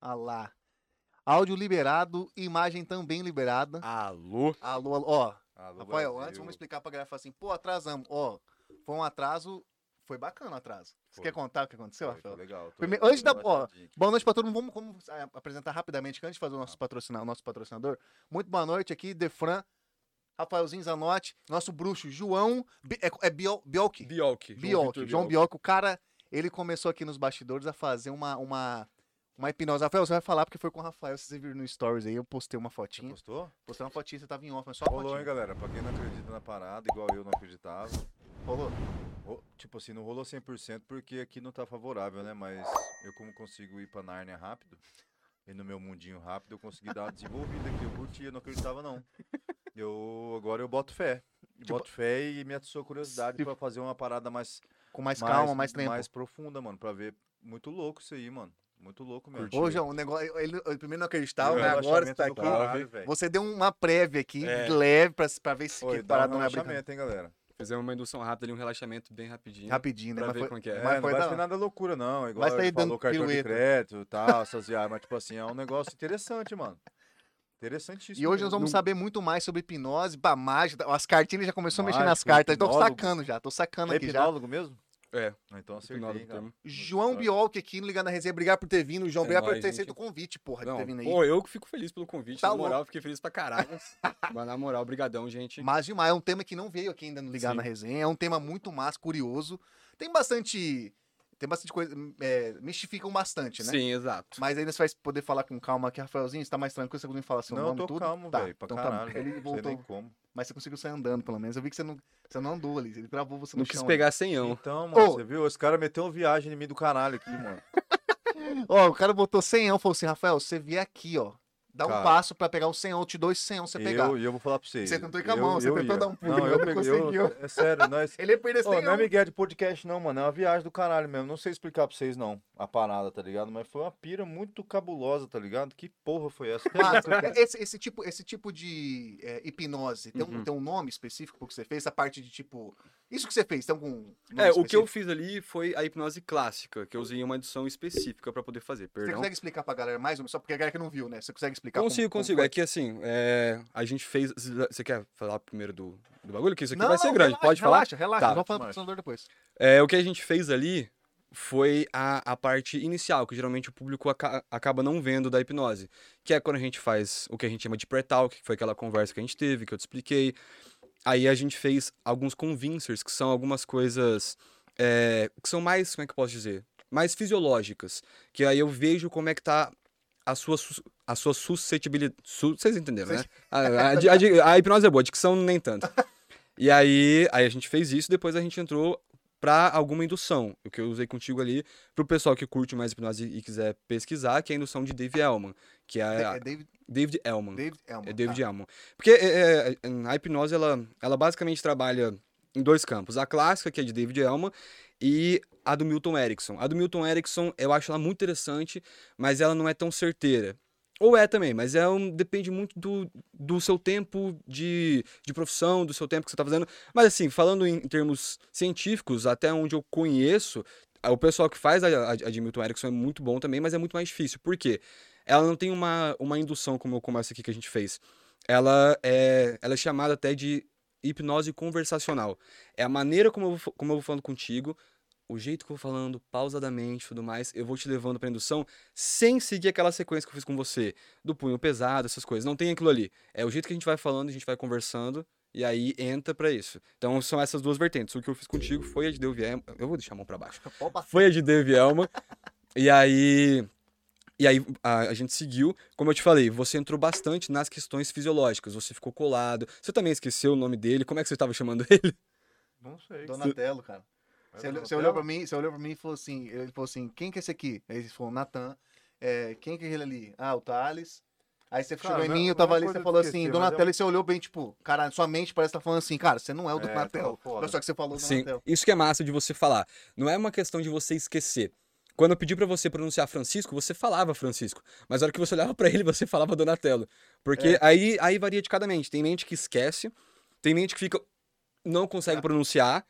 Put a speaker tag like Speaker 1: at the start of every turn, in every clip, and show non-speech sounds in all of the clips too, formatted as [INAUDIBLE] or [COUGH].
Speaker 1: Ah lá. Áudio liberado, imagem também liberada.
Speaker 2: Alô?
Speaker 1: Alô, alô. Ó,
Speaker 2: Alô,
Speaker 1: Rafael,
Speaker 2: Brasil.
Speaker 1: antes vamos explicar pra galera. Falar assim, pô, atrasamos. Ó, foi um atraso. Foi bacana o atraso. Você
Speaker 2: Foi.
Speaker 1: quer contar o que aconteceu,
Speaker 2: Foi,
Speaker 1: Rafael?
Speaker 2: foi legal. tô-
Speaker 1: Primeiro-
Speaker 2: tô
Speaker 1: antes da-
Speaker 2: relaxadinho
Speaker 1: ó,
Speaker 2: aqui.
Speaker 1: Boa noite pra todo mundo. Vamos, vamos, ah, apresentar rapidamente, que antes de fazer o nosso, patrocina- o nosso patrocinador. Muito boa noite aqui, Defran, Rafaelzinho Zanotti, nosso bruxo, João. Bi- É, é Biel- Bielk?
Speaker 2: Então,
Speaker 3: Bioc.
Speaker 1: Bioc,
Speaker 3: Vitor
Speaker 1: João Bioc, o cara, ele começou aqui nos bastidores a fazer uma, uma, uma hipnose. Rafael, você vai falar porque foi com o Rafael, vocês viram no Stories aí, eu postei uma
Speaker 2: Você
Speaker 1: fotinha.
Speaker 2: postou?
Speaker 1: Postei uma fotinha, você tava em off, mas só uma
Speaker 2: Rolou, hein,
Speaker 1: fotinha.
Speaker 2: galera? Pra quem não acredita na parada, igual eu não acreditava.
Speaker 1: Rolou?
Speaker 2: Ro- Tipo assim, não rolou 100% porque aqui não tá favorável, né? Mas eu, como consigo ir pra Nárnia rápido, e no meu mundinho rápido, eu consegui dar uma desenvolvida aqui. Eu curti, eu não acreditava, não. Eu, agora eu boto fé.
Speaker 1: Tipo-
Speaker 2: boto fé e me atiçou a curiosidade pra fazer uma parada mais,
Speaker 1: Com mais, calma, mais tempo.
Speaker 2: mais profunda, mano. Pra ver. Muito louco isso aí, mano. Muito louco mesmo.
Speaker 1: Ô, João, o negócio, ele, ele primeiro não acreditava,
Speaker 2: Deu um
Speaker 1: né? agora você tá aqui.
Speaker 2: relaxamento do caralho, velho.
Speaker 1: Você deu uma prévia aqui,
Speaker 3: É.
Speaker 1: leve, pra, pra ver se
Speaker 2: Oi,
Speaker 1: que
Speaker 2: dá um
Speaker 1: parada não é brincadeira.
Speaker 2: relaxamento, hein, galera?
Speaker 3: Fizemos uma indução rápida ali, um relaxamento bem rapidinho.
Speaker 1: Rapidinho, né?
Speaker 3: Pra
Speaker 1: Mas
Speaker 3: ver
Speaker 1: foi,
Speaker 3: como que é.
Speaker 2: É,
Speaker 1: mas
Speaker 2: não
Speaker 1: foi
Speaker 2: vai
Speaker 1: da
Speaker 2: ser
Speaker 1: hora.
Speaker 2: nada loucura, não. Igual
Speaker 1: Vai sair
Speaker 2: ele falou
Speaker 1: dando
Speaker 2: cartão
Speaker 1: pirueta.
Speaker 2: de crédito e tal, essas viagens. Mas, tipo assim, é um negócio interessante, mano. Interessantíssimo.
Speaker 1: E hoje nós
Speaker 2: mesmo.
Speaker 1: vamos saber muito mais sobre hipnose, pá, mágica. As cartinhas já começou a mexer nas
Speaker 2: Mágico,
Speaker 1: cartas. Tô
Speaker 2: hipnólogo.
Speaker 1: sacando já, tô sacando
Speaker 2: É
Speaker 1: aqui já.
Speaker 2: hipnólogo mesmo?
Speaker 3: É.
Speaker 2: Ah, Então
Speaker 3: Hipnólogo
Speaker 2: acertei,
Speaker 3: do
Speaker 2: cara.
Speaker 3: termo.
Speaker 1: João Biolk aqui no Ligar na Resenha. Obrigado por ter vindo, João.
Speaker 3: É
Speaker 1: Obrigado por
Speaker 3: nóis,
Speaker 1: ter
Speaker 3: gente.
Speaker 1: aceito o convite, porra, de
Speaker 3: Não,
Speaker 1: ter vindo Tá aí.
Speaker 3: pô, eu que fico feliz pelo convite.
Speaker 1: Tá
Speaker 3: na moral,
Speaker 1: louco.
Speaker 3: fiquei feliz
Speaker 1: [LAUGHS]
Speaker 3: pra caralho. Mas na moral, brigadão, gente.
Speaker 1: Mas demais, é um tema que não veio aqui ainda no Ligar
Speaker 3: Sim.
Speaker 1: na Resenha. É um tema muito massa, curioso. Tem bastante. Tem bastante coisa. é, mistificam bastante, né?
Speaker 3: Sim, exato.
Speaker 1: Mas ainda você vai poder falar com calma aqui, Rafaelzinho. Você tá mais tranquilo, você conseguiu me falar seu
Speaker 2: Não, eu
Speaker 1: nome e
Speaker 2: tô
Speaker 1: tudo?
Speaker 2: calmo,
Speaker 1: Tá,
Speaker 2: velho. Pra
Speaker 1: então tá bom.
Speaker 2: caralho.
Speaker 1: Ele
Speaker 2: Não sei nem
Speaker 1: voltou,
Speaker 2: como.
Speaker 1: mas você conseguiu sair andando, pelo menos. Eu vi que você não, você não andou ali, ele travou você no
Speaker 3: Não quis
Speaker 1: chão. né?
Speaker 3: pegar senhão.
Speaker 2: Então, mano,
Speaker 1: Ô. Hum,
Speaker 2: você viu? Esse cara meteu uma viagem em mim do caralho aqui, mano.
Speaker 1: Ó, o cara botou 100 falou assim, Rafael, você vier aqui, ó. Dá um
Speaker 2: Cara.
Speaker 1: passo pra pegar um 100 eu te dou esse 100 pra você pegar.
Speaker 2: Eu, e eu vou falar pra vocês.
Speaker 1: Você tentou ir com a mão, você tentou dar um pulo,
Speaker 2: Não,
Speaker 1: mas
Speaker 2: eu
Speaker 1: não
Speaker 2: peguei- eu-
Speaker 1: conseguiu.
Speaker 2: É sério, nós.
Speaker 1: Ele ia perder
Speaker 2: Ô,
Speaker 1: 100
Speaker 2: não é Miguel de podcast, não, mano. É uma viagem do caralho mesmo. Não sei explicar pra vocês, não, a parada, tá ligado? Mas foi uma pira muito cabulosa, tá ligado? Que porra foi
Speaker 1: [LAUGHS]
Speaker 2: essa?
Speaker 1: Mas,
Speaker 2: [LAUGHS]
Speaker 1: esse, esse tipo, esse tipo de é, hipnose, tem um,
Speaker 3: Uhum.
Speaker 1: tem um nome específico pro que você fez? Essa parte de tipo. Isso que você fez, tem algum. nome
Speaker 3: É, o que eu
Speaker 1: específico?
Speaker 3: fiz ali foi a hipnose clássica, que eu usei uma edição específica pra poder fazer,
Speaker 1: Você
Speaker 3: perdão.
Speaker 1: consegue explicar pra galera mais uma? Só porque a galera que não viu, né? Você consegue explicar?
Speaker 3: Consigo,
Speaker 1: como-
Speaker 3: consigo.
Speaker 1: como
Speaker 3: É que assim, é, a gente fez. Você quer falar primeiro do, do bagulho? Que isso
Speaker 1: foi?
Speaker 3: aqui
Speaker 1: Não,
Speaker 3: vai ser
Speaker 1: não,
Speaker 3: grande,
Speaker 1: relaxa,
Speaker 3: pode falar?
Speaker 1: Relaxa, relaxa.
Speaker 3: Tá.
Speaker 1: Nós vamos falar pro
Speaker 2: Relaxa.
Speaker 1: patrocinador depois.
Speaker 3: É, o que a gente fez ali foi a, a parte inicial, que geralmente o público aca- acaba não vendo da hipnose. Que é quando a gente faz o que a gente chama de pré-talk, que foi aquela conversa que a gente teve, que eu te expliquei. Aí a gente fez alguns convincers, que são algumas coisas é, que são mais, como é que eu posso dizer? Mais fisiológicas. Que aí eu vejo como é que tá a sua, sus- a sua suscetibilidade. Vocês entenderam, né? A, a di- a di- a hipnose é boa, a dicção nem tanto. E aí, aí a gente fez isso, depois a gente entrou pra alguma indução, o que eu usei contigo ali, pro pessoal que curte mais hipnose e quiser pesquisar, que é a indução de Dave Elman, que é
Speaker 1: É,
Speaker 3: a-
Speaker 1: David,
Speaker 3: David Elman.
Speaker 1: David Elman. tá?
Speaker 3: É David Elman. Porque é, é, a hipnose, ela, ela basicamente trabalha em dois campos. A clássica, que é de David Elman, e a do Milton Erickson. A do Milton Erickson, eu acho ela muito interessante, mas ela não é tão certeira. Ou é também, mas é um, depende muito do, do seu tempo de, de profissão, do seu tempo que você está fazendo. Mas assim, falando em termos científicos, até onde eu conheço, a- o pessoal que faz a, a, a de Milton Erickson é muito bom também, mas é muito mais difícil. Por quê? Ela não tem uma, uma indução como eu começo aqui que a gente fez ela é, ela é chamada até de hipnose conversacional. É a maneira como eu, vou fa- como eu vou falando contigo, o jeito que eu vou falando, pausadamente e tudo mais, eu vou te levando pra indução sem seguir aquela sequência que eu fiz com você, do punho pesado, essas coisas. Não tem aquilo ali. É o jeito que a gente vai falando, a gente vai conversando. E aí entra pra isso. Então são essas duas vertentes. O que eu fiz contigo foi a de Dave Elma. Eu vou deixar a mão pra baixo.
Speaker 1: Opa,
Speaker 3: Foi a de Dave Elma. e aí. E aí a, a gente seguiu. Como eu te falei, você entrou bastante nas questões fisiológicas. Você ficou colado. Você também esqueceu o nome dele. Como é que você estava chamando ele?
Speaker 2: Não sei. é
Speaker 1: Donatello, cara.
Speaker 2: Vai
Speaker 1: Você olhou,
Speaker 2: dar
Speaker 1: você
Speaker 2: na
Speaker 1: olhou
Speaker 2: tela?
Speaker 1: pra mim, você olhou pra mim e falou assim, ele falou assim, quem que é esse aqui? Aí ele falou, Natan. É, quem que é ele ali? Ah, o Thales. Aí você
Speaker 2: Cara,
Speaker 1: chegou em
Speaker 2: não-
Speaker 1: mim, eu
Speaker 2: não
Speaker 1: tava
Speaker 2: é
Speaker 1: ali, você
Speaker 2: coisa de
Speaker 1: falou
Speaker 2: esquecer,
Speaker 1: assim,
Speaker 2: mas
Speaker 1: Donatello,
Speaker 2: é um-
Speaker 1: e você olhou bem, tipo, cara, sua mente parece que tá falando assim, cara, você não é o
Speaker 2: É,
Speaker 1: Donatello.
Speaker 2: tá foda.
Speaker 1: Olha só que você falou
Speaker 3: [LAUGHS] Sim.
Speaker 1: Donatello.
Speaker 3: Isso que é massa de você falar. Não é uma questão de você esquecer. Quando eu pedi pra você pronunciar Francisco, você falava Francisco. Mas na hora que você olhava pra ele, você falava Donatello. Porque
Speaker 2: É.
Speaker 3: aí, aí
Speaker 2: É.
Speaker 3: varia de cada mente. Tem mente que esquece, tem mente que fica. não consegue pronunciar.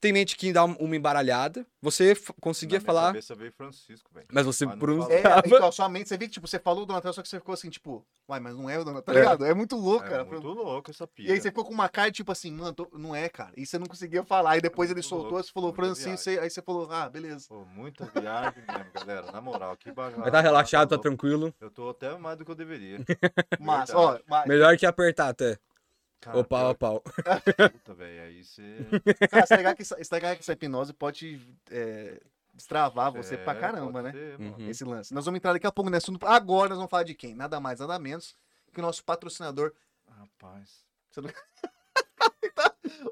Speaker 3: Tem mente que dá uma embaralhada. Você f- conseguia
Speaker 2: Na minha
Speaker 3: falar,
Speaker 2: cabeça veio Francisco, velho.
Speaker 3: mas você
Speaker 2: mas não
Speaker 1: É,
Speaker 3: pronunciava.
Speaker 1: então, sua mente, você vê que, tipo, você falou o Donatello, só que você ficou assim, tipo, uai, mas não é o Donatello, tá
Speaker 3: É.
Speaker 1: ligado? É muito louco,
Speaker 2: É
Speaker 1: cara.
Speaker 2: muito louco essa pira.
Speaker 1: E aí você ficou com uma cara, tipo assim, mano, tô- não é, cara. E você não conseguia falar. E depois ele
Speaker 2: É muito
Speaker 1: soltou,
Speaker 2: louco,
Speaker 1: você falou,
Speaker 2: muita
Speaker 1: Francisco,
Speaker 2: viagem.
Speaker 1: aí você falou, ah, beleza.
Speaker 2: Pô, muita viagem mesmo, galera. Na moral, que bagulho.
Speaker 3: Mas tá relaxado, tá tranquilo.
Speaker 2: Eu tô até mais do que
Speaker 1: [LAUGHS]
Speaker 2: eu deveria.
Speaker 1: Mas,
Speaker 2: Verdade.
Speaker 1: ó, mas,
Speaker 3: Melhor que apertar até.
Speaker 2: Cara,
Speaker 3: Opa,
Speaker 2: pior-
Speaker 3: opa.
Speaker 2: Puta, velho, aí você...
Speaker 1: cara, você tá ligado que essa- você tá ligado que essa hipnose pode é, destravar você [LAUGHS] pra
Speaker 2: É,
Speaker 1: caramba,
Speaker 2: pode
Speaker 1: né?
Speaker 2: ser, mano.
Speaker 3: Uhum.
Speaker 1: Esse lance. Nós vamos entrar daqui a pouco nesse assunto. Agora nós vamos falar de quem? Nada mais, nada menos que o nosso patrocinador.
Speaker 2: Rapaz.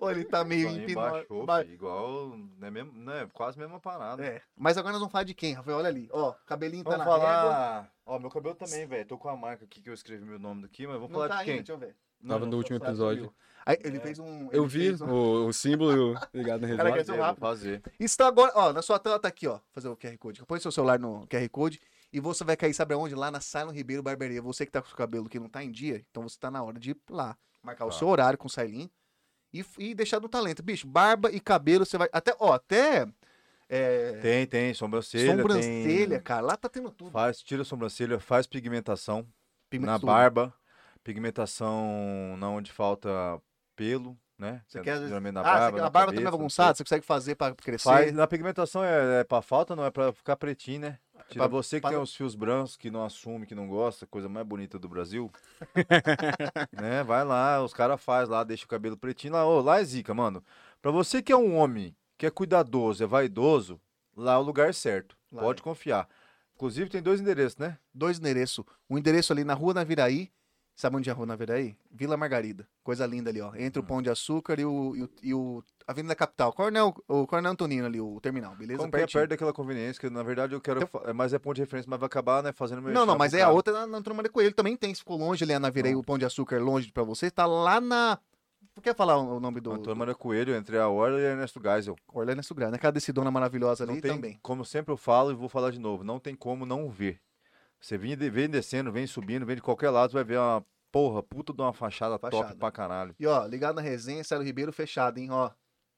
Speaker 1: Olha, ele tá
Speaker 2: [LAUGHS]
Speaker 1: meio
Speaker 2: Só nem
Speaker 1: hipnose.
Speaker 2: baixou,
Speaker 1: ba-
Speaker 2: filho, Igual, né, mesmo, né, quase mesma parada.
Speaker 1: É. Mas agora nós vamos falar de quem, Rafael? Olha ali. Ó, cabelinho tá
Speaker 2: Vamos
Speaker 1: na régua.
Speaker 2: falar... Ó, meu cabelo também, velho. Tô com a marca aqui que eu escrevi meu nome aqui, mas vamos
Speaker 1: Não
Speaker 2: falar
Speaker 1: tá
Speaker 2: de quem?
Speaker 1: ainda, deixa eu ver.
Speaker 2: Não,
Speaker 3: Tava
Speaker 2: não,
Speaker 3: no
Speaker 2: só-
Speaker 3: último
Speaker 2: só-
Speaker 3: episódio.
Speaker 1: Aí, ele
Speaker 2: É.
Speaker 1: fez um.
Speaker 3: Eu
Speaker 1: ele
Speaker 3: vi
Speaker 1: fez um-
Speaker 3: o, o símbolo e o ligado no
Speaker 1: Cara, quer-
Speaker 3: resort.
Speaker 2: Fazer,
Speaker 1: Fazer
Speaker 2: vou
Speaker 1: rápido.
Speaker 2: fazer.
Speaker 1: Está agora, ó, na sua tela tá aqui, ó. Fazer o QR Code. Põe seu celular no QR Code e você vai cair, sabe aonde? Lá na Silon Ribeiro Barbearia. Você que tá com seu cabelo que não tá em dia, então você tá na hora de ir lá, marcar o
Speaker 2: Tá.
Speaker 1: seu horário com o Silin e, f- e deixar no talento. Bicho, barba e cabelo, você vai. Até, ó, até. É,
Speaker 2: Tem, tem, sobrancelha,
Speaker 1: sobrancelha,
Speaker 2: tem...
Speaker 1: cara. Lá tá tendo tudo.
Speaker 2: Faz, tira a sobrancelha, faz pigmentação
Speaker 1: Pigmento
Speaker 2: na
Speaker 1: azul.
Speaker 2: barba, pigmentação na onde falta pelo, né?
Speaker 1: Você quer, às vezes-
Speaker 2: Geralmente
Speaker 1: ah,
Speaker 2: na
Speaker 1: você
Speaker 2: barba,
Speaker 1: quer-
Speaker 2: na
Speaker 1: a barba também
Speaker 2: cabeça,
Speaker 1: é
Speaker 2: não
Speaker 1: bagunçada, você consegue fazer pra crescer.
Speaker 2: sei. Faz, na pigmentação é, é pra falta, não é pra ficar pretinho, né?
Speaker 1: pra-
Speaker 2: Tira você que
Speaker 1: pra-
Speaker 2: tem os fios brancos, que não assume, que não gosta, coisa mais bonita do Brasil. [LAUGHS] né? Vai lá, os caras faz lá, deixa o cabelo pretinho. Lá, ô, lá é zica, mano. Pra você que é um homem, que é cuidadoso, é vaidoso, lá é o lugar certo.
Speaker 1: Lá
Speaker 2: Pode
Speaker 1: é.
Speaker 2: confiar. Inclusive tem dois endereços, né?
Speaker 1: dois endereços. Um endereço ali na Rua Naviraí. Sabe onde é a Rua Naviraí? Vila Margarida. Coisa linda ali, ó.
Speaker 2: Hum.
Speaker 1: Entre o Pão de Açúcar e o, e o, e o Avenida Capital. Coronel, o Coronel Antonino ali, o terminal, beleza?
Speaker 2: Como que é
Speaker 1: Pertinho.
Speaker 2: perto daquela conveniência, que na verdade eu quero.
Speaker 1: Então-
Speaker 2: fa- é, Mas é ponto de referência, mas vai acabar, né, fazendo meu
Speaker 1: Não, não, mas é a outra na, na Antônio com ele também tem. Se ficou longe ali, a
Speaker 2: Hum.
Speaker 1: Naviraí, o Pão de Açúcar longe pra você, tá lá na... Quer falar o o nome do...
Speaker 2: Antônio
Speaker 1: do...
Speaker 2: Maria Coelho, entre a Orla e Ernesto Geisel.
Speaker 1: Orlando Sugrá, né? Aquela decidona maravilhosa
Speaker 2: Não
Speaker 1: ali
Speaker 2: tem,
Speaker 1: também.
Speaker 2: como sempre eu falo e vou falar de novo, não tem como não ver. Você vem, de- vem descendo, vem subindo, vem de qualquer lado, você vai ver uma porra, puta de uma fachada,
Speaker 1: Fachada.
Speaker 2: top pra caralho.
Speaker 1: E ó, ligado na resenha, Célio Ribeiro fechado, hein? Ó,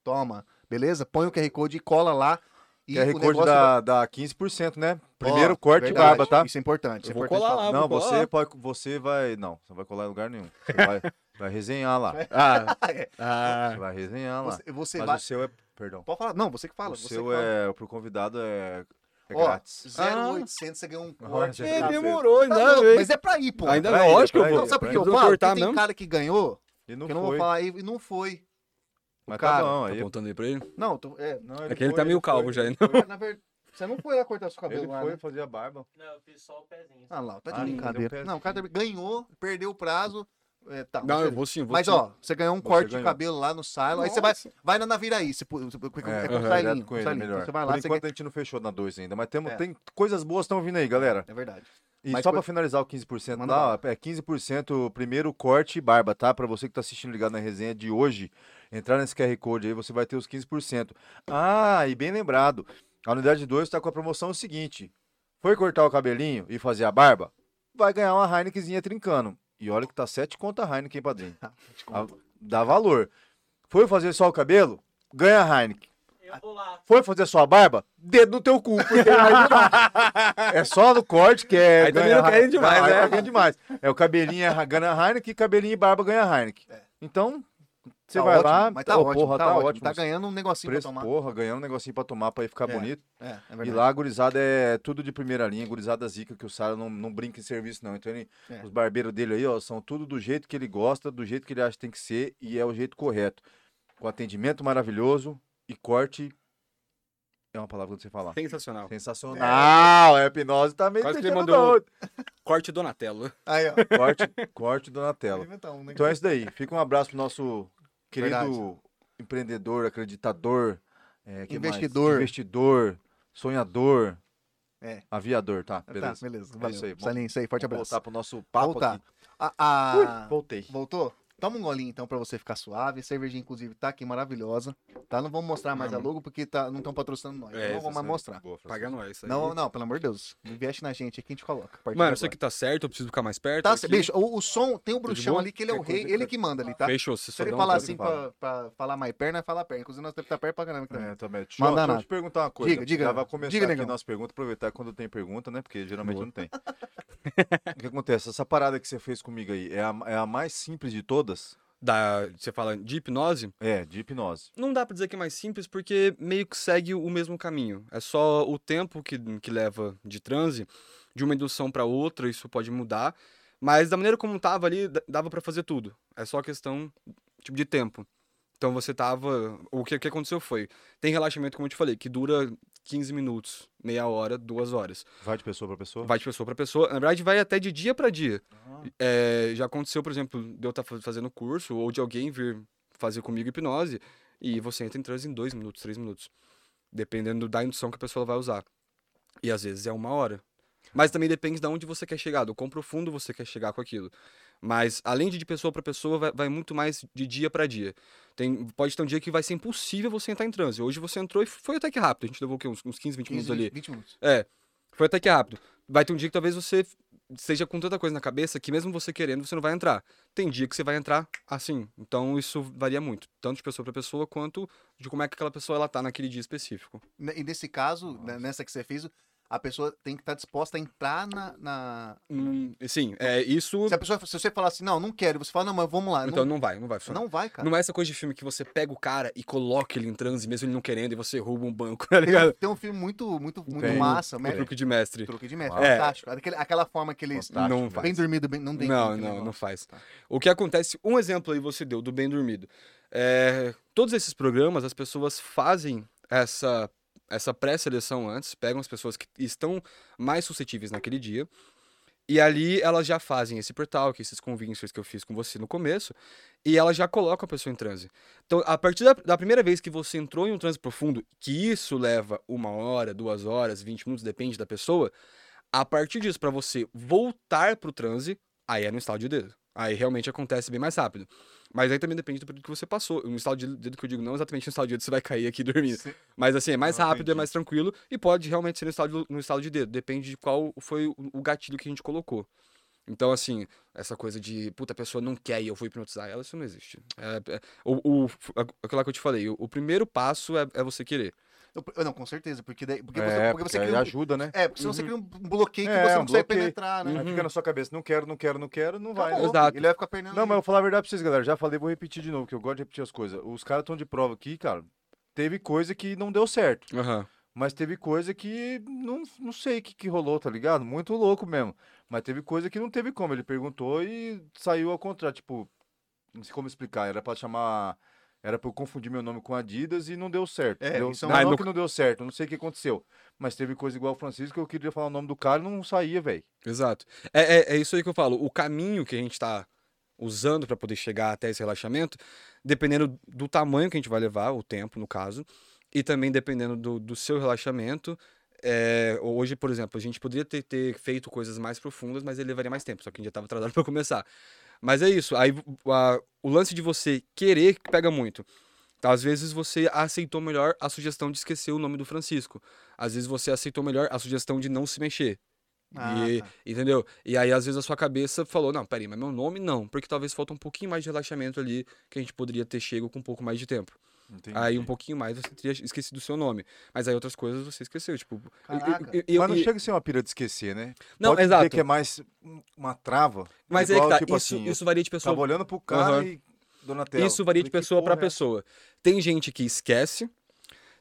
Speaker 1: toma, beleza? Põe o QR Code e cola lá. E
Speaker 2: QR
Speaker 1: o
Speaker 2: Code
Speaker 1: negócio é
Speaker 2: dá, dá 15%, né? Primeiro
Speaker 1: Ó,
Speaker 2: corte e
Speaker 1: verdade,
Speaker 2: barba, tá?
Speaker 1: Isso é importante.
Speaker 3: Eu
Speaker 1: é
Speaker 3: vou
Speaker 1: importante
Speaker 3: colar
Speaker 1: falar.
Speaker 3: lá, Ah,
Speaker 2: não,
Speaker 3: vou
Speaker 2: você,
Speaker 3: colar.
Speaker 2: pode, você vai. Não, você não vai colar em lugar nenhum.
Speaker 1: [LAUGHS]
Speaker 2: Você vai, vai resenhar lá.
Speaker 3: Ah,
Speaker 1: É.
Speaker 2: Você
Speaker 3: ah.
Speaker 2: vai resenhar lá.
Speaker 1: Você, você
Speaker 2: mas
Speaker 1: vai.
Speaker 2: o seu é. Perdão.
Speaker 1: Pode falar. Não, você que fala.
Speaker 2: o
Speaker 1: você
Speaker 2: seu
Speaker 1: que fala.
Speaker 2: é. Pro convidado é. É
Speaker 1: Ó,
Speaker 2: grátis.
Speaker 1: 0,800 você ganhou um
Speaker 2: Ah.
Speaker 1: corte.
Speaker 2: Olha,
Speaker 1: cara.
Speaker 2: já-
Speaker 3: demorou,
Speaker 1: Tá
Speaker 3: ainda
Speaker 1: louco,
Speaker 3: bem.
Speaker 1: mas é pra ir, pô.
Speaker 3: Ainda
Speaker 2: pra
Speaker 3: bem,
Speaker 2: ele,
Speaker 3: lógico que
Speaker 2: pra
Speaker 3: eu
Speaker 1: Então,
Speaker 3: vou.
Speaker 2: ele.
Speaker 1: sabe por que eu
Speaker 3: Precisou
Speaker 1: falo? Porque
Speaker 3: cortar
Speaker 1: tem
Speaker 3: mesmo?
Speaker 1: cara que ganhou,
Speaker 2: E não
Speaker 1: que eu não
Speaker 2: foi.
Speaker 1: vou falar aí, e não foi.
Speaker 2: Mas
Speaker 1: cara.
Speaker 2: tá bom,
Speaker 3: Tá
Speaker 2: aí.
Speaker 3: apontando aí pra ele?
Speaker 1: Não, eu tô,
Speaker 2: [LAUGHS]
Speaker 1: é,
Speaker 2: Não,
Speaker 3: É que ele tá
Speaker 2: foi,
Speaker 3: meio calvo
Speaker 2: foi,
Speaker 3: já,
Speaker 2: ele
Speaker 3: né?
Speaker 2: foi.
Speaker 1: na verdade, você não foi lá cortar seu cabelo
Speaker 2: Ele
Speaker 1: lá,
Speaker 2: foi
Speaker 1: né?
Speaker 2: fazer a barba.
Speaker 4: Não, eu fiz só o pezinho.
Speaker 1: Ah lá, tá de
Speaker 2: Ah, deu
Speaker 1: brincadeira.
Speaker 2: pezinho.
Speaker 1: Não, o cara tá- ganhou, perdeu o prazo. é, tá,
Speaker 3: Não,
Speaker 1: você-
Speaker 3: eu vou sim, eu vou
Speaker 1: Mas
Speaker 3: sim.
Speaker 1: ó, você ganhou um
Speaker 2: Você
Speaker 1: corte de
Speaker 2: ganhou.
Speaker 1: cabelo lá no silo. Aí você vai, vai na Naviraí. Você, pu- você, é,
Speaker 2: É,
Speaker 1: com o
Speaker 3: aham,
Speaker 1: Silinho.
Speaker 2: direto
Speaker 1: com
Speaker 2: com
Speaker 1: o
Speaker 2: ele,
Speaker 1: Silinho.
Speaker 2: melhor.
Speaker 1: Você vai
Speaker 2: Por
Speaker 1: lá, você
Speaker 2: enquanto
Speaker 1: ganha.
Speaker 2: a gente não fechou na 2 ainda, mas temos,
Speaker 1: É.
Speaker 2: tem coisas boas estão vindo aí, galera.
Speaker 1: É verdade.
Speaker 2: E
Speaker 1: Mas
Speaker 2: só
Speaker 1: coi-
Speaker 2: pra finalizar o 15%
Speaker 1: Manda
Speaker 2: lá, ó, é 15% primeiro corte e barba, tá? Pra você que tá assistindo ligado na resenha de hoje, entrar nesse QR Code aí, você vai ter os 15%. Ah, e bem lembrado, a unidade 2 tá com a promoção seguinte. Foi cortar o cabelinho e fazer a barba? Vai ganhar uma Heinekenzinha trincando. E olha que tá 7 conta Heineken, padrinho. Ah, Dá valor. Foi fazer só o cabelo? Ganha a Heineken.
Speaker 4: Eu vou lá.
Speaker 2: Foi fazer sua barba? Dedo no teu cu.
Speaker 3: [LAUGHS]
Speaker 2: porque aí não dá. é só no corte que é.
Speaker 3: Aí
Speaker 1: tá
Speaker 3: também não querem demais,
Speaker 2: Não, aí
Speaker 3: né?
Speaker 2: tá querendo demais. É o cabelinho é- ganha Heineken e cabelinho e barba ganha Heineken. Então, você
Speaker 1: É. Tá
Speaker 2: vai
Speaker 1: ótimo,
Speaker 2: lá.
Speaker 1: mas tá
Speaker 2: ô,
Speaker 1: ótimo,
Speaker 2: porra,
Speaker 1: tá,
Speaker 2: tá
Speaker 1: ótimo.
Speaker 2: ótimo.
Speaker 1: Tá ganhando um negocinho
Speaker 2: Preço,
Speaker 1: pra tomar.
Speaker 2: porra, ganhando um negocinho pra tomar pra ficar
Speaker 1: É,
Speaker 2: bonito.
Speaker 1: É, é
Speaker 2: E
Speaker 1: verdade.
Speaker 2: lá a gurizada é tudo de primeira linha, gurizada zica, que o Sara não, não brinca em serviço, não. Então ele,
Speaker 1: É.
Speaker 2: os barbeiros dele aí, ó, são tudo do jeito que ele gosta, do jeito que ele acha que tem que ser e é o jeito correto. Com atendimento maravilhoso e corte. É uma palavra que você falar.
Speaker 3: Sensacional.
Speaker 2: Sensacional! É, a hipnose tá meio
Speaker 3: Quase que ele
Speaker 2: deixando
Speaker 3: mandou um [LAUGHS]
Speaker 2: doido.
Speaker 3: Corte Donatello.
Speaker 1: Aí, ó.
Speaker 2: Corte, corte
Speaker 1: vou
Speaker 2: Donatello.
Speaker 1: inventar um, né?
Speaker 2: Então é isso daí. Fica um abraço pro nosso querido
Speaker 1: Verdade.
Speaker 2: empreendedor, acreditador, é, que mais?
Speaker 1: Investidor.
Speaker 2: investidor, sonhador,
Speaker 1: É.
Speaker 2: aviador, tá?
Speaker 1: Tá,
Speaker 2: Beleza.
Speaker 1: beleza. Valeu.
Speaker 2: isso aí, vamos-
Speaker 1: Salinho, isso aí. Forte
Speaker 2: Vamos
Speaker 1: abraço.
Speaker 2: Voltar pro nosso papo
Speaker 1: Voltar.
Speaker 2: aqui.
Speaker 1: A- a-
Speaker 2: Voltei.
Speaker 1: Voltou? Toma um golinho então pra você ficar suave. Cervejinha, inclusive, tá aqui maravilhosa. Tá? Não vamos mostrar mais a logo porque tá, não estão patrocinando nós.
Speaker 3: É,
Speaker 1: não vamos mais mostrar.
Speaker 2: Boa, Francisco.
Speaker 3: Paga nós, isso aí.
Speaker 1: Não, não, pelo amor de Deus. Investe na gente aqui, a gente coloca. a partir
Speaker 3: Mano,
Speaker 1: de
Speaker 3: isso
Speaker 1: agora.
Speaker 3: aqui tá certo, eu preciso ficar mais perto.
Speaker 1: Tá,
Speaker 3: aqui.
Speaker 1: bicho, o, o som tem o bruxão
Speaker 3: boa?
Speaker 1: ali que ele é o
Speaker 3: Qualquer coisa
Speaker 1: rei,
Speaker 3: que
Speaker 1: ele
Speaker 3: eu-
Speaker 1: que manda ali, tá?
Speaker 3: Fechou, se
Speaker 1: Se
Speaker 3: só
Speaker 1: ele
Speaker 3: dá um
Speaker 1: falar
Speaker 3: toque.
Speaker 1: assim
Speaker 2: fala.
Speaker 1: pra, pra falar mais perna, fala perna. Inclusive, nós temos que estar perto pra caramba aqui também.
Speaker 2: É, também. Deixa, eu-
Speaker 1: Uhum. Manda
Speaker 2: deixa eu
Speaker 1: nada.
Speaker 2: te perguntar uma coisa.
Speaker 1: Diga, diga,
Speaker 2: Já vai começar
Speaker 1: diga,
Speaker 2: aqui
Speaker 1: negão.
Speaker 2: nas perguntas, aproveitar quando tem pergunta, né? Porque geralmente
Speaker 3: Boa.
Speaker 2: não tem. [LAUGHS] o que acontece? Essa parada que você fez comigo aí é a, é a mais simples de todas?
Speaker 3: Da, você fala de hipnose?
Speaker 2: É, de hipnose.
Speaker 3: Não dá pra dizer que é mais simples, porque meio que segue o mesmo caminho. É só o tempo que, que leva de transe, de uma indução pra outra, isso pode mudar. Mas da maneira como tava ali, d- dava pra fazer tudo. É só questão tipo, de tempo. Então você tava. O que, o que aconteceu foi. Tem relaxamento, como eu te falei, que dura 15 minutos, meia hora, duas horas.
Speaker 2: Vai de pessoa pra pessoa?
Speaker 3: Vai de pessoa pra pessoa. Na verdade, vai até de dia pra dia.
Speaker 2: Ah,
Speaker 3: É, já aconteceu, por exemplo, de eu estar fazendo curso ou de alguém vir fazer comigo hipnose e você entra em transe em dois minutos, três minutos. Dependendo da indução que a pessoa vai usar. E às vezes é uma hora. Mas também depende de onde você quer chegar, do quão profundo você quer chegar com aquilo. Mas além de de pessoa para pessoa, vai, vai muito mais de dia para dia. Tem, pode ter um dia que vai ser impossível você entrar em transe. Hoje você entrou e foi até que rápido. A gente levou o quê? Uns, uns 15, 20 minutos
Speaker 1: 15,
Speaker 3: ali.
Speaker 1: 20 minutos.
Speaker 3: Foi até que rápido. Vai ter um dia que talvez você seja com tanta coisa na cabeça que mesmo você querendo, você não vai entrar. Tem dia que você vai entrar assim. Então isso varia muito, tanto de pessoa para pessoa quanto de como é que aquela pessoa ela tá naquele dia específico.
Speaker 1: Ne- né, E nesse caso,
Speaker 2: Nossa.
Speaker 1: né, nessa que você fez, a pessoa tem que estar disposta a entrar na. na-
Speaker 3: Hum, sim, é isso.
Speaker 1: Se a pessoa, se você falar assim, não, não quero, você fala, não, mas vamos lá.
Speaker 3: Então
Speaker 1: não,
Speaker 3: não vai, não vai funcionar.
Speaker 1: não vai, cara.
Speaker 3: Não é essa coisa de filme que você pega o cara e coloca ele em transe, mesmo ele não querendo, e você rouba um banco, [LAUGHS] tá
Speaker 1: Tem, um-
Speaker 3: ligado?
Speaker 1: tem um filme muito, muito, muito
Speaker 2: Tem.
Speaker 1: massa,
Speaker 3: O
Speaker 1: médico.
Speaker 3: truque de mestre.
Speaker 1: Truque de mestre,
Speaker 2: Uau.
Speaker 3: É.
Speaker 1: fantástico. Aquele- aquela forma que eles.
Speaker 2: Fantástico,
Speaker 3: não
Speaker 2: velho.
Speaker 3: faz.
Speaker 1: Bem dormido, bem, não tem
Speaker 3: Não,
Speaker 1: aquele
Speaker 3: não,
Speaker 1: negócio.
Speaker 3: não faz.
Speaker 1: Tá.
Speaker 3: O que acontece, um exemplo aí você deu do Bem Dormido. É, todos esses programas, as pessoas fazem essa, essa pré-seleção antes, pegam as pessoas que estão mais suscetíveis naquele dia, e ali elas já fazem esse portal, que esses convincers que eu fiz com você no começo, e elas já colocam a pessoa em transe. Então, a partir da, da primeira vez que você entrou em um transe profundo, que isso leva uma hora, duas horas, 20 minutos, depende da pessoa, a partir disso, para você voltar pro transe, aí é no estado de dedo. Aí realmente acontece bem mais rápido. Mas aí também depende do período que você passou. No estado de dedo que eu digo, não exatamente no estado de dedo você vai cair aqui [LAUGHS] dormindo.
Speaker 2: Sim.
Speaker 3: Mas assim, é mais
Speaker 2: Ah,
Speaker 3: rápido, é
Speaker 2: entendi.
Speaker 3: mais tranquilo e pode realmente ser no estado, de, no estado de dedo. Depende de qual foi o, o gatilho que a gente colocou. Então, assim, essa coisa de, puta, a pessoa não quer e eu vou hipnotizar ela, isso não existe. É, é- o, o, aquilo lá que eu te falei, o, o primeiro passo é, é você querer.
Speaker 1: Eu- eu não, com certeza, porque, daí, porque,
Speaker 2: é,
Speaker 1: você, porque você
Speaker 2: aí
Speaker 1: cria um-
Speaker 2: ajuda, né?
Speaker 1: É, porque senão você
Speaker 3: Uhum.
Speaker 1: cria um bloqueio que
Speaker 2: É,
Speaker 1: você não
Speaker 2: um
Speaker 1: consegue
Speaker 2: bloqueio.
Speaker 1: penetrar, né?
Speaker 2: Aí fica na sua cabeça, não quero, não quero, não quero, não vai.
Speaker 1: Acabou.
Speaker 2: né?
Speaker 3: Exato.
Speaker 1: Ele vai ficar pernando.
Speaker 2: Não, mas eu vou falar a verdade pra vocês, galera. Já falei, vou repetir de novo, que eu gosto de repetir as coisas. Os caras estão de prova aqui, cara. Teve coisa que não deu certo.
Speaker 3: Aham.
Speaker 2: Mas teve coisa que não, não sei o que, que rolou, tá ligado? Muito louco mesmo. Mas teve coisa que não teve como. Ele perguntou e saiu ao contrário. Tipo, não sei como explicar. Era pra chamar. Era pra eu confundir meu nome com Adidas e não deu certo.
Speaker 1: É,
Speaker 2: deu,
Speaker 1: isso é
Speaker 2: não,
Speaker 3: uma-
Speaker 2: não
Speaker 3: Mas
Speaker 2: que não deu certo, não sei o que aconteceu. Mas teve coisa igual o Francisco, que eu queria falar o nome do cara e não saía, velho.
Speaker 3: Exato. É, é, é isso aí que eu falo. O caminho que a gente tá usando para poder chegar até esse relaxamento, dependendo do tamanho que a gente vai levar, o tempo, no caso, e também dependendo do, do seu relaxamento. é, hoje, por exemplo, a gente poderia ter, ter feito coisas mais profundas, mas ele levaria mais tempo, só que a gente já estava atrasado [LAUGHS] para começar. Mas é isso. Aí a- o lance de você querer que pega muito. Tá, Às vezes você aceitou melhor a sugestão de esquecer o nome do Francisco. Às vezes você aceitou melhor a sugestão de não se mexer.
Speaker 1: Ah,
Speaker 3: e,
Speaker 1: tá.
Speaker 3: Entendeu? E aí, às vezes, a sua cabeça falou, não, peraí, mas meu nome não, porque talvez falta um pouquinho mais de relaxamento ali que a gente poderia ter chego com um pouco mais de tempo. Aí um pouquinho mais você teria esquecido o seu nome. Mas aí outras coisas você esqueceu, tipo. eu- eu-
Speaker 1: Caraca.
Speaker 3: eu- eu-
Speaker 2: Mas não
Speaker 3: e-
Speaker 2: chega a ser uma pira de esquecer, né?
Speaker 3: não,
Speaker 2: Pode
Speaker 3: exato.
Speaker 2: dizer que é mais um- uma trava.
Speaker 3: Mas aí
Speaker 2: igual,
Speaker 3: que tá,
Speaker 2: tipo
Speaker 3: isso,
Speaker 2: assim,
Speaker 3: isso varia de pessoa
Speaker 2: Tava olhando pro cara
Speaker 3: Aham.
Speaker 2: e. Donatello.
Speaker 3: Isso varia de
Speaker 2: Falei, que
Speaker 3: pessoa para
Speaker 2: porra é essa?
Speaker 3: pessoa. Tem gente que esquece,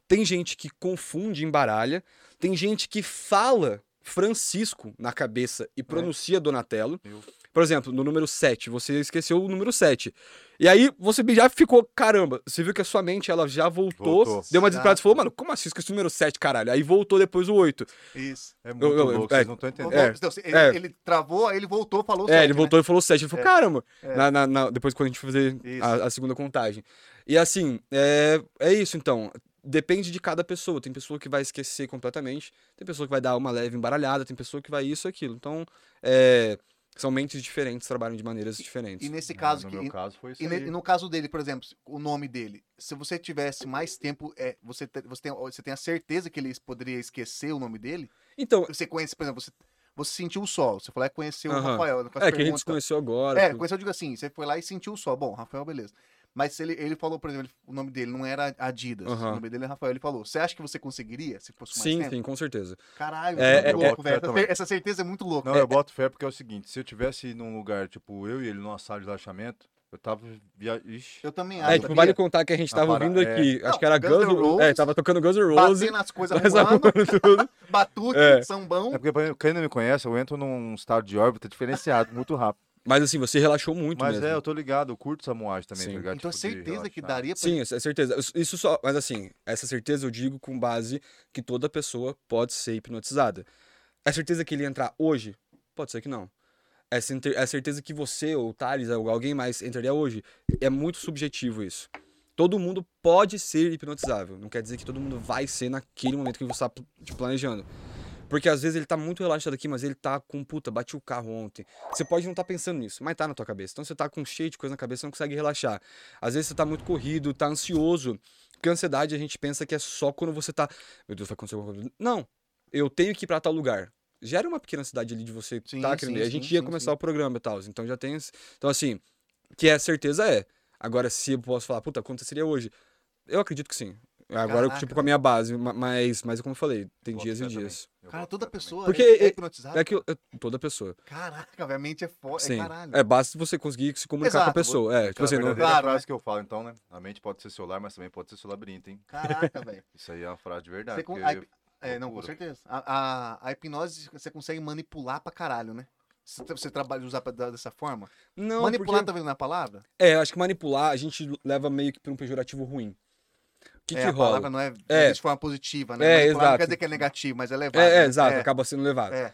Speaker 3: tem gente que confunde, embaralha, tem gente que fala Francisco na cabeça e pronuncia Donatello.
Speaker 2: É. Eu.
Speaker 3: Por exemplo, no número 7, você esqueceu o número 7. E aí você já ficou, caramba, você viu que a sua mente ela já voltou,
Speaker 2: Voltou.
Speaker 3: deu uma desesperada
Speaker 1: Exato.
Speaker 3: e falou, mano, como assim esqueci o número 7, caralho? Aí voltou depois o oito
Speaker 1: Isso.
Speaker 2: É muito
Speaker 3: Eu- eu-
Speaker 2: louco,
Speaker 3: é.
Speaker 2: vocês não estão entendendo.
Speaker 3: É.
Speaker 1: Então, se- ele,
Speaker 3: É.
Speaker 1: ele travou, aí ele voltou, falou.
Speaker 3: É,
Speaker 1: certo,
Speaker 3: ele
Speaker 1: né?
Speaker 3: voltou e falou 7. Ele falou,
Speaker 1: É.
Speaker 3: caramba!
Speaker 1: É.
Speaker 3: Na, na- na- depois, quando a gente for fazer
Speaker 1: Isso.
Speaker 3: a, a segunda contagem. E assim, é, é isso então. Depende de cada pessoa. Tem pessoa que vai esquecer completamente, tem pessoa que vai dar uma leve embaralhada, tem pessoa que vai isso e aquilo. Então, é, São mentes diferentes, trabalham de maneiras diferentes.
Speaker 1: E nesse
Speaker 2: No-
Speaker 1: caso
Speaker 2: É, no
Speaker 1: que.
Speaker 2: meu caso foi isso
Speaker 1: E ne-
Speaker 2: aí.
Speaker 1: e no caso dele, por exemplo, o nome dele, se você tivesse mais tempo, é, você, te- você, tem, você tem a certeza que ele poderia esquecer o nome dele?
Speaker 3: Então,
Speaker 1: Você conhece, por exemplo, você, você sentiu o sol, você foi lá e conheceu o
Speaker 3: Aham.
Speaker 1: Rafael. né, com as
Speaker 3: é que a gente
Speaker 1: perguntas.
Speaker 3: se conheceu agora.
Speaker 1: É,
Speaker 3: tudo.
Speaker 1: conheceu, eu digo assim, você foi lá e sentiu o sol. Bom, Rafael, beleza. Mas se ele, ele falou, por exemplo, ele- o nome dele não era Adidas,
Speaker 3: Aham.
Speaker 1: o nome dele é Rafael. Ele falou, você acha que você conseguiria se fosse mais
Speaker 3: sim,
Speaker 1: tempo?
Speaker 3: sim, com certeza.
Speaker 1: Caralho,
Speaker 3: É,
Speaker 1: é,
Speaker 3: é,
Speaker 1: muito louco,
Speaker 2: é,
Speaker 1: velho. Essa,
Speaker 2: também.
Speaker 1: essa certeza é muito louca.
Speaker 2: Não, eu boto fé porque é o seguinte, se eu tivesse num lugar, tipo, eu e ele numa sala de relaxamento, eu tava via... Ixi,
Speaker 1: Ah, Eu também
Speaker 2: É,
Speaker 1: acho.
Speaker 3: é, tipo, vale
Speaker 1: sabia?
Speaker 3: contar que a gente
Speaker 2: A
Speaker 3: tava
Speaker 2: para-
Speaker 3: ouvindo
Speaker 2: é.
Speaker 3: aqui.
Speaker 1: Não,
Speaker 3: acho que era
Speaker 1: Guns
Speaker 3: Guns
Speaker 1: N'
Speaker 3: N' Roses. É,
Speaker 1: Roses.
Speaker 3: tava tocando Guns N' Roses.
Speaker 1: Batendo as coisas
Speaker 3: Nós
Speaker 1: arrumando,
Speaker 3: arrumando tudo.
Speaker 1: [LAUGHS] batuque,
Speaker 3: É.
Speaker 1: sambão.
Speaker 2: É porque pra- quem não me conhece, eu entro num estado de órbita diferenciado, muito rápido.
Speaker 3: Mas assim, você relaxou muito
Speaker 2: Mas
Speaker 3: mesmo.
Speaker 2: é, eu tô ligado, eu curto essa moagem também,
Speaker 3: Sim.
Speaker 2: tá ligado?
Speaker 1: Então a
Speaker 2: Tipo, de
Speaker 1: certeza que
Speaker 2: relaxar.
Speaker 1: daria pra
Speaker 3: Sim, essa certeza. Isso- Isso só, mas assim, essa certeza eu digo com base que toda pessoa pode ser hipnotizada. É certeza que ele entrar hoje? Pode ser que não. É certe- é certeza que você ou o Thales ou alguém mais entraria hoje? É muito subjetivo isso. Todo mundo pode ser hipnotizável. Não quer dizer que todo mundo vai ser naquele momento que você está planejando. Porque às vezes ele tá muito relaxado aqui, mas ele tá com puta, bati o carro ontem. Você pode não estar pensando nisso, mas tá na tua cabeça. Então você tá com cheio de coisa na cabeça, você não consegue relaxar. Às vezes você tá muito corrido, tá ansioso. Porque a ansiedade a gente pensa que é só quando você tá. Meu Deus, vai acontecer alguma coisa. Não, eu tenho que ir pra tal lugar. Gera uma pequena ansiedade ali de você
Speaker 1: Sim,
Speaker 3: tá querendo.
Speaker 1: sim,
Speaker 3: a gente
Speaker 1: sim,
Speaker 3: ia
Speaker 1: sim,
Speaker 3: começar
Speaker 1: sim.
Speaker 3: o programa e tal. Então já tem. esse- Então, assim, que a certeza é. Agora, se eu posso falar, puta, aconteceria hoje. Eu acredito que sim. Agora,
Speaker 1: Caraca, né?
Speaker 3: tipo, com a minha base, ma- mas, mas como eu falei, tem
Speaker 2: Boto
Speaker 3: dias
Speaker 2: fé
Speaker 3: e
Speaker 2: também.
Speaker 3: dias.
Speaker 2: Eu
Speaker 1: Cara,
Speaker 2: boto
Speaker 1: toda
Speaker 2: fé também.
Speaker 1: pessoa
Speaker 3: Porque
Speaker 1: é,
Speaker 3: é-
Speaker 1: é hipnotizada.
Speaker 3: É que eu- eu- toda pessoa.
Speaker 1: Caraca, velho, a mente é forte.
Speaker 3: Sim.
Speaker 1: É caralho.
Speaker 3: É, basta você conseguir se comunicar com
Speaker 1: Exato,
Speaker 3: a pessoa. É, tipo
Speaker 2: Aquela
Speaker 3: assim, não-
Speaker 2: verdadeira
Speaker 1: Claro,
Speaker 2: frase que eu falo, então, né? A mente pode ser seu lar, mas também pode ser seu labirinto, hein?
Speaker 1: Caraca,
Speaker 2: [LAUGHS]
Speaker 1: velho.
Speaker 2: Isso aí é uma frase de verdade.
Speaker 1: Você con-
Speaker 2: porque-
Speaker 1: a hip- É, não, com
Speaker 2: Loucura.
Speaker 1: certeza. A, a, a hipnose você consegue manipular pra caralho, né? Você, você trabalha usar pra, dar dessa forma?
Speaker 3: Não,
Speaker 1: manipular
Speaker 3: porque-
Speaker 1: tá vendo na palavra?
Speaker 3: É, eu acho que manipular a gente leva meio que pra um pejorativo ruim. O que,
Speaker 1: é,
Speaker 3: que
Speaker 1: a
Speaker 3: rola?
Speaker 1: palavra não é, não
Speaker 3: É.
Speaker 1: existe forma positiva, né?
Speaker 3: É,
Speaker 1: manipular não
Speaker 3: exato.
Speaker 1: quer dizer que é negativo, mas é levado.
Speaker 3: É,
Speaker 1: né?
Speaker 3: é, exato,
Speaker 1: É,
Speaker 3: acaba sendo levado.
Speaker 1: É.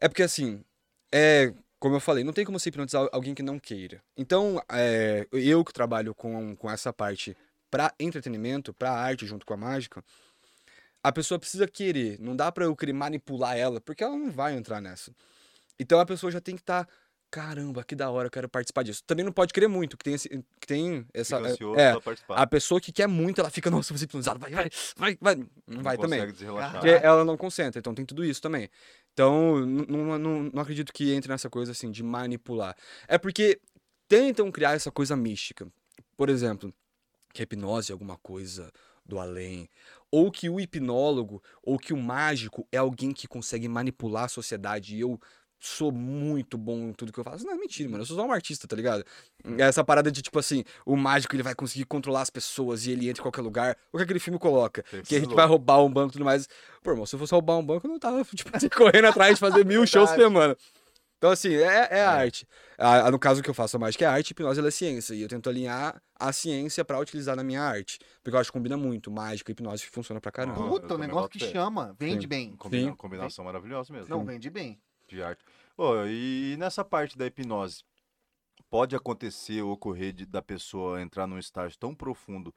Speaker 3: É. porque assim, é, como eu falei, não tem como você hipnotizar alguém que não queira. Então, é, eu que trabalho com, com essa parte pra entretenimento, pra arte junto com a mágica, a pessoa precisa querer. Não dá pra eu querer manipular ela, porque ela não vai entrar nessa. Então a pessoa já tem que estar. Caramba, que da hora, eu quero participar disso. Também não pode querer muito, que tem, esse- que tem essa.
Speaker 2: Fica ansioso
Speaker 3: é,
Speaker 2: pra participar.
Speaker 3: a pessoa que quer muito, ela fica, nossa, você hipnotizado, vai, vai, vai, vai. Não vai também.
Speaker 2: consegue desrelaxar.
Speaker 1: Caraca.
Speaker 3: Porque ela não concentra, então tem tudo isso também. Então, n- não, não, não acredito que entre nessa coisa assim de manipular. É porque tentam criar essa coisa mística. Por exemplo, que a hipnose é alguma coisa do além. Ou que o hipnólogo, ou que o mágico é alguém que consegue manipular a sociedade. E eu sou muito bom em tudo que eu faço. Não, é mentira, mano. Eu sou só um artista, tá ligado? Essa parada de, tipo assim, o mágico ele vai conseguir controlar as pessoas e ele entra em qualquer lugar. O que aquele filme coloca?
Speaker 2: Tem
Speaker 3: Que a
Speaker 2: filme
Speaker 3: gente vai roubar um banco e tudo mais. Pô, irmão, se eu fosse roubar um banco, eu não tava, [LAUGHS] tipo, correndo atrás de fazer mil shows por semana. Então, assim, é, é a arte. A- a- no caso que eu faço a mágica é arte, hipnose ela é ciência. E eu tento alinhar a ciência pra utilizar na minha arte. Porque eu acho que combina muito. Mágica e hipnose funciona pra caramba.
Speaker 2: Uhum. eu
Speaker 1: Puta, um
Speaker 2: também
Speaker 1: negócio
Speaker 2: boto
Speaker 1: que
Speaker 2: fé.
Speaker 1: chama. Vende
Speaker 3: Sim.
Speaker 1: bem.
Speaker 2: Combina-
Speaker 3: Sim.
Speaker 2: Combinação maravilhosa mesmo.
Speaker 1: Não, vende bem.
Speaker 2: de arte. Ô, e nessa parte da hipnose, pode acontecer ou ocorrer de- da pessoa entrar num estágio tão profundo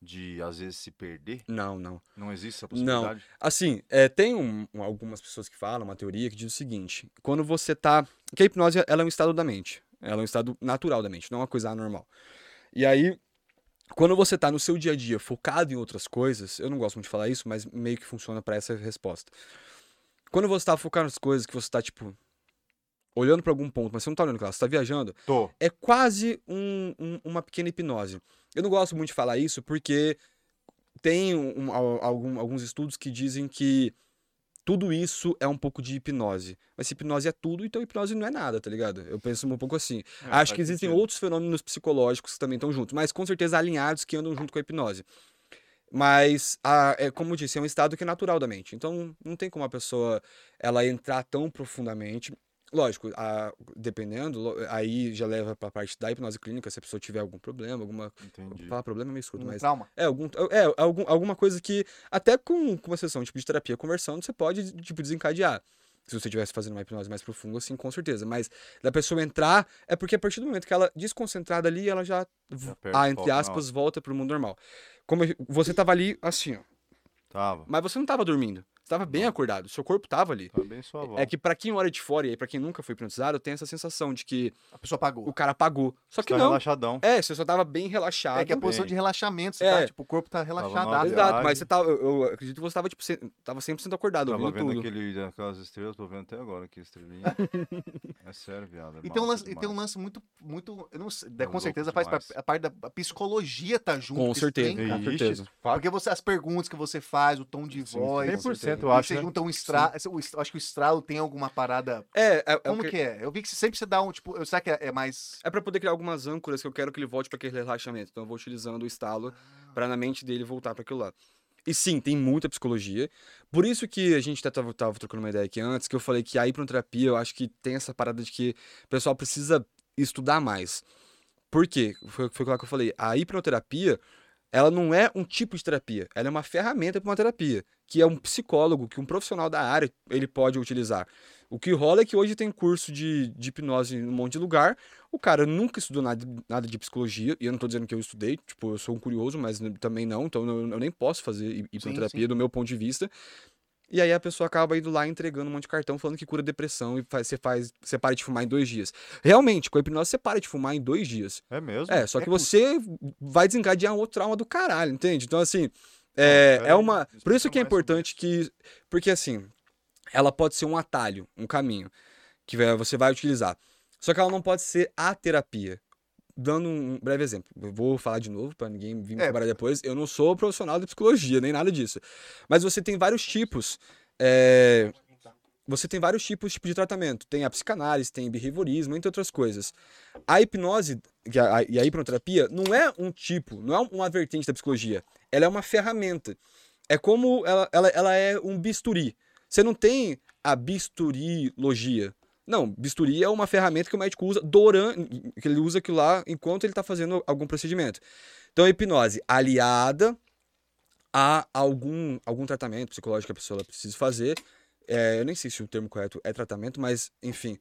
Speaker 2: de, às vezes, se perder?
Speaker 3: Não, não.
Speaker 2: Não existe essa
Speaker 3: Não.
Speaker 2: possibilidade?
Speaker 3: Assim, é, tem um- um- algumas pessoas que falam, uma teoria que diz o seguinte: quando você tá. Que a hipnose ela é um estado da mente. Ela é um estado natural da mente, não é uma coisa anormal. E aí, quando você tá no seu dia a dia focado em outras coisas, eu não gosto muito de falar isso, mas meio que funciona pra essa resposta. Quando você tá focado nas coisas que você tá, tipo, olhando pra algum ponto, mas você não tá olhando pra lá, você tá viajando,
Speaker 2: Tô.
Speaker 3: é quase um- um- uma pequena hipnose. Eu não gosto muito de falar isso porque tem um- um- al- algum- alguns estudos que dizem que tudo isso é um pouco de hipnose. Mas se hipnose é tudo, então hipnose não é nada, tá ligado? Eu penso um pouco assim.
Speaker 2: [LAUGHS] É,
Speaker 3: Acho
Speaker 2: faz
Speaker 3: que existem
Speaker 2: sentido.
Speaker 3: outros fenômenos psicológicos que também estão juntos, mas com certeza alinhados que andam junto com a hipnose. Mas, a- é, como eu disse, é um estado que é natural da mente. Então, não tem como a pessoa ela entrar tão profundamente. Lógico, a- dependendo, lo- aí já leva para a parte da hipnose clínica, se a pessoa tiver algum problema, alguma.
Speaker 2: Entendi.
Speaker 3: Falar problema é meio
Speaker 2: Hum,
Speaker 3: escuro,
Speaker 1: Um
Speaker 3: mas.
Speaker 1: trauma.
Speaker 3: É, algum, é algum, alguma coisa que, até com, com uma sessão tipo, de terapia conversando, você pode tipo, desencadear. Se você estivesse fazendo uma hipnose mais profunda, assim, com certeza. Mas da pessoa entrar, é porque a partir do momento que ela desconcentrada ali, ela já, v-
Speaker 2: perde o
Speaker 3: ah,
Speaker 2: foco
Speaker 3: entre
Speaker 2: na
Speaker 3: aspas, volta pro mundo normal. Como eu- você tava ali assim, ó.
Speaker 2: Tava.
Speaker 3: Mas você não tava dormindo. Você tava bem acordado, seu corpo tava ali.
Speaker 2: Tá bem suavão.
Speaker 3: É que pra quem olha de fora e aí pra quem nunca foi hipnotizado, tem essa sensação de que
Speaker 1: A pessoa pagou.
Speaker 3: o cara apagou. Só que
Speaker 2: tá
Speaker 3: não.
Speaker 2: relaxadão.
Speaker 3: É, você só tava bem relaxado.
Speaker 1: É que a posição
Speaker 2: bem.
Speaker 1: de relaxamento, você
Speaker 3: É.
Speaker 1: tá, tipo, o corpo tá
Speaker 2: na
Speaker 1: relaxado.
Speaker 2: viagem.
Speaker 3: Exato, mas você tava, eu, eu acredito que você tava, tipo, cem- tava 100% acordado,
Speaker 2: Tava
Speaker 3: ouvindo
Speaker 2: vendo
Speaker 3: tudo.
Speaker 2: aquele, aquelas estrelas, tô vendo até agora aqui, estrelinha.
Speaker 3: [LAUGHS]
Speaker 2: é sério, viado. é
Speaker 1: E tem um lance,
Speaker 2: massa
Speaker 1: e tem um
Speaker 2: demais.
Speaker 1: lance muito, muito, eu não sei,
Speaker 2: É
Speaker 1: com
Speaker 2: louco
Speaker 1: certeza faz pra-
Speaker 2: demais.
Speaker 1: a parte da a psicologia tá junto.
Speaker 3: Com
Speaker 1: com esse trem,
Speaker 3: certeza.
Speaker 1: cara.
Speaker 3: Com
Speaker 2: Ixi,
Speaker 3: certeza.
Speaker 2: fato.
Speaker 1: Porque você, as perguntas que você faz, o tom de
Speaker 3: Sim,
Speaker 1: voz,
Speaker 3: com certeza.
Speaker 2: 100% eu
Speaker 1: e
Speaker 2: acho,
Speaker 1: você
Speaker 2: né?
Speaker 1: junta um estralo, acho que o estralo tem alguma parada,
Speaker 3: É, é, é, o
Speaker 1: como
Speaker 3: que-
Speaker 1: que é? Eu vi que sempre você dá um, tipo, eu sei que é, é mais,
Speaker 3: é pra poder criar algumas âncoras que eu quero que ele volte pra aquele relaxamento. Então eu vou utilizando o estalo
Speaker 2: Ah.
Speaker 3: pra na mente dele voltar pra aquilo lá. E sim, tem muita psicologia. Por isso que a gente até tava, tava trocando uma ideia aqui antes, que eu falei que a hipnoterapia, eu acho que tem essa parada de que o pessoal precisa estudar mais. Por quê? Foi, foi lá que eu falei. A hipnoterapia, ela não é um tipo de terapia, ela é uma ferramenta para uma terapia, que é um psicólogo, que um profissional da área, ele pode utilizar. O que rola é que hoje tem curso de, de hipnose em um monte de lugar, o cara nunca estudou nada, nada de psicologia, e eu não tô dizendo que eu estudei, tipo, eu sou um curioso, mas n- também não, então eu, eu nem posso fazer hi- hipnoterapia
Speaker 1: sim.
Speaker 3: do meu ponto de vista. E aí a pessoa acaba indo lá entregando um monte de cartão falando que cura depressão e faz, você faz, você para de fumar em dois dias. Realmente, com a hipnose você para de fumar em dois dias.
Speaker 2: É mesmo?
Speaker 3: É, só que
Speaker 1: É
Speaker 3: você vai desencadear um outro trauma do caralho, entende? Então, assim, é,
Speaker 2: pera
Speaker 3: é
Speaker 2: aí,
Speaker 3: uma.
Speaker 2: explica
Speaker 3: Por isso que é
Speaker 2: mais sobre
Speaker 3: importante que. Porque, assim, ela pode ser um atalho, um caminho que vai- você vai utilizar. Só que ela não pode ser a terapia. Dando um breve exemplo, eu vou falar de novo pra ninguém vir me
Speaker 1: É.
Speaker 3: cobrar depois. Eu não sou profissional de psicologia, nem nada disso. Mas você tem vários tipos. é, você tem vários tipos tipo de tratamento. Tem a psicanálise, tem behaviorismo, entre outras coisas. A hipnose e a, e a hipnoterapia não é um tipo, não é uma vertente da psicologia. Ela é uma ferramenta. É como ela, ela, ela é um bisturi. Você não tem a bisturilogia. Não, bisturi é uma ferramenta que o médico usa durante. que ele usa aquilo lá enquanto ele está fazendo algum procedimento. Então, a hipnose aliada a algum, algum tratamento psicológico que a pessoa ela precisa fazer. É, eu nem sei se o termo correto é tratamento, mas enfim.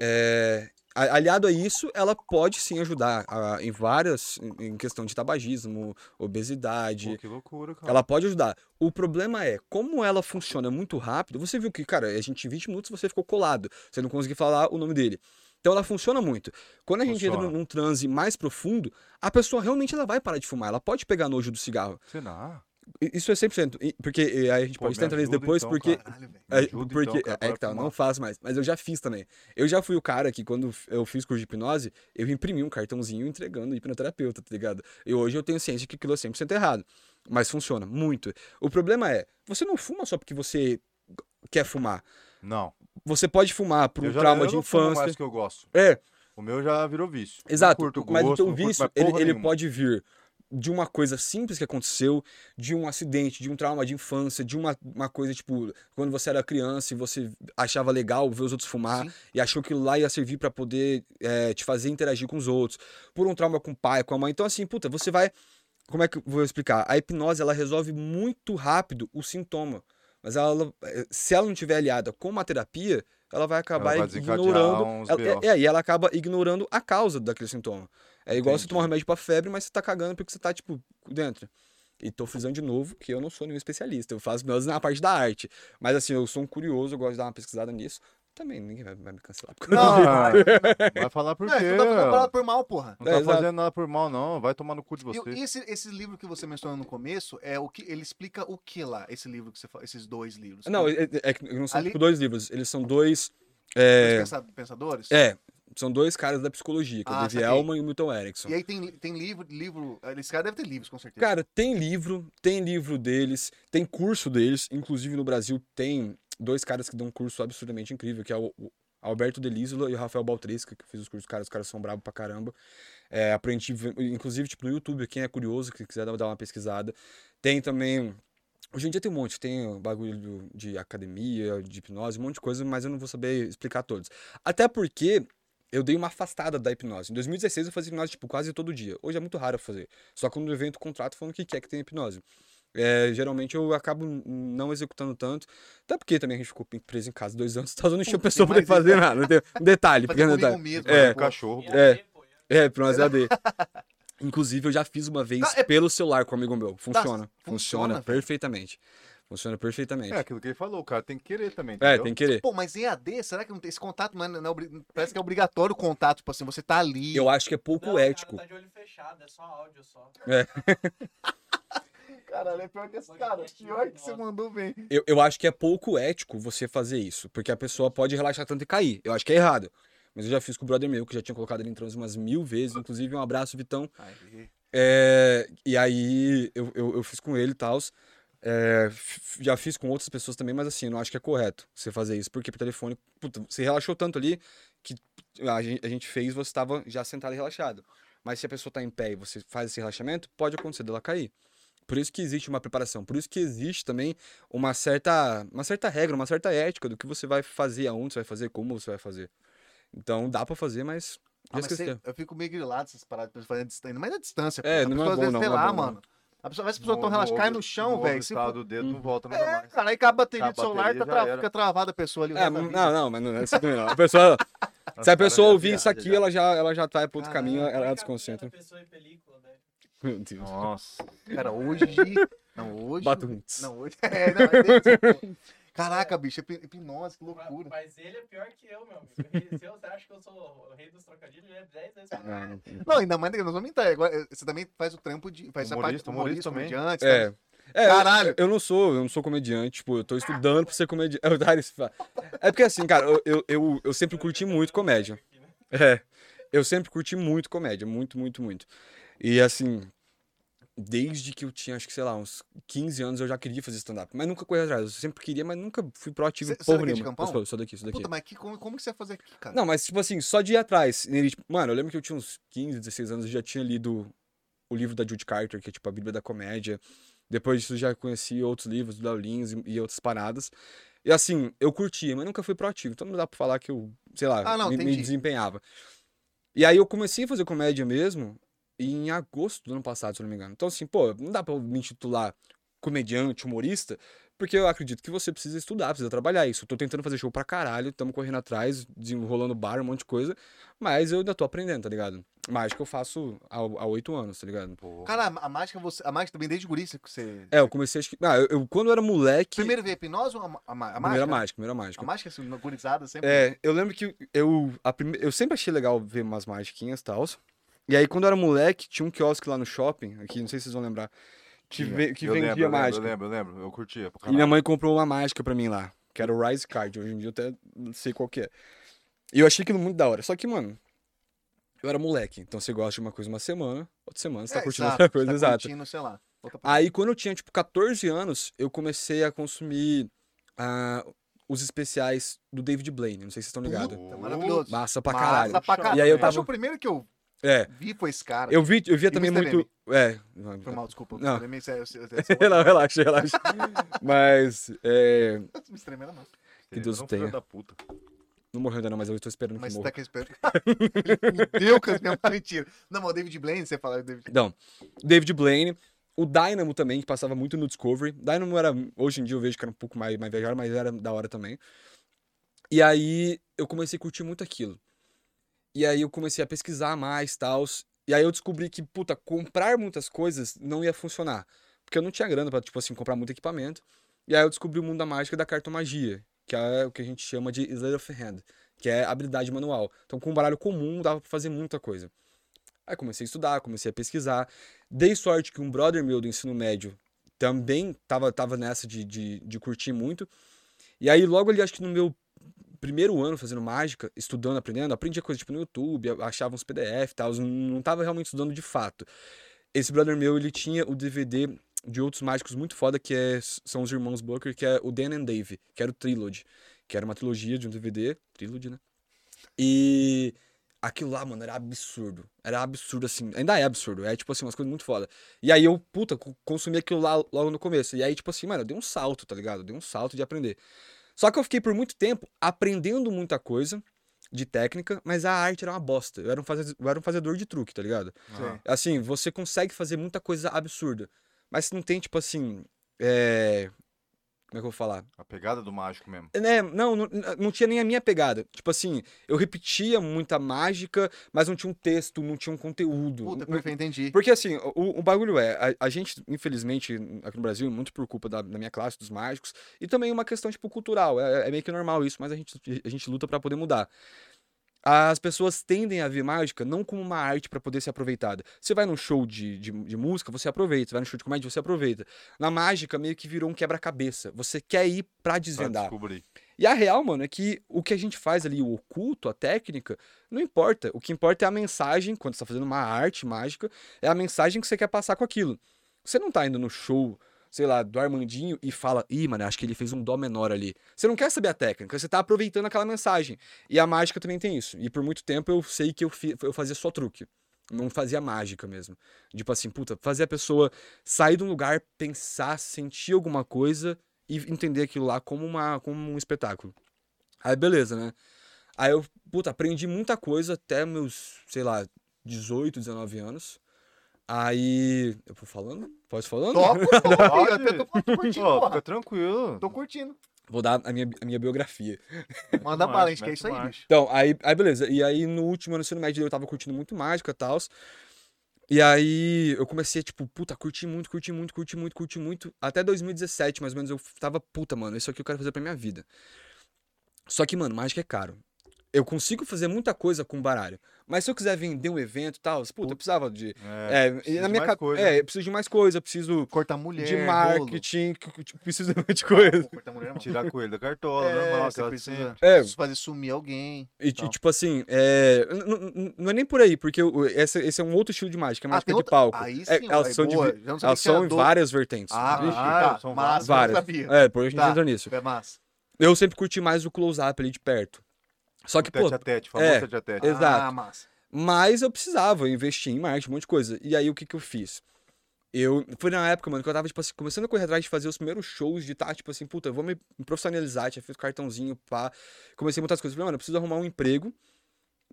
Speaker 3: É, a- aliado a isso, ela pode sim ajudar a- em várias. em- em questão de tabagismo, obesidade,
Speaker 2: Pô, que loucura, cara.
Speaker 3: ela pode ajudar. O problema é, como ela funciona muito rápido, você viu que, cara, a gente em 20 minutos você ficou colado. Você não conseguiu falar o nome dele. Então ela funciona muito. Quando a gente entra
Speaker 2: Funciona.
Speaker 3: num transe mais profundo, a pessoa realmente ela vai parar de fumar. Ela pode pegar nojo do cigarro.
Speaker 2: Será?
Speaker 3: I- Isso é 100%. E- Porque e aí Tipo, a gente
Speaker 2: Ah, Pô,
Speaker 3: pode
Speaker 2: me
Speaker 3: até entrar nisso
Speaker 2: ajuda
Speaker 3: depois,
Speaker 2: então,
Speaker 3: porque...
Speaker 2: cara.
Speaker 1: caralho, velho.
Speaker 3: É,
Speaker 2: Me ajuda
Speaker 3: porque
Speaker 2: então, cara,
Speaker 3: é
Speaker 2: pra
Speaker 3: que tá, eu não
Speaker 2: fumar.
Speaker 3: faço mais, mas eu já fiz também. Eu já fui o cara que quando eu fiz curso de hipnose, eu imprimi um cartãozinho entregando hipnoterapeuta, tá ligado? E hoje eu tenho ciência que aquilo é 100% errado, mas funciona muito. O problema é, você não fuma só porque você quer fumar.
Speaker 2: Não.
Speaker 3: Você pode fumar por um
Speaker 2: Eu já-
Speaker 3: trauma
Speaker 2: eu
Speaker 3: de
Speaker 2: não fumo
Speaker 3: infância.
Speaker 2: mais que eu gosto.
Speaker 3: É,
Speaker 2: O meu já virou vício. Não
Speaker 3: Exato.
Speaker 2: curto o
Speaker 3: mas
Speaker 2: gosto,
Speaker 3: então o
Speaker 2: não curto
Speaker 3: vício,
Speaker 2: mais
Speaker 3: ele,
Speaker 2: porra
Speaker 3: ele
Speaker 2: nenhuma.
Speaker 3: pode vir de uma coisa simples que aconteceu, de um acidente, de um trauma de infância, de uma, uma coisa, tipo, quando você era criança e você achava legal ver os outros fumar
Speaker 1: Sim.
Speaker 3: e achou que lá ia servir pra poder é, te fazer interagir com os outros, por um trauma com o pai, com a mãe. Então, assim, puta, você vai. Como é que eu vou explicar? A hipnose, ela resolve muito rápido o sintoma. Mas ela, se ela não tiver aliada com uma terapia, ela vai acabar
Speaker 2: vai desencadear
Speaker 3: ignorando.
Speaker 2: uns
Speaker 3: ela-
Speaker 2: BO.
Speaker 3: é, é, e ela acaba ignorando a causa daquele sintoma. É igual você
Speaker 2: Entendi.
Speaker 3: tomar um remédio pra febre, mas você tá cagando porque você tá, tipo, dentro. E tô frisando de novo que eu não sou nenhum especialista. Eu faço hipnose na parte da arte. Mas assim, eu sou um curioso, eu gosto de dar uma pesquisada nisso. Também ninguém vai, vai me cancelar. porque eu
Speaker 1: Não,
Speaker 2: Ah,
Speaker 1: não,
Speaker 2: Vai falar por
Speaker 1: não,
Speaker 2: quê?
Speaker 1: tu tá falando parada por mal, porra.
Speaker 2: Não tá
Speaker 3: É, exato.
Speaker 2: fazendo nada por mal, não. Vai tomar no cu de
Speaker 1: E o-
Speaker 2: você. é
Speaker 1: E esse, esse livro que você mencionou no começo, é o que ele explica o que lá, esse livro que você fa- esses dois livros.
Speaker 3: Não,
Speaker 1: Que-
Speaker 3: é, é que não são
Speaker 1: Ali-
Speaker 3: tipo, dois livros. Eles são dois.
Speaker 1: Os
Speaker 3: É,
Speaker 1: pensa- pensadores?
Speaker 3: é, são dois caras da psicologia, que é o
Speaker 1: Ah,
Speaker 3: David
Speaker 1: saquei.
Speaker 3: Elman e o Milton Erickson.
Speaker 1: E aí tem, tem livro, livro. Esse cara deve ter livros, com certeza.
Speaker 3: Cara, tem livro, tem livro deles, tem curso deles. Inclusive no Brasil tem dois caras que dão um curso absurdamente incrível, que é o, o Alberto Delisola e o Rafael Baltresca, que eu fiz os cursos, cara, os caras são bravos pra caramba. É, aprendi, v- inclusive, tipo, no YouTube, quem é curioso, que quiser dar dar uma pesquisada. Tem também. Hoje em dia tem um monte, tem o bagulho do- de academia, de hipnose, um monte de coisa, mas eu não vou saber explicar todos. Até porque eu dei uma afastada da hipnose. Em 2016 eu fazia hipnose, tipo, quase todo dia. Hoje é muito raro eu fazer. Só quando o evento contrato falando que quer que tenha hipnose. É, geralmente eu acabo n- não executando tanto. Até porque também a gente ficou preso em casa dois anos, [LAUGHS] tá Estados Unidos tinha
Speaker 1: Puta,
Speaker 3: pessoa pra poder
Speaker 1: mas-
Speaker 3: fazer
Speaker 1: [LAUGHS]
Speaker 3: nada. não tem- Um detalhe,
Speaker 1: Fazer
Speaker 3: pequeno
Speaker 1: comigo
Speaker 3: detalhe.
Speaker 1: mesmo,
Speaker 3: É,
Speaker 1: né,
Speaker 2: O
Speaker 1: porra?
Speaker 2: cachorro.
Speaker 4: E
Speaker 2: pô.
Speaker 3: É.
Speaker 4: aí, pô,
Speaker 3: É, hipnose AD. Inclusive, eu já fiz uma vez
Speaker 1: Ah, é-
Speaker 3: pelo celular com um amigo meu. Funciona. funciona
Speaker 1: funciona, velho.
Speaker 3: perfeitamente. Funciona perfeitamente.
Speaker 2: É aquilo que ele falou, o cara tem que querer também.
Speaker 3: É,
Speaker 2: entendeu?
Speaker 3: tem que querer.
Speaker 1: Pô, mas EAD, será que não tem esse contato? Mano, não é obri- parece que é obrigatório o contato, tipo assim, você tá ali.
Speaker 3: Eu acho que é pouco
Speaker 4: Não,
Speaker 3: ético.
Speaker 4: O cara tá de olho fechado, é só áudio só.
Speaker 1: Caralho, é pior que esse
Speaker 4: cara. Pior que você
Speaker 1: mandou bem.
Speaker 3: Eu, eu acho que é pouco ético você fazer isso, porque a pessoa pode relaxar tanto e cair. Eu acho que é errado. Mas eu já fiz com o brother meu, que já tinha colocado ele em transe umas mil vezes, inclusive um abraço, Vitão. É, e aí eu, eu, eu fiz com ele e tal. já fiz com outras pessoas também, mas assim, não acho que é correto você fazer isso, porque pro telefone, puta, você relaxou tanto ali que a gen- a gente fez, você tava já sentado e relaxado. Mas se a pessoa tá em pé e você faz esse relaxamento, pode acontecer dela cair. Por isso que existe uma preparação, por isso que existe também uma certa, uma certa regra, uma certa ética do que você vai fazer, aonde você vai fazer, como você vai fazer. Então dá pra fazer, mas.
Speaker 1: Ah, mas
Speaker 3: esqueceu.
Speaker 1: você- eu fico meio grilado essas paradas pra fazer a distância. Mas é distância, pô.
Speaker 3: É,
Speaker 1: A
Speaker 3: não é
Speaker 1: pessoa, às
Speaker 3: bom,
Speaker 1: vezes,
Speaker 3: não,
Speaker 1: sei
Speaker 3: não é
Speaker 1: lá,
Speaker 3: bom, não.
Speaker 1: mano. A pessoa, as pessoas estão
Speaker 2: é
Speaker 1: relaxadas, cai no chão, velho. Se
Speaker 2: O
Speaker 1: for...
Speaker 2: do dedo não volta nunca
Speaker 1: É,
Speaker 2: mais.
Speaker 1: cara, aí acaba a bateria
Speaker 2: Tá,
Speaker 1: do
Speaker 2: a
Speaker 1: celular,
Speaker 2: bateria
Speaker 1: tá
Speaker 2: já
Speaker 1: tra-
Speaker 2: era.
Speaker 1: fica travada a pessoa ali. né? o
Speaker 3: É,
Speaker 1: resto da
Speaker 3: não,
Speaker 1: vida.
Speaker 3: não, mas não é isso também não. A pessoa, se a
Speaker 2: Nossa,
Speaker 3: pessoa
Speaker 2: cara,
Speaker 3: ouvir
Speaker 2: já
Speaker 3: isso aqui,
Speaker 2: viaja,
Speaker 3: ela já, ela já vai pro
Speaker 1: Caralho.
Speaker 3: outro caminho, ela, ela
Speaker 4: Olha a
Speaker 3: desconcentra.
Speaker 4: capinha da pessoa em película, né? velho.
Speaker 3: Meu
Speaker 2: já.
Speaker 3: Deus.
Speaker 2: Nossa.
Speaker 1: Cara, hoje. Não, hoje.
Speaker 3: Bato um tss.
Speaker 1: Não, hoje. [LAUGHS] É, não, é desse, pô. Caraca, bicho, hip- hipnose, que loucura.
Speaker 4: Mas ele é pior que eu, meu amigo. [LAUGHS] Se você acha que eu sou o rei dos trocadilhos, ele é 10 vezes mais.
Speaker 3: Ah, não-
Speaker 1: Não, ainda mais que nós vamos entrar. Agora, eh, você também faz o trampo de. Faz essa parte
Speaker 2: Humorista, humorista também.
Speaker 1: comediante,
Speaker 3: É.
Speaker 1: tá?
Speaker 3: É, eu-
Speaker 1: Caralho.
Speaker 3: Eu, não sou, eu não sou comediante, tipo, eu tô estudando pra ser comediante. [LAUGHS] É, o Darius fala. É porque assim, cara, eu, eu, eu, eu sempre curti muito comédia. É. Eu sempre curti muito comédia, muito, muito, muito. E assim, desde que eu tinha, acho que, sei lá, uns 15 anos, eu já queria fazer stand-up. Mas nunca corri atrás. Eu sempre queria, mas nunca fui proativo
Speaker 1: Cê-
Speaker 3: em
Speaker 1: cê é
Speaker 3: porra
Speaker 1: daqui de
Speaker 3: nenhuma.
Speaker 1: Campão?
Speaker 3: Eu sou- sou daqui, sou daqui.
Speaker 1: Puta, mas que, como, como que você ia fazer aqui, cara?
Speaker 3: Não, mas tipo assim, só de ir atrás. Ele, tipo, mano, eu lembro que eu tinha uns 15, 16 anos e já tinha lido o livro da Judy Carter, que é tipo a Bíblia da Comédia. Depois disso já conheci outros livros do Léo Lins e, e outras paradas. E assim, eu curtia, mas nunca fui proativo. Então não dá pra falar que eu, sei lá,
Speaker 1: Ah, não,
Speaker 3: me, me
Speaker 1: entendi.
Speaker 3: desempenhava. E aí eu comecei a fazer comédia mesmo em agosto do ano passado, se eu não me engano. Então assim, pô, não dá pra eu me intitular comediante, humorista, porque eu acredito que você precisa estudar, precisa trabalhar isso. Eu tô tentando fazer show pra caralho, tamo correndo atrás, desenrolando bar, um monte de coisa, mas eu ainda tô aprendendo, tá ligado? Mágica eu faço há há oito anos, tá ligado?
Speaker 2: Pô.
Speaker 1: Cara, a mágica, você, a mágica também desde guri, você. você-
Speaker 3: É, eu comecei a... esque- Ah, eu, eu- quando eu era moleque...
Speaker 1: Primeiro veio a hipnose ou a, ma- a, ma- a mágica? né?
Speaker 3: Primeira mágica, primeira mágica.
Speaker 1: A mágica, assim, gurizada sempre.
Speaker 3: É, eu lembro que eu, a prime... eu sempre achei legal ver umas magiquinhas e tal. E aí, quando eu era moleque, tinha um quiosque lá no shopping, aqui, não sei se vocês vão lembrar, que,
Speaker 2: Tinha.
Speaker 3: ve- [LAUGHS] que
Speaker 2: Eu
Speaker 3: vendia
Speaker 2: lembro, eu lembro,
Speaker 3: mágica.
Speaker 2: Eu lembro, eu lembro. Eu curtia. pra
Speaker 3: E minha
Speaker 2: caralho.
Speaker 3: mãe comprou uma mágica pra mim lá, que era o Rise Card. Hoje em dia eu até não sei qual que é. E eu achei aquilo muito da hora. Só que, mano, eu era moleque. Então você gosta de uma coisa uma semana, outra semana você tá
Speaker 1: É,
Speaker 3: curtindo
Speaker 1: exato,
Speaker 3: outra coisa,
Speaker 1: tá
Speaker 3: exato.
Speaker 1: curtindo, sei lá. Outra parada.
Speaker 3: Aí, quando eu tinha, tipo, 14 anos, eu comecei a consumir ah, os especiais do David Blaine. Não sei se vocês estão ligados.
Speaker 1: Puta,
Speaker 2: Oh,
Speaker 1: maravilhoso.
Speaker 3: tá Massa pra
Speaker 1: Massa
Speaker 3: caralho.
Speaker 1: pra caralho.
Speaker 3: E aí eu
Speaker 1: Acho que
Speaker 3: tava-
Speaker 1: o primeiro que eu
Speaker 3: É.
Speaker 1: vi foi esse cara.
Speaker 3: Eu, vi, eu via
Speaker 1: E
Speaker 3: também
Speaker 1: Mr.
Speaker 3: muito. É.
Speaker 1: Foi mal, desculpa.
Speaker 3: Não.
Speaker 1: Eu também- eu- eu-
Speaker 3: [LAUGHS]
Speaker 1: eu-
Speaker 3: Não, relaxa, relaxa. Mas. É...
Speaker 1: [LAUGHS] eu- Me estremei na mão.
Speaker 3: que Deus
Speaker 2: Não,
Speaker 3: tenha.
Speaker 2: um filho da puta.
Speaker 3: Não morreu ainda, não, mas eu estou esperando
Speaker 1: Mas
Speaker 3: que
Speaker 1: você
Speaker 3: morra.
Speaker 1: tá com respeito. [LAUGHS] Ele Fudeu com as minhas mentiras. Não, mas o David Blaine, você fala David
Speaker 3: Então, David Blaine. O Dynamo também, que passava muito no Discovery. Dynamo era. Hoje em dia eu vejo que era um pouco mais, mais viajado, mas era da hora também. E aí eu comecei a curtir muito aquilo. E aí eu comecei a pesquisar mais tal. E aí eu descobri que, puta, comprar muitas coisas não ia funcionar. Porque eu não tinha grana pra, tipo assim, comprar muito equipamento. E aí eu descobri o mundo da mágica da cartomagia, que é o que a gente chama de Sleight of Hand, que é habilidade manual. Então com um baralho comum dava pra fazer muita coisa. Aí comecei a estudar, comecei a pesquisar. Dei sorte que um brother meu do ensino médio também tava, tava nessa de, de, de curtir muito. E aí, logo ali, acho que no meu primeiro ano fazendo mágica, estudando, aprendendo, aprendi coisa tipo no YouTube, a- achava uns PDF e tal, não- não tava realmente estudando de fato. Esse brother meu, ele tinha o DVD de outros mágicos muito foda, que é, são os irmãos Booker, que é o Dan and Dave, que era o Trilogy, que era uma trilogia de um DVD, Trilogy, né? E aquilo lá, mano, era absurdo. Era absurdo, assim. Ainda é absurdo. É, tipo assim, umas coisas muito foda. E aí eu, puta, co- consumi aquilo lá logo no começo. E aí, tipo assim, mano, eu dei um salto, tá ligado? Eu dei um salto de aprender. Só que eu fiquei por muito tempo aprendendo muita coisa de técnica, mas a arte era uma bosta. Eu era um faze- eu era um fazedor de truque, tá ligado?
Speaker 2: Aham.
Speaker 3: Assim, você consegue fazer muita coisa absurda. Mas se não tem, tipo assim. é, Como é que eu vou falar?
Speaker 2: Ah, A pegada do mágico mesmo.
Speaker 3: Né, não, não, não tinha nem a minha pegada. Tipo assim, eu repetia muita mágica, mas não tinha um texto, não tinha um conteúdo.
Speaker 1: Puta,
Speaker 3: Não-
Speaker 1: perfeito, entendi.
Speaker 3: Porque assim, o, o bagulho é, a, a gente, infelizmente, aqui no Brasil, muito por culpa da, da minha classe, dos mágicos, e também uma questão, tipo, cultural. É, é meio que normal isso, mas a gente, a gente luta pra poder mudar. As pessoas tendem a ver mágica não como uma arte pra poder ser aproveitada. Você vai num show de, de, de música, você aproveita. Você vai num show de comédia, você aproveita. Na mágica, meio que virou um quebra-cabeça. Você quer ir pra
Speaker 2: Pra
Speaker 3: desvendar.
Speaker 2: descobrir.
Speaker 3: E a real, mano, é que o que a gente faz ali, o oculto, a técnica, não importa. O que importa é a mensagem, quando você tá fazendo uma arte mágica, é a mensagem que você quer passar com aquilo. Você não tá indo no show, sei lá, do Armandinho e fala, ih, mano, acho que ele fez um dó menor ali. Você não quer saber a técnica, você tá aproveitando aquela mensagem. E a mágica também tem isso. E por muito tempo eu sei que eu, fi- eu fazia só truque. Não fazia mágica mesmo. Tipo assim, puta, fazer a pessoa sair de um lugar, pensar, sentir alguma coisa e entender aquilo lá como, uma, como um espetáculo. Aí beleza, né? Aí eu, puta, aprendi muita coisa até meus, sei lá, 18, 19 anos. Aí. Eu vou falando? Posso ir falando?
Speaker 2: [LAUGHS]
Speaker 1: Topo, pô,
Speaker 2: Pode.
Speaker 1: eu
Speaker 3: [LAUGHS]
Speaker 1: até tô, tô curtindo,
Speaker 2: Ó,
Speaker 1: porra.
Speaker 2: fica tranquilo.
Speaker 1: Tô curtindo.
Speaker 3: Vou dar a minha, a minha biografia.
Speaker 1: Manda
Speaker 2: mais,
Speaker 1: bala, a gente quer
Speaker 2: mete
Speaker 1: isso aí,
Speaker 2: mais.
Speaker 1: bicho.
Speaker 3: Então, aí, aí beleza. E aí no último ano do ensino médio eu tava curtindo muito mágica e tal. E aí eu comecei, tipo, puta, curti muito, curti muito, curti muito, curti muito. Até 2017, mais ou menos, eu tava, puta, mano, isso aqui eu quero fazer pra minha vida. Só que, mano, mágica é caro. Eu consigo fazer muita coisa com baralho. Mas se eu quiser vender um evento e tal, puta, eu precisava de.
Speaker 2: É,
Speaker 3: É,
Speaker 2: preciso
Speaker 3: e na
Speaker 2: de
Speaker 3: minha
Speaker 2: mais
Speaker 3: ca-
Speaker 2: coisa.
Speaker 3: É, eu preciso de mais coisa, eu preciso
Speaker 1: Cortar mulher,
Speaker 3: de
Speaker 1: rolo.
Speaker 3: marketing, [LAUGHS] que- que- tipo, preciso de um monte de coisa.
Speaker 1: Pô, cortar mulher, é mano.
Speaker 2: Tirar coelho da cartola,
Speaker 1: É,
Speaker 2: normal,
Speaker 1: você
Speaker 2: aquela assim, de
Speaker 1: precisa-
Speaker 2: sempre.
Speaker 3: É,
Speaker 1: Preciso fazer sumir alguém.
Speaker 3: E,
Speaker 1: Então.
Speaker 3: e, tipo assim, é, n- n- n- não é nem por aí, porque o- essa- esse é um outro estilo de mágica, é mágica de
Speaker 1: Ah, outra-
Speaker 3: palco.
Speaker 1: Aí sim,
Speaker 3: É,
Speaker 1: aí,
Speaker 3: elas são, de
Speaker 1: boa.
Speaker 3: vi-
Speaker 1: Já não sabia
Speaker 3: elas
Speaker 1: que tinha
Speaker 3: são em
Speaker 1: do-
Speaker 3: várias vertentes.
Speaker 1: Ah,
Speaker 2: Vixe,
Speaker 1: tá,
Speaker 2: são
Speaker 1: massa, eu
Speaker 3: várias.
Speaker 1: não sabia.
Speaker 3: É, por a gente
Speaker 1: Tá.
Speaker 3: entra nisso.
Speaker 1: É massa.
Speaker 3: Eu sempre curti mais o close-up ali de perto. Só
Speaker 1: Então
Speaker 3: que, pô,
Speaker 2: Tete a tete, famoso
Speaker 3: é.
Speaker 2: tete a tete.
Speaker 3: Exato.
Speaker 1: Ah, massa.
Speaker 3: mas eu precisava investir em marketing, um monte de coisa. E aí, o que que eu fiz? Eu, foi na época, mano, que eu tava, tipo assim, começando a correr atrás de fazer os primeiros shows, de estar, tipo assim, puta, eu vou me profissionalizar, tinha feito cartãozinho, pá. Comecei muitas coisas. Falei, mano, eu preciso arrumar um emprego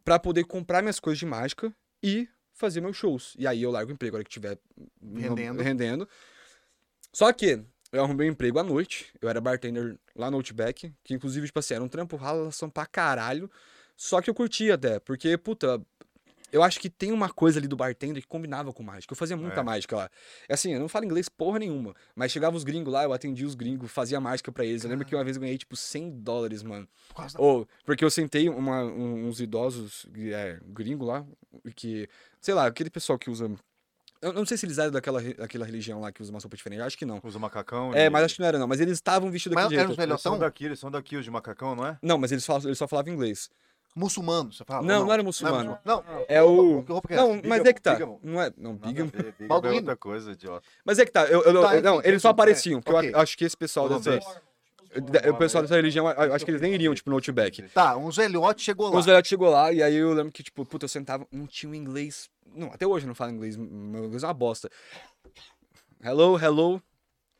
Speaker 3: pra poder comprar minhas coisas de mágica e fazer meus shows. E aí eu largo o emprego, a hora que tiver
Speaker 1: Rendendo.
Speaker 3: rendendo. Só que eu arrumei um emprego à noite, eu era bartender lá no Outback, que inclusive, tipo assim, era um trampo ralação pra caralho, só que eu curtia até, porque, puta, eu acho que tem uma coisa ali do bartender que combinava com mágica. Eu fazia muita
Speaker 2: É.
Speaker 3: mágica lá. É assim, eu não falo inglês porra nenhuma, mas chegava os gringos lá, eu atendia os gringos, fazia mágica pra eles. Eu lembro que uma vez eu ganhei, tipo, 100 dólares, mano.
Speaker 1: Por causa da...
Speaker 3: Ou, porque eu sentei uma- um- uns idosos é, gringo lá, que, sei lá, aquele pessoal que usa. Eu não sei se eles eram daquela, re- daquela religião lá que usa uma sopa diferente, eu acho que não.
Speaker 2: Usa macacão.
Speaker 3: É,
Speaker 2: e-
Speaker 3: mas acho que não era, não. Mas eles estavam vestidos
Speaker 1: Mas
Speaker 3: daquele
Speaker 1: eram os
Speaker 3: jeito.
Speaker 2: Eles são
Speaker 1: melhorão?
Speaker 2: daqui, eles são daqui, os de macacão, não é?
Speaker 3: Não, mas eles, falam, eles só falavam inglês.
Speaker 1: Muçulmano, você fala?
Speaker 3: Não,
Speaker 1: ou
Speaker 3: não era muçulmano.
Speaker 1: Não,
Speaker 3: É o.
Speaker 1: que roupa que é
Speaker 3: Não,
Speaker 1: essa?
Speaker 3: mas
Speaker 2: Bigamo,
Speaker 3: é que tá.
Speaker 2: bigamo.
Speaker 3: Não é. Não,
Speaker 2: Nada a
Speaker 3: Bigam.
Speaker 2: ver, Bigam é
Speaker 1: Balduíno.
Speaker 2: outra coisa, idiota.
Speaker 3: Mas é que tá. Eu, eu-
Speaker 1: Tá,
Speaker 3: eu- não,
Speaker 1: enfim,
Speaker 3: eles só
Speaker 1: é,
Speaker 3: apareciam. Porque
Speaker 1: ok.
Speaker 3: eu a- acho que esse pessoal
Speaker 1: Tudo
Speaker 3: dessa.
Speaker 1: bem.
Speaker 3: É.
Speaker 4: Tipo,
Speaker 3: de- O pessoal dessa religião, eu- eu acho que eles nem iriam, tipo, no Outback.
Speaker 1: Tá, um zelhote chegou lá.
Speaker 3: Os velhotes chegou lá, e aí eu lembro que, tipo, puta, eu sentava, não tinha um inglês. Não, até hoje eu não falo inglês, meu inglês é uma bosta. Hello, hello,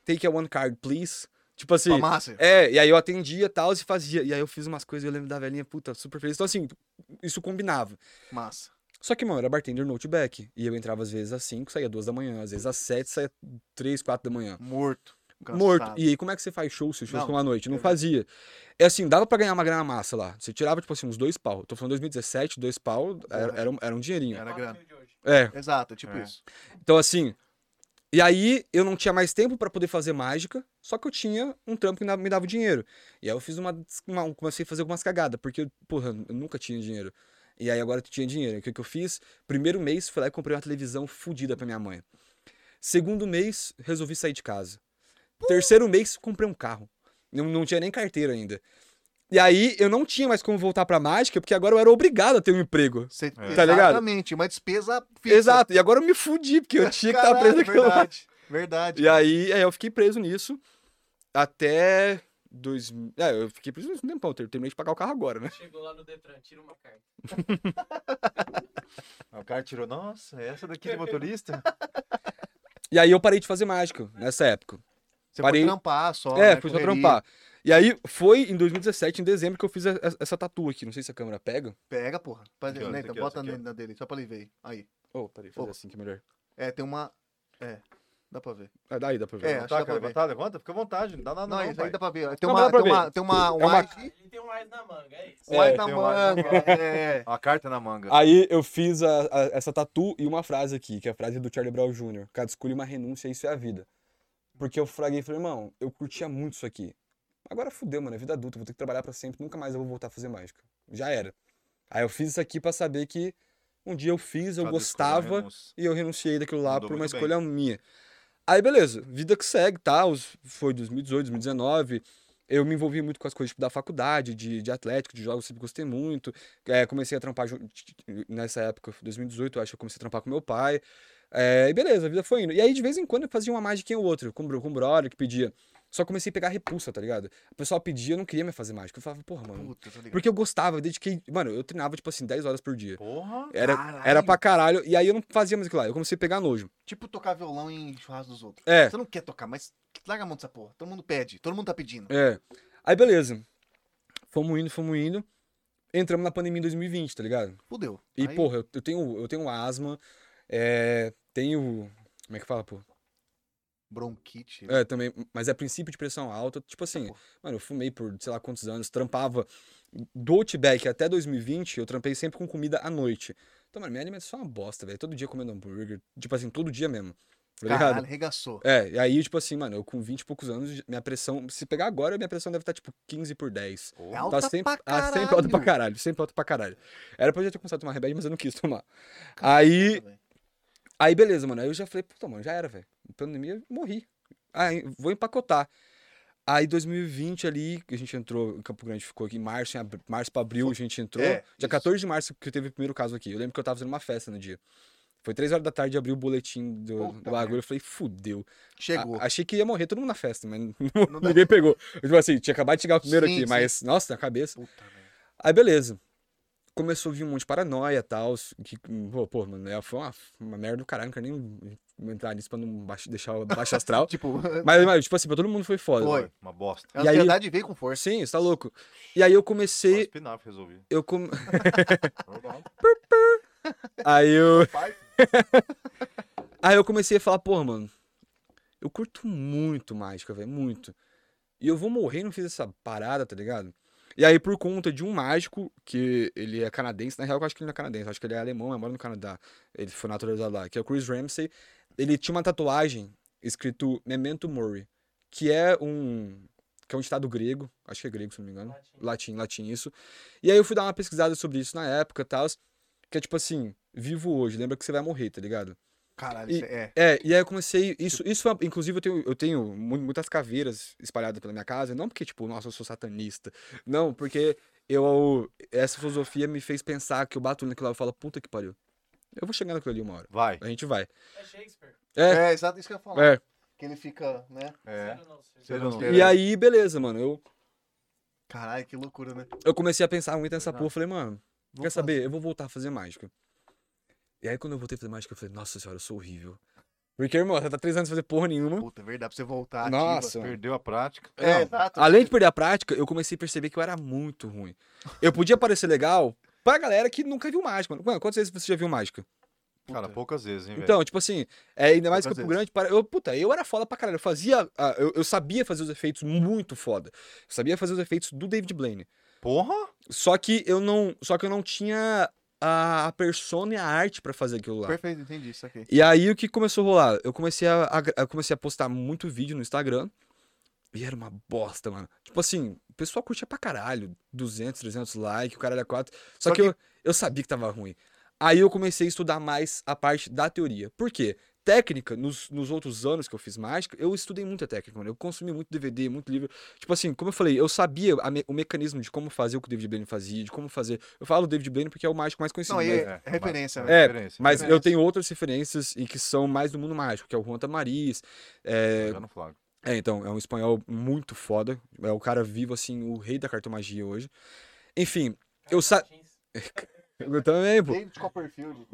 Speaker 3: take a one card, please. Tipo assim.
Speaker 1: Pra massa.
Speaker 3: É, e aí eu atendia e tal, e fazia. E aí eu fiz umas coisas, eu lembro da velhinha, puta, super feliz. Então, assim, isso combinava.
Speaker 1: Massa.
Speaker 3: Só que, mano, eu era bartender no Outback. E eu entrava às vezes às 5, saía 2 da manhã, às vezes às 7, saía 3, 4 da manhã
Speaker 1: Morto. Cansado.
Speaker 3: morto. E aí, como é que você faz show se os shows
Speaker 1: Não,
Speaker 3: estão à noite? Não
Speaker 1: é
Speaker 3: fazia. É assim, dava pra ganhar uma grana massa lá. Você tirava, tipo assim, uns dois pau. Tô falando 2017, dois pau, era, era, um, era um dinheirinho.
Speaker 1: Era grana.
Speaker 3: É,
Speaker 1: Exato, é tipo
Speaker 2: É.
Speaker 1: isso.
Speaker 3: então assim. E aí, eu não tinha mais tempo pra poder fazer mágica, só que eu tinha um trampo que na- me dava dinheiro. E aí eu fiz uma, uma- um, comecei a fazer algumas cagadas, porque, porra, eu nunca tinha dinheiro. E aí agora eu tinha dinheiro. O que, que eu fiz? Primeiro mês, fui lá e comprei uma televisão fodida pra minha mãe. Segundo mês, resolvi sair de casa. Terceiro mês, comprei um carro. Não, não tinha nem carteira ainda. E aí, eu não tinha mais como voltar pra mágica, porque agora eu era obrigado a ter um emprego.
Speaker 1: Você-
Speaker 2: Tá
Speaker 3: ligado?
Speaker 1: Exatamente, uma despesa fixa.
Speaker 3: Exato. E agora eu me fudi, porque eu tinha que estar
Speaker 1: Caralho, é
Speaker 3: preso naquilo lá.
Speaker 1: Verdade, verdade.
Speaker 3: E aí, é, eu fiquei preso nisso até. Dois... É, eu fiquei preso nisso um tempão. ter- Terminei de pagar o carro agora, né?
Speaker 4: Chegou lá no Detran, tira uma carta.
Speaker 2: O cara tirou, nossa, é essa daqui [LAUGHS] de motorista?
Speaker 3: E aí eu parei de fazer mágica nessa época.
Speaker 1: Você
Speaker 3: Parei-
Speaker 1: foi trampar só.
Speaker 3: é,
Speaker 1: né,
Speaker 3: fui só
Speaker 1: correria.
Speaker 3: trampar. E aí foi em 2017, em dezembro, que eu fiz a- a- essa tatu aqui. Não sei se a câmera pega.
Speaker 1: Pega, porra. Faz-
Speaker 2: Aqui, ó,
Speaker 1: né,
Speaker 2: esse aqui, ó,
Speaker 1: bota
Speaker 2: esse aqui,
Speaker 1: na na dele, só pra ele ver. Aí.
Speaker 3: Oh, peraí, fazer
Speaker 1: Oh.
Speaker 3: assim que é melhor.
Speaker 1: É, tem uma. Dá pra ver.
Speaker 3: Ah, Daí dá pra ver.
Speaker 1: É, acho que dá
Speaker 2: Tá,
Speaker 1: pra
Speaker 2: cara,
Speaker 1: ver.
Speaker 2: levanta, levanta, fica à vontade, não dá nada
Speaker 1: Não,
Speaker 2: não,
Speaker 1: isso
Speaker 2: pai.
Speaker 1: aí dá pra ver. Tem
Speaker 3: Não,
Speaker 1: uma,
Speaker 3: dá pra
Speaker 1: tem uma,
Speaker 3: ver.
Speaker 1: tem uma,
Speaker 3: É uma-
Speaker 1: wide-
Speaker 4: Ele tem um mais na manga, é isso.
Speaker 3: É,
Speaker 1: wide na
Speaker 2: tem uma wide né?
Speaker 1: manga. É.
Speaker 2: A carta na manga.
Speaker 3: Aí eu fiz a- a- essa tatu e uma frase aqui, que é a frase do Charlie Brown Jr. Cara, escolhi uma renúncia, isso é a vida. Porque eu fraguei e falei, irmão, eu curtia muito isso aqui. Agora fudeu, mano, é vida adulta, vou ter que trabalhar pra sempre, nunca mais eu vou voltar a fazer mágica. Já era. Aí eu fiz isso aqui pra saber que um dia eu fiz,
Speaker 2: Cada
Speaker 3: eu
Speaker 2: escolha
Speaker 3: gostava
Speaker 2: renúncia.
Speaker 3: e eu renunciei daquilo lá
Speaker 2: Mandou
Speaker 3: por uma
Speaker 2: muito bem.
Speaker 3: escolha minha. Aí, beleza, vida que segue, tá? Os, foi 2018, 2019. Eu me envolvi muito com as coisas tipo, da faculdade, de, de atlético, de jogos, sempre gostei muito. É, comecei a trampar jun- nessa época, 2018, eu acho que eu comecei a trampar com meu pai. É, e beleza, a vida foi indo. E aí, de vez em quando, eu fazia uma mágica ou outra, com, o bro- com o brother que pedia. Só comecei a pegar repulsa, tá ligado? O pessoal pedia, eu não queria mais fazer mágica. Eu falava, porra, mano.
Speaker 1: Puta, tô ligado.
Speaker 3: Porque eu gostava, eu dediquei. Mano, eu treinava, tipo assim, 10 horas por dia.
Speaker 2: Porra.
Speaker 3: Era, era
Speaker 1: Caralho.
Speaker 3: pra caralho. E aí eu não fazia mais aquilo lá. Eu comecei a pegar nojo.
Speaker 1: Tipo tocar violão em churrasco dos outros.
Speaker 3: É.
Speaker 1: Você não quer tocar, mas larga a mão dessa porra. Todo mundo pede, todo mundo tá pedindo.
Speaker 3: É. Aí beleza. Fomos indo, fomos indo. Entramos na pandemia em 2020, tá ligado?
Speaker 1: Fudeu.
Speaker 3: E,
Speaker 1: Aí-
Speaker 3: porra, eu, eu tenho, eu tenho asma. É, tenho. Como é que fala, pô?
Speaker 1: Bronquite.
Speaker 3: É, também. Mas é princípio de pressão alta. Tipo assim,
Speaker 1: Porra.
Speaker 3: mano, eu fumei por sei lá quantos anos, trampava do Outback até 2020, eu trampei sempre com comida à noite. Então, mano, minha alimentação é uma bosta, velho. Todo dia comendo hambúrguer. Tipo assim, todo dia mesmo. Tá ligado?
Speaker 1: Caralho, arregaçou.
Speaker 3: É, e aí, tipo assim, mano, eu com 20 e poucos anos, minha pressão. Se pegar agora, minha pressão deve estar, tipo, 15 por 10.
Speaker 1: É
Speaker 2: Porra.
Speaker 1: alta
Speaker 3: tá sempre,
Speaker 1: pra
Speaker 3: ah,
Speaker 1: caralho.
Speaker 3: sempre alta pra caralho, sempre alta pra caralho. Era pra eu já ter começado a tomar remédio, mas eu não quis tomar. Aí,
Speaker 1: Caralho,
Speaker 3: aí beleza, mano. Aí eu já falei, puta, mano, já era, velho. Pandemia, eu morri. Aí, vou empacotar. Aí, 2020 ali, que a gente entrou, em Campo Grande ficou aqui em março, em abri- março pra abril, a gente entrou.
Speaker 1: É,
Speaker 3: dia
Speaker 1: isso.
Speaker 3: 14 de março que teve o primeiro caso aqui. Eu lembro que eu tava fazendo uma festa no dia. Foi 3 horas da tarde, abri o boletim do,
Speaker 1: Puta
Speaker 3: do bagulho. Eu falei, fudeu.
Speaker 1: Chegou.
Speaker 3: A- achei que ia morrer todo mundo na festa, mas [LAUGHS]
Speaker 1: Não dá-
Speaker 3: ninguém pegou. Tipo assim, tinha acabado de chegar o primeiro
Speaker 1: Sim,
Speaker 3: aqui,
Speaker 1: sim.
Speaker 3: mas nossa, na cabeça.
Speaker 1: Puta, velho.
Speaker 3: Aí beleza. Começou a vir um monte de paranoia e tal. Que, pô, pô, mano, é- foi uma, uma merda do caralho, não quero nem entrar nisso pra não baix- deixar o
Speaker 1: [LAUGHS]
Speaker 3: baixo astral.
Speaker 1: Tipo,
Speaker 3: mas, mas, tipo assim, pra todo mundo foi foda.
Speaker 1: Foi.
Speaker 2: Uma bosta.
Speaker 1: a
Speaker 3: e aí-
Speaker 1: ansiedade veio com força.
Speaker 3: Sim, você tá louco. E aí eu
Speaker 2: Só
Speaker 3: comecei.
Speaker 2: espinar pra resolver.
Speaker 3: Eu come-
Speaker 2: Normal.
Speaker 3: Aí eu.
Speaker 2: Pai.
Speaker 3: [LAUGHS] Aí eu comecei a falar, porra, mano, eu curto muito mágica, velho, muito. E eu vou morrer e não fiz essa parada, tá ligado? E aí, por conta de um mágico, que ele é canadense, na real eu acho que ele não é canadense, eu acho que ele é alemão, mas mora no Canadá. Ele foi naturalizado lá, que é o Chris Ramsey. Ele tinha uma tatuagem escrito Memento Mori, que é um. que é um ditado grego, acho que é grego, se não me engano
Speaker 4: Latim.
Speaker 3: latim, latim isso. E aí eu fui dar uma pesquisada sobre isso na época, tal, que é tipo assim, vivo hoje, lembra que você vai morrer, tá ligado?
Speaker 1: Caralho,
Speaker 3: E-
Speaker 1: isso é.
Speaker 3: É, e aí eu comecei, isso, isso foi, inclusive eu tenho, eu tenho mu- muitas caveiras espalhadas pela minha casa, não porque tipo, nossa, eu sou satanista, não, porque eu, essa filosofia me fez pensar que eu bato naquilo lá e falo, puta que pariu, eu vou chegar naquilo ali uma hora,
Speaker 2: Vai.
Speaker 3: a gente vai.
Speaker 4: É Shakespeare.
Speaker 1: É, exato isso que eu ia falar.
Speaker 3: É,
Speaker 1: Que ele fica, né?
Speaker 2: É.
Speaker 4: Sério, não, sério.
Speaker 2: Você não
Speaker 1: E
Speaker 2: quer.
Speaker 3: e aí, beleza, mano, eu,
Speaker 1: Caralho, que loucura, né?
Speaker 3: eu comecei a pensar muito nessa
Speaker 2: Não.
Speaker 3: porra, falei, mano,
Speaker 1: Vou
Speaker 3: Quer
Speaker 1: fazer.
Speaker 3: saber? Eu vou voltar a fazer mágica. E aí, quando eu voltei a fazer mágica, eu falei, nossa senhora, eu sou horrível. Porque, irmão, você tá três anos sem fazer porra nenhuma.
Speaker 1: Puta, é verdade. Pra você voltar ativa.
Speaker 3: Nossa.
Speaker 2: Perdeu a prática.
Speaker 1: É,
Speaker 3: Não,
Speaker 1: exato.
Speaker 3: Além de perder a prática, eu comecei a perceber que eu era muito ruim. Eu podia parecer legal pra galera que nunca viu mágica. Mano, Mano, quantas vezes você já viu
Speaker 1: É
Speaker 3: mágica?
Speaker 2: Cara,
Speaker 1: Puta. pouco.
Speaker 2: poucas vezes, hein, velho.
Speaker 3: Então, tipo assim, é, ainda mais
Speaker 1: Poucas
Speaker 3: Campo
Speaker 1: vezes.
Speaker 3: Grande, para... eu, puta, eu era foda pra caralho. Eu fazia. ah, eu, eu sabia fazer os efeitos muito foda. Eu sabia fazer os efeitos do David Blaine.
Speaker 2: Porra!
Speaker 3: Só que eu não. Só que eu não tinha a, a persona e a arte pra fazer aquilo lá.
Speaker 1: Perfeito, entendi isso aqui.
Speaker 3: E aí o que começou a rolar? Eu comecei a, a gra- eu comecei a postar muito vídeo no Instagram. E era uma bosta, mano. Tipo assim, o pessoal curtia pra caralho. 200, 300 likes, o cara era 4. Só,
Speaker 1: Só
Speaker 3: que,
Speaker 1: que-
Speaker 3: Eu, eu sabia que tava ruim. Aí eu comecei a estudar mais a parte da teoria. Por quê? Técnica, nos, nos outros anos que eu fiz mágica, eu estudei muita técnica, mano. Eu consumi muito DVD, muito livro. Tipo assim, como eu falei, eu sabia a me- o mecanismo de como fazer o que o David Blaine fazia, de como fazer. Eu falo David Blaine porque é o mágico mais conhecido.
Speaker 1: Não,
Speaker 3: mas-
Speaker 1: e é, referência, né?
Speaker 3: É,
Speaker 2: referência.
Speaker 3: mas eu
Speaker 1: Referência.
Speaker 3: tenho outras referências e que são mais do mundo mágico, que é o Juan Tamariz. É,
Speaker 2: Já no flago.
Speaker 3: é, então, é um espanhol muito foda. É o cara vivo, assim, o rei da cartomagia hoje. Enfim, eu sa-
Speaker 4: Martins.
Speaker 3: eu também, pô.
Speaker 1: David Copperfield.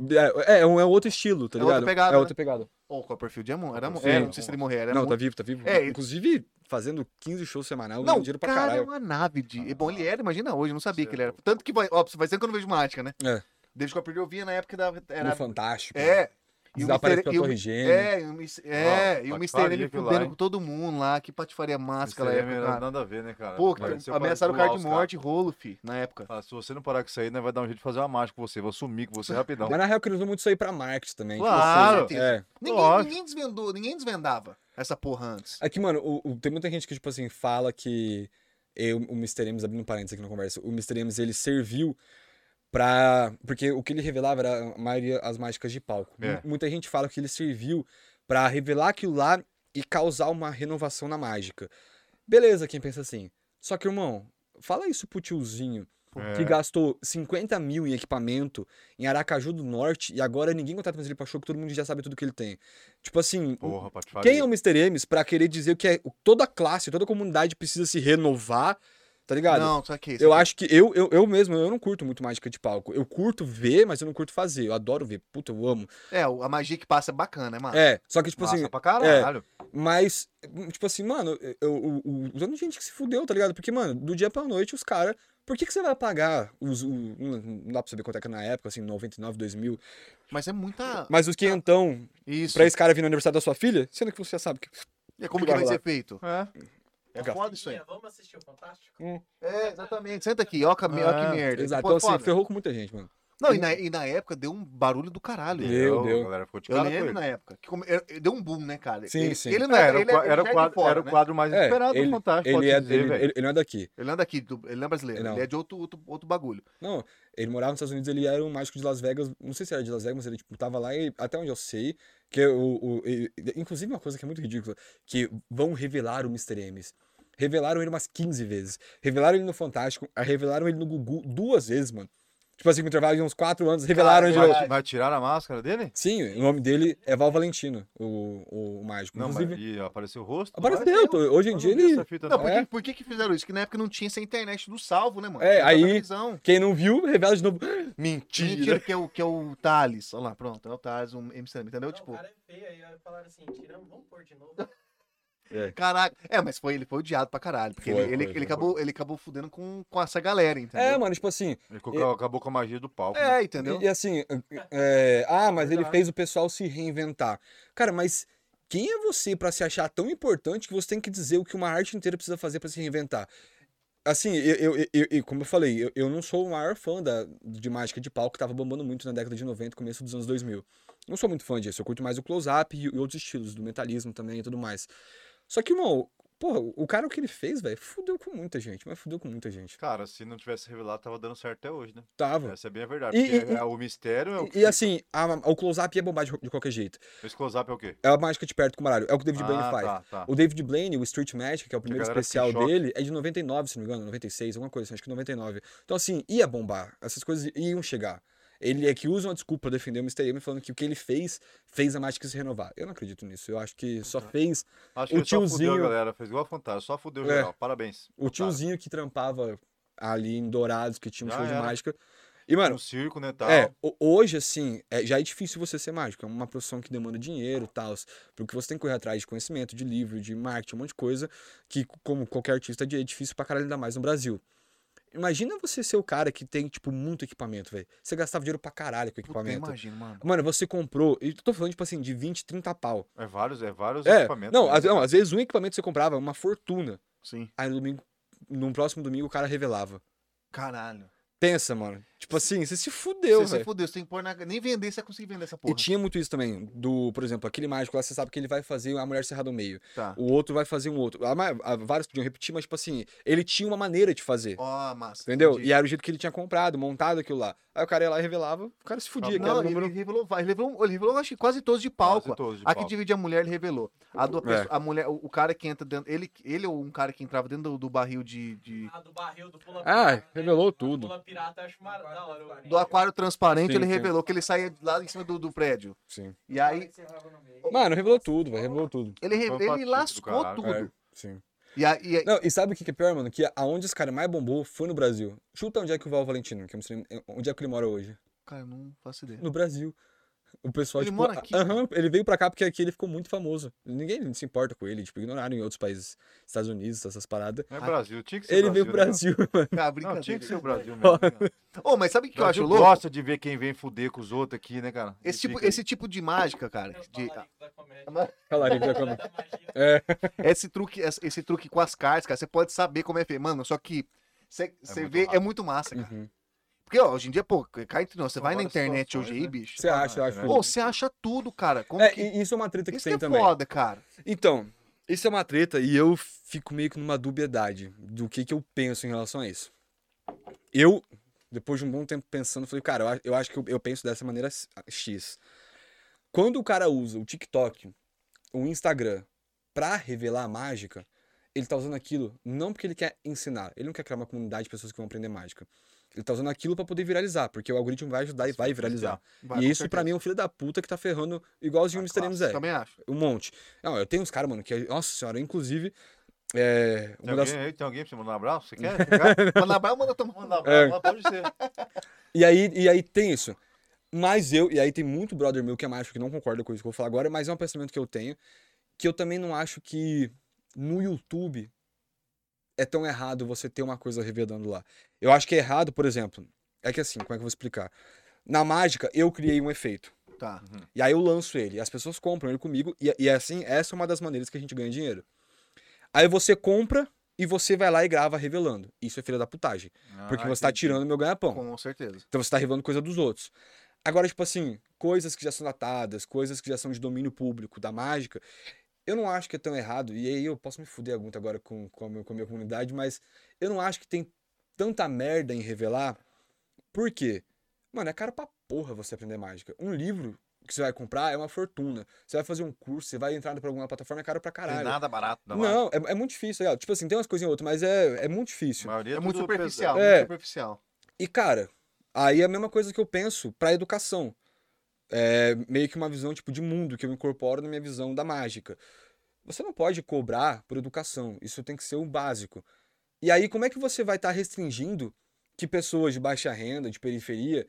Speaker 3: É, é, um, é outro estilo, tá
Speaker 1: É outra
Speaker 3: ligado?
Speaker 1: pegada,
Speaker 3: é
Speaker 1: né?
Speaker 3: outra pegada.
Speaker 1: Ou Copperfield é mo- era, mo-
Speaker 2: Sim.
Speaker 1: era, não sei se ele morrer, era
Speaker 3: Não,
Speaker 1: mo-
Speaker 3: tá vivo, tá vivo.
Speaker 1: É, e-
Speaker 3: Inclusive, fazendo 15 shows semanal,
Speaker 1: Não,
Speaker 3: ganhando dinheiro pra
Speaker 1: cara, é
Speaker 3: caralho. Ah.
Speaker 1: uma nave de. e Bom, ele era, imagina hoje, eu não sabia
Speaker 2: Cê
Speaker 1: que
Speaker 2: é
Speaker 1: ele era. Tanto que vai. Ó, vai ser que eu não vejo mágica, né?
Speaker 3: É.
Speaker 1: David Copperfield eu via na época da.
Speaker 3: No
Speaker 1: Era...
Speaker 3: Fantástico.
Speaker 1: É. E o
Speaker 3: Desaparece
Speaker 1: Mr.
Speaker 3: pela
Speaker 1: e o-
Speaker 3: Torre Gêmea.
Speaker 1: É, e o, Mis- é,
Speaker 2: Ó,
Speaker 1: e o Mr.
Speaker 2: patifaria
Speaker 1: M
Speaker 2: que lá,
Speaker 1: fudendo
Speaker 2: hein?
Speaker 1: com todo mundo lá. Que patifaria máscara
Speaker 3: é
Speaker 1: é
Speaker 2: Isso aí
Speaker 1: época,
Speaker 2: não
Speaker 1: cara.
Speaker 2: tem nada a ver, né, cara?
Speaker 1: Pô,
Speaker 2: Cara, se eu
Speaker 1: ameaçaram o
Speaker 2: parar
Speaker 1: cara de
Speaker 2: pular os
Speaker 1: morte e rolo, fi, na época.
Speaker 2: Ah, se você não parar com isso aí, né, vai dar um jeito de fazer uma mágica com você. Vou sumir com você rapidão.
Speaker 3: Mas na real, que eles usam muito isso aí pra marketing também. tipo
Speaker 2: Claro.
Speaker 3: assim, É.
Speaker 1: Ninguém,
Speaker 2: Lógico.
Speaker 1: ninguém desvendou, ninguém desvendava essa porra antes.
Speaker 3: Aqui, É mano, o- o- tem muita gente que, tipo assim, fala que. Eu, o Mr. Ems, abrindo um parênteses aqui na conversa, o Mr. Ems ele serviu pra. Porque o que ele revelava era a maioria as mágicas de palco.
Speaker 2: É.
Speaker 3: Mu- Muita gente fala que ele serviu pra revelar aquilo lá e causar uma renovação na mágica. Beleza, quem pensa assim. Só que, irmão, fala isso pro tiozinho que
Speaker 2: É,
Speaker 3: gastou 50 mil em equipamento em Aracaju do Norte e agora ninguém contrata mais ele pra show que todo mundo já sabe tudo que ele tem. Tipo assim,
Speaker 2: porra, patifaria.
Speaker 3: quem é o Mr. Ems pra querer dizer que é, toda classe, toda comunidade precisa se renovar, tá ligado?
Speaker 1: Não, só que.
Speaker 2: é
Speaker 3: eu acho que eu, eu, eu mesmo, eu não curto muito mágica de palco. Eu curto ver, mas eu não curto fazer. Eu adoro ver. Puta, eu amo.
Speaker 1: É, o- a magia que passa é bacana, é,
Speaker 2: Ah,
Speaker 1: mano.
Speaker 3: é, só que, tipo
Speaker 2: Massa
Speaker 3: assim,
Speaker 2: pra caralho.
Speaker 3: mas, tipo assim, mano, eu, eu, eu, eu- gente que se fudeu, tá ligado? Porque, mano, do dia pra noite os caras. Por que, que você vai pagar os. o- não não dá pra saber quanto é que é na época, assim, 99, 2000.
Speaker 1: Mas é muita.
Speaker 3: Mas os quinhentão
Speaker 1: Isso.
Speaker 3: pra esse cara vir no aniversário da sua filha, sendo que você já sabe que.
Speaker 1: É como que vai
Speaker 3: Vai lá.
Speaker 1: ser feito?
Speaker 2: É.
Speaker 1: É
Speaker 3: Legal.
Speaker 1: foda isso aí.
Speaker 4: Vamos assistir o Fantástico?
Speaker 1: É, exatamente. Senta aqui, ó, cam... ó
Speaker 2: Ah,
Speaker 1: que merda.
Speaker 3: Exato.
Speaker 1: Pô, é
Speaker 3: Então, assim,
Speaker 1: foda.
Speaker 3: ferrou com muita gente, mano.
Speaker 1: Não, e na, e na época deu um barulho do caralho.
Speaker 3: Deu, deu.
Speaker 2: A galera ficou de
Speaker 1: Eu
Speaker 2: cara com
Speaker 1: lembro
Speaker 2: ele.
Speaker 3: né?
Speaker 1: na época. que come- era- Deu um boom, né, cara?
Speaker 3: Sim,
Speaker 1: ele,
Speaker 3: sim.
Speaker 1: Ele não
Speaker 2: É,
Speaker 1: era,
Speaker 2: Era, o
Speaker 1: ele,
Speaker 2: qua-
Speaker 1: ele já
Speaker 2: era o
Speaker 1: é de
Speaker 2: quadro,
Speaker 1: fora,
Speaker 2: era o
Speaker 1: né?
Speaker 2: quadro mais
Speaker 3: É,
Speaker 2: esperado
Speaker 3: ele-
Speaker 2: do Fantástico,
Speaker 3: Ele
Speaker 2: pode
Speaker 3: é,
Speaker 2: dizer,
Speaker 3: ele,
Speaker 2: velho.
Speaker 3: ele- ele não é daqui.
Speaker 1: Ele não é daqui, do- ele não é brasileiro,
Speaker 3: Não.
Speaker 1: ele é de outro, outro, outro bagulho.
Speaker 3: Não, ele morava nos Estados Unidos, ele era um mágico de Las Vegas. Não sei se era de Las Vegas, mas ele tipo, tava lá e até onde eu sei. Que o, o- e- inclusive, uma coisa que é muito ridícula: que vão revelar o Mr. M's. Revelaram ele umas 15 vezes. Revelaram ele no Fantástico, aí revelaram ele no Gugu duas vezes, mano. Tipo assim, com intervalo de uns 4 anos,
Speaker 1: Caralho,
Speaker 3: revelaram ele de novo.
Speaker 1: caralho.
Speaker 2: Vai, vai tirar a máscara dele?
Speaker 3: Sim, o nome dele é Val Valentino, o, o, mágico.
Speaker 2: Não, mas
Speaker 3: inclusive,
Speaker 2: e apareceu o rosto?
Speaker 3: apareceu. tô- Hoje em
Speaker 2: Eu
Speaker 3: dia
Speaker 2: não vi
Speaker 3: ele.
Speaker 2: essa fita,
Speaker 1: Não,
Speaker 2: não.
Speaker 1: por,
Speaker 3: É.
Speaker 1: que, por que que fizeram isso? Que na época não tinha essa internet do salvo, né, mano?
Speaker 3: É,
Speaker 1: Era da
Speaker 3: aí-
Speaker 1: televisão.
Speaker 3: Quem não viu, revela de novo.
Speaker 1: Mentira que é o, que é o Thales. Olha lá, pronto, é o Thales, um MC, entendeu?
Speaker 4: Não,
Speaker 1: tipo,
Speaker 4: O cara é feio, aí aí falaram assim, tiramos, vamos pôr de novo.
Speaker 1: caraca. É, mas foi, ele foi odiado pra caralho. Porque
Speaker 3: Foi,
Speaker 1: ele, ele,
Speaker 3: foi,
Speaker 1: ele
Speaker 3: foi.
Speaker 1: acabou, ele acabou fudendo com, com essa galera, entendeu?
Speaker 3: É, mano, tipo assim.
Speaker 2: Ele colocou- acabou com a magia do palco. né?
Speaker 1: É, entendeu?
Speaker 3: E, e assim, é, ah, mas ele
Speaker 2: Verdade.
Speaker 3: fez o pessoal se reinventar. Cara, mas quem é você pra se achar tão importante que você tem que dizer o que uma arte inteira precisa fazer pra se reinventar? Assim, eu, eu, eu- eu- como eu falei, eu, eu não sou o maior fã da, de mágica de palco que tava bombando muito na década de 90, começo dos anos 2000. Não sou muito fã disso, eu curto mais o close-up e, e outros estilos, do mentalismo também e tudo mais. Só que, irmão, porra, o cara o que ele fez, velho, fudeu com muita gente, mas fudeu com muita gente.
Speaker 2: Cara, se não tivesse revelado, tava dando certo até hoje, né?
Speaker 3: Tava.
Speaker 2: Essa é bem a verdade.
Speaker 3: E-
Speaker 2: porque
Speaker 3: e-
Speaker 2: é o mistério é o
Speaker 3: E, e assim, a- o close-up ia bombar de, de qualquer jeito.
Speaker 2: Esse close-up é o quê?
Speaker 3: É a mágica de perto com o baralho. É o que o David Blaine
Speaker 2: ah,
Speaker 3: faz.
Speaker 2: tá, tá.
Speaker 3: O David Blaine, o Street Magic, que é o primeiro
Speaker 2: galera fica em
Speaker 3: especial
Speaker 2: choque.
Speaker 3: dele, é de 99, se não me engano, 96, alguma coisa assim, acho que 99. Então, assim, ia bombar. Essas coisas iam chegar. Ele é que usa uma desculpa pra defender o Mr. M falando que o que ele fez, fez a mágica se renovar. Eu não acredito nisso. Eu acho que só
Speaker 2: Tá.
Speaker 3: fez
Speaker 2: Acho
Speaker 3: o
Speaker 2: que ele só fudeu
Speaker 3: tiozinho-
Speaker 2: a galera. Fez igual a Fantástico, só fudeu
Speaker 3: É.
Speaker 2: geral. Parabéns.
Speaker 3: o tiozinho que trampava ali em Dourados, que tinha um
Speaker 2: Já
Speaker 3: show de
Speaker 2: era.
Speaker 3: mágica. E,
Speaker 2: Cara,
Speaker 3: mano,
Speaker 2: um circo, né, tal.
Speaker 3: É, ho- hoje, assim, é- já é difícil você ser mágico. É uma profissão que demanda dinheiro e tal. Porque você tem que correr atrás de conhecimento, de livro, de marketing, um monte de coisa. Que, c- como qualquer artista, é di- é difícil pra caralho ainda mais no Brasil. Imagina você ser o cara que tem, tipo, muito equipamento, velho. Você gastava dinheiro pra caralho com
Speaker 1: Puta,
Speaker 3: equipamento.
Speaker 1: imagina, mano.
Speaker 3: Mano, você comprou. E eu tô falando, tipo assim, de 20, 30 pau.
Speaker 2: É vários, é vários
Speaker 3: É,
Speaker 2: equipamentos.
Speaker 3: não,
Speaker 2: né?
Speaker 3: às- não, às vezes um equipamento você comprava, uma fortuna.
Speaker 1: Sim.
Speaker 3: Aí no domingo, no próximo domingo, o cara revelava.
Speaker 1: Caralho.
Speaker 3: Pensa, mano. Tipo assim, você se fudeu,
Speaker 1: Você
Speaker 3: velho.
Speaker 1: se fudeu, você tem que pôr na. Nem vender você vai conseguir vender essa
Speaker 3: E
Speaker 1: porra.
Speaker 3: tinha muito isso também, do, por exemplo, aquele mágico lá, você sabe que ele vai fazer a mulher cerrada ao meio.
Speaker 1: Tá.
Speaker 3: O outro vai fazer um outro. A ma- a- vários podiam repetir, mas, tipo assim, ele tinha uma maneira de fazer.
Speaker 1: Ó, massa.
Speaker 3: entendeu?
Speaker 1: entendi.
Speaker 3: E era o jeito que ele tinha comprado, montado aquilo lá. Aí o cara ia lá e revelava, o cara se fudia, um que era
Speaker 1: um Não,
Speaker 3: o
Speaker 1: ele,
Speaker 3: número.
Speaker 1: revelou, vai- ele revelou, ele revelou acho que quase todos de
Speaker 2: Quase
Speaker 1: palco.
Speaker 2: todos de
Speaker 1: a que
Speaker 2: palco.
Speaker 1: divide a mulher, ele revelou. A, do, a
Speaker 3: É.
Speaker 1: pessoa- a mulher, o, o cara que entra dentro. Ele, ele ou um cara que entrava dentro do, do barril de, de-
Speaker 4: Ah, do barril, do pula
Speaker 3: Ah,
Speaker 4: pirata. né?
Speaker 3: revelou tudo.
Speaker 4: Pula pirata, eu acho mar... da hora. eu-
Speaker 1: Do aquário transparente,
Speaker 3: Sim,
Speaker 1: ele
Speaker 3: sim.
Speaker 1: revelou que ele saía lá em cima do, do prédio.
Speaker 3: Sim.
Speaker 1: E aí,
Speaker 3: Mano, revelou tudo, velho, revelou tudo.
Speaker 1: ele, re-
Speaker 2: Foi um
Speaker 1: ele
Speaker 2: patinho do
Speaker 1: lascou
Speaker 2: caralho.
Speaker 1: tudo.
Speaker 3: É, sim.
Speaker 1: E aí. e-
Speaker 3: Não, e sabe o que que é pior, mano? Que aonde esse cara mais bombou foi no Brasil. Chuta onde é que o Val Valentino, que eu não sei onde é que ele mora hoje.
Speaker 2: [LAUGHS]
Speaker 1: Cara, eu não faço ideia.
Speaker 3: No Brasil. O pessoal,
Speaker 1: Ele
Speaker 3: tipo,
Speaker 1: mora aqui,
Speaker 3: aham, ele veio pra cá porque aqui ele ficou muito famoso. Ninguém se importa com ele, tipo, ignoraram em outros países, Estados Unidos, essas paradas.
Speaker 2: Não é
Speaker 1: Ah,
Speaker 2: Brasil, tinha que ser
Speaker 3: Ele
Speaker 2: Brasil.
Speaker 3: veio pro
Speaker 2: né,
Speaker 3: Brasil, [LAUGHS]
Speaker 1: Cara,
Speaker 2: cara?
Speaker 3: mano.
Speaker 2: Não, tinha
Speaker 1: Ah, brincadeira.
Speaker 2: que ser o Brasil mesmo. né,
Speaker 3: [LAUGHS]
Speaker 2: cara?
Speaker 1: Ô, mas sabe o que eu acho
Speaker 2: Brasil
Speaker 1: louco?
Speaker 2: gosta de ver quem vem fuder com os outros aqui, né, cara?
Speaker 1: Esse tipo,
Speaker 2: Fica-
Speaker 1: esse tipo de mágica, cara.
Speaker 4: Meus
Speaker 1: de-
Speaker 4: talarico tá da comédia.
Speaker 3: Calarico
Speaker 2: [LAUGHS]
Speaker 3: da cama.
Speaker 4: Da magia.
Speaker 3: É,
Speaker 1: esse, truque, esse esse truque com as cartas, cara, você pode saber como é feito. Mano, só que você você
Speaker 2: muito
Speaker 1: vê, é
Speaker 2: rápido.
Speaker 1: muito massa, cara.
Speaker 3: uhum.
Speaker 1: Porque, ó, hoje em dia, pô, cai entre nós. Você
Speaker 2: São
Speaker 1: vai na
Speaker 2: várias
Speaker 1: internet
Speaker 2: situações,
Speaker 1: hoje aí,
Speaker 2: né?
Speaker 1: bicho.
Speaker 3: Você acha, eu acho.
Speaker 2: Cê-
Speaker 1: Pô, você acha tudo, cara. Como
Speaker 3: É,
Speaker 1: que...
Speaker 3: e isso é uma treta que
Speaker 1: Isso que
Speaker 3: tem
Speaker 1: é
Speaker 3: também.
Speaker 1: foda, cara.
Speaker 3: Então, isso é uma treta e eu fico meio que numa dubiedade do que, que eu penso em relação a isso. Eu, depois de um bom tempo pensando, falei, cara, eu a- eu acho que eu, eu penso dessa maneira s- X. Quando o cara usa o TikTok, o Instagram, pra revelar a mágica, ele tá usando aquilo não porque ele quer ensinar, ele não quer criar uma comunidade de pessoas que vão aprender mágica. Ele tá usando aquilo pra poder viralizar, porque o algoritmo vai ajudar e vai viralizar.
Speaker 1: Vai,
Speaker 3: e
Speaker 1: com
Speaker 3: isso pra
Speaker 1: certeza.
Speaker 3: mim é um filho da puta que tá ferrando igualzinho o Mr. M's é.
Speaker 1: Também acho.
Speaker 3: Um monte. Não, eu tenho uns caras, mano, que. Nossa senhora, inclusive. É.
Speaker 2: Tem
Speaker 3: Uma das...
Speaker 2: alguém aí? Tem alguém pra você mandar um
Speaker 3: [LAUGHS]
Speaker 2: abraço? Você quer? Você quer?
Speaker 1: Manabá, manda tomar.
Speaker 2: Mandar um
Speaker 3: É.
Speaker 2: abraço, mas pode ser.
Speaker 3: e, aí, e aí tem isso. Mas eu. E aí tem muito brother meu que é macho que não concorda com isso que eu vou falar agora, mas é um pensamento que eu tenho. Que eu também não acho que no YouTube é tão errado você ter uma coisa revelando lá. Eu acho que é errado, por exemplo. É que assim, como é que eu vou explicar? Na mágica, eu criei um efeito.
Speaker 1: Tá.
Speaker 3: E aí eu lanço ele. As pessoas compram ele comigo. E, e assim, essa é uma das maneiras que a gente ganha dinheiro. Aí você compra e você vai lá e grava revelando. Isso é filha da putagem. [LAUGHS] Porque
Speaker 2: Ah,
Speaker 3: você tá
Speaker 2: entendi.
Speaker 3: tirando meu ganha-pão.
Speaker 1: Com certeza.
Speaker 3: Então você tá revelando coisa dos outros. Agora, tipo assim, coisas que já são datadas, coisas que já são de domínio público, da mágica. Eu não acho que é tão errado. E aí eu posso me fuder muito agora com, com, a, minha, com a minha comunidade, mas eu não acho que tem tanta merda em revelar. Por quê? Mano, é caro pra porra você aprender mágica. Um livro que você vai comprar é uma fortuna. Você vai fazer um curso, você vai entrar pra alguma plataforma, é caro pra
Speaker 2: Não tem
Speaker 3: caralho.
Speaker 2: nada barato da mágica.
Speaker 3: Não, é, é muito difícil. tá ligado? Tipo assim, tem umas coisinhas ou outras, mas é, é muito
Speaker 2: A
Speaker 3: difícil.
Speaker 2: maioria
Speaker 1: É muito
Speaker 2: tudo
Speaker 1: superficial.
Speaker 2: pesado.
Speaker 1: muito
Speaker 3: É.
Speaker 1: superficial.
Speaker 3: E, cara, aí é a mesma coisa que eu penso pra educação. É meio que uma visão tipo de mundo que eu incorporo na minha visão da mágica. Você não pode cobrar por educação, isso tem que ser o básico. E aí, como é que você vai estar restringindo que pessoas de baixa renda, de periferia,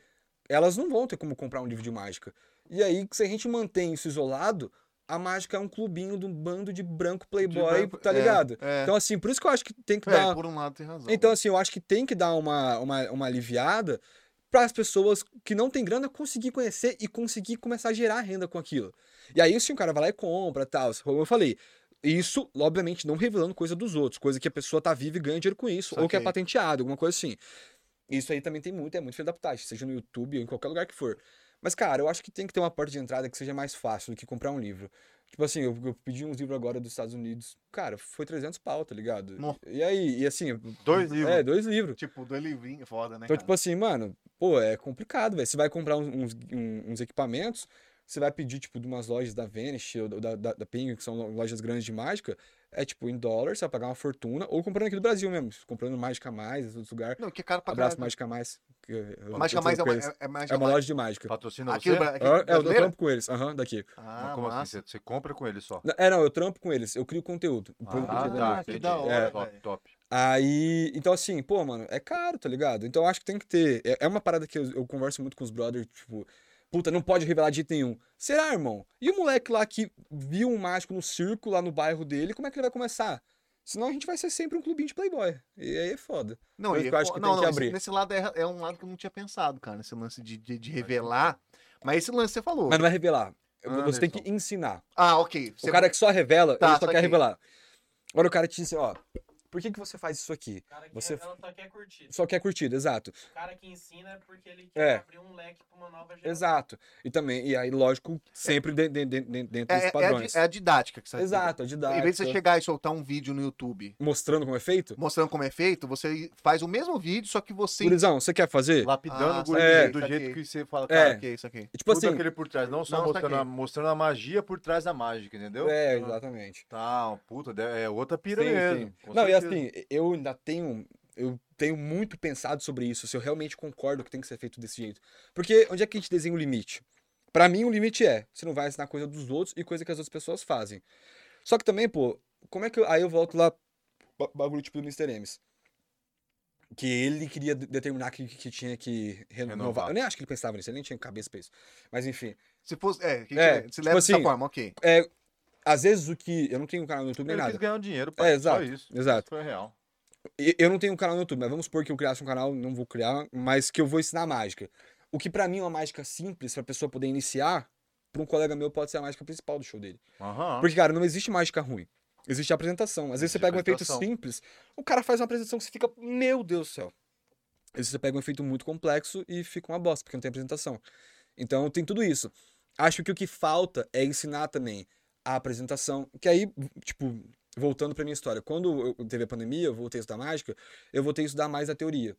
Speaker 3: elas não vão ter como comprar um livro de mágica? E aí, se a gente mantém isso isolado, a mágica é um clubinho de um bando de branco playboy,
Speaker 1: branco-
Speaker 3: tá
Speaker 1: é,
Speaker 3: ligado?
Speaker 1: é.
Speaker 3: Então, assim, por isso que eu acho que tem que
Speaker 1: É,
Speaker 3: dar.
Speaker 1: por um lado tem razão.
Speaker 3: Então, assim, eu acho que tem que dar uma, uma, uma aliviada para as pessoas que não têm grana conseguir conhecer e conseguir começar a gerar renda com aquilo. E aí, assim, o cara vai lá e compra tal. Como eu falei, isso, obviamente, não revelando coisa dos outros, coisa que a pessoa tá viva e ganha dinheiro com isso, ou que é
Speaker 1: Saquei.
Speaker 3: patenteado, alguma coisa assim. Isso aí também tem muito, é muito filho da putagem, seja no YouTube ou em qualquer lugar que for. Mas, cara, eu acho que tem que ter uma porta de entrada que seja mais fácil do que comprar um livro. Tipo assim, eu, eu pedi uns livros agora dos Estados Unidos. Cara, foi 300 pau, tá ligado?
Speaker 1: Nó.
Speaker 3: E aí, e assim,
Speaker 2: Dois livros.
Speaker 3: é, dois livros.
Speaker 1: Tipo, do livrinho, foda, né?
Speaker 3: Então,
Speaker 1: cara?
Speaker 3: tipo assim, mano, pô, é complicado, velho. Você vai comprar uns, uns- um- uns equipamentos, você vai pedir, tipo, de umas lojas da Vanish ou da, da, da Penguin, que são lo- lojas grandes de mágica, é tipo em dólar, você vai pagar uma fortuna, ou comprando aqui do Brasil mesmo, comprando Mágica Mais, em outros lugares.
Speaker 1: Não, que é caro pra
Speaker 3: Abraço
Speaker 1: caralho.
Speaker 3: Mágica Mais. que eu- eu-
Speaker 1: Mágica
Speaker 3: eu
Speaker 1: mais é uma,
Speaker 3: trampo com
Speaker 1: é, é
Speaker 3: eles.
Speaker 1: mágica
Speaker 3: É uma
Speaker 1: mais-
Speaker 3: loja de mágica.
Speaker 2: Patrocina
Speaker 1: Aqui no
Speaker 2: você?
Speaker 1: Bra- aqui
Speaker 3: Ah, É, eu
Speaker 1: brasileira?
Speaker 3: trampo com eles, aham, daqui.
Speaker 2: Mas
Speaker 1: Ah,
Speaker 2: Como assim?
Speaker 1: massa.
Speaker 2: Você- Você compra com ele só?
Speaker 3: É, não, eu trampo com eles, eu crio conteúdo. Pro-
Speaker 2: Ah,
Speaker 3: pro-
Speaker 2: tá.
Speaker 1: que
Speaker 2: entendi.
Speaker 1: da hora,
Speaker 2: Top,
Speaker 1: velho.
Speaker 2: top.
Speaker 3: Aí, então assim, pô, mano, é caro, tá ligado? Então eu acho que tem que ter. É, é uma parada que eu, eu converso muito com os brothers, tipo, puta, não pode revelar de jeito nenhum. Será, irmão? E o moleque lá que viu um mágico no circo lá no bairro dele, como é que ele vai começar? Senão a gente vai ser sempre um clubinho de playboy. E aí é foda.
Speaker 1: Não,
Speaker 3: Coisa
Speaker 1: e-
Speaker 3: que eu acho que
Speaker 1: não,
Speaker 3: tem que
Speaker 1: não, esse-
Speaker 3: abrir.
Speaker 1: Nesse lado é, é um lado que eu não tinha pensado, cara. Esse lance de, de, de revelar. Mas esse lance você falou.
Speaker 3: Mas não vai revelar.
Speaker 2: Ah,
Speaker 3: Você tem que
Speaker 2: Anderson.
Speaker 3: ensinar.
Speaker 1: Ah, ok. Você-
Speaker 3: O cara que só revela,
Speaker 1: Tá,
Speaker 3: ele só quer
Speaker 1: saquei.
Speaker 3: revelar. Agora o cara te diz, ó, por que, que você faz isso aqui?
Speaker 4: O cara que
Speaker 3: Você-
Speaker 4: revela só quer curtir.
Speaker 3: Só quer curtida, exato.
Speaker 4: O cara que ensina é porque ele
Speaker 3: É.
Speaker 4: quer abrir um leque pra uma nova geração.
Speaker 3: Exato. E também, e aí, lógico, sempre de- de- de- de- dentro
Speaker 1: é,
Speaker 3: dos
Speaker 1: é- é a,
Speaker 3: padrões.
Speaker 1: di- é a didática que você
Speaker 3: Exato, a didática.
Speaker 1: Em vez de você chegar e soltar um vídeo no YouTube
Speaker 3: Mostrando como é feito?
Speaker 1: mostrando como é feito, você faz o mesmo vídeo, só que você.
Speaker 3: Gurizão, você quer fazer?
Speaker 2: Lapidando
Speaker 1: Ah,
Speaker 2: o guri
Speaker 1: saquei,
Speaker 2: do
Speaker 1: saquei.
Speaker 2: jeito que você fala,
Speaker 1: Ah,
Speaker 2: cara.
Speaker 1: ok, isso aqui.
Speaker 3: É, Tipo
Speaker 2: tudo
Speaker 3: assim.
Speaker 2: aquele por trás, não só
Speaker 1: Não,
Speaker 2: mostrando, a,
Speaker 1: saquei.
Speaker 2: mostrando a magia por trás da mágica, entendeu?
Speaker 3: É,
Speaker 1: Ah.
Speaker 3: exatamente.
Speaker 2: Tá, puta, de- é outra pira
Speaker 3: Sim,
Speaker 2: mesmo.
Speaker 3: sim.
Speaker 2: com
Speaker 3: Não, e
Speaker 2: certeza.
Speaker 3: assim, eu ainda tenho. Eu tenho muito pensado sobre isso, se eu realmente concordo que tem que ser feito desse jeito. Porque onde é que a gente desenha o limite? Pra mim, o limite é: você não vai ensinar coisa dos outros e coisa que as outras pessoas fazem. Só que também, pô, como é que. Eu, aí eu volto lá, ba- bagulho tipo do Mr. M's. Que ele queria de- determinar que, que tinha que renovar.
Speaker 2: Renovar.
Speaker 3: Eu nem acho que ele pensava nisso, ele nem tinha cabeça pra isso. Mas enfim.
Speaker 1: Se fosse. É, que
Speaker 3: É,
Speaker 1: se
Speaker 3: tipo
Speaker 1: leva dessa
Speaker 3: assim,
Speaker 1: forma, ok.
Speaker 3: Às vezes o que. Eu não tenho um canal no YouTube nem
Speaker 2: Ele quis
Speaker 3: nada. É,
Speaker 2: ganhar um dinheiro, pai.
Speaker 3: exato,
Speaker 2: Só isso.
Speaker 3: exato.
Speaker 2: Isso foi real.
Speaker 3: E- Eu não tenho um canal no YouTube, mas vamos supor que eu criasse um canal, não vou criar, mas que eu vou ensinar mágica. O que pra mim é uma mágica simples, pra pessoa poder iniciar, pra um colega meu pode ser a mágica principal do show dele.
Speaker 2: Aham.
Speaker 3: Porque, cara, não existe mágica ruim. Existe apresentação. Às vezes
Speaker 2: Ah. Existe
Speaker 3: você pega um efeito
Speaker 2: apresentação.
Speaker 3: simples, o cara faz uma apresentação que você fica, meu Deus do céu. Às vezes você pega um efeito muito complexo e fica uma bosta, porque não tem apresentação. Então tem tudo isso. Acho que o que falta é ensinar também a apresentação. Que aí, tipo, voltando pra minha história, quando eu teve a pandemia, eu voltei a estudar mágica, eu voltei a estudar mais a teoria.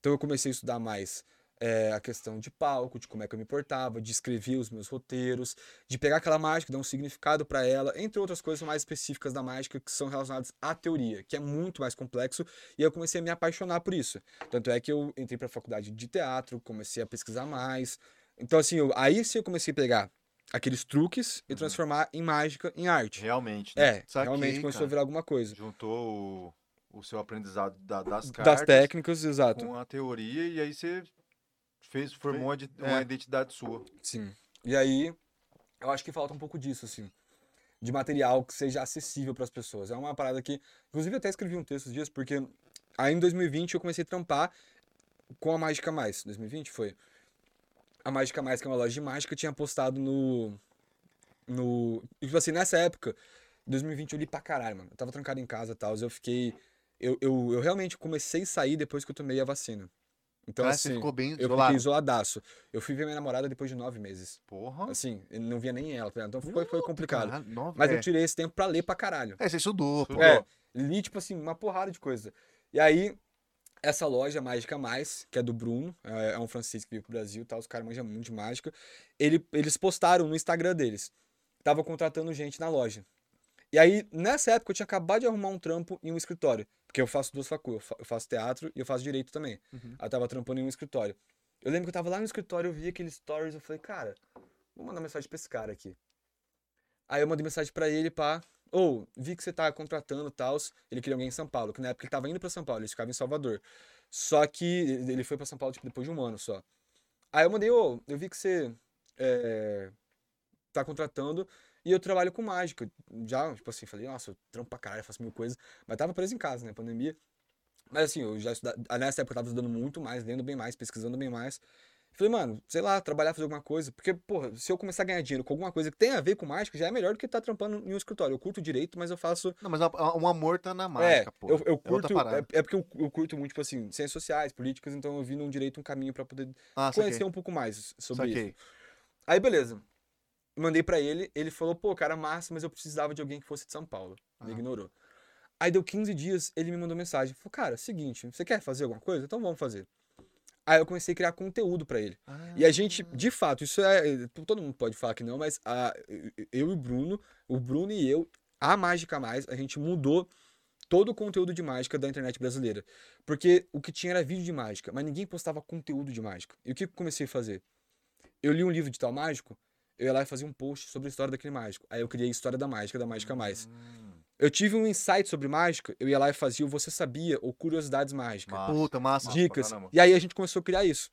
Speaker 3: Então eu comecei a estudar mais é, a questão de palco, de como é que eu me portava, de escrever os meus roteiros, de pegar aquela mágica, dar um significado pra ela, entre outras coisas mais específicas da mágica que são relacionadas à teoria, que é muito mais complexo, e eu comecei a me apaixonar por isso. Tanto é que eu entrei pra faculdade de teatro, comecei a pesquisar mais. Então, assim, eu- aí sim eu comecei a pegar aqueles truques e
Speaker 2: Uhum.
Speaker 3: transformar em mágica, em arte.
Speaker 2: Realmente, né?
Speaker 3: É,
Speaker 1: Saquei,
Speaker 3: realmente começou
Speaker 1: cara.
Speaker 3: a virar alguma coisa.
Speaker 2: Juntou o, o seu aprendizado da- das cartas
Speaker 3: Das técnicas, exato.
Speaker 2: com a teoria e aí você fez, formou uma, de-
Speaker 1: É.
Speaker 2: uma identidade sua.
Speaker 3: Sim. E aí, eu acho que falta um pouco disso, assim. De material que seja acessível para as pessoas. É uma parada que. Inclusive, eu até escrevi um texto esses dias, porque aí em 2020 eu comecei a trampar com a Mágica Mais. 2020 foi. A Mágica Mais, que é uma loja de mágica, eu tinha postado no. No. e, Tipo assim, nessa época, 2020 eu li pra caralho, mano. Eu tava trancado em casa e tal. Eu fiquei. Eu, eu, eu realmente comecei a sair depois que eu tomei a vacina. Então,
Speaker 1: Cara, Ah,
Speaker 3: assim.
Speaker 1: Né, você ficou bem
Speaker 3: Eu
Speaker 1: isolado.
Speaker 3: fiquei isoladaço. Eu fui ver minha namorada depois de nove meses.
Speaker 2: Porra.
Speaker 3: Assim, eu não via nem ela, tá ligado? Então foi, foi complicado.
Speaker 1: Caralho, nove-
Speaker 3: Mas
Speaker 1: é.
Speaker 3: eu tirei esse tempo pra ler pra caralho.
Speaker 1: É, você estudou, pô.
Speaker 3: É, li, tipo assim, uma porrada de coisa. E aí, essa loja Mágica Mais, que é do Bruno, é é um francês que veio pro Brasil e tal, os caras manjam muito de mágica. Ele, eles postaram no Instagram deles. Tava contratando gente na loja. E aí, nessa época, eu tinha acabado de arrumar um trampo em um escritório. Porque eu faço duas faculdades, eu fa- eu faço teatro e eu faço direito também.
Speaker 1: Uhum.
Speaker 3: Aí Eu tava trampando em um escritório. Eu lembro que eu tava lá no escritório, eu vi aqueles stories, eu falei, cara, vou mandar mensagem pra esse cara aqui. Aí eu mandei mensagem pra ele, pá. Ou, vi que você tá contratando tal. Ele queria alguém em São Paulo, que na época ele tava indo pra São Paulo, ele ficava em Salvador. Só que ele ele foi pra São Paulo tipo, depois de um ano só. Aí eu mandei, ô, eu vi que você é, tá contratando e eu trabalho com mágica. Já, tipo assim, falei, nossa, eu trampo pra caralho, faço mil coisas. Mas tava preso em casa, né? Pandemia. Mas assim, eu já estudava. Nessa época eu tava estudando muito mais, lendo bem mais, pesquisando bem mais. Falei, mano, sei lá, trabalhar, fazer alguma coisa. Porque, porra, se eu começar a ganhar dinheiro com alguma coisa que tem a ver com mágica, já é melhor do que estar trampando em um escritório. Eu curto direito, mas eu faço
Speaker 1: Não, mas a- a- um amor tá na mágica,
Speaker 3: é,
Speaker 1: pô.
Speaker 3: Eu, eu
Speaker 1: É outra
Speaker 3: curto. É,
Speaker 1: parada.
Speaker 3: é porque eu, eu curto muito, tipo assim, ciências sociais, políticas, então eu vi num direito um caminho pra poder
Speaker 1: Ah,
Speaker 3: conhecer
Speaker 1: saquei.
Speaker 3: um pouco mais sobre isso.
Speaker 1: Saquei.
Speaker 3: Aí, beleza. Mandei pra ele, ele falou, pô, cara, massa, mas eu precisava de alguém que fosse de São Paulo. Me
Speaker 1: Ah.
Speaker 3: ignorou. Aí deu 15 dias, ele me mandou mensagem. Falou, cara, é seguinte, você quer fazer alguma coisa? Então vamos fazer. Aí eu comecei a criar conteúdo pra ele.
Speaker 1: Ah,
Speaker 3: E a gente, de fato, isso é. Todo mundo pode falar que não, mas a, eu e o Bruno, o Bruno e eu, a Mágica Mais, a gente mudou todo o conteúdo de mágica da internet brasileira. Porque o que tinha era vídeo de mágica, mas ninguém postava conteúdo de mágica. E o que eu comecei a fazer? Eu li um livro de tal mágico, eu ia lá e fazia um post sobre a história daquele mágico. Aí eu criei a história da mágica, da Mágica Mais.
Speaker 2: Hum,
Speaker 3: Eu tive um insight sobre mágica, eu ia lá e fazia o Você Sabia ou Curiosidades Mágicas
Speaker 2: massa.
Speaker 1: Puta, massa.
Speaker 2: Massa. pra
Speaker 3: dicas.
Speaker 2: caramba.
Speaker 3: E aí a gente começou a criar isso.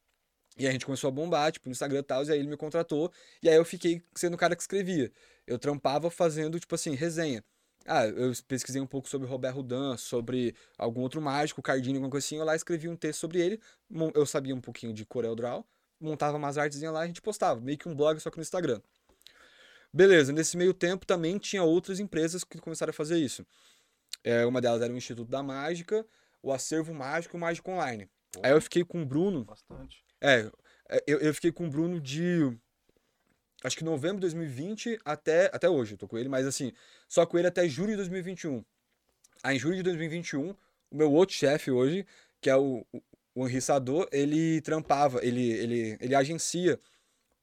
Speaker 3: E a gente começou a bombar, tipo, no Instagram e tal, e aí ele me contratou, e aí eu fiquei sendo o cara que escrevia. Eu trampava fazendo, tipo assim, resenha. Ah, eu pesquisei um pouco sobre Robert Houdin, sobre algum outro mágico, Cardinho, alguma coisa assim, eu lá escrevi um texto sobre ele, mon- eu sabia um pouquinho de Corel Draw, montava umas artezinhas lá e a gente postava, meio que um blog, só que no Instagram. Beleza, nesse meio tempo também tinha outras empresas que começaram a fazer isso. É, uma delas era o Instituto da Mágica, o Acervo Mágico e o Mágico Online. Aí eu fiquei com o Bruno.
Speaker 2: Bastante.
Speaker 3: É, eu, eu fiquei com o Bruno de. Acho que novembro de 2020 até, até hoje, eu tô com ele, mas assim, só com ele até julho de 2021. Aí um. Ah, em julho de 2021, o meu outro chefe hoje, que é o, o, o Henri Sador, ele trampava, ele, ele, ele agencia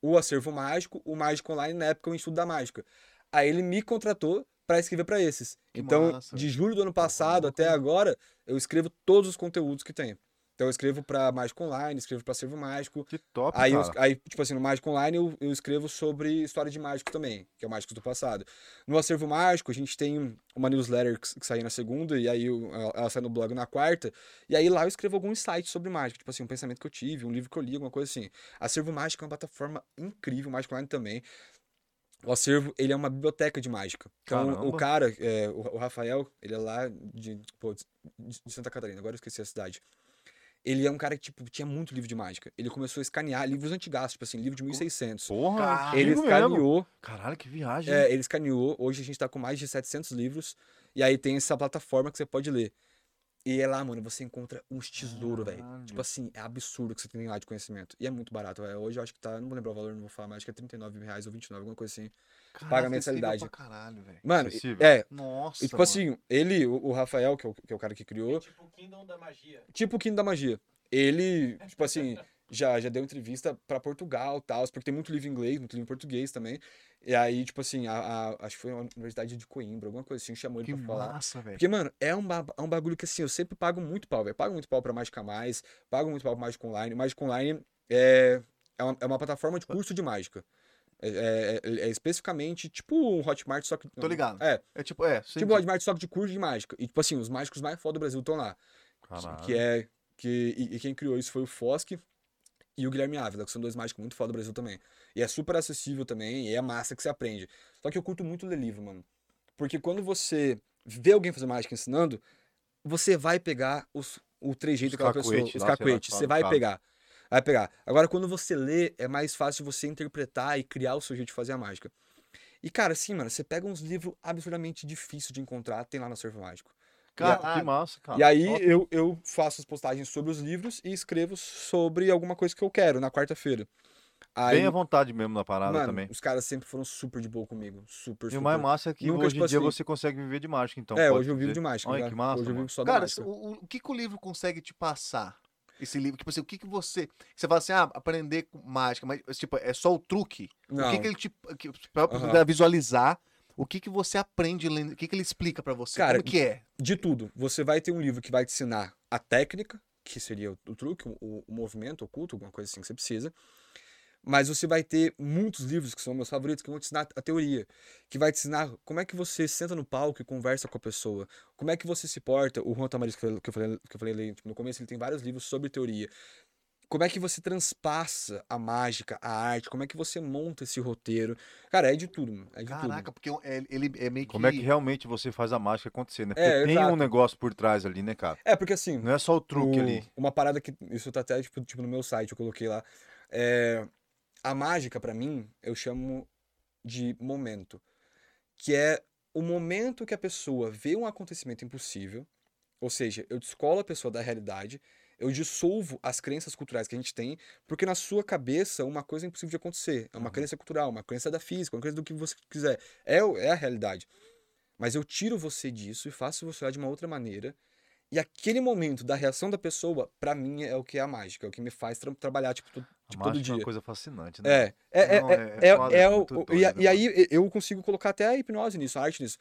Speaker 3: o acervo mágico, o mágico online, na época o Instituto da Mágica. Aí ele me contratou pra escrever pra esses.
Speaker 1: Que
Speaker 3: então,
Speaker 1: massa,
Speaker 3: de julho do ano passado até agora, eu escrevo todos os conteúdos que tem. Então eu escrevo pra Mágico Online, escrevo pra Servo Mágico.
Speaker 2: Que top,
Speaker 3: Aí, eu,
Speaker 2: cara.
Speaker 3: aí, tipo assim, no Mágico Online eu, eu escrevo sobre história de mágico também, que é o Mágicos do Passado. No Acervo Mágico, a gente tem uma newsletter que, s- que sai na segunda, e aí eu- ela- ela sai no blog na quarta, e aí lá eu escrevo algum insight sobre mágico, tipo assim, um pensamento que eu tive, um livro que eu li, alguma coisa assim. Acervo Mágico é uma plataforma incrível, o Mágico Online também. O Acervo, ele é uma biblioteca de mágica. Então, o
Speaker 2: Caramba.
Speaker 3: cara, é, o, o Rafael, ele é lá de, pô, de- de Santa Catarina, agora eu esqueci a cidade. Ele é um cara que, tipo, tinha muito livro de mágica. Ele começou a escanear livros antigas, tipo assim, livro de 1600.
Speaker 2: Porra,
Speaker 1: Cara,
Speaker 3: Ele
Speaker 2: antigo mesmo.
Speaker 3: escaneou,
Speaker 2: Caralho, que viagem.
Speaker 3: é, ele escaneou. Hoje a gente tá com mais de 700 livros. E aí tem essa plataforma que você pode ler. E é lá, mano, você encontra uns tesouros, velho. Tipo assim, é absurdo o que você tem lá de conhecimento. E é muito barato, velho. Hoje eu acho que tá, não vou lembrar o valor, não vou falar, mas acho que é R$ 39 reais ou 29, alguma coisa assim.
Speaker 1: Caraca, é
Speaker 3: paga
Speaker 1: incrível
Speaker 3: mensalidade.
Speaker 1: pra caralho, velho.
Speaker 3: Mano,
Speaker 2: Acessível.
Speaker 3: é.
Speaker 1: Nossa,
Speaker 3: E, tipo
Speaker 1: mano.
Speaker 3: assim, ele, o, o Rafael, que é o, que é o cara que criou,
Speaker 4: É tipo o Kingdom da magia.
Speaker 3: tipo o Quino da Magia. Ele,
Speaker 5: É
Speaker 3: tipo assim, já, já deu entrevista pra Portugal e tal, porque tem muito livro em inglês, muito livro em português também. E aí, tipo assim, a, a- acho que foi a Universidade de Coimbra, alguma coisa assim, chamou ele
Speaker 1: que
Speaker 3: pra falar.
Speaker 1: massa, velho.
Speaker 3: Porque, mano, é um, ba- é um bagulho que, assim, eu sempre pago muito pau, velho. Pago muito pau pra Mágica Mais, pago muito pau pra Mágica Online. Mágica Online é, é, uma, é uma plataforma de curso de mágica. É, é- é- é especificamente tipo um Hotmart, só que...
Speaker 1: Tô ligado.
Speaker 3: É,
Speaker 1: É tipo, é, sim,
Speaker 3: tipo um Hotmart, só que de curso de mágica. E, tipo assim, os mágicos mais foda do Brasil estão lá.
Speaker 2: Caralho.
Speaker 3: Que é. Que, e, e quem criou isso foi o Fosk e o Guilherme Ávila, que são dois mágicos muito foda do Brasil também. E é super acessível também, e é massa que você aprende. Só que eu curto muito ler livro, mano. Porque quando você vê alguém fazer mágica ensinando, você vai pegar os, o trejeito
Speaker 2: Os
Speaker 3: daquela pessoa,
Speaker 2: cacuete lá,
Speaker 3: os
Speaker 2: sei lá,
Speaker 3: cacuetes.
Speaker 2: que fala
Speaker 3: Você
Speaker 2: do
Speaker 3: vai
Speaker 2: cara.
Speaker 3: pegar. Vai pegar. Agora, quando você lê, é mais fácil você interpretar e criar o seu jeito de fazer a mágica. E, cara, assim, mano, você pega uns livros absurdamente difíceis de encontrar, tem lá no Servo Mágico.
Speaker 2: Cara, que
Speaker 1: Caralho.
Speaker 2: massa, cara.
Speaker 3: é E aí
Speaker 2: Top.
Speaker 3: eu, eu faço as postagens sobre os livros e escrevo sobre alguma coisa que eu quero na quarta-feira. Aí,
Speaker 2: Bem à vontade mesmo na parada
Speaker 3: mano,
Speaker 2: também.
Speaker 3: os caras sempre foram super de boa comigo. Super,
Speaker 2: E
Speaker 3: super.
Speaker 2: o mais massa é que
Speaker 3: Nunca,
Speaker 2: hoje
Speaker 3: tipo
Speaker 2: em dia
Speaker 3: assim-
Speaker 2: você consegue viver de mágica, então.
Speaker 3: é,
Speaker 2: pode
Speaker 3: hoje eu vivo
Speaker 2: dizer.
Speaker 3: de mágica.
Speaker 2: Olha
Speaker 3: cara.
Speaker 2: que massa,
Speaker 3: Hoje eu
Speaker 2: mano.
Speaker 3: vivo só da
Speaker 1: Cara,
Speaker 3: mágica.
Speaker 1: o, o que, que o livro consegue te passar? Esse livro, tipo assim, o que, que você. Você fala assim, ah, aprender com mágica, mas tipo, é só o truque. O
Speaker 3: Não,
Speaker 1: que, que ele te. Que, pra,
Speaker 3: Aham.
Speaker 1: pra visualizar, o que, que você aprende lendo. O que, que ele explica pra você?
Speaker 3: Cara,
Speaker 1: Como que é?
Speaker 3: de tudo. Você vai ter um livro que vai te ensinar a técnica, que seria o, o truque, o, o movimento oculto, alguma coisa assim que você precisa. Mas você vai ter muitos livros que são meus favoritos que vão te ensinar a teoria, que vai te ensinar como é que você senta no palco e conversa com a pessoa, como é que você se porta. O Juan Tamariz, que eu que eu falei, que eu falei ali tipo, no começo, ele tem vários livros sobre teoria. Como é que você transpassa a mágica, a arte, como é que você monta esse roteiro. Cara, é de tudo, mano. É de tudo.
Speaker 1: Caraca, porque é- ele é meio que.
Speaker 2: Como é que realmente você faz a mágica acontecer, né? Porque
Speaker 3: É,
Speaker 2: tem
Speaker 3: exato.
Speaker 2: um negócio por trás ali, né, cara?
Speaker 3: É, porque assim.
Speaker 2: Não é só o truque
Speaker 3: O-
Speaker 2: ali.
Speaker 3: Uma parada que. Isso tá até, tipo, tipo, no meu site, eu coloquei lá. É, a mágica, pra mim, eu chamo de momento. Que é o momento que a pessoa vê um acontecimento impossível, ou seja, eu descolo a pessoa da realidade, eu dissolvo as crenças culturais que a gente tem, porque na sua cabeça uma coisa é impossível de acontecer. É uma
Speaker 2: Uhum.
Speaker 3: crença cultural, uma crença da física, uma crença do que você quiser. É, o- é a realidade. Mas eu tiro você disso e faço você olhar de uma outra maneira. E aquele momento da reação da pessoa, pra mim, é o que é a mágica, é o que me faz tra- trabalhar tipo, to-
Speaker 2: A
Speaker 3: tipo, todo
Speaker 2: mágica é
Speaker 3: dia.
Speaker 2: uma coisa fascinante, né?
Speaker 3: É, é, é,
Speaker 2: Não,
Speaker 3: é,
Speaker 2: é- é
Speaker 3: é-
Speaker 2: foda,
Speaker 3: é
Speaker 2: é
Speaker 3: o,
Speaker 2: muito
Speaker 3: o-
Speaker 2: doido,
Speaker 3: e, a- e
Speaker 2: né?
Speaker 3: aí e- eu consigo colocar até a hipnose nisso, a arte nisso.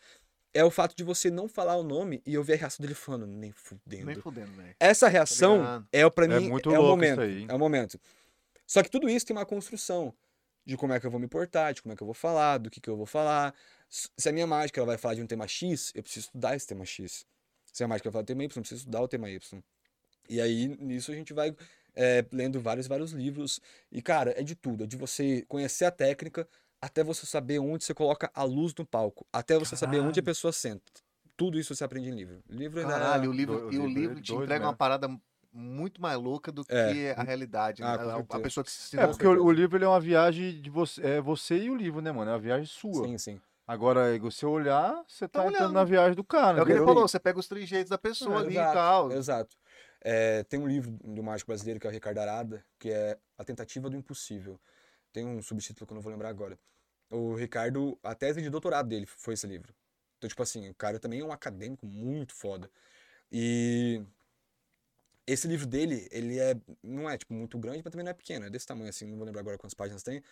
Speaker 3: É o fato de você não falar o nome e eu ver a reação dele falando, nem fudendo.
Speaker 1: Nem fudendo, velho.
Speaker 3: Essa reação
Speaker 1: ligado.
Speaker 3: é para
Speaker 2: Tá É
Speaker 3: mim
Speaker 2: muito
Speaker 3: é o
Speaker 2: louco
Speaker 3: momento,
Speaker 2: isso aí, hein?
Speaker 3: é o momento. Só que tudo isso tem uma construção de como é que eu vou me portar, de como é que eu vou falar, do que que eu vou falar. S- Se a minha mágica ela vai falar de um tema X, eu preciso estudar esse tema X. Se a mágica vai falar do tema Y, eu preciso estudar o tema Y. E aí nisso a gente vai é, lendo vários vários livros e cara é de tudo, é de você conhecer a técnica até você saber onde você coloca a luz no palco, até você saber onde a
Speaker 1: Caralho.
Speaker 3: pessoa senta. Tudo isso você aprende em livro. Livro ainda é-
Speaker 1: Caralho, o livro,
Speaker 2: doido,
Speaker 1: e o
Speaker 2: o livro é
Speaker 1: livro te
Speaker 2: doido
Speaker 1: entrega uma
Speaker 2: mesmo.
Speaker 1: parada muito mais louca do que
Speaker 3: É.
Speaker 1: a realidade. né?
Speaker 3: Ah, com
Speaker 1: A- a,
Speaker 3: certeza.
Speaker 1: pessoa que se
Speaker 2: É,
Speaker 1: ensinou.
Speaker 2: porque o, o livro ele é uma viagem de você. É você e o livro, né, mano? É uma viagem sua.
Speaker 3: Sim, sim.
Speaker 2: Agora, Igor, se eu olhar, você tá,
Speaker 1: Tá
Speaker 2: entrando
Speaker 1: olhando.
Speaker 2: na viagem do cara.
Speaker 1: É o que ele
Speaker 2: entendeu?
Speaker 1: falou, você pega os trejeitos da pessoa
Speaker 3: Ah,
Speaker 1: ali
Speaker 3: exato,
Speaker 1: e tal.
Speaker 3: Exato. É, tem um livro do mágico brasileiro que é o Ricardo Arada, que é A Tentativa do Impossível. Tem um subtítulo que eu não vou lembrar agora. O Ricardo, a tese de doutorado dele foi esse livro. Então, tipo assim, o cara também é um acadêmico muito foda. E esse livro dele, ele é, não é, tipo, muito grande, mas também não é pequeno. É desse tamanho, assim, não vou lembrar agora quantas páginas tem.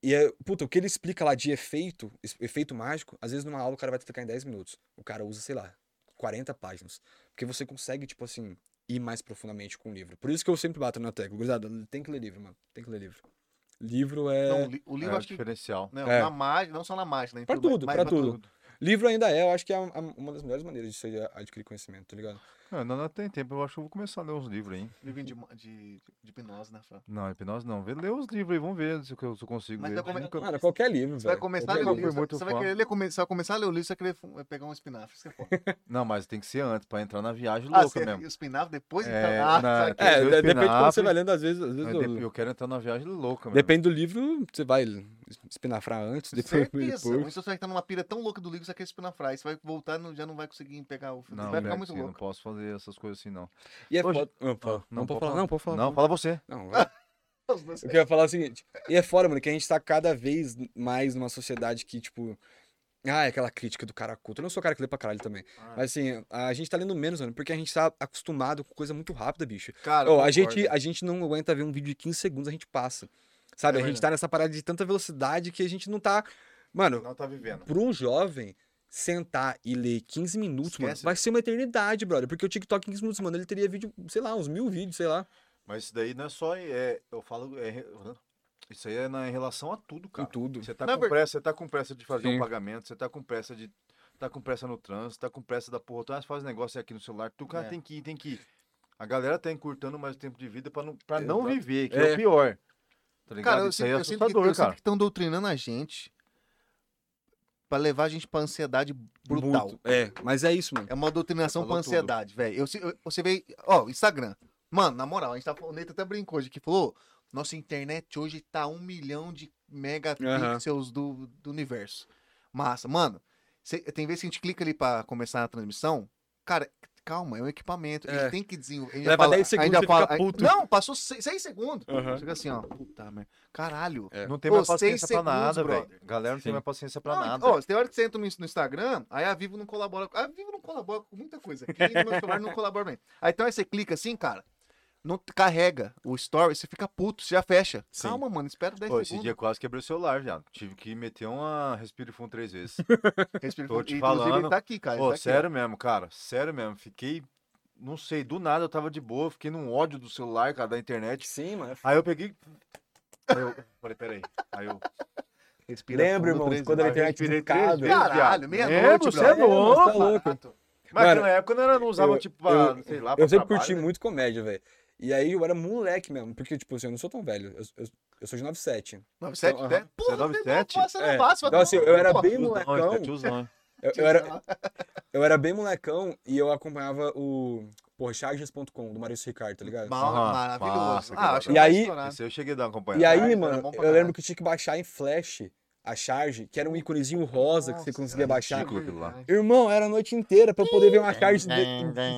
Speaker 3: E é, puta, o que ele explica lá de efeito, es- efeito mágico, às vezes numa aula o cara vai te explicar em 10 minutos. O cara usa, sei lá, 40 páginas. Porque você consegue, tipo assim, ir mais profundamente com o livro. Por isso que eu sempre bato na tecla. Gurizada, tem que ler livro, mano. Tem que ler livro. Livro é.
Speaker 1: Não, Então, o li- o livro
Speaker 2: é o
Speaker 1: acho que.
Speaker 2: diferencial.
Speaker 1: Não,
Speaker 3: É.
Speaker 1: na mágica, não só na mágica, né? em
Speaker 3: Pra tudo,
Speaker 1: mas
Speaker 3: pra tudo. Livro ainda é, eu acho que é a- a- uma das melhores maneiras de você adquirir conhecimento, tá ligado?
Speaker 2: Não, não, não tem tempo, eu acho que eu vou começar a ler uns livros aí.
Speaker 1: Livrinho de, ma- de, de hipnose, né, Fran?
Speaker 2: Não, hipnose não. Vê, lê os livros aí, vamos ver se eu, se eu consigo
Speaker 1: Mas
Speaker 2: ler.
Speaker 1: vai come-
Speaker 2: Nunca-
Speaker 3: Cara, qualquer livro, velho.
Speaker 1: Você vai começar a ler
Speaker 3: Qualquer
Speaker 1: o
Speaker 2: nunca
Speaker 1: livro,
Speaker 2: fui É, muito
Speaker 1: você vai
Speaker 2: fã.
Speaker 1: querer ler, come- você vai começar a ler o livro, você vai querer fu- pegar um espinafre. Isso que é
Speaker 2: [LAUGHS]
Speaker 1: foda.
Speaker 2: Não, mas tem que ser antes, pra entrar na viagem
Speaker 1: Ah,
Speaker 2: louca
Speaker 1: você-
Speaker 2: mesmo.
Speaker 1: e o espinafre depois?
Speaker 2: Tá É,
Speaker 1: então, ah, [LAUGHS]
Speaker 2: na- [LAUGHS]
Speaker 1: sabe?
Speaker 2: Eu
Speaker 3: É, de- depende de
Speaker 2: espinafre.
Speaker 3: quando você vai lendo, às vezes, às vezes
Speaker 2: Eu,
Speaker 3: eu...
Speaker 2: eu quero entrar na viagem
Speaker 1: é
Speaker 2: louca mesmo.
Speaker 3: depende do livro, você vai espinafrar antes, depois,
Speaker 1: Certeza. Ou
Speaker 3: depois.
Speaker 1: Então você vai estar numa pira tão louca do livro que você quer espinafrar. Aí você vai voltar e já não vai conseguir pegar o filme.
Speaker 2: Não, é,
Speaker 1: Você vai ficar
Speaker 2: moleque,
Speaker 1: muito
Speaker 2: eu não
Speaker 1: louco.
Speaker 2: posso fazer essas coisas assim, não.
Speaker 3: E é
Speaker 2: Hoje-
Speaker 3: foda. Não, fala. Não, pode falar. Não, pode falar.
Speaker 2: Não, fala você.
Speaker 3: Não, vai. Eu queria falar o seguinte. E é foda, mano, que a gente tá cada vez mais numa sociedade que, tipo. Ah, é aquela crítica do cara culto. Eu não sou o cara que lê pra caralho também.
Speaker 1: Ah.
Speaker 3: Mas assim, a gente tá lendo menos, mano, porque a gente tá acostumado com coisa muito rápida, bicho.
Speaker 1: Cara, eu
Speaker 3: Ó, a,
Speaker 1: concordo.
Speaker 3: gente, a gente não aguenta ver um vídeo de 15 segundos, a gente passa. Sabe?
Speaker 1: É
Speaker 3: a gente
Speaker 1: verdade.
Speaker 3: tá nessa parada de tanta velocidade que a gente não tá. Mano,
Speaker 2: Não tá vivendo.
Speaker 3: Pra um jovem sentar e ler 15 minutos, mano,
Speaker 1: Esquece,
Speaker 3: vai ser uma eternidade, brother. Porque o TikTok em 15 minutos, mano, ele teria vídeo, sei lá, uns mil vídeos, sei lá.
Speaker 2: Mas isso daí não é só. É, eu falo. é re- isso aí é na, em relação a tudo,
Speaker 3: Com
Speaker 2: cara.
Speaker 3: tudo.
Speaker 2: Você tá
Speaker 1: Na
Speaker 2: com
Speaker 1: ver-
Speaker 2: pressa, você tá com pressa de fazer
Speaker 3: Sim.
Speaker 2: um pagamento, você tá com pressa de. Tá com pressa no trânsito, tá com pressa da porra, tu ah, faz negócio aqui no celular, tu cara
Speaker 1: É.
Speaker 2: tem que ir, tem que ir. A galera tá encurtando mais o tempo de vida pra não, pra não
Speaker 3: Exato.
Speaker 2: viver, que é.
Speaker 3: É.
Speaker 2: o pior. Tá ligado?
Speaker 1: Cara, eu,
Speaker 2: isso aí
Speaker 1: sinto,
Speaker 2: é
Speaker 1: eu sinto que-
Speaker 2: assustador,
Speaker 1: eu sinto
Speaker 2: cara.
Speaker 1: que estão doutrinando a gente pra levar a gente pra ansiedade brutal.
Speaker 3: Muito. É, mas é isso, mano.
Speaker 1: É uma doutrinação pra
Speaker 2: Falou tudo.
Speaker 1: ansiedade, velho. Eu, se- eu- você vê, ó, Instagram. Mano, na moral, a gente tá, o Neto até brincou hoje que falou: nossa internet hoje tá um milhão de megapixels do, do universo. Massa. Mano, cê- tem vezes que a gente clica ali pra começar a transmissão. Cara, calma, é um equipamento.
Speaker 3: É.
Speaker 1: Ele tem que desenvolver. Ele já
Speaker 3: Leva
Speaker 1: fala-
Speaker 3: 10 segundos,
Speaker 1: ainda
Speaker 3: você
Speaker 1: fala-
Speaker 3: fica puto.
Speaker 1: Não, passou 6 segundos.
Speaker 3: Aham.
Speaker 1: Fica assim, ó. Puta merda. Caralho.
Speaker 3: É.
Speaker 2: Não tem
Speaker 1: Pô,
Speaker 2: mais
Speaker 1: seis
Speaker 2: paciência pra
Speaker 1: segundos,
Speaker 2: nada,
Speaker 1: brother.
Speaker 2: velho. Galera não
Speaker 3: Sim.
Speaker 2: tem mais paciência pra
Speaker 1: Não,
Speaker 2: nada.
Speaker 1: Ó, tem hora que você entra no no Instagram, aí a Vivo não colabora. A Vivo não colabora com muita coisa. Aqui no meu celular não colabora bem. Aí então aí você clica assim, cara. Não t- carrega o story, você fica puto, você já fecha.
Speaker 3: Sim.
Speaker 1: Calma, mano, espera 10
Speaker 2: Pô, esse
Speaker 1: segundos.
Speaker 2: dia quase quebrei o celular, viado. Tive que meter uma respiro fundo três
Speaker 1: [LAUGHS]
Speaker 2: vezes.
Speaker 1: Respira
Speaker 2: tô
Speaker 1: Inclusive,
Speaker 2: te
Speaker 1: ele
Speaker 2: falando.
Speaker 1: tá aqui, cara. ele
Speaker 2: Pô,
Speaker 1: tá aqui,
Speaker 2: sério mesmo, cara. Sério mesmo. Fiquei, não sei, do nada eu tava de boa, fiquei num ódio do celular, cara, da internet.
Speaker 3: Sim, mano. é
Speaker 2: Aí eu peguei. Aí eu falei, peraí. Aí eu.
Speaker 1: ó. Respira
Speaker 3: Lembra,
Speaker 1: fundo,
Speaker 3: irmão,
Speaker 1: três
Speaker 3: quando a
Speaker 1: vezes.
Speaker 3: internet
Speaker 2: respirei
Speaker 3: discada.
Speaker 2: três vezes.
Speaker 1: Caralho,
Speaker 2: viado.
Speaker 1: meia-noite,
Speaker 2: Lembro,
Speaker 1: brother.
Speaker 2: cê é louco,
Speaker 3: tá louco.
Speaker 1: Barato.
Speaker 2: Mas
Speaker 3: Mano,
Speaker 2: na época eu não usava,
Speaker 3: eu-
Speaker 2: tipo, pra, sei lá, pra
Speaker 3: Eu sempre
Speaker 2: trabalho,
Speaker 3: curti
Speaker 2: né?
Speaker 3: muito comédia, velho. E aí eu era moleque mesmo, porque, tipo assim, eu não sou tão velho. Eu, eu, eu sou de 97.
Speaker 1: 97,
Speaker 3: Aham.
Speaker 1: né?
Speaker 2: Você é 97?
Speaker 1: Pô, você não é
Speaker 3: É.
Speaker 1: fácil, vai
Speaker 3: Então, assim,
Speaker 1: tomar
Speaker 3: eu
Speaker 1: no
Speaker 3: era
Speaker 1: cu,
Speaker 3: bem
Speaker 2: Tiozão,
Speaker 3: molecão.
Speaker 2: é tiozão, hein?
Speaker 3: Eu, eu
Speaker 1: tiozão.
Speaker 3: era, eu era bem molecão e eu acompanhava o. Porra, charges.com do Maurício Ricardo, tá ligado?
Speaker 1: Mal-
Speaker 2: Aham,
Speaker 1: Maravilhoso.
Speaker 2: massa,
Speaker 1: Ah, acho que
Speaker 3: e
Speaker 1: vai
Speaker 3: aí-
Speaker 1: estourar.
Speaker 2: Esse aí eu cheguei a dar uma
Speaker 3: E
Speaker 2: acompanhada.
Speaker 1: Ah,
Speaker 3: aí,
Speaker 1: isso era
Speaker 3: mano, tá
Speaker 1: bom pra
Speaker 3: eu lembro
Speaker 1: caralho.
Speaker 3: que eu tinha que baixar em flash a charge, que era um íconezinho rosa que você conseguia
Speaker 1: Nossa,
Speaker 3: baixar.
Speaker 2: ridículo aquilo lá.
Speaker 3: Irmão, era a noite inteira pra eu poder ver uma charge de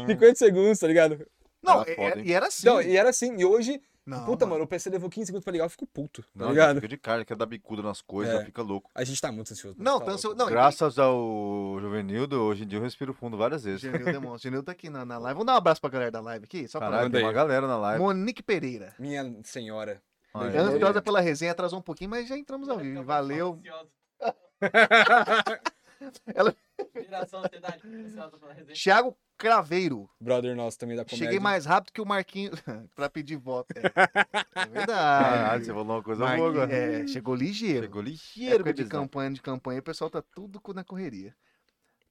Speaker 3: 50 segundos, tá ligado?
Speaker 1: Não,
Speaker 2: Era
Speaker 1: é-
Speaker 2: foda, hein?
Speaker 1: e era assim.
Speaker 3: Não, e era assim. E hoje,
Speaker 1: Não,
Speaker 3: puta, mano, o PC levou 15 segundos pra ligar, eu fico puto, tá
Speaker 2: Não, já
Speaker 3: ligado?
Speaker 2: fica de cara, quer dar bicuda nas coisas,
Speaker 3: É.
Speaker 2: já fica louco.
Speaker 3: A gente tá muito ansioso.
Speaker 1: Não, tá
Speaker 3: tá louco.
Speaker 1: ansioso- não, e-
Speaker 2: Graças ao Juvenildo, hoje em dia eu respiro fundo várias vezes.
Speaker 1: Genil Demon. Genil tá aqui na, na live. Vamos dar um abraço pra galera da live aqui? Só pra
Speaker 2: Caralho,
Speaker 3: Manda
Speaker 2: tem uma
Speaker 3: aí.
Speaker 2: galera na live. É.
Speaker 1: Monique Pereira.
Speaker 3: Minha senhora.
Speaker 2: Olha
Speaker 3: Monique
Speaker 2: aí.
Speaker 3: Pereira.
Speaker 1: Ansiosa pela resenha, atrasou um pouquinho, mas já entramos
Speaker 5: É,
Speaker 1: ao
Speaker 4: tá
Speaker 1: vivo. Valeu. [LAUGHS]
Speaker 4: Geração ansiedade, ansiosa pela resenha.
Speaker 1: Thiago Craveiro.
Speaker 3: Brother nosso também da comédia.
Speaker 1: Cheguei mais rápido que o Marquinhos [LAUGHS] pra pedir voto. É,
Speaker 2: [LAUGHS]
Speaker 1: é
Speaker 2: Caralho,
Speaker 1: verdade.
Speaker 2: você falou uma coisa boa
Speaker 1: Marquinhos,
Speaker 2: agora.
Speaker 1: é, chegou ligeiro.
Speaker 2: Chegou
Speaker 1: Época
Speaker 2: ligeiro,
Speaker 1: de
Speaker 2: bebezão.
Speaker 1: campanha, de campanha, o pessoal tá tudo co- na correria.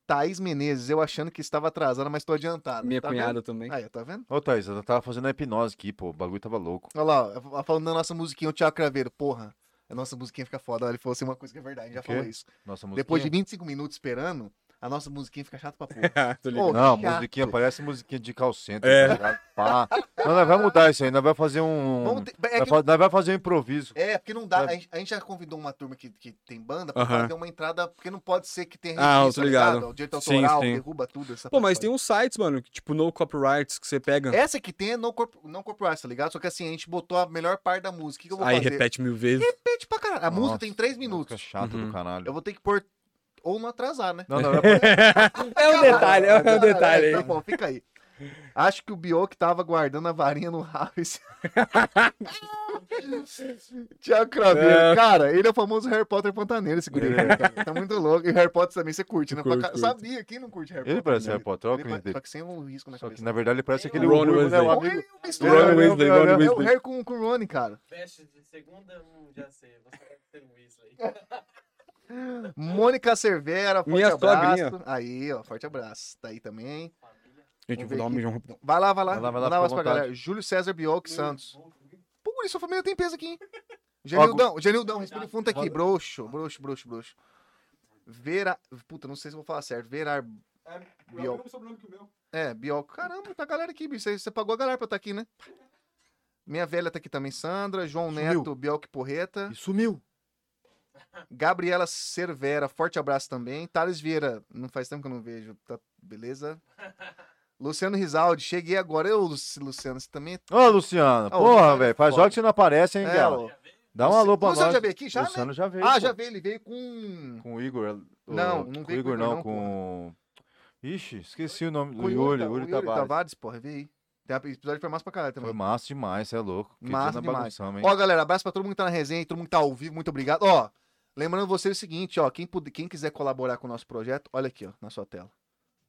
Speaker 1: Thaís Menezes, eu achando que estava atrasada, mas tô adiantada.
Speaker 3: Minha
Speaker 1: Tá
Speaker 3: cunhada também. [LAUGHS]
Speaker 1: Vendo? Aí, ó, tá vendo?
Speaker 2: Ô, Thaís, eu tava fazendo a hipnose aqui, pô. O bagulho tava louco.
Speaker 1: Olha lá, ó, ela falando da nossa musiquinha, o Thiago Craveiro. Porra, a nossa musiquinha fica foda. Olha, Ele falou assim uma coisa que é verdade, a gente já
Speaker 2: O quê?
Speaker 1: falou isso.
Speaker 2: Nossa musiquinha.
Speaker 1: Depois de 25 minutos esperando, a nossa musiquinha fica chata pra
Speaker 3: [LAUGHS]
Speaker 1: porra.
Speaker 3: Tô Tá ligado.
Speaker 1: Ô,
Speaker 2: Não,
Speaker 1: chato.
Speaker 2: musiquinha, parece musiquinha de call center,
Speaker 3: É.
Speaker 2: tá ligado? Pá. Não, nós vamos mudar isso aí, nós vamos fazer
Speaker 3: Hum,
Speaker 2: um.
Speaker 1: Vamos ter- é,
Speaker 2: nós,
Speaker 1: que-
Speaker 2: fa- nós vamos fazer um improviso.
Speaker 1: é, porque não dá.
Speaker 2: É.
Speaker 1: A gente, a gente já convidou uma turma que, que tem banda pra
Speaker 3: Aham.
Speaker 1: fazer uma entrada, porque não pode ser que tenha
Speaker 3: Ah, eu
Speaker 1: registro, tá
Speaker 3: tô ligado.
Speaker 1: O direito
Speaker 3: Sim,
Speaker 1: autoral
Speaker 3: sim.
Speaker 1: derruba tudo. Essa
Speaker 3: Pô, mas tem um-
Speaker 1: papada.
Speaker 3: uns sites, mano, que, tipo, no copyrights que você pega.
Speaker 1: Essa que tem é não, corp... não corporais, tá ligado? Só que assim, a gente botou a melhor parte da música. O que, que eu vou
Speaker 3: Aí
Speaker 1: fazer?
Speaker 3: repete mil vezes.
Speaker 1: Repete pra caralho. A música
Speaker 2: Nossa,
Speaker 1: tem 3
Speaker 2: Música
Speaker 1: minutos.
Speaker 2: chata
Speaker 3: Uhum.
Speaker 2: do caralho.
Speaker 1: Eu vou ter que pôr. Ou não atrasar, né? [LAUGHS]
Speaker 3: [LAUGHS]
Speaker 2: Não, não, não.
Speaker 3: É um É detalhe, é um detalhe aí.
Speaker 1: Tá bom, fica aí. Acho que o Bioc tava guardando a varinha no rabo.
Speaker 3: [LAUGHS]
Speaker 1: esse- Tiago Craveiro.
Speaker 3: É.
Speaker 1: Cara, ele é o famoso Harry Potter pantaneiro, esse guri. cara. Tá muito louco. E Harry Potter também você curte, né?
Speaker 3: Curto,
Speaker 1: Pra ca-
Speaker 3: curto.
Speaker 1: Sabia, quem não curte Harry
Speaker 2: Ele
Speaker 1: Potter? né?
Speaker 2: parece Harry Potter, olha o
Speaker 1: Ele
Speaker 2: clima
Speaker 1: pa- Só
Speaker 2: dele.
Speaker 1: que sem o risco né, na
Speaker 2: Só que
Speaker 1: cabeça.
Speaker 2: na verdade ele parece
Speaker 4: Tem
Speaker 2: aquele
Speaker 4: o
Speaker 3: Ron
Speaker 2: Urgo, né? O
Speaker 3: Weasley.
Speaker 2: amigo.
Speaker 1: Olha a história,
Speaker 3: Ron
Speaker 1: né?
Speaker 3: Weasley, Ron
Speaker 1: É o
Speaker 3: Weasley.
Speaker 1: Harry com, com o Rony, cara.
Speaker 4: Veste de segunda, hum, já sei. Você vai ter um o
Speaker 1: [LAUGHS]
Speaker 4: Weasley.
Speaker 1: Mônica Cervera, forte
Speaker 3: Minha
Speaker 1: abraço.
Speaker 3: sogrinha.
Speaker 1: Aí, ó, forte abraço. Tá aí também.
Speaker 4: Família.
Speaker 3: Gente, eu
Speaker 1: Vamos
Speaker 3: vou dar um
Speaker 1: ver
Speaker 3: mijão rapidão.
Speaker 1: Vai lá, vai lá.
Speaker 2: Vai lá, vai lá,
Speaker 1: Manda um abraço
Speaker 2: fica à
Speaker 1: pra galera. Júlio César Bioc Santos. Pô, isso a família tem peso aqui, hein? Genildão, Genildão, respira fundo aqui. Broxo, broxo, broxo, broxo. Vera. Puta, não sei se eu vou falar certo. Verar.
Speaker 6: O meu é o mesmo sobrenome que o meu.
Speaker 1: É, Bioc. Caramba, tá a galera aqui, bicho. Você, você pagou a galera pra estar aqui, né? Minha velha tá aqui também, Sandra. João
Speaker 2: Sumiu.
Speaker 1: Neto, Bioc Porreta.
Speaker 2: E sumiu.
Speaker 1: Gabriela Cervera, forte abraço também. Thales Vieira, não faz tempo que eu não vejo. Tá, beleza? Luciano Rizaldi, cheguei agora. Eu, Luciano, você também é
Speaker 2: Ô, Luciano,
Speaker 1: Ah, o
Speaker 2: porra,
Speaker 1: Luciano é
Speaker 2: velho, faz
Speaker 1: foda.
Speaker 2: joga que você não aparece, hein,
Speaker 1: É,
Speaker 2: Galo?
Speaker 1: ó.
Speaker 4: Já veio?
Speaker 2: Dá um alô pra
Speaker 1: Luciano
Speaker 2: nós.
Speaker 1: já veio aqui? Já, né?
Speaker 2: Luciano já veio.
Speaker 1: Ah,
Speaker 2: pô.
Speaker 1: já veio, ele veio com.
Speaker 2: Com o Igor.
Speaker 1: Não,
Speaker 2: o-
Speaker 1: não
Speaker 2: com
Speaker 1: veio
Speaker 2: o Igor, não, com... Ixi, esqueci o nome.
Speaker 1: com tá,
Speaker 2: do Yuri, Yuri Tabares.
Speaker 1: porra, veio aí. Tem um episódio que foi massa pra caralho
Speaker 2: Foi
Speaker 1: também.
Speaker 2: massa demais, você é louco. Fiquei
Speaker 1: Massa
Speaker 2: dando
Speaker 1: demais.
Speaker 2: bagunção, hein?
Speaker 1: Ó, galera, abraço pra todo mundo que tá na resenha aí, todo mundo que tá ao vivo, muito obrigado. Ó, lembrando vocês o seguinte, ó, quem, puder, quem quiser colaborar com o nosso projeto, olha aqui, ó, na sua tela.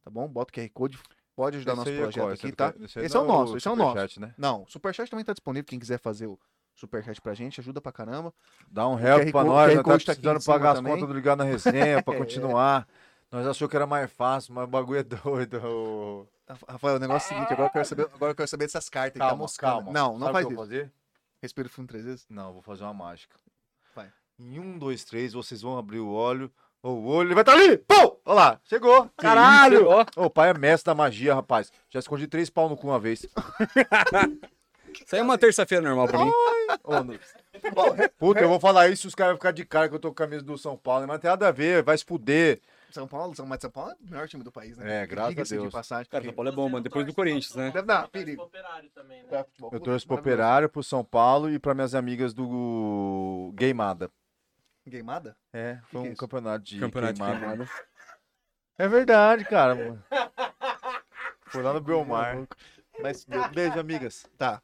Speaker 1: Tá bom? Bota o QR Code, pode ajudar o nosso
Speaker 2: aí é qual?
Speaker 1: projeto
Speaker 2: Esse
Speaker 1: aqui,
Speaker 2: do-
Speaker 1: tá?
Speaker 2: aí
Speaker 1: Esse é o
Speaker 2: não
Speaker 1: nosso, esse é o nosso.
Speaker 2: superchat, né?
Speaker 1: Não, o Superchat também tá disponível, quem quiser fazer o Superchat pra gente, ajuda pra caramba.
Speaker 2: Dá um
Speaker 1: QR
Speaker 2: help pra
Speaker 1: Code-
Speaker 2: nós,
Speaker 1: QR
Speaker 2: nós tá
Speaker 1: Code tá aqui em
Speaker 2: precisando
Speaker 1: cima
Speaker 2: pagar as
Speaker 1: também.
Speaker 2: contas do [LAUGHS] Ligado na Resenha pra
Speaker 1: É.
Speaker 2: continuar. Nós achou que era mais fácil, mas o bagulho é doido. ô.
Speaker 1: Rafael, o negócio é o seguinte, agora eu quero saber, agora eu quero saber dessas cartas aí, tá
Speaker 2: Calma,
Speaker 1: moscando.
Speaker 2: calma.
Speaker 1: Não, não
Speaker 2: Sabe o
Speaker 1: faz
Speaker 2: que eu
Speaker 1: isso.
Speaker 2: vou fazer?
Speaker 1: Respira o fundo três vezes.
Speaker 2: Não, eu vou fazer uma mágica.
Speaker 1: Vai.
Speaker 2: Em um, dois, três, vocês vão abrir o olho. Ô, O olho, ele vai estar ali! Pô! Olha lá, chegou! Caralho!
Speaker 3: Ó,
Speaker 2: Ô, o pai é mestre da magia, rapaz. Já escondi três pau no cu uma [LAUGHS] vez.
Speaker 3: Isso aí é uma terça-feira normal pra mim.
Speaker 2: Ô, no- Puta, eu vou falar isso e os caras vão ficar de cara que eu tô com a camisa do São Paulo, né? mas não tem nada a ver, vai se fuder.
Speaker 1: São Paulo, São, mas São Paulo é o melhor time do país, né?
Speaker 2: É, graças
Speaker 1: Diga-se
Speaker 2: a
Speaker 1: de
Speaker 2: Deus.
Speaker 1: passagem.
Speaker 3: Cara, São Paulo é
Speaker 4: Você
Speaker 3: bom,
Speaker 4: não
Speaker 3: mano. Depois
Speaker 4: torce
Speaker 3: do
Speaker 4: pra
Speaker 3: Corinthians, né?
Speaker 4: São Paulo,
Speaker 1: Deve dar,
Speaker 4: você torce
Speaker 1: perigo.
Speaker 4: pro Tá Operário também, né?
Speaker 1: É, futebol,
Speaker 2: Eu
Speaker 1: puta,
Speaker 2: torço pro
Speaker 1: maravilhoso.
Speaker 2: Operário, pro São Paulo e pra minhas amigas do Queimada.
Speaker 1: Queimada?
Speaker 2: É, foi
Speaker 1: que
Speaker 2: um
Speaker 1: é isso?
Speaker 2: campeonato de
Speaker 3: Campeonato de
Speaker 2: queimada.
Speaker 3: queimada.
Speaker 2: É verdade,
Speaker 1: [LAUGHS]
Speaker 2: cara. mano. Foi lá no Belmar.
Speaker 1: Mas,
Speaker 2: Beijo, amigas.
Speaker 1: tá.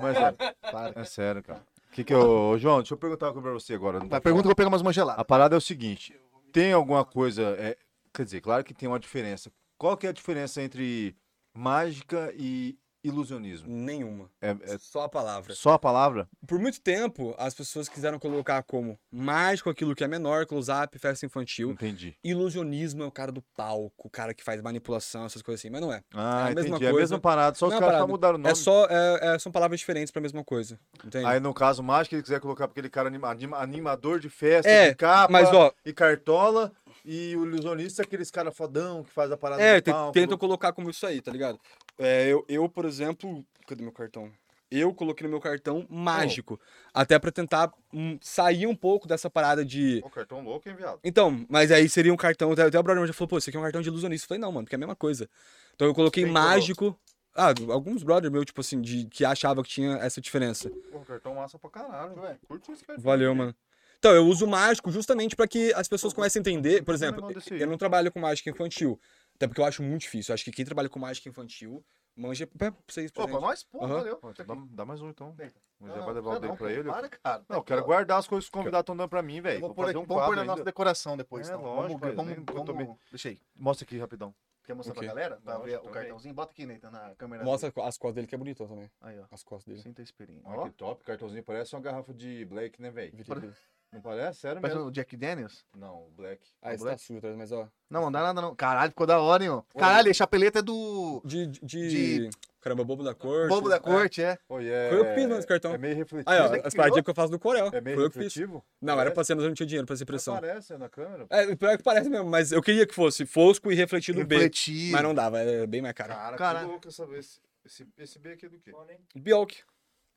Speaker 2: Mas
Speaker 1: para,
Speaker 2: é,
Speaker 1: para.
Speaker 2: é sério, cara. Que que eu... Ô, João, deixa eu perguntar uma coisa pra você agora. não
Speaker 1: Tá,
Speaker 2: vou
Speaker 1: pergunta que eu vou pegar mais uma
Speaker 2: A
Speaker 1: gelada.
Speaker 2: parada é o seguinte: tem alguma coisa. é, quer dizer, claro que tem uma diferença. Qual que é a diferença entre mágica e ilusionismo?
Speaker 3: Nenhuma.
Speaker 2: É,
Speaker 3: É
Speaker 2: é
Speaker 3: só a palavra.
Speaker 2: só a palavra?
Speaker 3: Por muito tempo, as pessoas quiseram colocar como mágico aquilo que é menor, close-up, festa infantil.
Speaker 2: Entendi.
Speaker 3: Ilusionismo é o cara do palco, o cara que faz manipulação, essas coisas assim. Mas não é.
Speaker 2: Ah,
Speaker 3: É a mesma
Speaker 2: entendi. É a
Speaker 3: coisa.
Speaker 2: mesma parada, só os
Speaker 3: Não é
Speaker 2: caras só
Speaker 3: parada.
Speaker 2: mudaram o nome.
Speaker 3: É só, um é- é- são palavras diferentes pra mesma coisa. Entende?
Speaker 2: Aí, no caso, mágica, ele quiser colocar porque ele cara anima- anima- animador de festa,
Speaker 3: É,
Speaker 2: de capa
Speaker 3: Mas, ó,
Speaker 2: e cartola. E o ilusionista é aqueles cara fodão que faz a parada
Speaker 3: É,
Speaker 2: no
Speaker 3: te-
Speaker 2: palco.
Speaker 3: tentam colocar como isso aí, tá ligado? É, eu, eu, por exemplo. Cadê meu cartão? Eu coloquei no meu cartão mágico.
Speaker 2: Oh.
Speaker 3: Até pra tentar hum, sair um pouco dessa parada de.
Speaker 2: Ô, cartão louco, hein, viado?
Speaker 3: Então, mas aí seria um cartão. Até, até o brother meu já falou, pô, isso aqui é um cartão de ilusionista. Eu falei, não, mano, porque é a mesma coisa. Então eu coloquei
Speaker 2: Bem
Speaker 3: mágico. Ah, alguns brother meu, tipo assim, de, que achava que tinha essa diferença.
Speaker 2: Pô, cartão massa pra caralho, velho. Curte esse cartão.
Speaker 3: Valeu, mano. Então, eu uso mágico justamente pra que as pessoas comecem a entender.
Speaker 1: é
Speaker 3: Por exemplo, Eu não trabalho com mágica infantil. Até porque eu acho muito difícil. Eu acho que quem trabalha com mágica infantil manja. Pé, pra vocês,
Speaker 1: Pô,
Speaker 3: presente.
Speaker 1: pra nós, pô,
Speaker 3: Aham.
Speaker 1: valeu.
Speaker 2: Pô, então dá, dá mais um então.
Speaker 1: Tem.
Speaker 2: Mas já vai levar o
Speaker 1: não,
Speaker 2: dele pra
Speaker 1: pô,
Speaker 2: ele.
Speaker 1: Para, cara.
Speaker 2: Não, eu quero guardar as coisas que os convidados estão dando pra mim, velho.
Speaker 1: Eu vou
Speaker 2: Vou
Speaker 1: pôr
Speaker 2: fazer
Speaker 1: aqui,
Speaker 2: um
Speaker 1: vamos pôr na
Speaker 2: quadro
Speaker 1: nossa
Speaker 2: ainda.
Speaker 1: decoração depois.
Speaker 2: É,
Speaker 1: então.
Speaker 2: lógico,
Speaker 1: vamos,
Speaker 2: eu
Speaker 1: vamos,
Speaker 2: nem- eu
Speaker 1: vamos,
Speaker 2: tomei.
Speaker 1: Deixa aí.
Speaker 2: Mostra aqui rapidão.
Speaker 1: Quer mostrar
Speaker 3: Ok.
Speaker 1: pra galera? Pra
Speaker 2: Lógico,
Speaker 1: ver o
Speaker 2: também.
Speaker 1: cartãozinho? Bota aqui, Neita, na câmera.
Speaker 3: Mostra as costas dele que é bonita também.
Speaker 1: Aí, ó.
Speaker 3: As costas dele.
Speaker 1: Sinta a experiência.
Speaker 2: Olha
Speaker 1: Ó,
Speaker 2: que top, cartãozinho. Parece uma garrafa de Black, né, velho?
Speaker 3: Vira ele.
Speaker 2: Não parece? Sério
Speaker 1: parece
Speaker 2: mesmo?
Speaker 1: o Jack Daniels?
Speaker 2: Não, o Black.
Speaker 1: um
Speaker 3: Ah, esse tá sujo atrás, mas ó.
Speaker 1: Não, não dá nada não. Caralho, ficou da hora, hein, ó. Caralho, a chapeleta é do...
Speaker 3: De. de, de- Caramba, bobo da corte.
Speaker 1: Bobo da corte, é.
Speaker 2: Oi, é...
Speaker 3: Foi eu que fiz, mano, esse cartão.
Speaker 2: É meio
Speaker 3: Aí,
Speaker 2: refletivo.
Speaker 1: Você
Speaker 3: ó,
Speaker 1: que
Speaker 3: as
Speaker 1: criou?
Speaker 3: paradinhas que eu faço do Corel.
Speaker 2: É meio É.
Speaker 3: Foi eu que fiz.
Speaker 2: refletivo?
Speaker 3: Não, era pra ser, mas eu não tinha dinheiro pra ser
Speaker 2: Não
Speaker 3: impressão.
Speaker 2: Parece na câmera.
Speaker 3: É, pior que parece mesmo, mas eu queria que fosse fosco e refletido B.
Speaker 1: Refletido.
Speaker 3: Mas não dava, é bem mais caro.
Speaker 2: Cara,
Speaker 1: Cara.
Speaker 2: que louco essa vez. Esse, esse B aqui é do quê?
Speaker 4: Bom, hein?
Speaker 3: Bielk.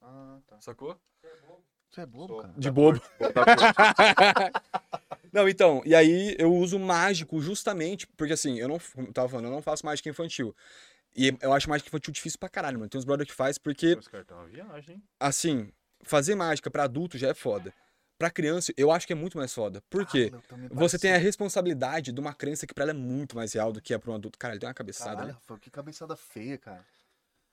Speaker 2: Ah, tá.
Speaker 3: Sacou?
Speaker 1: Você é bobo,
Speaker 2: Sou.
Speaker 1: cara.
Speaker 3: De bobo. [LAUGHS]
Speaker 2: tá
Speaker 3: Não, então, e aí eu uso mágico justamente, porque assim, eu não, como eu tava falando, eu não faço mágica infantil. E eu acho mágica infantil difícil pra caralho, mano. Tem uns brother que faz porque,
Speaker 2: Esse cartão é uma viagem, hein?
Speaker 3: assim, fazer mágica pra adulto já é foda. Pra criança, eu acho que é muito mais foda. Por
Speaker 2: Ah,
Speaker 3: quê? Você tem a responsabilidade de uma crença que pra ela é muito mais real do que é pra um adulto. Cara, ele deu uma cabeçada.
Speaker 1: Caralho,
Speaker 3: né?
Speaker 1: Rafael, que cabeçada feia, cara.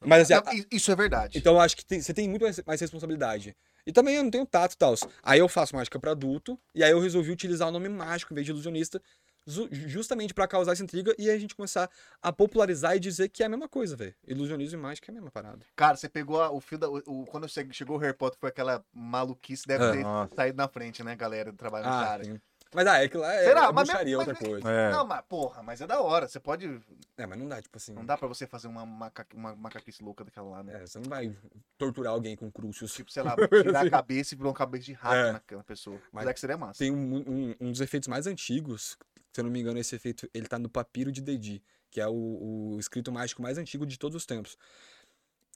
Speaker 3: Mas assim, a-
Speaker 1: Não, i- Isso é verdade.
Speaker 3: Então eu acho que tem- você tem muito mais, mais responsabilidade. E também eu não tenho tato e tal. Aí eu faço mágica pra adulto, e aí eu resolvi utilizar o nome mágico em vez de ilusionista, zu- justamente pra causar essa intriga e a gente começar a popularizar e dizer que é a mesma coisa, velho. Ilusionismo e mágica é a mesma parada.
Speaker 1: Cara, você pegou a- o fio da. o- o- quando che- chegou o Harry Potter, foi aquela maluquice, deve
Speaker 3: É.
Speaker 1: ter
Speaker 2: Nossa.
Speaker 1: saído na frente, né, galera, do trabalho
Speaker 3: Ah,
Speaker 1: nessa área.
Speaker 3: sim. Mas ah, é que lá é,
Speaker 1: Será?
Speaker 3: é
Speaker 1: Mas mesmo- né?
Speaker 3: bruxaria,
Speaker 1: mas
Speaker 3: outra
Speaker 1: mesmo-
Speaker 3: coisa.
Speaker 2: É.
Speaker 1: Não, mas porra, mas é da hora. Você pode.
Speaker 3: É, mas não dá, tipo assim.
Speaker 1: Não dá pra você fazer uma, maca... uma macaquice louca daquela lá, né?
Speaker 3: é, você não vai torturar alguém com crucius.
Speaker 1: Tipo,
Speaker 2: [LAUGHS]
Speaker 1: sei lá, tirar
Speaker 2: assim.
Speaker 1: a cabeça e virar um cabeça de rato
Speaker 3: É.
Speaker 1: na- na pessoa.
Speaker 3: Mas-
Speaker 1: Mas é que seria massa.
Speaker 3: Tem um, um- um dos efeitos mais antigos, se eu não me engano, esse efeito ele tá no papiro de Dedi, que é o, o escrito mágico mais antigo de todos os tempos.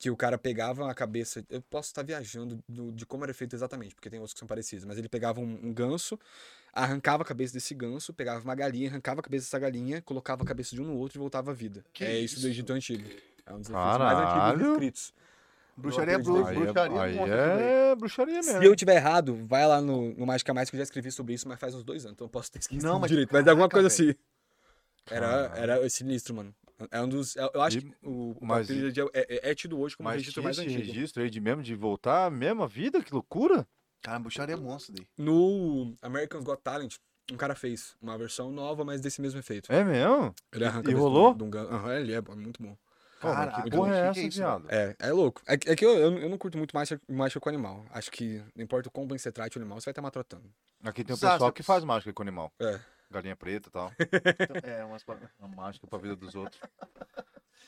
Speaker 3: Que o cara pegava a cabeça. Eu posso estar viajando do- de como era feito exatamente, porque tem outros que são parecidos, mas ele pegava um, um ganso, arrancava a cabeça desse ganso, pegava uma galinha, arrancava a cabeça dessa galinha, colocava a cabeça de um no outro e voltava à vida.
Speaker 1: Que
Speaker 3: é isso do
Speaker 1: isso?
Speaker 3: Egito Antigo. É um dos efeitos mais antigos
Speaker 2: Caralho!
Speaker 3: escritos.
Speaker 1: Bruxaria é
Speaker 3: acredito.
Speaker 1: bruxa,
Speaker 2: Aí é-
Speaker 1: bruxaria monstro
Speaker 2: aí
Speaker 1: isso daí.
Speaker 2: é bruxaria mesmo.
Speaker 3: Se eu tiver errado, vai lá no, no Mágica Mais que eu já escrevi sobre isso, mas faz uns dois anos, então eu posso ter esquecido
Speaker 1: Não, mas
Speaker 3: direito. Mas é alguma
Speaker 1: caraca,
Speaker 3: coisa assim. Era,
Speaker 2: Caralho.
Speaker 3: era sinistro, mano. É um dos. Eu eu acho
Speaker 2: E-
Speaker 3: que o, o
Speaker 2: mas-
Speaker 3: Papiro de Ediel é, é, é tido hoje como o
Speaker 2: Mas
Speaker 3: registro
Speaker 2: tinha
Speaker 3: mais
Speaker 2: esse
Speaker 3: antigo.
Speaker 2: registro aí de mesmo, de voltar mesmo à vida? Que loucura!
Speaker 1: Cara, bruxaria é monstro daí.
Speaker 3: No American's Got Talent, um cara fez uma versão nova, mas desse mesmo efeito.
Speaker 2: É mesmo?
Speaker 3: Ele arranca
Speaker 2: e
Speaker 3: a cabeça
Speaker 2: rolou?
Speaker 3: de um gan- Aham, ele é bom, muito bom.
Speaker 2: Pô, mas
Speaker 1: Caraca,
Speaker 2: que porra
Speaker 1: que
Speaker 2: é
Speaker 1: que é
Speaker 2: essa,
Speaker 1: isso,
Speaker 2: viado?
Speaker 3: É, é louco. É, que- é que eu, eu, eu não curto muito mágica, mágica com animal. Acho que não importa o quão bem você trate o animal, você vai estar maltratando.
Speaker 2: Aqui tem um
Speaker 1: Sá,
Speaker 2: pessoal
Speaker 1: cê-
Speaker 2: que faz mágica com animal.
Speaker 3: É.
Speaker 2: Galinha preta e tal.
Speaker 1: Então, é, umas
Speaker 2: [LAUGHS]
Speaker 1: pa-
Speaker 2: Uma mágica pra vida dos [LAUGHS] outros.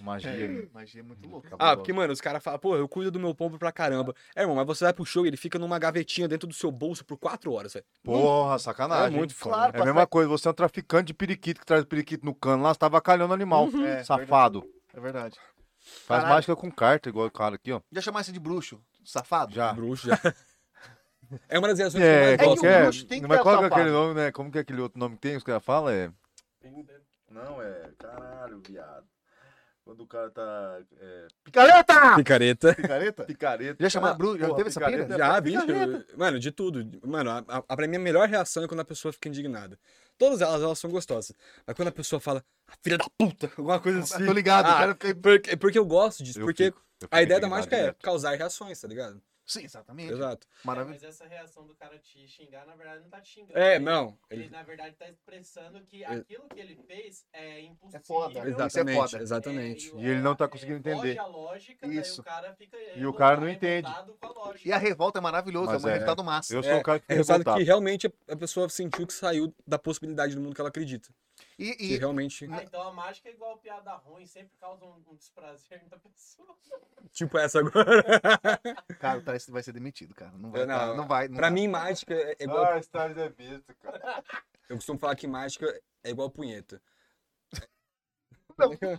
Speaker 2: Magia.
Speaker 1: é, magia é muito louca.
Speaker 2: Acabou
Speaker 3: Ah,
Speaker 2: logo.
Speaker 3: porque, mano, os caras falam, pô, eu cuido do meu pombo pra caramba. É, irmão, mas você vai pro show e ele fica numa gavetinha dentro do seu bolso por quatro horas, velho.
Speaker 2: Porra, sacanagem.
Speaker 3: É muito
Speaker 2: hein?
Speaker 3: foda.
Speaker 2: É a mesma coisa, você é um traficante de periquito que traz o periquito no cano lá, você tá avacalhando o animal.
Speaker 1: É,
Speaker 2: Safado.
Speaker 1: É verdade.
Speaker 2: Faz
Speaker 1: Caralho.
Speaker 2: mágica com carta, igual o cara aqui, ó.
Speaker 1: Já chamasse de bruxo? Safado?
Speaker 2: Já. [LAUGHS]
Speaker 3: Bruxo já. é uma das reações
Speaker 2: Ah. É,
Speaker 3: um que eu mais gosto.
Speaker 2: qualquer.
Speaker 1: bruxo tem que
Speaker 2: Mas
Speaker 1: ter
Speaker 2: qual que é
Speaker 1: safado.
Speaker 2: aquele nome, né? Como que é aquele outro nome que tem? Os caras falam é.
Speaker 7: Não, é. Caralho, viado. Quando o cara tá. É,
Speaker 2: Picareta! [LAUGHS]
Speaker 3: Picareta.
Speaker 2: Tá.
Speaker 1: Picareta?
Speaker 7: picareta.
Speaker 1: Já
Speaker 3: Ah,
Speaker 1: chamaram
Speaker 7: cara.
Speaker 1: bruxo? é Já
Speaker 7: Porra,
Speaker 1: teve essa
Speaker 7: picareta
Speaker 1: pira?
Speaker 7: é-
Speaker 3: Já, bicho. Mano, de tudo. Mano, a, a, pra mim a melhor reação é quando a pessoa fica indignada. Todas elas, elas são gostosas. Mas quando a pessoa fala, "Ah, filha da puta, [LAUGHS] alguma coisa
Speaker 2: [LAUGHS]
Speaker 3: assim.
Speaker 1: Tô ligado,
Speaker 3: Ah,
Speaker 1: o cara fica-
Speaker 3: porque, porque eu gosto disso.
Speaker 2: Eu
Speaker 3: porque
Speaker 2: fico- eu
Speaker 3: a
Speaker 2: fico
Speaker 3: ideia da
Speaker 2: indignado
Speaker 3: mágica é
Speaker 2: direto.
Speaker 3: causar reações, tá ligado?
Speaker 1: Sim, exatamente.
Speaker 3: Exato.
Speaker 4: É,
Speaker 1: Maravilhoso.
Speaker 4: mas essa reação do cara te xingar, na verdade, não tá te xingando.
Speaker 3: É,
Speaker 4: Ele-
Speaker 3: não.
Speaker 4: Ele,
Speaker 3: ele- É.
Speaker 4: na verdade, tá expressando que
Speaker 3: Ele-
Speaker 4: aquilo que ele fez é impossível.
Speaker 1: É foda. Isso é
Speaker 3: Exatamente,
Speaker 1: foda.
Speaker 3: exatamente.
Speaker 4: o-
Speaker 2: E ele não tá conseguindo
Speaker 4: foge
Speaker 2: entender.
Speaker 4: a lógica,
Speaker 1: Isso.
Speaker 4: Daí o cara fica, tá
Speaker 2: E o cara não entende.
Speaker 1: E a revolta é maravilhosa,
Speaker 2: Mas
Speaker 1: é um
Speaker 2: é.
Speaker 1: resultado massa.
Speaker 2: Eu sou o cara que
Speaker 3: É
Speaker 2: fica
Speaker 3: resultado
Speaker 2: revoltado.
Speaker 3: que realmente a- a pessoa sentiu que saiu da possibilidade do mundo que ela acredita.
Speaker 1: E,
Speaker 3: Que
Speaker 1: e-
Speaker 3: realmente,
Speaker 4: Ah, então a mágica é igual piada ruim, sempre causa um, um desprazer na pessoa.
Speaker 3: tipo essa agora.
Speaker 1: [LAUGHS] cara, o Tarek vai ser demitido, cara. Não vai,
Speaker 3: Eu não-
Speaker 1: tá, não, vai. Não
Speaker 3: pra
Speaker 1: dá.
Speaker 3: mim, mágica é é igual.
Speaker 2: Stars é besta, cara.
Speaker 3: Eu costumo falar que mágica é igual punheta.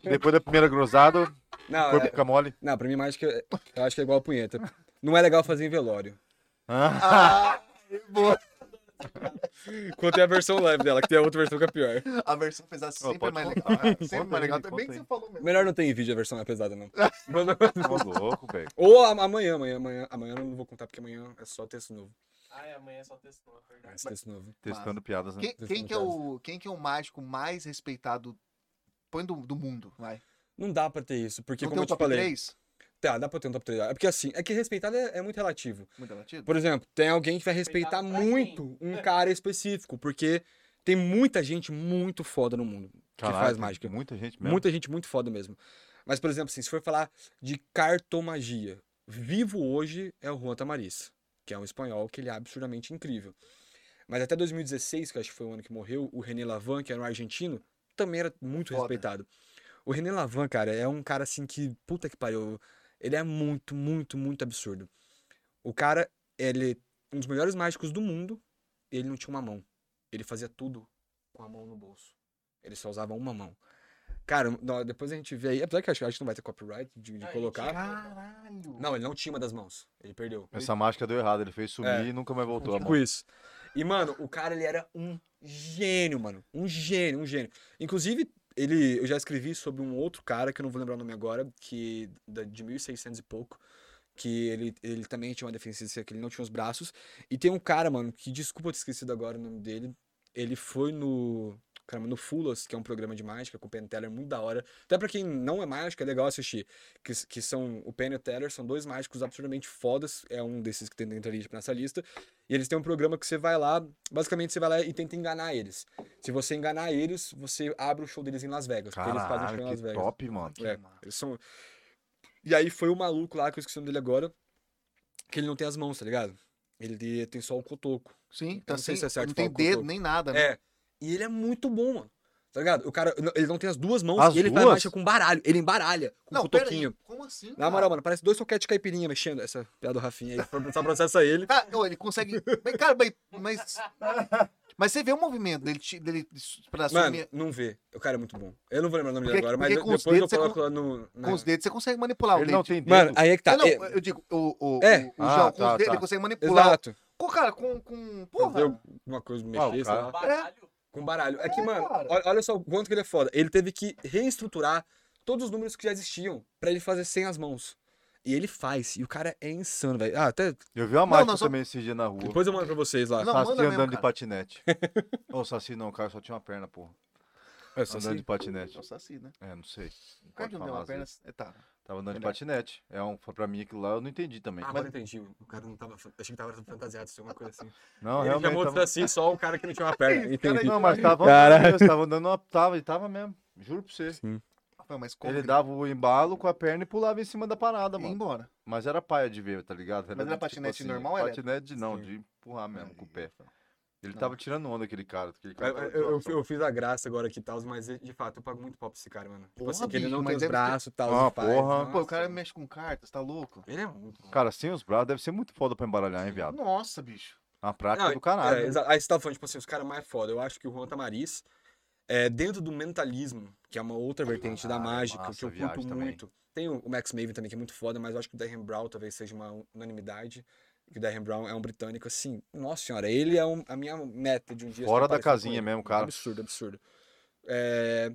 Speaker 2: Depois da primeira cruzada, o
Speaker 3: Não,
Speaker 2: corpo
Speaker 3: é,
Speaker 2: fica mole.
Speaker 3: não, pra mim, mágica é- eu acho que é igual punheta. Não é legal fazer em velório.
Speaker 2: Ah, [LAUGHS]
Speaker 1: Ah, boa.
Speaker 3: Quando tem é a versão leve dela, que tem a outra versão que é pior.
Speaker 1: [LAUGHS] A versão pesada sempre é
Speaker 2: pode
Speaker 1: mais legal.
Speaker 2: contar.
Speaker 1: cara. [LAUGHS]
Speaker 2: Conta
Speaker 1: Sempre mais
Speaker 2: aí,
Speaker 1: legal.
Speaker 2: conta
Speaker 1: Também que
Speaker 2: aí.
Speaker 1: você falou mesmo.
Speaker 3: Melhor não ter em vídeo a versão é pesada, [LAUGHS] não.
Speaker 2: tô louco, velho.
Speaker 3: Ou a- amanhã, amanhã, amanhã. Amanhã eu não vou contar, porque amanhã é só texto novo.
Speaker 4: [LAUGHS] Ai, amanhã é só testou, na
Speaker 3: É
Speaker 4: verdade.
Speaker 3: só texto novo.
Speaker 2: Testando piadas, né?
Speaker 1: Quem, quem que é o, quem que é o mágico mais respeitado? Põe do, do mundo, vai.
Speaker 3: Não dá pra ter isso, porque
Speaker 1: Não tem
Speaker 3: como eu
Speaker 1: um
Speaker 3: te
Speaker 1: top
Speaker 3: falei...
Speaker 1: 3?
Speaker 3: Tá, dá pra ter um top 3. É porque assim, é que respeitado é- é muito relativo.
Speaker 1: Muito relativo.
Speaker 3: Por exemplo, tem alguém que vai respeitar
Speaker 4: Respeitar pra
Speaker 3: muito um cara específico, porque tem muita gente muito foda no mundo que faz mágica.
Speaker 2: Muita gente mesmo.
Speaker 3: Muita gente muito foda mesmo. Mas, por exemplo, assim, se for falar de cartomagia, vivo hoje é o Juan Tamariz, que é um espanhol que ele é absurdamente incrível. Mas até 2016, que eu acho que foi o ano que morreu, o René Lavan, que era um argentino, também era muito
Speaker 1: Foda.
Speaker 3: respeitado. O René Lavan, cara, é um cara assim que, puta que pariu, ele é muito, muito, muito absurdo. O cara, ele é um dos melhores mágicos do mundo, e ele não tinha uma mão. Ele fazia tudo com a mão no bolso. Ele só usava uma mão. Cara, nó- depois a gente vê aí. Apesar que eu acho, acho que não vai ter copyright de, de
Speaker 4: Ah,
Speaker 3: colocar.
Speaker 4: mentira.
Speaker 1: Caralho.
Speaker 3: Não, ele não tinha uma das mãos. Ele perdeu.
Speaker 2: Essa mágica deu errado, ele fez sumir
Speaker 3: É.
Speaker 2: e nunca mais voltou a mão.
Speaker 3: Tipo isso. E, mano, o cara, ele era um gênio, mano. Um gênio, um gênio. Inclusive, ele, eu já escrevi sobre um outro cara, que eu não vou lembrar o nome agora, que da- de 1600 e pouco, que ele, ele também tinha uma deficiência, que ele não tinha os braços. E tem um cara, mano, que desculpa eu ter esquecido agora o nome dele. Ele foi no. Caramba, no Fulas, que é um programa de mágica com o Penn Teller, muito da hora. Até pra quem não é mágico, é legal assistir. Que, que são o Penn e o Teller, são dois mágicos absolutamente fodas. É um desses que tem dentro ali nessa lista. E eles têm um programa que você vai lá, basicamente você vai lá e tenta enganar eles. Se você enganar eles, você abre o show deles em Las Vegas. porque eles fazem show em Las
Speaker 2: Caralho, que
Speaker 3: Vegas.
Speaker 2: top, mano.
Speaker 3: É, eles são. E aí foi o maluco lá, que eu esqueci o nome dele agora, que ele não tem as mãos, tá ligado? Ele tem só o cotoco.
Speaker 1: Sim,
Speaker 3: não
Speaker 1: tá
Speaker 3: sei
Speaker 1: sem.
Speaker 3: se é certo
Speaker 1: não tem
Speaker 3: falar
Speaker 1: dedo
Speaker 3: cotoco.
Speaker 1: nem nada, né?
Speaker 3: É. E ele é muito bom, mano. Tá ligado? O cara, ele não tem as duas mãos
Speaker 2: As
Speaker 3: e ele faz
Speaker 2: duas?
Speaker 3: marcha com baralho. Ele embaralha com o
Speaker 1: Não, pera aí,
Speaker 3: cotoquinho.
Speaker 1: como assim?
Speaker 3: Na moral, mano, parece dois soquetes de caipirinha mexendo. Essa piada do Rafinha aí. Só processa ele.
Speaker 1: Cara, Tá, ô, ele consegue. Mas, cara, mas- mas. Mas você vê o movimento dele, ti- dele pra
Speaker 3: Mano,
Speaker 1: sumir.
Speaker 3: não vê. O cara é muito bom. Eu não vou lembrar o nome dele
Speaker 1: Porque-
Speaker 3: agora, mas
Speaker 1: porque
Speaker 3: eu-
Speaker 1: com os
Speaker 3: depois
Speaker 1: dedos
Speaker 3: eu
Speaker 1: você
Speaker 3: coloco lá no. na-
Speaker 1: Com os dedos você consegue manipular
Speaker 2: Ele
Speaker 1: o
Speaker 2: não
Speaker 1: dedo.
Speaker 2: tem dedo.
Speaker 3: Mano, aí é que tá.
Speaker 1: Ah, não,
Speaker 3: É-
Speaker 1: eu digo, o, o,
Speaker 3: É.
Speaker 1: o, o
Speaker 2: Ah,
Speaker 1: João, com
Speaker 2: tá,
Speaker 1: os dedos,
Speaker 2: tá.
Speaker 1: ele consegue manipular.
Speaker 3: Exato.
Speaker 1: Com, cara, com. com porra.
Speaker 3: Fazer uma coisa mexer, sei
Speaker 2: cara.
Speaker 3: lá.
Speaker 4: Baralho.
Speaker 3: Com baralho. É que,
Speaker 1: É,
Speaker 3: mano,
Speaker 1: cara.
Speaker 3: olha, olha só o quanto que ele é foda. Ele teve que reestruturar todos os números que já existiam pra ele fazer sem as mãos. E ele faz. E o cara é insano, velho. Ah, até.
Speaker 2: Eu vi uma
Speaker 1: não,
Speaker 2: mágica
Speaker 1: só- Tipo,
Speaker 2: também esses dias na rua.
Speaker 3: Depois eu mando pra vocês lá.
Speaker 1: Não,
Speaker 2: Saci
Speaker 1: manda mesmo,
Speaker 2: andando de
Speaker 1: cara. [LAUGHS]
Speaker 2: patinete. Ô, Saci não, o cara só tinha uma perna, porra.
Speaker 3: É, só
Speaker 2: andando de
Speaker 3: assim.
Speaker 2: patinete.
Speaker 1: É o Saci, né?
Speaker 2: É, não sei. Não
Speaker 1: O cara
Speaker 2: pode
Speaker 1: que não tem
Speaker 2: falar
Speaker 1: uma
Speaker 2: às vezes.
Speaker 1: perna. É, tá.
Speaker 2: Tava andando de
Speaker 1: Verdade.
Speaker 2: patinete. É um, pra mim aquilo lá eu não entendi também.
Speaker 3: Ah,
Speaker 2: Mas- é
Speaker 3: mas entendi. O cara não tava. Achei que tava fantasiado, uma coisa assim.
Speaker 2: não,
Speaker 3: ele
Speaker 2: realmente.
Speaker 3: chamou
Speaker 2: Tava...
Speaker 3: assim só o cara que não tinha uma perna. Entendi.
Speaker 2: Não, mas tava andando,
Speaker 3: Caralho.
Speaker 2: mesmo, tava andando uma. Tava, ele tava mesmo. Juro pra você.
Speaker 1: Rafael, mas como
Speaker 2: Ele
Speaker 1: que
Speaker 2: dava o embalo com a perna e pulava em cima da parada,
Speaker 1: ele ia
Speaker 2: mano.
Speaker 1: embora?
Speaker 2: Mas era paia de ver, tá ligado? assim,
Speaker 1: Mas era patinete normal, era?
Speaker 2: Patinete de não,
Speaker 3: Sim.
Speaker 2: de empurrar mesmo com o pé. Ele
Speaker 1: Não.
Speaker 2: tava tirando onda aquele cara. Aquele cara
Speaker 3: Eu,
Speaker 2: tava
Speaker 3: Tá. É, eu- eu-
Speaker 2: zoando.
Speaker 3: eu fiz a graça agora aqui, Taus, mas de fato eu pago muito pau pra esse cara, mano. Tipo
Speaker 1: Porra,
Speaker 3: assim, que ele
Speaker 1: bicho,
Speaker 3: não
Speaker 1: mas
Speaker 3: tem os
Speaker 1: deve ter-
Speaker 3: braços, tal,
Speaker 2: Ah,
Speaker 3: os pais, né?
Speaker 2: porra.
Speaker 3: nossa.
Speaker 1: Pô, o cara mexe com cartas, tá louco?
Speaker 3: Ele é muito. bom.
Speaker 2: Cara, sem os braços deve ser muito foda pra embaralhar, hein, viado?
Speaker 1: Nossa, bicho.
Speaker 2: Uma prática
Speaker 3: Não,
Speaker 2: do caralho.
Speaker 3: é,
Speaker 2: né?
Speaker 3: exa- aí você tava falando, tipo assim, os caras mais foda. Eu acho que o Juan Tamariz, é, dentro do mentalismo, que é uma outra vertente da
Speaker 2: Caralho,
Speaker 3: mágica,
Speaker 2: massa,
Speaker 3: que eu
Speaker 2: viagem
Speaker 3: curto
Speaker 2: também.
Speaker 3: muito. Tem o o Max Maven também, que é muito foda, mas eu acho que o Derren Brown talvez seja uma unanimidade. Que o Derren Brown é um britânico, assim, nossa senhora, ele é um- a minha meta de um dia.
Speaker 2: Fora
Speaker 3: estar
Speaker 2: da
Speaker 3: parecido com
Speaker 2: casinha
Speaker 3: ele.
Speaker 2: mesmo, cara.
Speaker 3: Absurdo, absurdo. É,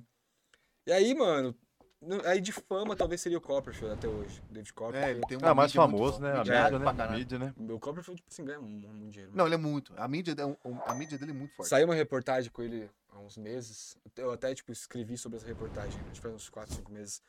Speaker 3: E aí, mano, no- aí de fama talvez seria o Copperfield até hoje. David
Speaker 1: É,
Speaker 3: Copperfield.
Speaker 1: ele tem uma.
Speaker 2: Ah, mais
Speaker 1: mídia muito
Speaker 2: famoso,
Speaker 1: foda,
Speaker 2: né? A
Speaker 3: é
Speaker 1: midiado
Speaker 2: mídia, né?
Speaker 1: pra caralho.
Speaker 2: Mídia, né?
Speaker 3: O Copperfield, tipo assim, ganha muito, muito dinheiro.
Speaker 1: Não, ele é muito. A mídia, é um- um- a mídia dele é muito forte.
Speaker 3: Saiu uma reportagem com ele há uns meses. Eu até, tipo, escrevi sobre essa reportagem, acho que faz uns 4, 5 meses.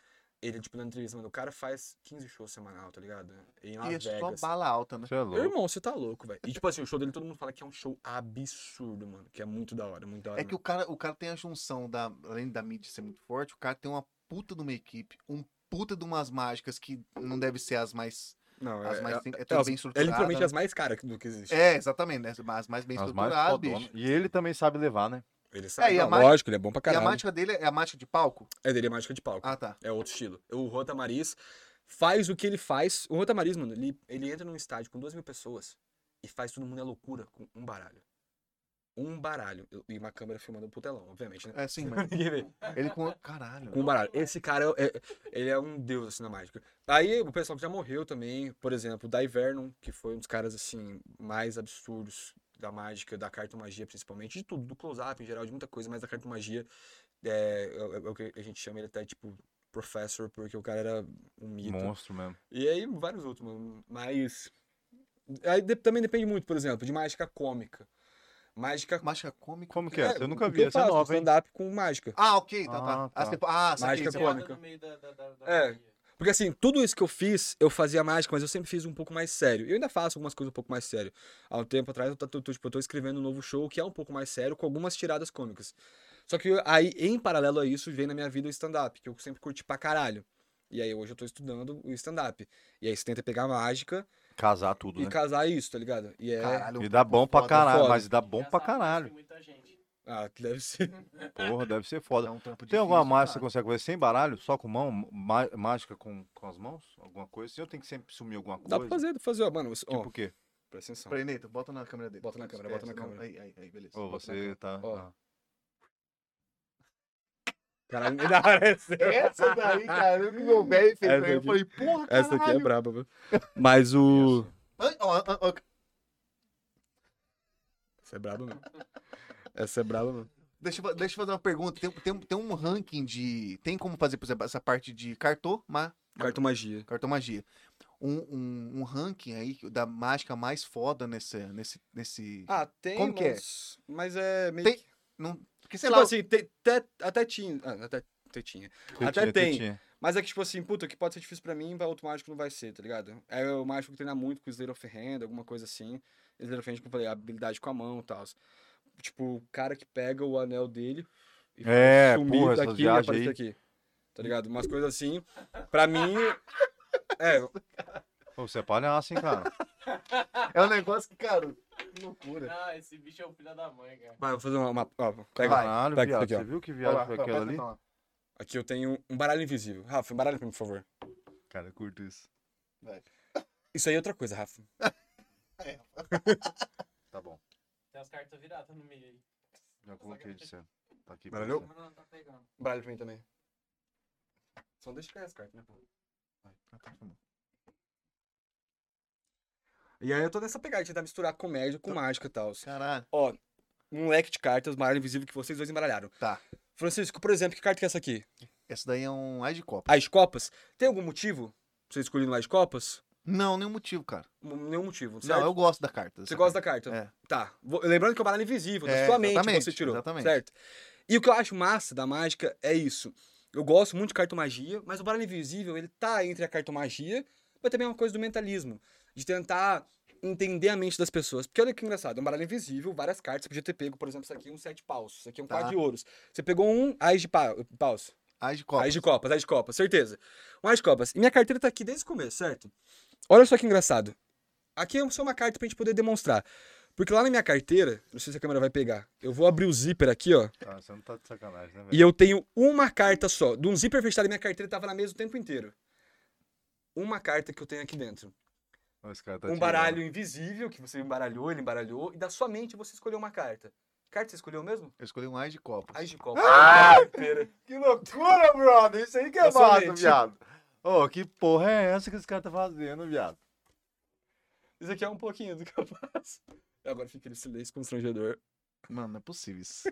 Speaker 3: Ele, tipo, na entrevista, mano, o cara faz 15 shows semanal, tá ligado? Em Las
Speaker 1: E é só
Speaker 3: Vegas.
Speaker 1: bala alta, né?
Speaker 2: Você é
Speaker 3: Meu
Speaker 2: louco.
Speaker 3: irmão, você tá louco, velho. E, tipo assim, o show dele todo mundo fala que é um show absurdo, mano. Que é muito da hora, muito da hora.
Speaker 1: É que o cara, o cara tem a junção da. Além da mídia ser muito forte, o cara tem uma puta de uma equipe, um puta de umas mágicas que não deve ser as mais.
Speaker 3: Não, é,
Speaker 1: As mais
Speaker 3: é,
Speaker 1: é,
Speaker 3: é
Speaker 1: tudo
Speaker 3: as-
Speaker 1: bem
Speaker 3: é
Speaker 1: estruturada.
Speaker 3: literalmente
Speaker 1: né?
Speaker 3: as mais caras do que existe.
Speaker 1: É, exatamente, né? As mais bem
Speaker 2: As mais
Speaker 3: ah,
Speaker 1: estruturadas,
Speaker 2: fodonas.
Speaker 1: bicho.
Speaker 2: E ele também sabe levar, né?
Speaker 3: Ele sabe,
Speaker 1: e a
Speaker 3: não,
Speaker 1: ma-
Speaker 3: lógico, ele é bom pra
Speaker 1: E a
Speaker 3: caralho.
Speaker 1: mágica dele é a mágica de palco?
Speaker 3: É dele, é mágica de palco.
Speaker 1: Ah, tá.
Speaker 3: É outro estilo. O Juan Tamariz faz o que ele faz. O Juan Tamariz, mano, ele, ele entra num estádio com duas mil pessoas e faz todo mundo é loucura com um baralho. Um baralho. Eu- E uma câmera filmando o putelão, obviamente, né?
Speaker 1: É sim, mano.
Speaker 3: Ninguém vê.
Speaker 1: Ele com. Caralho.
Speaker 3: Com um baralho. Esse cara, é, é- ele é um deus, assim, na mágica. Aí, o pessoal que já morreu também, por exemplo, o Dai Vernon, que foi um dos caras, assim, mais absurdos da mágica, da cartomagia, principalmente, de tudo, do close-up em geral, de muita coisa, mas da cartomagia, é, é, é o que a gente chama ele até, tipo, professor, porque o cara era um mito.
Speaker 2: Monstro mesmo.
Speaker 3: E aí, vários outros, mano. Mas... Aí de- também depende muito, por exemplo, de mágica cômica. Mágica...
Speaker 1: Mágica cômica.
Speaker 2: Como que é?
Speaker 3: É,
Speaker 2: Eu nunca
Speaker 3: o que
Speaker 2: vi.
Speaker 3: eu
Speaker 2: Essa é
Speaker 3: faço,
Speaker 2: nova, hein?
Speaker 3: stand-up com mágica.
Speaker 1: Ah, ok, tá, tá.
Speaker 2: Ah,
Speaker 1: Ah,
Speaker 2: tá.
Speaker 1: você- Ah, saquei,
Speaker 3: Mágica
Speaker 1: você-
Speaker 3: cômica.
Speaker 4: Piada no meio da- da- da- da
Speaker 3: É.
Speaker 4: magia.
Speaker 3: Porque assim, tudo isso que eu fiz, eu fazia mágica, mas eu sempre fiz um pouco mais sério. Eu ainda faço algumas coisas um pouco mais sério. Há um tempo atrás, eu tô, tô- tô, tipo, eu tô escrevendo um novo show que é um pouco mais sério, com algumas tiradas cômicas. Só que eu- aí, em paralelo a isso, vem na minha vida o stand-up, que eu sempre curti pra caralho. E aí hoje eu tô estudando o stand-up. E aí você tenta pegar a mágica
Speaker 2: Casar tudo,
Speaker 3: e
Speaker 2: né?
Speaker 3: casar isso, tá ligado? E é.
Speaker 1: Caralho.
Speaker 2: E dá bom pra
Speaker 1: foda,
Speaker 2: caralho,
Speaker 3: foda.
Speaker 2: mas dá tá bom
Speaker 4: Engraçado,
Speaker 2: pra
Speaker 4: mas tem
Speaker 2: caralho.
Speaker 4: muita gente.
Speaker 3: Ah, que deve [LAUGHS] ser.
Speaker 2: Porra, deve ser foda.
Speaker 1: É um trampo
Speaker 2: Tem alguma
Speaker 1: difícil,
Speaker 2: mágica que você
Speaker 1: cara.
Speaker 2: consegue fazer sem baralho? Só com mão? Má- mágica com, com as mãos? Alguma coisa? assim? Eu tenho que sempre sumir alguma coisa?
Speaker 3: Dá pra fazer, dá pra fazer, ó. Mano, você- ó,
Speaker 2: Tipo o quê?
Speaker 3: presta atenção.
Speaker 1: Peraí, Neito, bota na câmera dele.
Speaker 3: Bota na câmera, bota na
Speaker 1: Esquece, não-
Speaker 3: câmera.
Speaker 1: Aí, aí, aí, beleza.
Speaker 2: Ô,
Speaker 1: Bota na
Speaker 2: você tá...
Speaker 3: Ó.
Speaker 2: ah.
Speaker 3: Caralho, me dá parece.
Speaker 1: Essa daí, cara, o que meu velho fez
Speaker 3: Essa
Speaker 1: pra mim, eu
Speaker 3: aqui-
Speaker 1: falei, porra, caralho.
Speaker 3: Essa aqui é braba, viu? Mas o.
Speaker 1: Ai, ó, ó, ó,
Speaker 3: Essa é braba, mano. Essa é braba, mano.
Speaker 1: deixa, eu fa- deixa eu fazer uma pergunta. Tem, tem, tem um ranking de... Tem como fazer, por exemplo, essa parte de cartô, ma-
Speaker 3: Cartomagia.
Speaker 1: Cartomagia. Um, um, um ranking aí da mágica mais foda nesse. nesse, nesse...
Speaker 3: Ah, tem,
Speaker 1: Como que é?
Speaker 3: mas, mas é meio
Speaker 1: Tem-
Speaker 3: que...
Speaker 1: Não... Porque, sei
Speaker 3: Tipo
Speaker 1: lá,
Speaker 3: assim, te- te- até tinha... Ah, até tetinha. Até tem.
Speaker 2: tetinha.
Speaker 3: Mas é que, tipo assim, puta, que pode ser difícil pra mim, pra outro mágico não vai ser, tá ligado? É o mágico que treina muito com Slayer of Hand, alguma coisa assim. Slayer of Hand, como eu falei, habilidade com a mão e tal. Tipo, o cara que pega o anel dele e faz
Speaker 2: É,
Speaker 3: sumir
Speaker 2: porra, essas
Speaker 3: daqui e
Speaker 2: viagens
Speaker 3: aparecer
Speaker 2: aí.
Speaker 3: aqui. Tá ligado? Umas coisas assim. Pra mim. É,
Speaker 2: Pô, você é palhaço, hein, cara?
Speaker 1: é um negócio que, cara, que loucura.
Speaker 4: Ah, esse bicho é o filho da mãe, cara.
Speaker 3: vai, vou fazer uma. uma- ó, pega.
Speaker 2: Caralho,
Speaker 3: Tá aqui,
Speaker 2: viado.
Speaker 3: aqui, ó.
Speaker 2: Você viu que
Speaker 1: Olha lá,
Speaker 2: viagem foi aquela
Speaker 1: presta
Speaker 2: ali?
Speaker 1: atenção lá.
Speaker 3: Aqui eu tenho um baralho invisível. Rafa, um baralho pra mim, por favor.
Speaker 2: Cara, eu curto isso.
Speaker 3: Isso aí é outra coisa, Rafa.
Speaker 7: Tá bom.
Speaker 4: Tem as cartas viradas no meio aí.
Speaker 2: Já coloquei de cena. Tá aqui. pra
Speaker 3: Valeu?
Speaker 2: você.
Speaker 4: Mas não, tá pegando.
Speaker 3: Um Baralho pra mim também. Só não deixa cair as cartas, né, pô?
Speaker 1: Ah, tá,
Speaker 3: E aí eu tô nessa pegada de tentar misturar comédia com mágica e tal. assim.
Speaker 1: Caralho.
Speaker 3: Ó, um leque de cartas, baralho invisível que vocês dois embaralharam.
Speaker 1: Tá.
Speaker 3: Francisco, por exemplo, que carta que é essa aqui?
Speaker 1: Essa daí é um Ais de Copa.
Speaker 3: As Copas? Tem algum motivo pra você escolher no As Copas?
Speaker 1: Não, nenhum motivo, cara.
Speaker 3: M- Nenhum motivo, certo?
Speaker 1: Não, eu gosto da carta.
Speaker 3: Você gosta da carta?
Speaker 1: É.
Speaker 3: Tá. Vou- Lembrando que é o baralho invisível, da
Speaker 1: É,
Speaker 3: sua mente
Speaker 1: exatamente,
Speaker 3: você tirou,
Speaker 1: exatamente.
Speaker 3: certo? E o que eu acho massa da mágica é isso. Eu gosto muito de cartomagia, mas o baralho invisível, ele tá entre a cartomagia, mas também é uma coisa do mentalismo, de tentar entender a mente das pessoas. Porque olha que engraçado, é um baralho invisível, várias cartas, você podia ter pego, por exemplo, isso aqui é um sete paus, isso aqui é um
Speaker 1: Tá.
Speaker 3: quatro de ouros. Você pegou um ás de pa- paus,
Speaker 1: Ais de Copa.
Speaker 3: As de Copas, as de Copas, certeza. Um as de Copas. E minha carteira tá aqui desde o começo, certo? Olha só que engraçado. Aqui é só uma carta pra gente poder demonstrar. Porque lá na minha carteira, não sei se a câmera vai pegar, eu vou abrir o zíper aqui, ó,
Speaker 2: Ah, você não tá de sacanagem, né,
Speaker 3: e
Speaker 2: velho?
Speaker 3: eu tenho uma carta só. De um zíper fechado, minha carteira tava na mesa o tempo inteiro. Uma carta que eu tenho aqui dentro.
Speaker 2: Ó, esse cara tá
Speaker 3: um
Speaker 2: tirando.
Speaker 3: baralho invisível, que você embaralhou, ele embaralhou, e da sua mente você escolheu uma carta. Que Carta você escolheu mesmo?
Speaker 1: Eu escolhi um Ais de Copa.
Speaker 3: As de Copas. Ah!
Speaker 1: Que loucura, brother! Isso aí que é
Speaker 3: Da sua
Speaker 1: massa,
Speaker 3: mente.
Speaker 1: viado.
Speaker 2: Ô, que porra é essa que esse cara tá fazendo, viado?
Speaker 3: Isso aqui é um pouquinho do que eu faço. Agora fica aquele silêncio constrangedor.
Speaker 1: Mano, não é possível [LAUGHS] isso.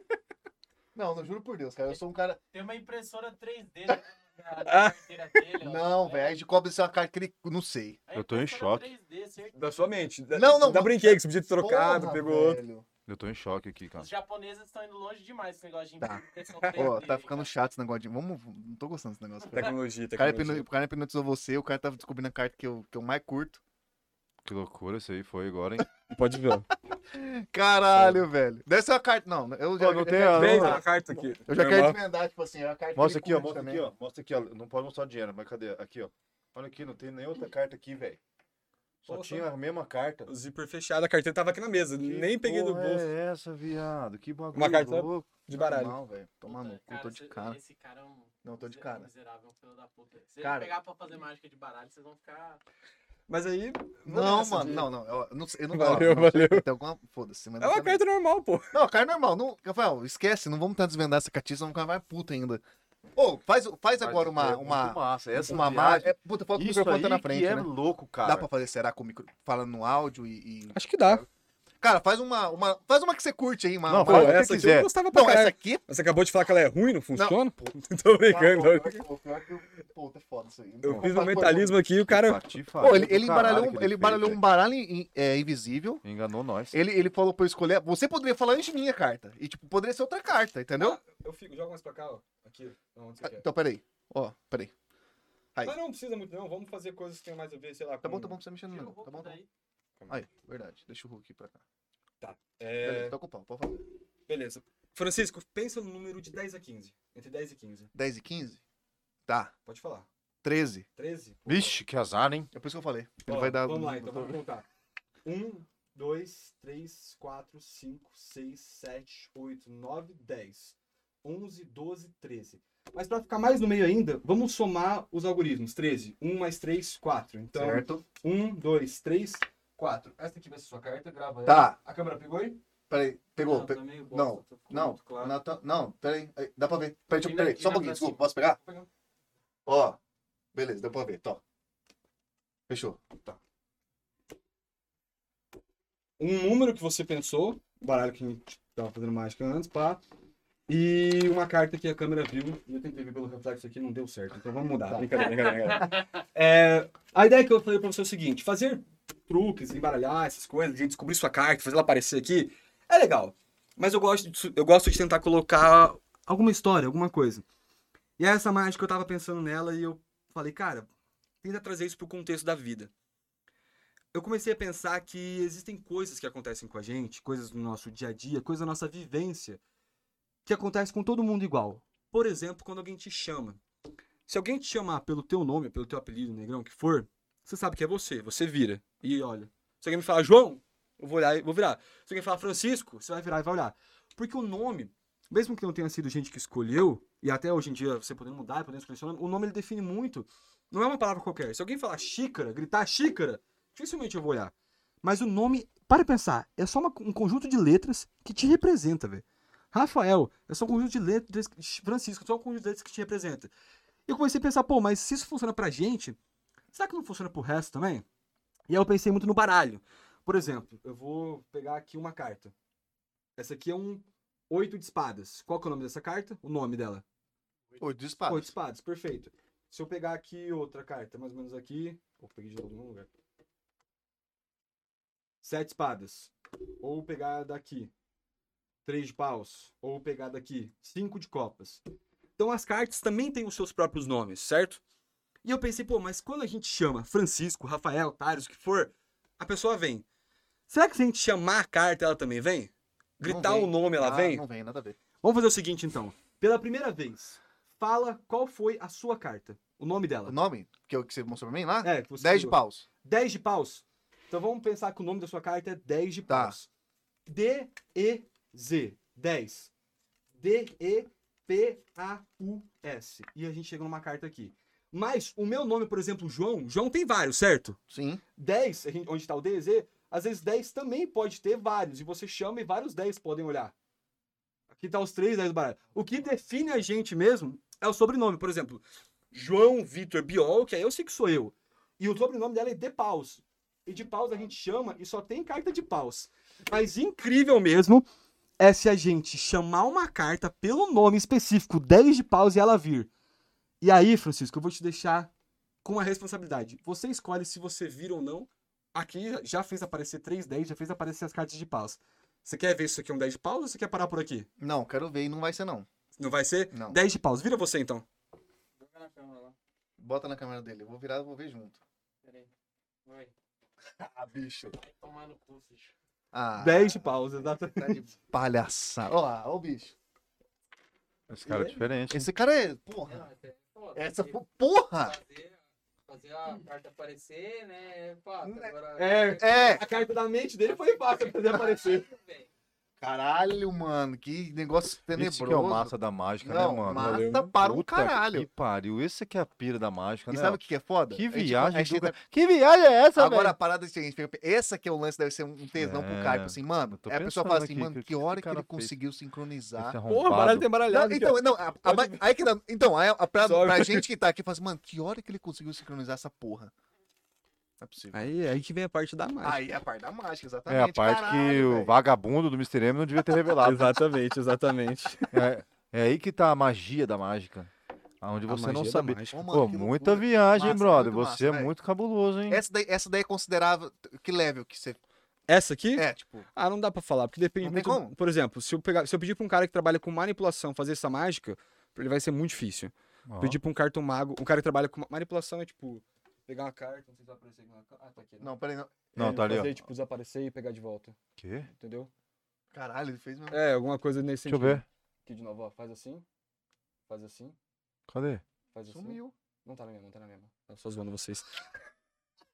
Speaker 1: Não, não juro por Deus, cara. Eu sou um cara.
Speaker 4: Tem uma impressora 3D na, na
Speaker 3: Ah!
Speaker 4: carteira dele, ó.
Speaker 1: Não, velho. Ais de Copa isso é uma carta que ele. Não sei.
Speaker 4: É
Speaker 2: Eu tô em
Speaker 4: impressora
Speaker 2: choque.
Speaker 4: 3D, certeza.
Speaker 3: Da sua mente. Da,
Speaker 1: Não, não,
Speaker 3: Da
Speaker 1: não.
Speaker 3: brinquedo, que você podia ter trocado,
Speaker 1: Porra,
Speaker 3: pegou outro.
Speaker 1: velho.
Speaker 2: Eu tô em choque aqui, cara.
Speaker 4: Os japoneses estão indo longe demais com esse negócio de
Speaker 1: Tá.
Speaker 4: impressão
Speaker 1: Ó,
Speaker 4: 3D,
Speaker 1: tá ficando
Speaker 4: cara.
Speaker 1: chato esse negócio de. Vamos. Não tô gostando desse negócio. cara.
Speaker 3: Tecnologia,
Speaker 1: O cara,
Speaker 3: tecnologia.
Speaker 1: hipno- o cara hipnotizou você, o cara tava descobrindo a carta que eu, que eu mais curto.
Speaker 2: Que loucura isso aí foi agora, hein?
Speaker 3: Pode ver.
Speaker 1: Caralho, velho. Deve ser uma carta. Não, eu já,
Speaker 2: Pô, não
Speaker 1: eu
Speaker 2: tem
Speaker 1: já-
Speaker 2: a-
Speaker 3: Vem,
Speaker 2: não,
Speaker 3: tem uma carta aqui.
Speaker 1: eu já
Speaker 3: Meu
Speaker 1: quero
Speaker 3: irmão.
Speaker 1: desvendar, tipo assim, é uma carta que
Speaker 2: Mostra
Speaker 1: ele
Speaker 2: aqui, ó,
Speaker 1: curte
Speaker 2: mostra
Speaker 1: também.
Speaker 2: aqui, ó. Mostra aqui, ó. Não pode mostrar o dinheiro, mas cadê? Aqui, ó. Olha aqui, não tem nem outra carta aqui, velho. Só
Speaker 3: Porra.
Speaker 2: tinha a mesma carta.
Speaker 3: O zíper fechado, a carteira tava aqui na mesa. nem peguei do
Speaker 2: porra
Speaker 3: bolso.
Speaker 2: é essa, viado? Que bagulho
Speaker 3: Uma carta-
Speaker 2: louco.
Speaker 3: De baralho.
Speaker 1: Não, Tá velho. Toma no cu,
Speaker 4: Cara,
Speaker 1: tô de
Speaker 4: cê-
Speaker 1: cara.
Speaker 4: Esse cara é um.
Speaker 1: Não, tô de
Speaker 4: miser-
Speaker 1: cara.
Speaker 4: Miserável, um filho da puta. Se ele
Speaker 1: Cara. Hum,
Speaker 4: pegar pra fazer mágica de baralho, vocês vão ficar.
Speaker 3: Mas aí. é
Speaker 1: Não,
Speaker 3: nessa
Speaker 1: mano,
Speaker 3: de-
Speaker 1: não, não. Eu eu não, sei- eu não
Speaker 3: Valeu,
Speaker 1: não,
Speaker 3: valeu.
Speaker 1: Tem alguma. Foda-se, mas
Speaker 3: É
Speaker 1: não
Speaker 3: uma
Speaker 1: quero-
Speaker 3: carta normal, pô.
Speaker 1: Não, cara, é normal. Não, Rafael, esquece. Não vamos tentar desvendar essa catiça, vamos ficar mais puta ainda. Ô, faz, faz agora
Speaker 2: Mas
Speaker 1: uma.
Speaker 2: é muito
Speaker 1: uma,
Speaker 2: massa. Essa
Speaker 1: uma
Speaker 2: viagem-
Speaker 1: mágica. É, puta, fala que o
Speaker 2: Isso
Speaker 1: microfone
Speaker 2: aí
Speaker 1: tá na frente,
Speaker 2: que é
Speaker 1: né?
Speaker 2: louco, cara.
Speaker 1: Dá pra fazer, será, com o micro... falando no áudio e. e-
Speaker 3: Acho que dá.
Speaker 1: Cara, faz uma, uma. Faz uma que você curte aí, uma.
Speaker 2: Não,
Speaker 1: uma...
Speaker 2: faz-
Speaker 1: uma-
Speaker 2: que
Speaker 3: essa aqui
Speaker 2: quiser.
Speaker 3: eu gostava é pra
Speaker 1: Não, essa
Speaker 3: caralho.
Speaker 1: aqui.
Speaker 3: Você acabou de falar que ela é ruim, não funciona?
Speaker 1: Pô.
Speaker 3: [LAUGHS] Tô
Speaker 1: Ah,
Speaker 3: brincando.
Speaker 1: pô, pior que- pô, pior que o- Puta, é foda isso aí.
Speaker 3: né? Eu
Speaker 1: Não,
Speaker 3: fiz
Speaker 1: faz-
Speaker 3: um mentalismo aqui e o cara.
Speaker 1: Pô, ele, ele embaralhou, um- ele embaralhou um baralho in- é, invisível.
Speaker 2: Enganou nós.
Speaker 1: Ele, ele falou pra eu escolher. Você poderia falar antes de minha carta. E, tipo, poderia ser outra carta, entendeu?
Speaker 3: Eu fico, joga mais pra cá, ó. Aqui. Onde
Speaker 1: Ah, Então, peraí. Ó, peraí. aí.
Speaker 3: Mas não precisa muito, não. Vamos fazer coisas que tem mais a ver, sei lá.
Speaker 1: Tá bom, tá bom, não precisa mexer no
Speaker 4: Tira o
Speaker 1: meu. Tá
Speaker 4: Hulk
Speaker 1: bom, tá bom.
Speaker 4: daí.
Speaker 1: Aí, verdade. Deixa o Hulk pra cá.
Speaker 3: É...
Speaker 1: Beleza, então tô com o pau, pode falar.
Speaker 3: Beleza. Francisco, pensa no número de 10 a 15. Entre 10 e 15.
Speaker 1: 10 e 15? Tá.
Speaker 3: Pode falar.
Speaker 1: 13.
Speaker 3: 13? Porra.
Speaker 2: Vixe, que azar, hein?
Speaker 1: É por isso que eu falei. Ele
Speaker 3: Ó,
Speaker 1: vai dar. um
Speaker 3: Vamos lá, então, vamos contar. 1, 2, 3, 4, 5, 6, 7, 8, 9, 10. 11, 12, 13. Mas pra ficar mais no meio ainda, vamos somar os algoritmos. 13. 1 mais 3, 4. Então,
Speaker 1: Certo.
Speaker 3: 1, 2, 3, 4. Essa aqui vai ser sua carta, grava ela.
Speaker 1: Tá.
Speaker 3: A câmera pegou aí?
Speaker 1: Peraí, pegou.
Speaker 4: Não,
Speaker 1: pe-
Speaker 4: tá meio bosta,
Speaker 1: Não,
Speaker 4: tô ficando
Speaker 1: não,
Speaker 4: muito claro.
Speaker 1: não, tá- não, peraí. aí, Dá pra ver. Peraí, deixa eu-
Speaker 4: Tira-
Speaker 3: é-
Speaker 1: peraí, só
Speaker 4: tira
Speaker 1: um pouquinho,
Speaker 4: pra
Speaker 1: desculpa.
Speaker 4: cima.
Speaker 1: Posso pegar?
Speaker 3: Pega.
Speaker 1: Ó, beleza, deu pra ver. Tó. Fechou.
Speaker 3: um número que você pensou, baralho que a gente tava fazendo mágica antes, pá. E uma carta que a câmera viu, e eu tentei ver pelo reflexo aqui, não deu certo. Então vamos mudar. Brincadeira, brincadeira, brincadeira. É, a ideia que eu falei pra você é o seguinte: fazer truques, embaralhar essas coisas, de descobrir sua carta, fazer ela aparecer aqui, é legal. Mas eu gosto de, eu gosto de tentar colocar alguma história, alguma coisa. E é essa mágica eu tava pensando nela e eu falei, cara, tenta trazer isso pro contexto da vida. Eu comecei a pensar que existem coisas que acontecem com a gente, coisas do nosso dia a dia, coisas da nossa vivência, que acontece com todo mundo igual. Por exemplo, quando alguém te chama. Se alguém te chamar pelo teu nome, pelo teu apelido, negrão, que for, você sabe que é você, você vira e olha. Se alguém me falar João, eu vou olhar e vou virar. Se alguém falar Francisco, você vai virar e vai olhar. Porque o nome, mesmo que não tenha sido gente que escolheu, e até hoje em dia você podendo mudar, podendo escolher seu nome, o nome ele define muito. Não é uma palavra qualquer. Se alguém falar xícara, gritar xícara, dificilmente eu vou olhar. Mas o nome, para pensar, é só uma- um conjunto de letras que te representa, velho. Rafael, é só um conjunto de letras. Francisco, é só um conjunto de letras que te representa. E eu comecei a pensar, pô, mas se isso funciona pra gente, será que não funciona pro resto também? E aí eu pensei muito no baralho. Por exemplo, eu vou pegar aqui uma carta. Essa aqui é um oito de espadas. Qual que é o nome dessa carta? O nome dela.
Speaker 1: Oito de espadas.
Speaker 3: Oito de espadas, perfeito. Se eu pegar aqui outra carta, mais ou menos aqui. Ou peguei de algum lugar. Sete espadas. Ou pegar daqui. Três de paus. Ou pegar daqui. Cinco de copas. Então as cartas também têm os seus próprios nomes, certo? E eu pensei, pô, mas quando a gente chama Francisco, Rafael, Tários, o que for, a pessoa vem. Será que se a gente chamar a carta, ela também vem?
Speaker 1: Não
Speaker 3: Gritar
Speaker 1: vem.
Speaker 3: o nome, ela
Speaker 1: Ah,
Speaker 3: vem?
Speaker 1: Não vem, nada a ver.
Speaker 3: Vamos fazer o seguinte, então. Pela primeira vez, fala qual foi a sua carta. O nome dela.
Speaker 1: O nome que, eu- que você mostrou pra mim lá?
Speaker 3: É, que você
Speaker 1: 10 de
Speaker 3: pegou.
Speaker 1: paus.
Speaker 3: 10 de paus. Então vamos pensar que o nome da sua carta é 10 de
Speaker 1: Tá.
Speaker 3: paus. D, E, Z. 10. D, E, P, A, U, S. E a gente chega numa carta aqui. Mas o meu nome, por exemplo, João, João tem vários, certo?
Speaker 1: Sim.
Speaker 3: 10, a gente- onde está o D, Z, às vezes 10 também pode ter vários. E você chama e vários 10 podem olhar. Aqui tá os três 10 do baralho. O que define a gente mesmo é o sobrenome. Por exemplo, João Vitor Biol, que aí eu sei que sou eu. E o sobrenome dela é De Paus. E de paus a gente chama e só tem carta de paus. Mas incrível mesmo é se a gente chamar uma carta pelo nome específico 10 de paus e ela vir. E aí, Francisco, eu vou te deixar com a responsabilidade. Você escolhe se você vira ou não. Aqui já fez aparecer 3 10, já fez aparecer as cartas de paus. Você quer ver isso aqui é um 10 de paus ou você quer parar por aqui?
Speaker 1: Não, quero ver e não vai ser não.
Speaker 3: Não vai ser?
Speaker 1: Não.
Speaker 3: 10 de paus. Vira você então.
Speaker 4: Joga na câmera lá.
Speaker 1: Bota na câmera dele. Eu vou virar e vou ver junto.
Speaker 4: Pera aí. Vai.
Speaker 1: Ah, bicho.
Speaker 4: Vai tomar no cu, bicho.
Speaker 1: Ah,
Speaker 3: 10 de paus, exato.
Speaker 1: tá de palhaçada. Ó lá, ó o bicho.
Speaker 2: Esse cara é
Speaker 3: É.
Speaker 2: diferente.
Speaker 1: Esse cara é... Porra.
Speaker 4: Não, até- pô,
Speaker 1: Essa...
Speaker 4: tem
Speaker 1: po- Porra!
Speaker 4: que Fazer, fazer a carta aparecer, né? Pá, agora...
Speaker 1: É.
Speaker 3: A carta da mente dele foi fácil pra fazer aparecer.
Speaker 4: velho.
Speaker 1: Caralho, mano. Que negócio
Speaker 2: Esse
Speaker 1: tenebroso.
Speaker 2: que é o massa da mágica,
Speaker 1: Não,
Speaker 2: né, mano?
Speaker 1: massa
Speaker 2: Valeu.
Speaker 1: para um
Speaker 2: Puta
Speaker 1: caralho.
Speaker 2: Que pariu. Esse que é a pira da mágica,
Speaker 1: E
Speaker 2: né?
Speaker 1: sabe o que é foda? É
Speaker 2: Que
Speaker 1: tipo,
Speaker 2: viagem,
Speaker 1: a gente
Speaker 2: do
Speaker 1: tá-
Speaker 2: cara. Que viagem é essa,
Speaker 1: Agora a
Speaker 2: velho?
Speaker 1: parada é a seguinte, Felipe, essa que é o lance, deve ser um tesão pro
Speaker 2: É,
Speaker 1: Caio, assim, mano,
Speaker 2: eu tô
Speaker 1: aí a pessoa
Speaker 2: pensando
Speaker 1: fala assim,
Speaker 2: aqui,
Speaker 1: mano,
Speaker 2: que-
Speaker 1: que,
Speaker 2: que
Speaker 1: hora
Speaker 2: esse
Speaker 1: que ele
Speaker 2: cara fez?
Speaker 1: conseguiu
Speaker 2: Esse é um
Speaker 1: sincronizar.
Speaker 2: arrombado.
Speaker 1: Não,
Speaker 3: embaralhado.
Speaker 1: então, não, a- a-
Speaker 3: Pode-
Speaker 1: aí que dá- então, aí, a- pra,
Speaker 3: Sorry.
Speaker 1: pra gente que tá aqui, fala assim, mano, que hora que ele conseguiu sincronizar essa porra? Não é possível.
Speaker 3: Aí, aí que vem a parte da mágica.
Speaker 1: Aí é a parte da mágica, exatamente.
Speaker 2: É a parte que
Speaker 1: caralho,
Speaker 2: o
Speaker 1: velho.
Speaker 2: vagabundo do Mr. M não devia ter revelado.
Speaker 3: Ah, Exatamente, exatamente.
Speaker 2: [LAUGHS] É, é aí que tá a magia da mágica. Onde você não sabe.
Speaker 1: Ô, mano,
Speaker 2: Pô,
Speaker 1: que
Speaker 2: muita
Speaker 1: loucura.
Speaker 2: viagem,
Speaker 1: Massa,
Speaker 2: brother.
Speaker 1: muito
Speaker 2: Você
Speaker 1: massa,
Speaker 2: é
Speaker 1: é.
Speaker 2: muito cabuloso, hein?
Speaker 1: Essa daí, essa daí é considerável, que level que você...
Speaker 3: Essa aqui?
Speaker 1: É, tipo,
Speaker 3: Ah, não dá pra falar, porque depende
Speaker 1: Não tem
Speaker 3: muito.
Speaker 1: como?
Speaker 3: Por exemplo, se eu, pegar, se eu pedir pra um cara que trabalha com manipulação fazer essa mágica, ele vai ser muito difícil.
Speaker 2: Ó,
Speaker 3: Pedir pra um cartomago, um cara que trabalha com ma- manipulação é tipo pegar uma carta, não sei se vai aparecer aqui na ca- Ah, tá aqui. né?
Speaker 1: não, peraí, não.
Speaker 2: Não,
Speaker 3: É,
Speaker 2: tá ali, ó.
Speaker 3: Fazer, tipo, desaparecer e pegar de volta,
Speaker 2: Quê?
Speaker 3: entendeu?
Speaker 1: Caralho, ele fez mesmo.
Speaker 3: É, alguma coisa nesse
Speaker 2: Deixa eu
Speaker 3: sentido.
Speaker 2: ver.
Speaker 3: Aqui de novo, ó, faz assim, faz assim,
Speaker 2: Cadê?
Speaker 3: faz assim.
Speaker 1: Sumiu.
Speaker 3: Não tá na minha mão, tá na minha mão. Eu só zoando vocês. [LAUGHS]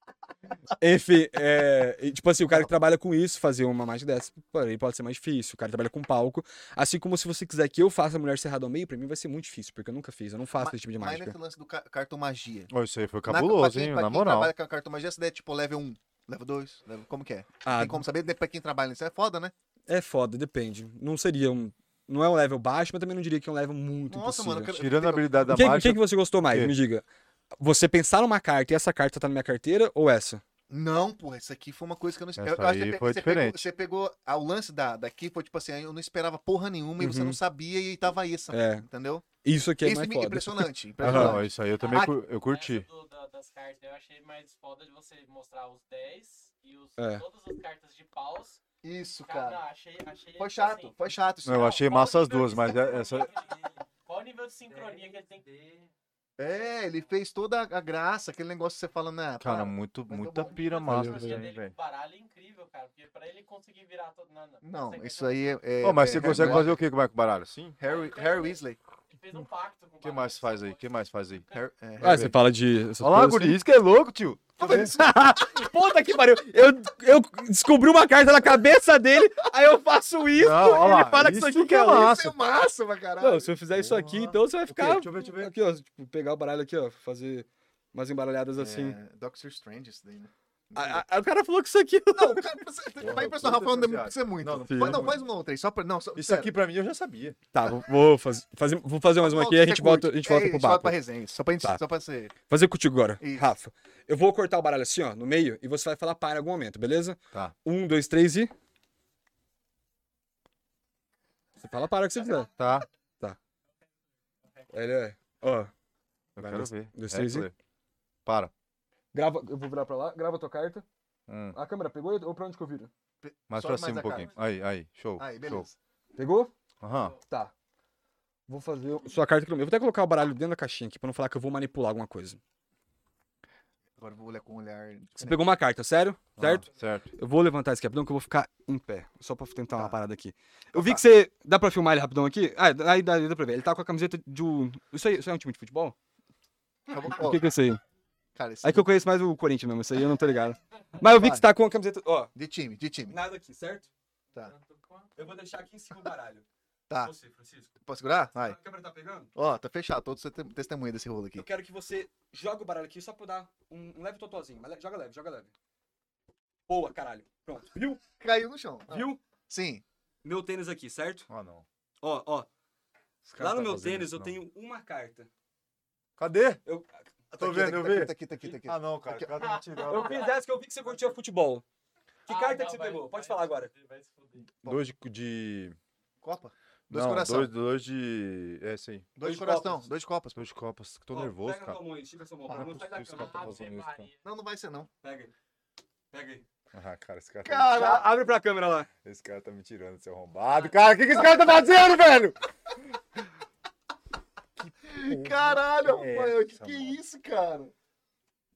Speaker 3: Enfim, é, e, tipo assim, o cara que trabalha com isso, fazer uma mágica dessa, porém pode ser mais difícil. O cara trabalha com palco. Assim como se você quiser que eu faça a mulher serrada ao meio, pra mim vai ser muito difícil, porque eu nunca fiz, eu não faço esse tipo de
Speaker 1: Mas
Speaker 3: mágica.
Speaker 1: nesse lance do ca- cartomagia.
Speaker 2: Ó, isso aí foi
Speaker 1: Na- pra
Speaker 2: cabuloso,
Speaker 1: quem-
Speaker 2: hein?
Speaker 1: pra
Speaker 2: Na
Speaker 1: quem
Speaker 2: moral.
Speaker 1: trabalha com cartomagia, essa daí é tipo level 1, level 2, level... como que é?
Speaker 3: Ah,
Speaker 1: Tem como saber né, pra quem trabalha nisso. É foda, né?
Speaker 3: é foda, depende. Não seria um. Não é um level baixo, mas também não diria que é um level muito
Speaker 1: Nossa,
Speaker 3: impossível. é
Speaker 1: mano, eu quero-
Speaker 2: Tirando a habilidade da
Speaker 3: Quem,
Speaker 2: mágica.
Speaker 3: quem que você gostou mais?
Speaker 2: Quê?
Speaker 3: Me diga. Você pensar numa carta e essa carta tá na minha carteira ou essa?
Speaker 1: Não, porra, isso aqui foi uma coisa que eu não
Speaker 2: Essa
Speaker 1: esperava. Eu acho que
Speaker 2: aí
Speaker 1: você pe-
Speaker 2: foi
Speaker 1: você pegou-
Speaker 2: diferente.
Speaker 1: Você pegou ah, o lance da, daqui, foi tipo assim, eu não esperava porra nenhuma e você
Speaker 3: Uhum.
Speaker 1: não sabia e tava essa,
Speaker 3: É.
Speaker 1: entendeu?
Speaker 3: Isso aqui é
Speaker 1: Tá. isso
Speaker 3: mais
Speaker 1: me-
Speaker 3: foda. [LAUGHS]
Speaker 1: impressionante,
Speaker 2: Ah,
Speaker 1: impressionante.
Speaker 2: não, isso aí eu também
Speaker 1: Ah,
Speaker 2: cur- eu curti.
Speaker 4: Essa do- da- das cartas eu achei mais foda de você mostrar os 10 e os,
Speaker 3: É.
Speaker 4: todas as cartas de paus.
Speaker 1: Isso,
Speaker 4: Cara,
Speaker 1: cara.
Speaker 4: achei, achei.
Speaker 1: Foi
Speaker 4: assim,
Speaker 1: chato, foi chato isso.
Speaker 2: Não, eu achei
Speaker 4: qual o
Speaker 2: massa as
Speaker 4: nível
Speaker 2: duas,
Speaker 4: de
Speaker 2: mas é- essa.
Speaker 4: sincronia que- Qual o nível de sincronia que ele tem que ter?
Speaker 1: É, ele fez toda a graça, aquele negócio que você fala, né?
Speaker 2: Cara,
Speaker 1: pá,
Speaker 2: muito,
Speaker 1: mas eu
Speaker 2: muita
Speaker 1: vou-
Speaker 2: pira
Speaker 4: Mas
Speaker 2: massa
Speaker 4: a
Speaker 2: isso
Speaker 4: sincronia
Speaker 2: aí,
Speaker 4: dele com
Speaker 2: velho.
Speaker 4: o baralho é incrível, cara. Porque pra ele conseguir virar todo. na- na-
Speaker 1: Não,
Speaker 4: sequência
Speaker 1: isso aí é. é-
Speaker 2: Ô, mas
Speaker 1: é
Speaker 2: você
Speaker 1: Harry
Speaker 2: consegue
Speaker 1: Potter.
Speaker 2: fazer o que com o Marco Baralho? Sim?
Speaker 1: Harry, Harry Weasley.
Speaker 4: Ele fez um pacto com o
Speaker 2: O que
Speaker 4: baralho,
Speaker 2: mais faz
Speaker 4: sacou?
Speaker 2: aí? O que mais faz aí?
Speaker 1: Harry- é,
Speaker 3: Ah,
Speaker 1: Harry-
Speaker 3: você fala de. essas
Speaker 2: Olha lá,
Speaker 3: coisas
Speaker 2: guri, isso que é louco, tio.
Speaker 3: Ah, assim? Puta que pariu! Eu, eu descobri uma carta na cabeça dele, aí eu faço isso
Speaker 2: Não, olha
Speaker 3: e ele
Speaker 2: lá,
Speaker 3: fala que isso
Speaker 2: isso
Speaker 3: aqui
Speaker 2: que
Speaker 3: é,
Speaker 2: é
Speaker 3: louco.
Speaker 1: Isso é massa pra caralho.
Speaker 3: Não, se eu fizer isso aqui, então você vai ficar.
Speaker 2: Deixa eu ver, deixa eu ver.
Speaker 3: Aqui, ó. Tipo, pegar o baralho aqui, ó. Fazer umas embaralhadas assim.
Speaker 1: É, Doctor Strange, isso daí, né?
Speaker 3: A- a- aí o cara falou que isso aqui.
Speaker 1: Não, cara, você- vai impressionar o
Speaker 2: puta
Speaker 1: Rafael, não
Speaker 2: viagem.
Speaker 1: precisa muito.
Speaker 2: Não,
Speaker 1: Não,
Speaker 2: não
Speaker 1: faz,
Speaker 2: precisa
Speaker 1: não,
Speaker 2: muito.
Speaker 1: faz uma outra aí, só pra. Não, só,
Speaker 2: Isso
Speaker 1: sério.
Speaker 2: aqui pra mim eu já sabia.
Speaker 3: Tá, vou- vou faz- fazer, vou fazer mais uma aqui e a gente volta, a gente volta pro
Speaker 1: papo. É pra
Speaker 3: papo.
Speaker 1: resenha, só pra gente,
Speaker 3: Tá.
Speaker 1: só pra ser...
Speaker 3: Fazer contigo agora,
Speaker 1: Isso.
Speaker 3: Rafa. Eu vou cortar o baralho assim, ó, no meio, e você vai falar para em algum momento, beleza?
Speaker 2: Tá.
Speaker 3: Um, dois, três e. Você fala para o que você quiser.
Speaker 2: Tá.
Speaker 3: Ele é. Ó.
Speaker 2: Eu
Speaker 3: Vai,
Speaker 2: quero
Speaker 3: dois-
Speaker 2: ver.
Speaker 3: dois, três e-
Speaker 2: Eckler. Para.
Speaker 3: Grava, eu vou virar pra lá, grava tua carta.
Speaker 2: Hum,
Speaker 3: A câmera pegou ou pra onde que eu viro?
Speaker 1: Sobe
Speaker 2: Mais pra
Speaker 1: mais a
Speaker 2: cima um pouquinho.
Speaker 1: cara.
Speaker 2: Aí, aí. Show.
Speaker 1: Aí,
Speaker 2: Show.
Speaker 1: beleza.
Speaker 3: Pegou?
Speaker 2: Aham.
Speaker 3: Tá. Vou fazer o- sua carta aqui no meio. Vou até colocar o baralho dentro da caixinha aqui pra não falar que eu vou manipular alguma coisa.
Speaker 1: Agora eu vou olhar com um olhar... diferente.
Speaker 3: Você pegou uma carta, sério?
Speaker 2: Ah,
Speaker 3: Certo?
Speaker 2: certo.
Speaker 3: Eu vou levantar esse capitão que eu vou ficar em pé. Só pra tentar uma
Speaker 1: Tá.
Speaker 3: parada aqui. Eu vi que você. Dá pra filmar ele rapidão aqui? Ah, aí dá, dá pra ver. Ele tá com a camiseta de um. Isso aí, isso aí é um time de futebol?
Speaker 1: Tá bom?
Speaker 3: O
Speaker 1: Ó,
Speaker 3: que, que é isso aí?
Speaker 1: Cara, esse...
Speaker 3: Aí que eu conheço mais o Corinthians mesmo, isso aí eu não tô ligado. Mas eu vi que você tá com a camiseta. Ó,
Speaker 1: De time, de time.
Speaker 3: nada aqui, certo?
Speaker 1: Tá.
Speaker 3: Eu vou deixar aqui em cima o baralho.
Speaker 1: Tá.
Speaker 3: Você, Francisco.
Speaker 1: Posso segurar? Vai.
Speaker 3: câmera tá pegando?
Speaker 1: Ó, tá fechado, todo você tem- testemunha desse rolo aqui.
Speaker 3: Eu quero que você jogue o baralho aqui só pra eu dar um, um leve totozinho. Mas le- joga leve, joga leve. Boa, caralho. Pronto. Viu?
Speaker 1: Caiu no chão. Ah,
Speaker 3: Viu?
Speaker 1: Sim.
Speaker 3: Meu tênis aqui, certo?
Speaker 2: Ah, não.
Speaker 3: Ó, ó.
Speaker 2: Esse cara
Speaker 3: Lá no
Speaker 2: tá
Speaker 3: meu
Speaker 2: fazendo
Speaker 3: tênis
Speaker 2: isso,
Speaker 3: eu
Speaker 2: não.
Speaker 3: tenho uma carta.
Speaker 2: Cadê?
Speaker 3: Eu,
Speaker 1: Tá
Speaker 2: Tô
Speaker 1: aqui,
Speaker 2: vendo,
Speaker 1: tá
Speaker 2: eu
Speaker 1: aqui,
Speaker 2: vi.
Speaker 1: Tá aqui, tá aqui, tá aqui.
Speaker 2: Ah, não, cara. Cadê me tiraram?
Speaker 3: eu fiz essa que eu vi que você curtia futebol. Que
Speaker 4: Ah,
Speaker 3: carta
Speaker 4: não,
Speaker 3: que você
Speaker 4: vai-
Speaker 3: pegou?
Speaker 4: vai
Speaker 3: Pode falar
Speaker 4: se
Speaker 3: agora.
Speaker 4: fuder, vai se fuder.
Speaker 2: Dois de. de...
Speaker 1: Copa? Dois
Speaker 2: não,
Speaker 1: coração.
Speaker 2: Dois, dois de. É, sim.
Speaker 1: Dois
Speaker 3: dois
Speaker 1: de coração,
Speaker 3: copas.
Speaker 1: dois copas.
Speaker 2: Dois de copas. Tô
Speaker 3: Ó,
Speaker 2: nervoso,
Speaker 3: pega
Speaker 2: cara.
Speaker 3: Tua mão aí, estica sua mão,
Speaker 2: Ah,
Speaker 3: pra não
Speaker 2: não
Speaker 3: sai da
Speaker 2: precisa
Speaker 3: cama.
Speaker 2: escapar.
Speaker 4: Ave
Speaker 2: fazendo isso, cara.
Speaker 4: Maria.
Speaker 1: Não, não vai ser não.
Speaker 3: Pega aí. Pega aí.
Speaker 2: Ah, cara, esse cara, tá,
Speaker 1: Cara,
Speaker 3: Já abre pra câmera lá.
Speaker 2: esse cara tá me tirando, seu arrombado. Cara, o que, que esse cara tá
Speaker 1: [LAUGHS]
Speaker 2: fazendo, velho?
Speaker 1: Caralho,
Speaker 2: É,
Speaker 1: mano, que
Speaker 2: essa
Speaker 1: que é
Speaker 2: moto.
Speaker 1: isso, cara?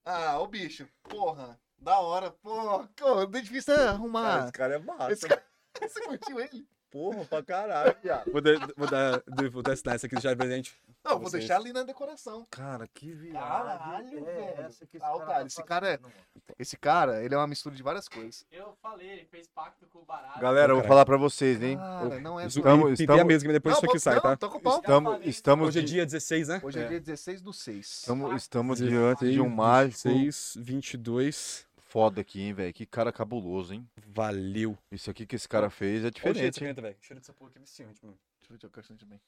Speaker 1: Ah, o bicho, porra, da hora, porra, co- não é difícil é
Speaker 2: Cara,
Speaker 1: arrumar.
Speaker 2: esse cara é massa.
Speaker 1: Esse cara- Você curtiu [LAUGHS] ele?
Speaker 2: Porra, pra caralho, viado.
Speaker 3: Vou, dar, vou, dar, vou dar esse aqui, deixar de presente.
Speaker 1: Não, vou
Speaker 3: Vocês.
Speaker 1: deixar ali na decoração.
Speaker 2: Cara, que viado.
Speaker 1: Caralho,
Speaker 7: É
Speaker 1: velho.
Speaker 7: essa que esse
Speaker 1: Ah,
Speaker 7: cara
Speaker 1: otário,
Speaker 7: tá
Speaker 1: esse cara, é,
Speaker 7: fazendo, mano.
Speaker 1: esse cara, ele é uma mistura de várias coisas.
Speaker 4: Eu falei, ele fez pacto com o baralho.
Speaker 2: Galera, eu vou
Speaker 3: Caralho.
Speaker 2: falar pra vocês, hein?
Speaker 1: Cara, não é zoeira.
Speaker 2: Estamos,
Speaker 3: Pintei a
Speaker 2: estamos,
Speaker 3: mesa, que depois
Speaker 1: Não,
Speaker 3: isso aqui
Speaker 1: vou-
Speaker 3: sai,
Speaker 1: não,
Speaker 3: tá?
Speaker 1: toca o pau.
Speaker 2: estamos, estamos,
Speaker 3: Hoje é
Speaker 2: di-
Speaker 3: dia 16, né?
Speaker 1: Hoje
Speaker 2: É.
Speaker 1: é Então- dia 16 do 6.
Speaker 2: estamos, estamos
Speaker 3: Dia
Speaker 2: diante de um mágico
Speaker 3: 6, 22.
Speaker 2: foda aqui, hein, velho. Que cara cabuloso, hein?
Speaker 3: Valeu.
Speaker 2: Isso aqui que esse cara fez é
Speaker 3: Diferente.
Speaker 2: diferente. hein?
Speaker 3: Cheiro velho. Cheiro dessa porra aqui é viciante, mano.
Speaker 1: Deixa eu ver o cartão também.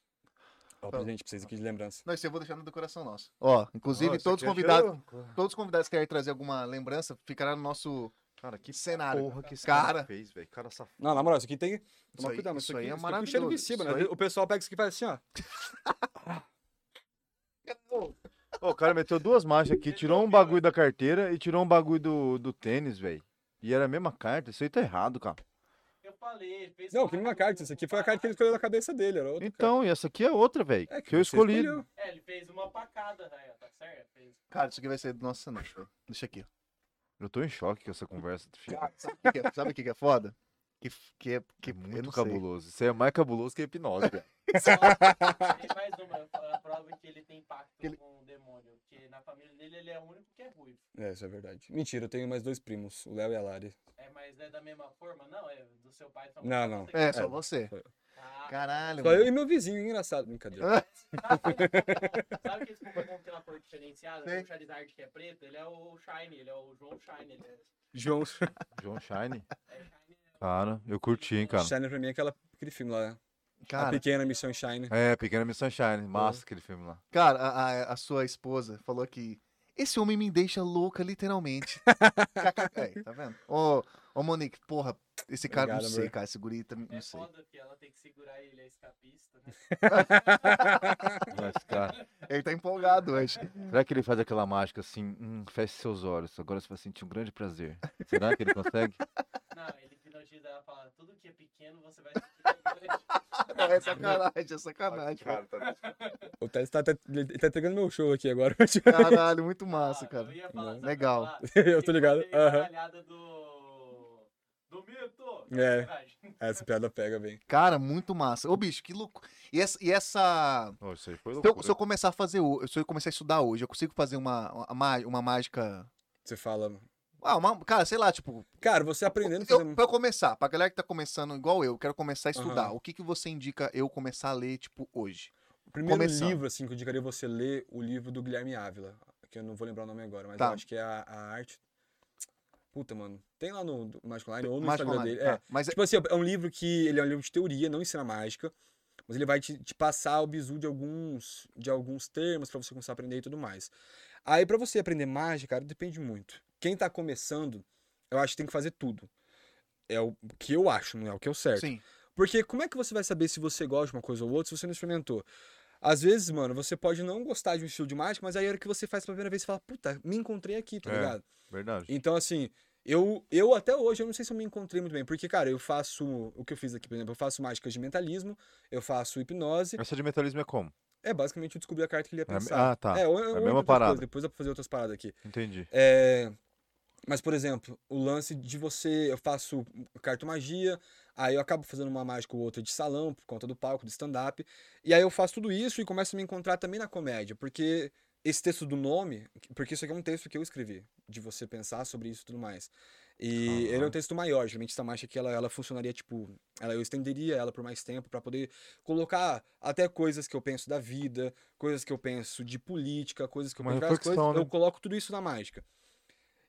Speaker 3: Ó, presente pra vocês aqui de lembrança.
Speaker 1: Não, isso eu vou deixar na decoração nossa. Ó, inclusive,
Speaker 2: Ó, isso
Speaker 1: todos os
Speaker 2: aqui é
Speaker 1: convidados,
Speaker 2: cheiro-
Speaker 1: todos os convidados que querem trazer alguma lembrança, ficará no nosso
Speaker 2: Cara, que
Speaker 1: cenário.
Speaker 2: porra que esse
Speaker 1: Cara.
Speaker 2: cara, fez, velho. Cara safado.
Speaker 3: Não, na moral, isso aqui tem.
Speaker 1: Isso
Speaker 3: Toma
Speaker 1: aí-
Speaker 3: cuidado, mas
Speaker 1: isso
Speaker 3: isso,
Speaker 1: aí
Speaker 3: aqui
Speaker 1: é
Speaker 3: isso aqui um cheiro
Speaker 1: maravilhoso,
Speaker 3: vicia, mano.
Speaker 1: isso aí-
Speaker 3: O pessoal pega isso aqui e faz assim, ó.
Speaker 2: Ô, o cara meteu duas marchas aqui, tirou um bagulho da carteira e tirou um bagulho do, do tênis, velho. E era a mesma carta. Isso aí tá errado, cara.
Speaker 4: Eu falei, ele fez
Speaker 3: Não, que uma
Speaker 4: pacto
Speaker 3: carta.
Speaker 4: com
Speaker 3: Isso
Speaker 4: o
Speaker 3: aqui foi a carta que ele escolheu na cabeça dele. Era outra
Speaker 2: Então, e essa aqui é outra, velho.
Speaker 3: carta. É,
Speaker 2: que, eu
Speaker 3: você
Speaker 2: escolhi.
Speaker 3: escolheu.
Speaker 4: É, ele fez uma pacada, né? tá certo? Fez...
Speaker 1: Cara, isso aqui vai ser do nosso cenário. velho. Deixa aqui, ó.
Speaker 2: Eu tô em choque com essa conversa. Chico.
Speaker 1: Cara, sabe o que, que é, sabe o que que é foda? Que, f- que é que
Speaker 2: É
Speaker 1: eu
Speaker 2: muito
Speaker 1: não sei.
Speaker 2: cabuloso. Isso aí é mais cabuloso que a hipnose, velho.
Speaker 4: Tem mais uma, a prova que ele tem pacto
Speaker 1: Ele-
Speaker 4: com o demônio. Porque na família dele ele é o único que é ruivo.
Speaker 3: É, isso é verdade. Mentira, eu tenho mais dois primos, o Léo e a Lari.
Speaker 4: É, mas é da mesma forma? Não, é do seu pai também. Ah,
Speaker 3: Não, não.
Speaker 1: É, só você. Caralho,
Speaker 3: Só
Speaker 1: mano.
Speaker 3: eu e meu vizinho, engraçado, brincadeira.
Speaker 4: [LAUGHS] Sabe aqueles Pokémon que tem uma cor diferenciada?
Speaker 1: Sei.
Speaker 4: O Charizard que é preto, ele é o Shiny, ele é o João Shine. Ele é,
Speaker 3: João.
Speaker 2: John Shine.
Speaker 4: é Shiny.
Speaker 2: Cara, eu curti, hein, cara.
Speaker 3: Shine pra mim é aquela, aquele filme lá. a
Speaker 1: Cara,
Speaker 3: pequena missão Shine.
Speaker 2: É, Pequena Miss Sunshine. Massa aquele filme lá.
Speaker 1: cara a, a- a sua esposa falou que Esse homem me deixa louca, literalmente. Aí, tá vendo? Ô, ô Monique, porra, esse cara, não
Speaker 3: Obrigado,
Speaker 1: sei,
Speaker 3: amor.
Speaker 1: cara, esse guri, tá-
Speaker 4: É
Speaker 1: não sei.
Speaker 4: foda que ela tem que segurar ele, é escapista, né?
Speaker 2: Vai ficar.
Speaker 1: Ele tá empolgado hoje.
Speaker 2: Será que ele faz aquela mágica assim? Hum, feche seus olhos, agora você vai sentir um grande prazer. Será que ele consegue?
Speaker 4: Não, ele hipnotiza ela e fala, tudo que é pequeno você vai sentir grande."
Speaker 1: [LAUGHS] Não, é sacanagem, é sacanagem.
Speaker 7: Cara, tá-
Speaker 3: O Thales tá, tá, ele tá entregando meu show aqui agora. [LAUGHS]
Speaker 1: Caralho, muito massa,
Speaker 4: Ah,
Speaker 1: cara.
Speaker 4: eu ia falar, sabe o que eu ia
Speaker 1: Legal.
Speaker 4: falar?
Speaker 3: Eu tô ligado.
Speaker 4: Tem que fazer a
Speaker 3: Aham.
Speaker 4: caralhada do... Do mito.
Speaker 3: É.
Speaker 4: Sacanagem.
Speaker 3: Essa piada pega bem.
Speaker 1: Cara, muito massa. Ô, bicho, que louco. E essa. E essa...
Speaker 2: Oh, isso aí foi
Speaker 1: Se, eu,
Speaker 2: loucura.
Speaker 1: se eu começar a fazer, o- se eu começar a estudar hoje, eu consigo fazer uma, uma, má- uma mágica.
Speaker 3: Você fala.
Speaker 1: Ah, uma, cara, sei lá, tipo,
Speaker 3: Cara, você Tá aprendendo a
Speaker 1: Eu-
Speaker 3: fazer.
Speaker 1: pra eu começar, pra galera que tá começando igual eu, quero começar a
Speaker 3: Aham.
Speaker 1: estudar. O que, que você indica eu começar a ler, tipo, hoje?
Speaker 3: O primeiro
Speaker 1: começando.
Speaker 3: livro, assim, que eu indicaria você ler o livro do Guilherme Ávila. Que eu não vou lembrar o nome agora, mas
Speaker 1: Tá.
Speaker 3: eu acho que é a, a arte. Puta, mano. Tem lá no do Magic Online ou no
Speaker 1: Mágica
Speaker 3: Instagram
Speaker 1: Online,
Speaker 3: dele.
Speaker 1: tá.
Speaker 3: É.
Speaker 1: Mas
Speaker 3: Tipo assim, é um livro que. Ele é um livro de teoria, não ensina mágica. Mas ele vai te, te passar o bizu de alguns, de alguns termos pra você começar a aprender e tudo mais. Aí, pra você aprender mágica, cara, depende muito. Quem tá começando, eu acho que tem que fazer tudo. É o que eu acho, não é o que eu certo.
Speaker 1: sim.
Speaker 3: Porque como é que você vai saber se você gosta de uma coisa ou outra se você não experimentou? Às vezes, mano, você pode não gostar de um estilo de mágica, mas aí a hora que você faz pela primeira vez, você fala, puta, me encontrei aqui, tá
Speaker 2: É.
Speaker 3: ligado?
Speaker 2: Verdade.
Speaker 3: Então, assim, eu, eu até hoje, eu não sei se eu me encontrei muito bem. Porque, cara, eu faço o que eu fiz aqui, por exemplo, eu faço mágicas de mentalismo, eu faço hipnose.
Speaker 2: Essa de mentalismo é como?
Speaker 3: É, basicamente, eu descobri a carta que ele ia
Speaker 2: É a me-
Speaker 3: pensar.
Speaker 2: ah, tá.
Speaker 3: É, ou,
Speaker 2: a
Speaker 3: ou
Speaker 2: mesma
Speaker 3: outras
Speaker 2: parada.
Speaker 3: coisas, depois dá pra fazer outras paradas aqui.
Speaker 2: Entendi.
Speaker 3: É, Mas, por exemplo, o lance de você. Eu faço cartomagia, aí eu acabo fazendo uma mágica ou outra de salão, por conta do palco, do stand-up. E aí eu faço tudo isso e começo a me encontrar também na comédia, porque esse texto do nome. Porque isso aqui é um texto que eu escrevi, de você pensar sobre isso e tudo mais. E ele é
Speaker 2: Aham.
Speaker 3: um texto maior, geralmente essa mágica aqui ela, ela funcionaria tipo. Ela, eu estenderia ela por mais tempo pra poder colocar até coisas que eu penso da vida, coisas que eu penso de política, coisas que eu
Speaker 2: Uma
Speaker 3: penso de várias coisas.
Speaker 2: reflexão, né?
Speaker 3: Eu coloco tudo isso na mágica.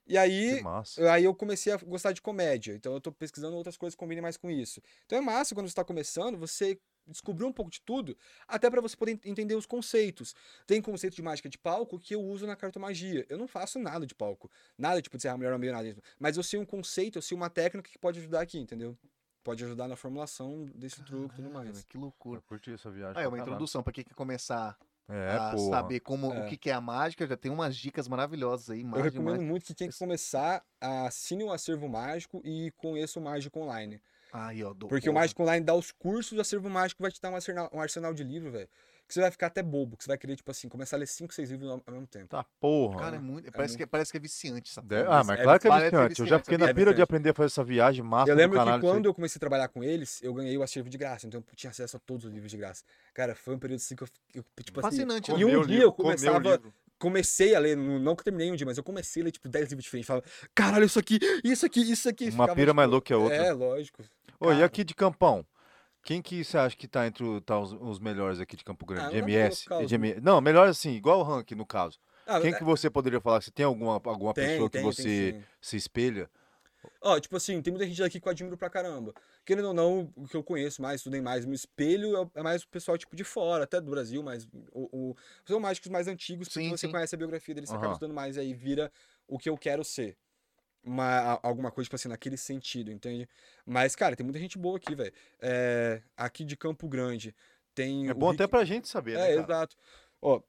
Speaker 3: E
Speaker 2: Que
Speaker 3: aí,
Speaker 2: massa.
Speaker 3: eu- aí eu comecei a gostar de comédia. Então eu tô pesquisando outras coisas que combinem mais com isso. Então é massa quando você tá começando, você descobrir um pouco de tudo, até pra você poder ent- entender os conceitos. Tem conceito de mágica de palco que eu uso na cartomagia. Eu não faço nada de palco. Nada tipo de ser a mulher ou meio nada. Mas eu sei um conceito, eu sei uma técnica que pode ajudar aqui, entendeu? Pode ajudar na formulação desse truque e tudo mais.
Speaker 1: Que loucura.
Speaker 2: Eu curti essa viagem.
Speaker 1: Ah, é
Speaker 2: pra
Speaker 1: uma
Speaker 2: caralho.
Speaker 1: introdução pra quem quer começar
Speaker 2: É,
Speaker 1: a
Speaker 2: porra.
Speaker 1: saber como, o
Speaker 3: É.
Speaker 1: que, que é a mágica. Já tem umas dicas maravilhosas aí.
Speaker 3: Eu
Speaker 1: Mágica,
Speaker 3: recomendo
Speaker 1: mágica.
Speaker 3: muito que quem quer começar assine o acervo mágico e conheça o mágico online.
Speaker 1: Aí, ó, do-
Speaker 3: Porque o
Speaker 1: porra.
Speaker 3: Mágico Online dá os cursos, o acervo mágico vai te dar um arsenal, um arsenal de livro, velho. Que você vai ficar até bobo, que você vai querer, tipo assim, começar a ler 5, 6 livros ao, ao mesmo tempo.
Speaker 2: Tá, porra.
Speaker 1: Cara, é muito. Parece, Que, parece que é viciante essa
Speaker 2: De-
Speaker 1: porra.
Speaker 2: Ah, mas
Speaker 3: é
Speaker 2: claro que é
Speaker 1: viciante,
Speaker 2: viciante. Eu já
Speaker 1: viciante,
Speaker 2: fiquei na
Speaker 3: é
Speaker 2: pira de
Speaker 3: viciante.
Speaker 2: aprender a fazer essa viagem massa
Speaker 3: eu
Speaker 2: do
Speaker 3: lembro que
Speaker 2: caralho, isso aí.
Speaker 3: quando eu comecei a trabalhar com eles, eu ganhei o acervo de graça, então eu tinha acesso a todos os livros de graça. Cara, foi um período assim que eu, fi- eu, tipo assim,
Speaker 1: Fascinante,
Speaker 3: e
Speaker 1: né?
Speaker 3: um
Speaker 2: Comeu o
Speaker 3: dia
Speaker 2: livro,
Speaker 3: eu
Speaker 2: comeu o
Speaker 3: começava-
Speaker 2: livro.
Speaker 3: comecei a ler, não não que eu terminei um dia, mas eu comecei a ler, tipo, 10 livros diferentes. Falava, caralho, isso aqui, isso aqui, isso aqui.
Speaker 2: Uma pira mais louca que a outra.
Speaker 3: É, lógico.
Speaker 2: Ô, e
Speaker 3: cara.
Speaker 2: aqui de Campão? Quem que você acha que tá entre o- tá os, os melhores aqui de Campo Grande?
Speaker 3: Ah,
Speaker 2: de
Speaker 3: não dá pra
Speaker 2: MS?
Speaker 3: colocar os
Speaker 2: De M- Não, melhor assim, igual o ranking, no caso.
Speaker 3: Ah,
Speaker 2: Quem
Speaker 3: é,
Speaker 2: que você poderia falar? Você tem alguma, alguma
Speaker 3: tem,
Speaker 2: pessoa
Speaker 3: tem,
Speaker 2: que
Speaker 3: tem
Speaker 2: você
Speaker 3: sim.
Speaker 2: se espelha?
Speaker 3: Ó, tipo assim, tem muita gente aqui que eu admiro pra caramba. Querendo ou não, o que eu conheço mais, estudei mais, me espelho é o- é mais o pessoal, tipo, de fora, até do Brasil, mas o, o- são mágicos mais antigos, porque
Speaker 1: Sim,
Speaker 3: você
Speaker 1: sim.
Speaker 3: conhece a biografia deles, você
Speaker 2: Aham.
Speaker 3: acaba estudando mais, e aí vira o que eu quero ser. Uma, alguma coisa, tipo assim, naquele sentido, entende? Mas, cara, tem muita gente boa aqui, velho. É, aqui de Campo Grande tem
Speaker 2: É
Speaker 3: o
Speaker 2: bom
Speaker 3: Rick-
Speaker 2: até pra gente saber,
Speaker 3: é,
Speaker 2: né, cara?
Speaker 3: exato. Ó,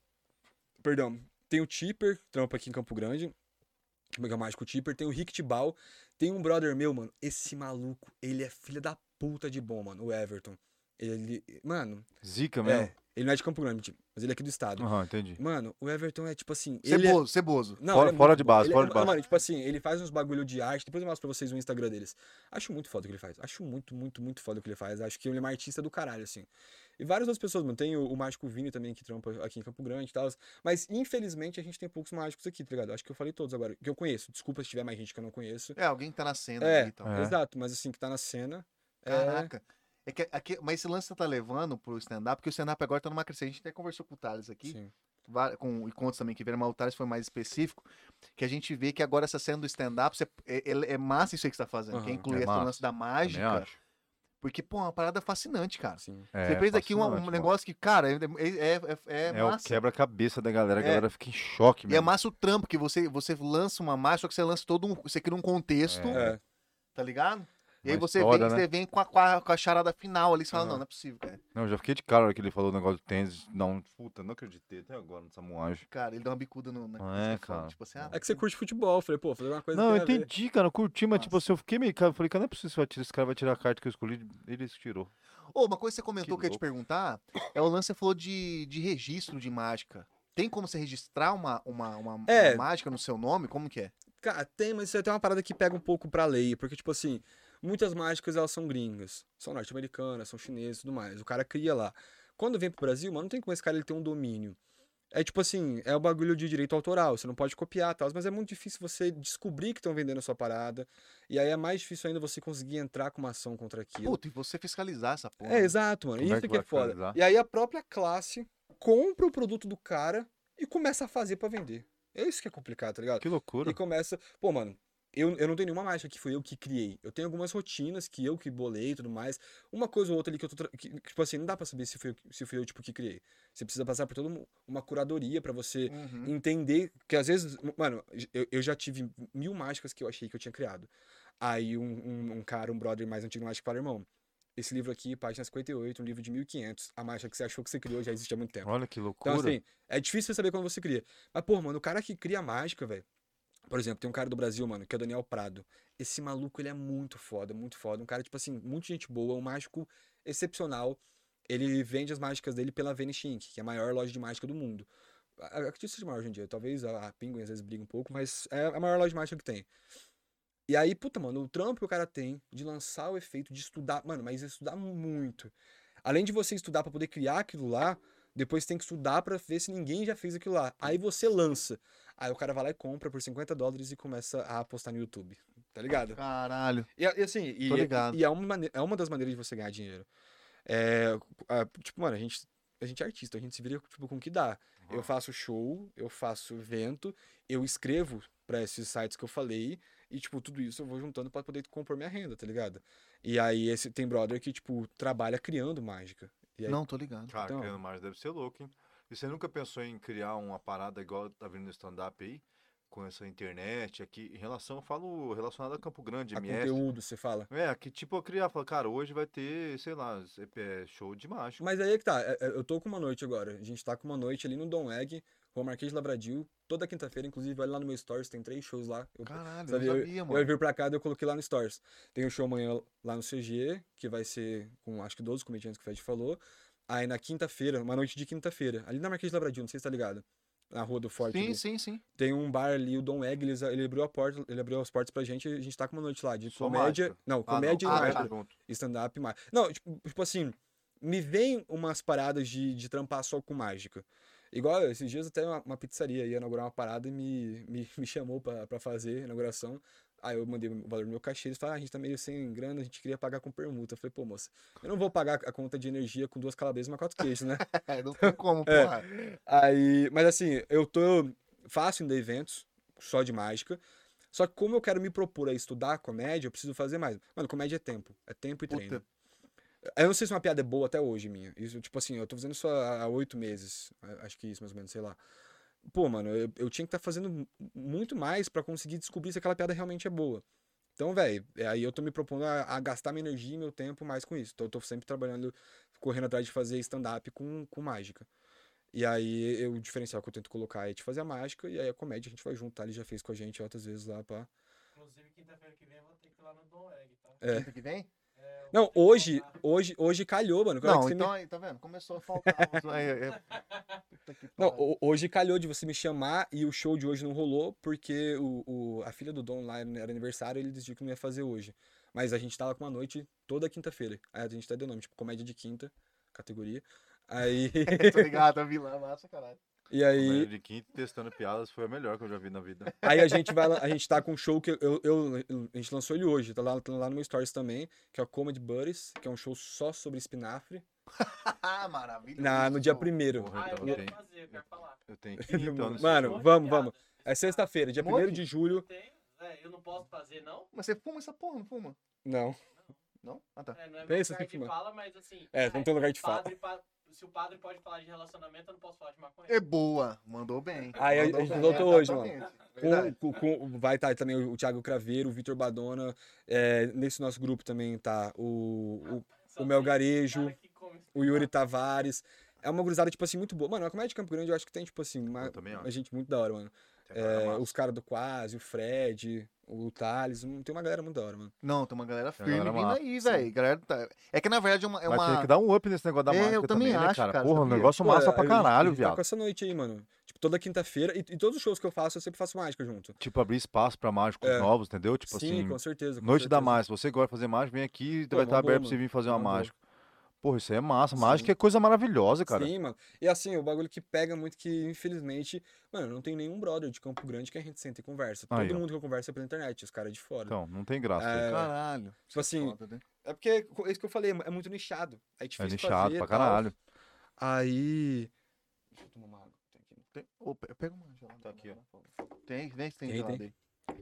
Speaker 3: perdão. Tem o Tipper, que trampa aqui em Campo Grande. Que é o mágico Tipper. Tem o Rick Tibal. Tem um brother meu, mano. Esse maluco, ele é filha da puta de bom, mano. O Everton. Ele. Mano,
Speaker 2: Zica mesmo?
Speaker 3: é. Ele não é de Campo Grande, mas ele é aqui do estado.
Speaker 2: Aham, entendi.
Speaker 3: Mano, o Everton é tipo assim. Ele é-
Speaker 1: Ceboso, ceboso.
Speaker 3: Não,
Speaker 2: Fora-
Speaker 3: ele é
Speaker 2: fora
Speaker 3: muito
Speaker 2: de
Speaker 3: bom.
Speaker 2: base,
Speaker 3: Ele-
Speaker 2: fora de base.
Speaker 3: Mano, tipo assim, ele faz uns bagulho de arte. Depois eu mostro pra vocês o Instagram deles. Acho muito foda o que ele faz. Acho muito, muito, muito foda o que ele faz. Acho que ele é uma artista do caralho, assim. E várias outras pessoas, mano. Tem o, o Mágico Vini também, que trampa aqui em Campo Grande e tal. Mas, infelizmente, a gente tem poucos mágicos aqui, tá ligado? Acho que eu falei todos agora. Que eu conheço. Desculpa se tiver mais gente que eu não conheço.
Speaker 1: É, alguém que tá na cena
Speaker 3: É.
Speaker 1: ali e tal.
Speaker 2: É.
Speaker 3: Exato, mas assim, que tá na cena. é-
Speaker 1: Caraca. É que, aqui, mas esse lance que você tá levando pro stand-up, porque o stand-up agora tá numa crescente. A gente até conversou com o Thales aqui.
Speaker 3: Sim.
Speaker 1: va- com e contos também que vieram, mas o Thales foi mais específico, que a gente vê que agora essa cena do stand-up, você- é, é- é massa isso aí que você tá fazendo, que é
Speaker 3: Aham.
Speaker 1: incluir
Speaker 2: É
Speaker 1: esse
Speaker 2: massa.
Speaker 1: lance da
Speaker 2: Também
Speaker 1: mágica,
Speaker 2: acho.
Speaker 1: Porque, pô, é uma parada fascinante, cara.
Speaker 3: Sim.
Speaker 1: Você fez aqui um, um negócio que, cara, é, é, é, é
Speaker 2: É o
Speaker 1: massa.
Speaker 2: quebra-cabeça da galera, a
Speaker 1: É.
Speaker 2: galera fica em
Speaker 1: E
Speaker 2: choque
Speaker 1: é
Speaker 2: mesmo.
Speaker 1: massa o trampo, que você, você lança uma massa, só que você lança todo um. Você cria um contexto,
Speaker 2: É.
Speaker 3: É.
Speaker 1: tá ligado? E
Speaker 2: Uma
Speaker 1: aí você,
Speaker 2: história,
Speaker 1: vem,
Speaker 2: né?
Speaker 1: você vem com a, com, a, com a charada final ali, você fala,
Speaker 3: Aham.
Speaker 1: não, não é possível, cara.
Speaker 2: Não, eu já fiquei de cara na hora que ele falou o negócio do tênis. Não, puta, não acreditei até agora nessa moagem.
Speaker 1: Cara, ele dá uma bicuda no. [LAUGHS] na cabeça
Speaker 2: É,
Speaker 1: e fala,
Speaker 2: cara.
Speaker 1: Tipo assim, ah,
Speaker 3: É que você curte futebol, falei, pô, fazer uma coisa
Speaker 2: Não,
Speaker 3: tem
Speaker 2: eu
Speaker 3: a ver.
Speaker 2: entendi, cara, eu curti, mas tipo
Speaker 1: Massa.
Speaker 2: assim, eu fiquei meio, cara, eu falei, cara, não é possível que esse cara vai tirar a carta que eu escolhi, ele tirou.
Speaker 1: Ô, uma coisa que você comentou
Speaker 2: Que
Speaker 1: que eu ia te
Speaker 2: louco.
Speaker 1: perguntar é o lance que você falou de, de registro de mágica. Tem como você registrar uma, uma, uma,
Speaker 3: É.
Speaker 1: uma mágica no seu nome? Como que é?
Speaker 3: Cara, tem, mas isso aí tem uma parada que pega um pouco pra lei, porque, tipo assim, muitas mágicas elas são gringas, são norte-americanas, são chinesas e tudo mais. O cara cria lá. Quando vem pro Brasil, mano, não tem como esse cara ele ter um domínio. É tipo assim, é o bagulho de direito autoral, você não pode copiar e tal, mas é muito difícil você descobrir que estão vendendo a sua parada, e aí é mais difícil ainda você conseguir entrar com uma ação contra aquilo.
Speaker 1: Puta, e você fiscalizar essa porra. né?"
Speaker 3: É, exato, mano.
Speaker 2: Como é
Speaker 3: Isso
Speaker 2: que
Speaker 3: que é
Speaker 2: vai
Speaker 3: foda.
Speaker 2: fiscalizar?
Speaker 3: E aí a própria classe compra o produto do cara e começa a fazer pra vender. É isso que é complicado, tá ligado?
Speaker 2: Que loucura.
Speaker 3: E começa. Pô, mano, eu, eu não tenho nenhuma mágica que fui eu que criei. Eu tenho algumas rotinas que eu que bolei e tudo mais. Uma coisa ou outra ali que eu tô. tra- que- que, tipo assim, não dá pra saber se fui eu, que- se fui eu tipo, que criei. Você precisa passar por toda um- uma curadoria pra você
Speaker 1: Uhum.
Speaker 3: entender. Que às vezes. Mano, eu, eu já tive mil mágicas que eu achei que eu tinha criado. Aí um, um, um cara, um brother mais antigo, mágico, falou, irmão. Esse livro aqui, página 58, um livro de 1500. A mágica que você achou que você criou já existe há muito tempo.
Speaker 2: Olha que loucura.
Speaker 3: Então, assim, é difícil você saber quando você cria. Mas, pô, mano, o cara que cria mágica, velho. Por exemplo, tem um cara do Brasil, mano, que é o Daniel Prado. Esse maluco, ele é muito foda, muito foda. Um cara, tipo assim, muito gente boa, um mágico excepcional. Ele vende as mágicas dele pela Venice Inc., que é a maior loja de mágica do mundo. A- a- Acredito que seja maior hoje em dia. Talvez a, a Penguin às vezes briga um pouco, mas é a maior loja de mágica que tem. E aí, puta, mano, o trampo que o cara tem de lançar o efeito, de estudar, mano, mas é estudar muito. Além de você estudar pra poder criar aquilo lá, depois tem que estudar pra ver se ninguém já fez aquilo lá. Aí você lança. Aí o cara vai lá e compra por 50 dólares e começa a apostar no YouTube. Tá ligado?
Speaker 1: Caralho.
Speaker 3: E, é- e assim, e,
Speaker 1: Tô ligado.
Speaker 3: e é, uma mane- é uma das maneiras de você ganhar dinheiro. É, a- tipo, mano, a gente, a gente é artista, a gente se vira tipo, com o que dá. Eu faço show, eu faço evento, eu escrevo pra esses sites que eu falei. E, tipo, tudo isso eu vou juntando pra poder compor minha renda, tá ligado? E aí esse, tem brother que, tipo, trabalha criando mágica. E aí,
Speaker 1: Não, tô ligado.
Speaker 2: Cara,
Speaker 3: Então-
Speaker 2: criando mais deve ser louco, hein? E você nunca pensou em criar uma parada igual tá vindo no stand-up aí? Com essa internet aqui, em relação, eu falo relacionado a Campo Grande,
Speaker 3: a
Speaker 2: MS.
Speaker 3: conteúdo, você fala.
Speaker 2: É, que tipo eu criar, falar, cara, hoje vai ter, sei lá, é, é, show de mágico.
Speaker 3: Mas aí é que tá. é- é- Eu tô com uma noite agora. A gente tá com uma noite ali no Dom Egg, Rua Marquês de Labradil, toda quinta-feira, inclusive, olha lá no meu Stories, tem três shows lá. Eu,
Speaker 1: Caralho,
Speaker 3: sabe,
Speaker 1: eu não sabia,
Speaker 3: eu
Speaker 1: mano.
Speaker 3: vir pra cá, daí eu coloquei lá no Stories. Tem um show amanhã lá no CG, que vai ser com acho que 12 comediantes que o Fed falou. Aí na quinta-feira, uma noite de quinta-feira, ali na Marquês de Labradil, não sei se tá ligado. Na rua do Forte. né?
Speaker 1: Sim, sim,
Speaker 3: ali. [LAUGHS]
Speaker 1: sim.
Speaker 3: Tem um bar ali, o Dom Egg, ele, ele abriu a porta, ele abriu as portas pra gente, a gente tá com uma noite lá de
Speaker 2: Só
Speaker 3: comédia.
Speaker 2: mágica.
Speaker 3: Não,
Speaker 2: Ah, não,
Speaker 3: é comédia né? e
Speaker 1: Ah,
Speaker 3: mágica
Speaker 1: tá.
Speaker 2: junto.
Speaker 3: stand-up mais. Não, tipo, tipo assim, me vem umas paradas de, de trampar só com mágica. Igual esses dias até uma, uma pizzaria ia inaugurar uma parada e me, me, [LAUGHS] me chamou pra, pra fazer a inauguração. Aí eu mandei o valor do meu cachê, eles falaram, ah, a gente tá meio sem grana, a gente queria pagar com permuta. Eu falei, pô, moça, eu não vou pagar a conta de energia com duas calabresas e uma quatro queijos, né?
Speaker 1: É, não tem como,
Speaker 3: É.
Speaker 1: porra.
Speaker 3: Aí, mas assim, eu tô faço ainda eventos só de mágica. Só que como eu quero me propor a estudar comédia, eu preciso fazer mais. Mano, comédia é tempo, é tempo e treino.
Speaker 1: Puta.
Speaker 3: Eu não sei se uma piada é boa até hoje, minha. Isso, tipo assim, eu tô fazendo isso há há oito meses. a- Acho que isso, mais ou menos, sei lá. Pô, mano, eu, eu tinha que estar fazendo mu- muito mais pra conseguir descobrir se aquela piada realmente é boa. Então, velho, aí eu tô me propondo a, a gastar minha energia e meu tempo mais com isso. Então, eu tô sempre trabalhando, correndo atrás de fazer stand-up com, com mágica. E aí, eu, o diferencial que eu tento colocar é de fazer a mágica e aí a comédia a gente vai juntar. Ele já fez com a gente outras vezes lá, pá.
Speaker 4: Inclusive, quinta-feira que vem eu vou ter que ir lá no Dom Egg, tá?
Speaker 3: É.
Speaker 1: Quinta que vem?
Speaker 4: É, eu
Speaker 3: Não,
Speaker 4: vou ter que
Speaker 3: hoje,
Speaker 4: voltar.
Speaker 3: hoje, hoje calhou, mano. Agora que
Speaker 1: Não,
Speaker 3: você me-
Speaker 1: então aí, tá vendo? Começou a faltar. uns- é, é- Puta que
Speaker 3: Não,
Speaker 1: pariu.
Speaker 3: ho- hoje calhou de você me chamar e o show de hoje não rolou, porque o, o- a filha do Dom lá era aniversário e ele decidiu que não ia fazer hoje. Mas a gente tava com uma noite toda quinta-feira. Aí a gente até deu nome, tipo, comédia de quinta, categoria. Aí. [LAUGHS]
Speaker 1: Tô ligado, a vilã massa, caralho.
Speaker 3: e
Speaker 2: Comédia
Speaker 3: aí,
Speaker 2: de quinta testando piadas foi a melhor que eu já vi na vida.
Speaker 3: aí a gente vai lá- A gente tá com um show que eu, eu- eu- a gente lançou ele hoje, tá lá, tá lá no meu Stories também, que é o Comedy Buddies, que é um show só sobre espinafre.
Speaker 1: Ah, maravilha.
Speaker 3: Na, no dia primeiro.
Speaker 2: Porra,
Speaker 4: Ah, eu
Speaker 2: então eu
Speaker 4: quero
Speaker 2: tenho,
Speaker 4: fazer, eu quero falar.
Speaker 2: eu
Speaker 3: [LAUGHS]
Speaker 2: tenho que ir, então, nesse
Speaker 3: É Mano,
Speaker 2: show.
Speaker 4: Monte de
Speaker 3: vamos,
Speaker 4: piada.
Speaker 3: vamos. É sexta-feira, dia
Speaker 1: Monte?
Speaker 3: 1 de julho.
Speaker 4: Tem, é, eu não posso fazer, não?
Speaker 1: Mas você fuma essa porra, não fuma?
Speaker 3: Não.
Speaker 1: Não? Ah, tá.
Speaker 4: É, não é meu
Speaker 3: Pensa
Speaker 4: lugar
Speaker 3: que
Speaker 4: de
Speaker 3: fuma.
Speaker 4: fala, mas assim.
Speaker 3: É, não tem lugar de fala.
Speaker 4: padre, pa- Se o padre pode falar de relacionamento, eu não posso falar de maconha.
Speaker 1: É boa. Mandou bem.
Speaker 3: Aí Ah, a-
Speaker 1: Mandou
Speaker 3: a gente
Speaker 1: bem,
Speaker 3: voltou hoje,
Speaker 1: exatamente.
Speaker 3: Com,
Speaker 1: Verdade.
Speaker 3: com- com- vai estar também o Thiago Craveiro, o Vitor Badona. é, nesse nosso grupo também tá o,
Speaker 4: Só
Speaker 3: o Mel
Speaker 4: tem
Speaker 3: Garejo,
Speaker 4: cara que come- Ah,
Speaker 3: o, o Yuri Tavares. É uma gurizada, tipo assim, muito boa. Mano, a comédia de Campo Grande eu acho que tem, tipo assim, uma,
Speaker 2: Eu também
Speaker 3: uma
Speaker 2: acho.
Speaker 3: gente muito da hora, mano.
Speaker 2: Tem uma
Speaker 3: É,
Speaker 2: galera
Speaker 3: os
Speaker 2: massa.
Speaker 3: caras do Quase, o Fred, o Thales, um- tem uma galera muito da hora, mano.
Speaker 1: Não, tem uma galera
Speaker 2: Tem
Speaker 1: firme
Speaker 2: uma galera
Speaker 1: vindo
Speaker 2: massa,
Speaker 1: aí, velho. Galera tá- É que na verdade é uma. É
Speaker 2: Mas
Speaker 1: uma...
Speaker 2: tinha que dar um up nesse negócio da
Speaker 1: É, eu
Speaker 2: máscara
Speaker 1: também
Speaker 2: né,
Speaker 1: acho,
Speaker 2: cara?
Speaker 1: cara,
Speaker 2: Porra, um
Speaker 1: sabia?
Speaker 2: negócio massa
Speaker 3: Pô,
Speaker 2: pra
Speaker 3: a gente- a
Speaker 2: caralho,
Speaker 3: gente Tá com
Speaker 2: viado.
Speaker 3: essa noite aí, mano. Tipo, toda quinta-feira. E, e todos os shows que eu faço, eu sempre faço mágica junto.
Speaker 2: Tipo, abrir espaço pra mágicos
Speaker 3: É.
Speaker 2: novos, entendeu? Tipo
Speaker 3: Sim,
Speaker 2: assim,
Speaker 3: com certeza. com
Speaker 2: Noite da
Speaker 3: certeza.
Speaker 2: mágica. Se você gosta de fazer mágica, vem aqui,
Speaker 3: Pô,
Speaker 2: vai
Speaker 3: é
Speaker 2: estar
Speaker 3: uma boa,
Speaker 2: aberto pra você
Speaker 3: mano.
Speaker 2: vir fazer
Speaker 3: É
Speaker 2: uma
Speaker 3: uma boa.
Speaker 2: mágica. Porra, isso aí é massa.
Speaker 3: Sim.
Speaker 2: Mágica é coisa maravilhosa, cara.
Speaker 3: Sim, mano. E assim, o bagulho que pega muito que, infelizmente, mano, eu não tem nenhum brother de Campo Grande que a gente senta e conversa. Todo
Speaker 2: Aí, ó.
Speaker 3: mundo que eu converso é pela internet, os caras de fora.
Speaker 2: Então, não tem graça.
Speaker 3: É,
Speaker 1: Caralho.
Speaker 3: tipo assim,
Speaker 1: Foda, né?
Speaker 3: é porque, co- é isso que eu falei, é muito nichado. É
Speaker 2: é
Speaker 3: difícil
Speaker 2: nichado
Speaker 3: fazer,
Speaker 2: pra
Speaker 3: tal.
Speaker 2: caralho.
Speaker 3: Aí... Deixa eu tomar uma água. Tem aqui.
Speaker 1: Tem... Ô, pe- pega uma gelada.
Speaker 2: Tá aqui,
Speaker 1: ó. Tem, nem se tem,
Speaker 3: Tem,
Speaker 1: gelada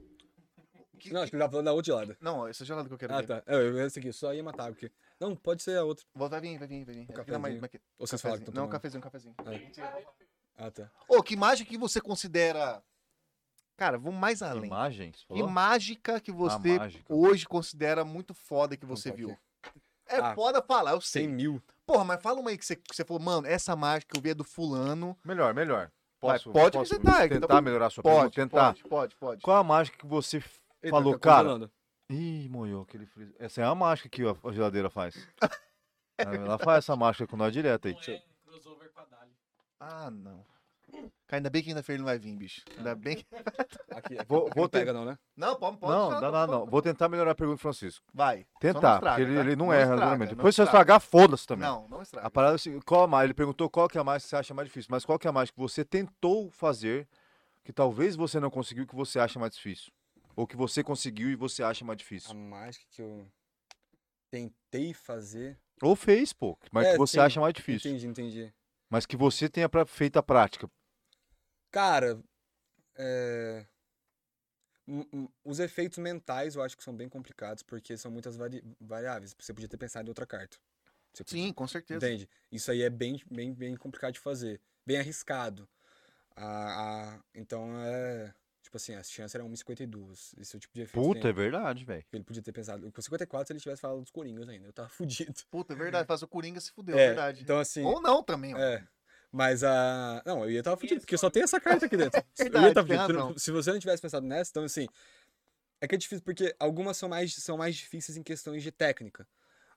Speaker 1: aí. Que-
Speaker 3: Não, acho que eu tava falando da outra gelada.
Speaker 1: Não, ó, essa gelada que eu quero
Speaker 3: Ah,
Speaker 1: ver.
Speaker 3: tá. É, eu- essa aqui, só ia matar porque... Não, pode ser a outra.
Speaker 1: Volta, Vai vir, vai vir, vai
Speaker 2: Um
Speaker 1: vir. Aqui na ma-
Speaker 3: cafezinho.
Speaker 1: ma- aqui,
Speaker 3: Ou vocês falaram que
Speaker 1: cafezinho.
Speaker 3: estão
Speaker 1: Não, um
Speaker 3: tomando.
Speaker 1: cafezinho, cafezinho.
Speaker 3: Ah, tá.
Speaker 1: Ô, que mágica que você considera. Cara, vamos mais além.
Speaker 2: Imagem? você
Speaker 1: Que
Speaker 2: falou?
Speaker 1: mágica que você
Speaker 2: Ah, mágica.
Speaker 1: hoje considera muito foda que você
Speaker 3: tá aqui.
Speaker 1: viu? É
Speaker 3: Ah,
Speaker 1: foda falar, eu
Speaker 3: 100
Speaker 1: sei.
Speaker 3: mil.
Speaker 1: Porra, mas fala uma aí que você, que você falou, mano, essa mágica que eu vi é do fulano.
Speaker 2: Melhor, melhor.
Speaker 1: Vai,
Speaker 2: Posso,
Speaker 1: pode
Speaker 2: posso
Speaker 1: tentar, é que
Speaker 2: tentar
Speaker 1: tá-
Speaker 2: melhorar a sua
Speaker 1: Pode,
Speaker 2: pergunta? Tentar.
Speaker 1: pode, pode, pode.
Speaker 2: Qual é a mágica que você f-
Speaker 3: Eita,
Speaker 2: falou,
Speaker 3: tá
Speaker 2: cara?
Speaker 3: congelando.
Speaker 2: Ih, moiou, aquele frizz. Essa é a mágica que a a geladeira faz.
Speaker 1: [LAUGHS]
Speaker 2: Ela faz essa mágica com nós direto aí.
Speaker 4: Não é crossover com a Dali.
Speaker 1: Ah, não. Cara, ainda bem que ainda ele não vai vir, bicho. Ainda bem que.
Speaker 3: Aqui, aqui
Speaker 2: Vou-
Speaker 3: não
Speaker 2: vou
Speaker 3: pega, não, né?
Speaker 1: [LAUGHS] Não, pode, pode.
Speaker 2: Não,
Speaker 1: falar,
Speaker 2: dá
Speaker 1: pode,
Speaker 2: nada
Speaker 1: pode.
Speaker 2: não. Vou tentar melhorar a pergunta do Francisco.
Speaker 1: Vai. só
Speaker 2: Tentar,
Speaker 1: estraga,
Speaker 2: porque ele,
Speaker 1: tá?
Speaker 2: ele não, erra.
Speaker 1: estraga,
Speaker 2: geralmente.
Speaker 1: não
Speaker 2: Depois se eu
Speaker 1: estraga.
Speaker 2: estragar, foda-se também.
Speaker 1: Não, não estraga.
Speaker 2: A parada é o seguinte, qual a mais? Ele perguntou qual que é a mais que você acha mais difícil, mas qual que é a mais que você tentou fazer que talvez você não conseguiu que você acha mais difícil? Ou que você conseguiu e você acha mais
Speaker 3: A
Speaker 2: difícil?
Speaker 3: mágica que eu tentei fazer.
Speaker 2: Ou fez, pô, mas
Speaker 3: É,
Speaker 2: que você
Speaker 3: sim.
Speaker 2: acha mais difícil.
Speaker 3: Entendi, entendi.
Speaker 2: Mas que você tenha pra- feito a prática.
Speaker 3: Cara, é, m- m- os efeitos mentais eu acho que são bem complicados, porque são muitas vari- variáveis. Você podia ter pensado em outra carta. Você podia-
Speaker 1: Sim, com certeza.
Speaker 3: Entende? Isso aí é bem, bem, bem complicado de fazer. Bem arriscado. A, a- então é. Tipo assim, as chances eram 1,52. Esse é o tipo de efeito. que
Speaker 2: Puta,
Speaker 3: tem.
Speaker 2: é verdade, velho.
Speaker 3: Ele podia ter pensado. Com 54, se ele tivesse falado dos Coringas ainda, eu tava [LAUGHS] fudido.
Speaker 1: Puta, é verdade. Faz o Coringa se fudeu, é
Speaker 3: É,
Speaker 1: verdade.
Speaker 3: Então, assim.
Speaker 1: Ou não também, ó.
Speaker 3: É. Mas a. Não, eu ia estar fudido,
Speaker 4: Esse
Speaker 3: porque
Speaker 4: olha.
Speaker 3: só tem essa carta
Speaker 1: [LAUGHS]
Speaker 3: aqui dentro. eu
Speaker 1: Verdade,
Speaker 3: ia tá
Speaker 1: tem
Speaker 3: estar fudido. Se não-
Speaker 1: razão.
Speaker 3: Se você não tivesse pensado nessa, então assim. É que é difícil, porque algumas são mais, são mais difíceis em questões de técnica.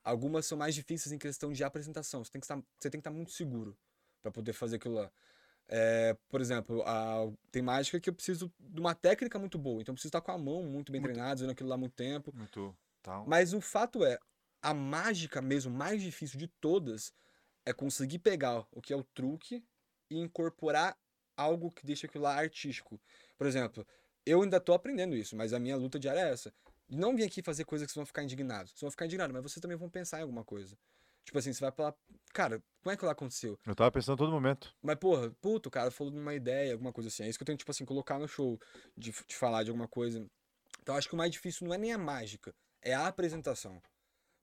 Speaker 3: Algumas são mais difíceis em questão de apresentação. Você tem que estar, você tem que estar muito seguro para poder fazer aquilo lá. É, por exemplo, a- tem mágica que eu preciso de uma técnica muito boa. Então eu preciso estar com a mão muito bem treinada, usando aquilo lá há muito tempo.
Speaker 2: Muito. tá um Tal.
Speaker 3: Mas o fato é, a mágica mesmo mais difícil de todas é conseguir pegar o que é o truque e incorporar algo que deixa aquilo lá artístico. Por exemplo, eu ainda tô aprendendo isso, mas a minha luta diária é essa. Não vim aqui fazer coisas que vocês vão ficar indignados. Vocês vão ficar indignados, mas vocês também vão pensar em alguma coisa. Tipo assim, você vai falar, cara, como é que lá aconteceu?
Speaker 2: Eu tava pensando a todo momento.
Speaker 3: Mas, porra, puto, o cara falou de uma ideia, alguma coisa assim. É isso que eu tenho, tipo assim, colocar no show, de, f- de falar de alguma coisa. Então, acho que o mais difícil não é nem a mágica, é a apresentação.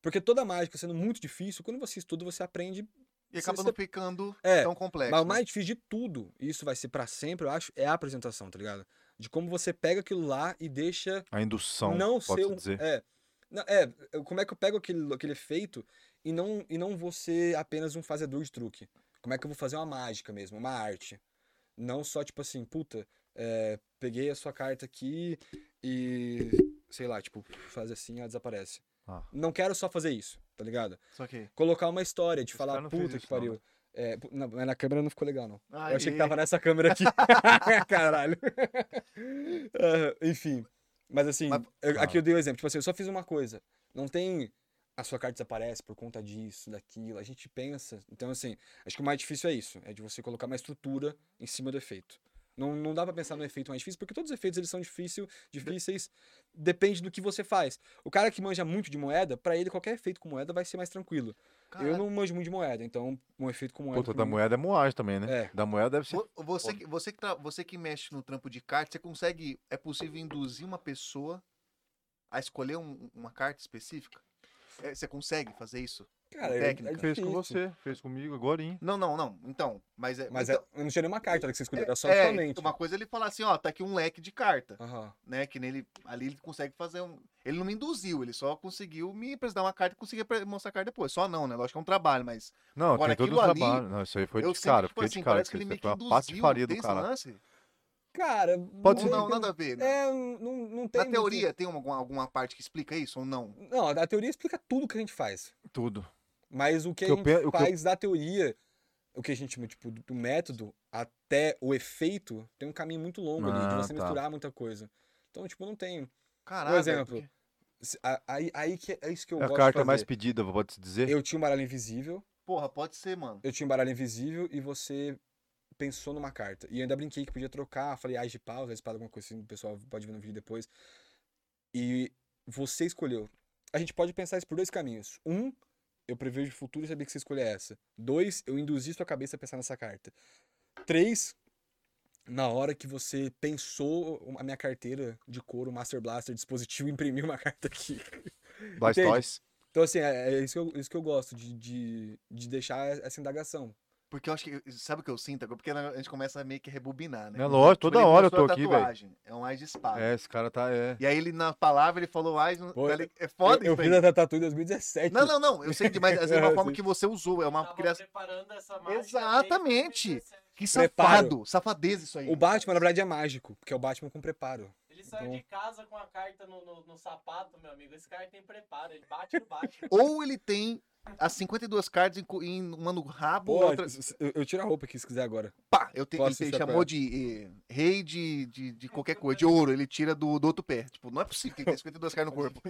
Speaker 3: Porque toda mágica sendo muito difícil, quando você estuda, você aprende.
Speaker 1: E acaba
Speaker 3: se-
Speaker 1: não ficando
Speaker 3: É,
Speaker 1: tão complexo.
Speaker 3: Mas o
Speaker 1: né?
Speaker 3: mais difícil de tudo, e isso vai ser pra sempre, eu acho, é a apresentação, tá ligado? De como você pega aquilo lá e deixa
Speaker 2: A indução,
Speaker 3: não
Speaker 2: pode
Speaker 3: ser um,
Speaker 2: dizer.
Speaker 3: É, Não, é, eu- como é que eu pego aquele, aquele efeito e não, e não vou ser apenas um fazedor de truque? Como é que eu vou fazer uma mágica mesmo, uma arte? Não só tipo assim, puta, é, peguei a sua carta aqui e sei lá, tipo, faz assim, ela desaparece.
Speaker 2: Ah.
Speaker 3: Não quero só fazer isso, tá ligado?
Speaker 1: Só que.
Speaker 3: Colocar uma história de
Speaker 2: Esse
Speaker 3: falar,
Speaker 2: cara não fez
Speaker 3: puta que
Speaker 2: isso não, né?
Speaker 3: pariu. É, pu- não, mas na câmera não ficou legal, não.
Speaker 1: Ai,
Speaker 3: Eu achei que tava nessa
Speaker 1: [LAUGHS]
Speaker 3: câmera aqui. [LAUGHS] Caralho. Ah, enfim. Mas assim,
Speaker 1: Mas-
Speaker 3: eu- aqui
Speaker 2: Ah.
Speaker 3: eu dei um exemplo. Tipo assim, eu só fiz uma coisa. Não tem. A sua carta desaparece por conta disso, daquilo. A gente pensa. Então, assim, acho que o mais difícil é isso. É de você colocar uma estrutura em cima do efeito. Não, não dá pra pensar no efeito mais difícil, porque todos os efeitos eles são difícil, difíceis. Depende do que você faz. O cara que manja muito de moeda, pra ele qualquer efeito com moeda vai ser mais tranquilo. Eu
Speaker 1: Caralho.
Speaker 3: não manjo muito de moeda, então um efeito com moeda.
Speaker 2: Puta,
Speaker 3: pra
Speaker 2: da
Speaker 3: mim-
Speaker 2: moeda é moagem também, né?
Speaker 3: É.
Speaker 2: Da moeda deve ser.
Speaker 1: Vo- Você, que- você, que tra- você que mexe no trampo de carta, você consegue. É possível induzir uma pessoa a escolher um- uma carta um, específica? É, você consegue fazer isso?
Speaker 3: Cara, é-
Speaker 1: Técnica.
Speaker 3: é
Speaker 2: Fez
Speaker 3: difícil.
Speaker 2: com você, fez comigo agora, hein?
Speaker 1: Não, não, não. Então, mas é.
Speaker 3: Mas é-
Speaker 1: então,
Speaker 3: eu não tinha nenhuma carta na hora que você escolheu, era só
Speaker 1: é,
Speaker 3: somente.
Speaker 1: uma coisa é ele falar assim, ó, tá aqui um leque de carta,
Speaker 3: Aham.
Speaker 1: né? Que nele ali ele consegue fazer um. Ele não me induziu, ele só conseguiu me apresentar uma carta e conseguir apre- mostrar a carta depois. Só não, né? Lógico que é um trabalho, mas
Speaker 2: Não,
Speaker 1: Agora,
Speaker 2: tem todo o
Speaker 1: aquilo ali,
Speaker 2: trabalho. Não, isso aí foi
Speaker 1: eu
Speaker 2: de
Speaker 1: sempre,
Speaker 2: cara,
Speaker 1: tipo
Speaker 2: fiquei
Speaker 1: assim,
Speaker 2: de cara.
Speaker 1: parece que
Speaker 2: Isso
Speaker 1: ele
Speaker 2: aí
Speaker 1: meio
Speaker 2: foi
Speaker 1: que
Speaker 2: uma
Speaker 1: induziu,
Speaker 2: patifaria
Speaker 1: tem
Speaker 2: do
Speaker 1: esse
Speaker 2: cara.
Speaker 1: lance?
Speaker 3: Cara,
Speaker 2: Pode
Speaker 1: Ou
Speaker 2: ser.
Speaker 1: não, nada a ver, né?
Speaker 3: É, não, não tem.
Speaker 1: Na teoria, tem uma, alguma- alguma parte que explica isso ou não?
Speaker 3: Não, a teoria explica tudo que a gente faz.
Speaker 2: Tudo.
Speaker 3: Mas o
Speaker 2: Que
Speaker 3: que a
Speaker 2: eu
Speaker 3: gente
Speaker 2: pe- o que eu-
Speaker 3: faz da teoria, o que a gente chama tipo, do método até o efeito, tem um caminho muito longo ali, de
Speaker 2: Ah,
Speaker 3: você
Speaker 2: tá.
Speaker 3: misturar muita coisa. Então, tipo, não tem.
Speaker 1: Caralho.
Speaker 3: Por
Speaker 1: velho,
Speaker 3: exemplo,
Speaker 1: porque-
Speaker 3: se- a- aí, aí que é isso que eu
Speaker 2: É a
Speaker 3: gosto
Speaker 2: carta
Speaker 3: de fazer.
Speaker 2: mais pedida, pode-se dizer?
Speaker 3: Eu tinha um baralho invisível,
Speaker 1: Porra, pode ser, mano.
Speaker 3: eu tinha um baralho invisível e você pensou numa carta. E eu ainda brinquei que podia trocar, falei as de paus, as de espada, alguma coisa assim, o pessoal pode ver no vídeo depois. E você escolheu. A gente pode pensar isso por dois caminhos. Um, eu prevejo o futuro e sabia que você escolher essa. Dois, eu induzi sua cabeça a pensar nessa carta. Três, na hora que você pensou a minha carteira de couro, Master Blaster, dispositivo, [LAUGHS] imprimiu uma carta aqui.
Speaker 2: Blastoise.
Speaker 3: Então, assim, é, é isso, que eu, isso que eu gosto, de, de, de deixar essa indagação.
Speaker 1: Porque eu acho que. Sabe o que eu sinto agora? Porque a gente começa a meio que rebobinar, né?
Speaker 2: É lógico,
Speaker 1: Tipo,
Speaker 2: toda
Speaker 1: ele
Speaker 2: hora eu
Speaker 1: mostrou
Speaker 2: tô
Speaker 1: a
Speaker 2: aqui,
Speaker 1: tatuagem, É um ás de espada.
Speaker 2: É, esse cara tá. É.
Speaker 1: E aí ele, na palavra, ele falou ás. não-
Speaker 3: Pô,
Speaker 1: tá li- É foda
Speaker 3: eu, eu
Speaker 1: isso
Speaker 3: fiz
Speaker 1: aí.
Speaker 3: a Tatu em 2017.
Speaker 1: Não, não, não. Eu sei demais. Mas é
Speaker 3: Eu [LAUGHS]
Speaker 1: uma forma
Speaker 3: sei.
Speaker 1: que você usou. É uma
Speaker 4: Tava
Speaker 1: criação.
Speaker 4: preparando essa mágica desde
Speaker 1: Exatamente.
Speaker 4: 2017.
Speaker 1: Que
Speaker 3: Preparo.
Speaker 1: safado. Safadeza isso aí.
Speaker 3: O Batman, na verdade, é mágico, porque é o Batman com preparo.
Speaker 1: Tá
Speaker 4: Ele saiu
Speaker 3: Então-
Speaker 4: de casa com a carta no, no- no sapato, meu amigo. Esse cara tem preparo, ele bate no bate.
Speaker 1: Ou ele tem as 52 cartas em, co- em uma no rabo,
Speaker 3: Pô,
Speaker 1: outra.
Speaker 3: s- s- eu, eu tiro a roupa aqui se
Speaker 1: [LAUGHS]
Speaker 3: quiser agora.
Speaker 1: Pá! Eu te, ele
Speaker 3: Posso
Speaker 1: te
Speaker 3: ser
Speaker 1: chamou
Speaker 3: pra-
Speaker 1: de eh, rei de, de, de qualquer coisa, de ouro. Ele tira do, do outro pé. Tipo, não é possível que ele tem 52 caras no corpo.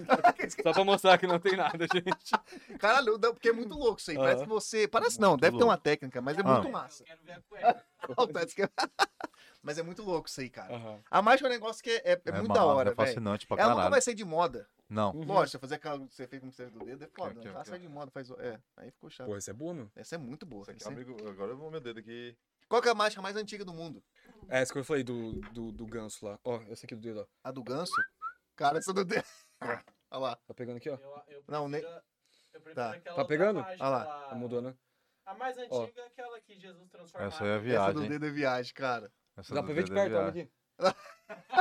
Speaker 3: Só pra mostrar que não tem nada, gente.
Speaker 1: Caralho, não, porque é muito louco isso aí. Parece
Speaker 3: Aham.
Speaker 1: que você. Parece não,
Speaker 2: Muito
Speaker 1: deve ter
Speaker 2: louco.
Speaker 1: uma técnica, mas é
Speaker 4: Ah,
Speaker 1: muito
Speaker 4: eu
Speaker 1: massa. [LAUGHS]
Speaker 4: quero ver a cueca.
Speaker 1: Parece que é- [LAUGHS] mas é muito louco isso aí,
Speaker 3: Ah.
Speaker 1: cara. A mágica é um negócio que é, é- é muito da
Speaker 2: massa,
Speaker 1: hora,
Speaker 2: É
Speaker 1: velho.
Speaker 2: fascinante pra
Speaker 1: Ela nunca
Speaker 2: caralho.
Speaker 1: vai sair de moda.
Speaker 3: Uhum.
Speaker 2: Não.
Speaker 1: Uhum. Lógico, você fazer aquela- você fez como você fez do dedo é foda.
Speaker 2: Aqui,
Speaker 1: né?
Speaker 2: ó,
Speaker 1: Ela
Speaker 2: aqui, ó.
Speaker 1: sai de moda, faz. o- É, aí ficou chato.
Speaker 3: Pô, isso é boa, meu.
Speaker 1: Essa é muito boa.
Speaker 2: Isso aqui,
Speaker 1: essa é-
Speaker 2: amigo, Agora eu vou meu dedo aqui.
Speaker 1: Qual que é a mágica mais antiga do mundo?
Speaker 3: É, essa que eu falei do, do, do ganso lá. Ó, essa aqui do dedo, ó.
Speaker 1: A do ganso? Cara, essa do dedo. [LAUGHS] Olha lá.
Speaker 3: Tá pegando aqui, ó.
Speaker 4: Eu, eu
Speaker 1: Não,
Speaker 4: prefiro a- eu prefiro
Speaker 1: Tá.
Speaker 4: aquela
Speaker 3: Tá
Speaker 4: outra
Speaker 3: pegando?
Speaker 4: mágica
Speaker 1: Ah lá,
Speaker 4: lá.
Speaker 3: Tá mudou, né?
Speaker 4: A mais antiga é aquela que Jesus transformou.
Speaker 2: Essa é a
Speaker 1: Essa do
Speaker 2: viagem. hein?
Speaker 1: dedo é viagem, cara.
Speaker 2: Essa
Speaker 3: Dá
Speaker 2: do
Speaker 3: pra ver de
Speaker 2: dedo é
Speaker 3: perto, olha
Speaker 2: viagem.
Speaker 3: aqui.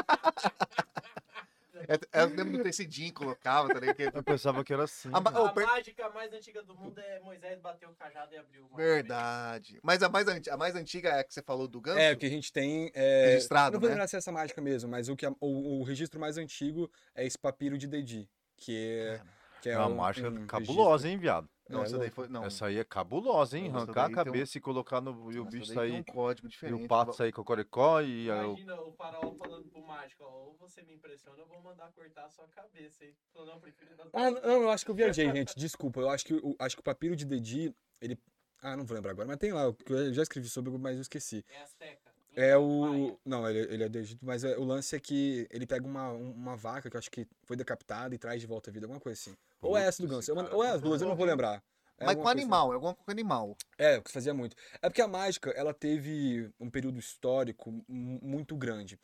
Speaker 1: É, é, eu lembro do tecidinho que colocava, tá ligado?
Speaker 2: Eu pensava que era assim.
Speaker 1: A ma-
Speaker 2: cara.
Speaker 1: Ô,
Speaker 4: A
Speaker 1: per-
Speaker 4: mágica mais antiga do mundo é Moisés bateu o cajado e abriu. uma
Speaker 1: Verdade. Mas a mais, anti- a mais antiga é a que você falou do ganso?
Speaker 3: É, porque a gente tem. é,
Speaker 1: Registrado,
Speaker 3: Não vou
Speaker 1: né?
Speaker 3: lembrar se é essa mágica mesmo, mas o, que a- o, o registro mais antigo é esse papiro de Dedi, que é. Que
Speaker 2: É
Speaker 3: é
Speaker 2: uma
Speaker 3: um-
Speaker 2: mágica
Speaker 3: um
Speaker 2: cabulosa, hein, viado?
Speaker 1: Não,
Speaker 3: É,
Speaker 1: essa daí foi. Não,
Speaker 2: Essa aí é cabulosa, hein?
Speaker 1: Essa
Speaker 2: Arrancar
Speaker 1: daí
Speaker 2: a
Speaker 1: tem um-
Speaker 2: cabeça e colocar no. E o
Speaker 1: essa daí
Speaker 2: bicho sair.
Speaker 1: Tem um código
Speaker 2: E
Speaker 1: diferente.
Speaker 2: o pato sair cocoricó e. a- o-
Speaker 4: Imagina o faraó falando pro mágico, ó, ou você me impressiona, eu vou mandar cortar a sua cabeça, hein? Falou, não, prefiro dar
Speaker 3: Ah, n- não, eu acho que eu viajei, gente. Desculpa. Eu acho que, o- acho que o papiro de Dedi, ele. Ah, não vou lembrar agora, mas tem lá, que eu já escrevi sobre, mas eu esqueci.
Speaker 4: É azteca.
Speaker 3: É
Speaker 4: Maia.
Speaker 3: o. Não, ele, ele é do Egito, mas é- o lance é que ele pega uma, um- uma vaca que eu acho que foi decapitada e traz de volta à vida, alguma coisa assim. Ou é essa do
Speaker 2: Putz,
Speaker 3: ganso,
Speaker 2: esse
Speaker 3: eu-
Speaker 2: cara
Speaker 3: ou é
Speaker 2: tá
Speaker 3: as duas, eu não vou
Speaker 2: doido.
Speaker 3: lembrar. É
Speaker 1: Mas com
Speaker 3: alguma coisa assim.
Speaker 1: animal, é alguma coisa com animal.
Speaker 3: É, o que se fazia muito. É porque a mágica, ela teve um período histórico mu- muito grande.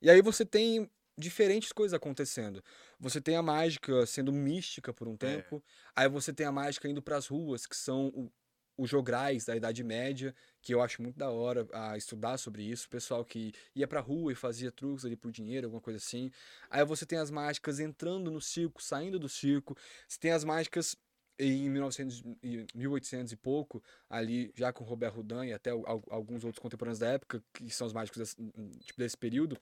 Speaker 3: E aí você tem diferentes coisas acontecendo. Você tem a mágica sendo mística por um tempo, aí você tem a mágica indo para as ruas, que são o- os jograis da Idade Média, que eu acho muito da hora a estudar sobre isso, o pessoal que ia pra rua e fazia truques ali por dinheiro, alguma coisa assim. Aí você tem as mágicas entrando no circo, saindo do circo. Você tem as mágicas em 1900 e 1800 e pouco, ali já com Robert Houdin e até o- al- alguns outros contemporâneos da época, que são os mágicos desse, tipo, desse período,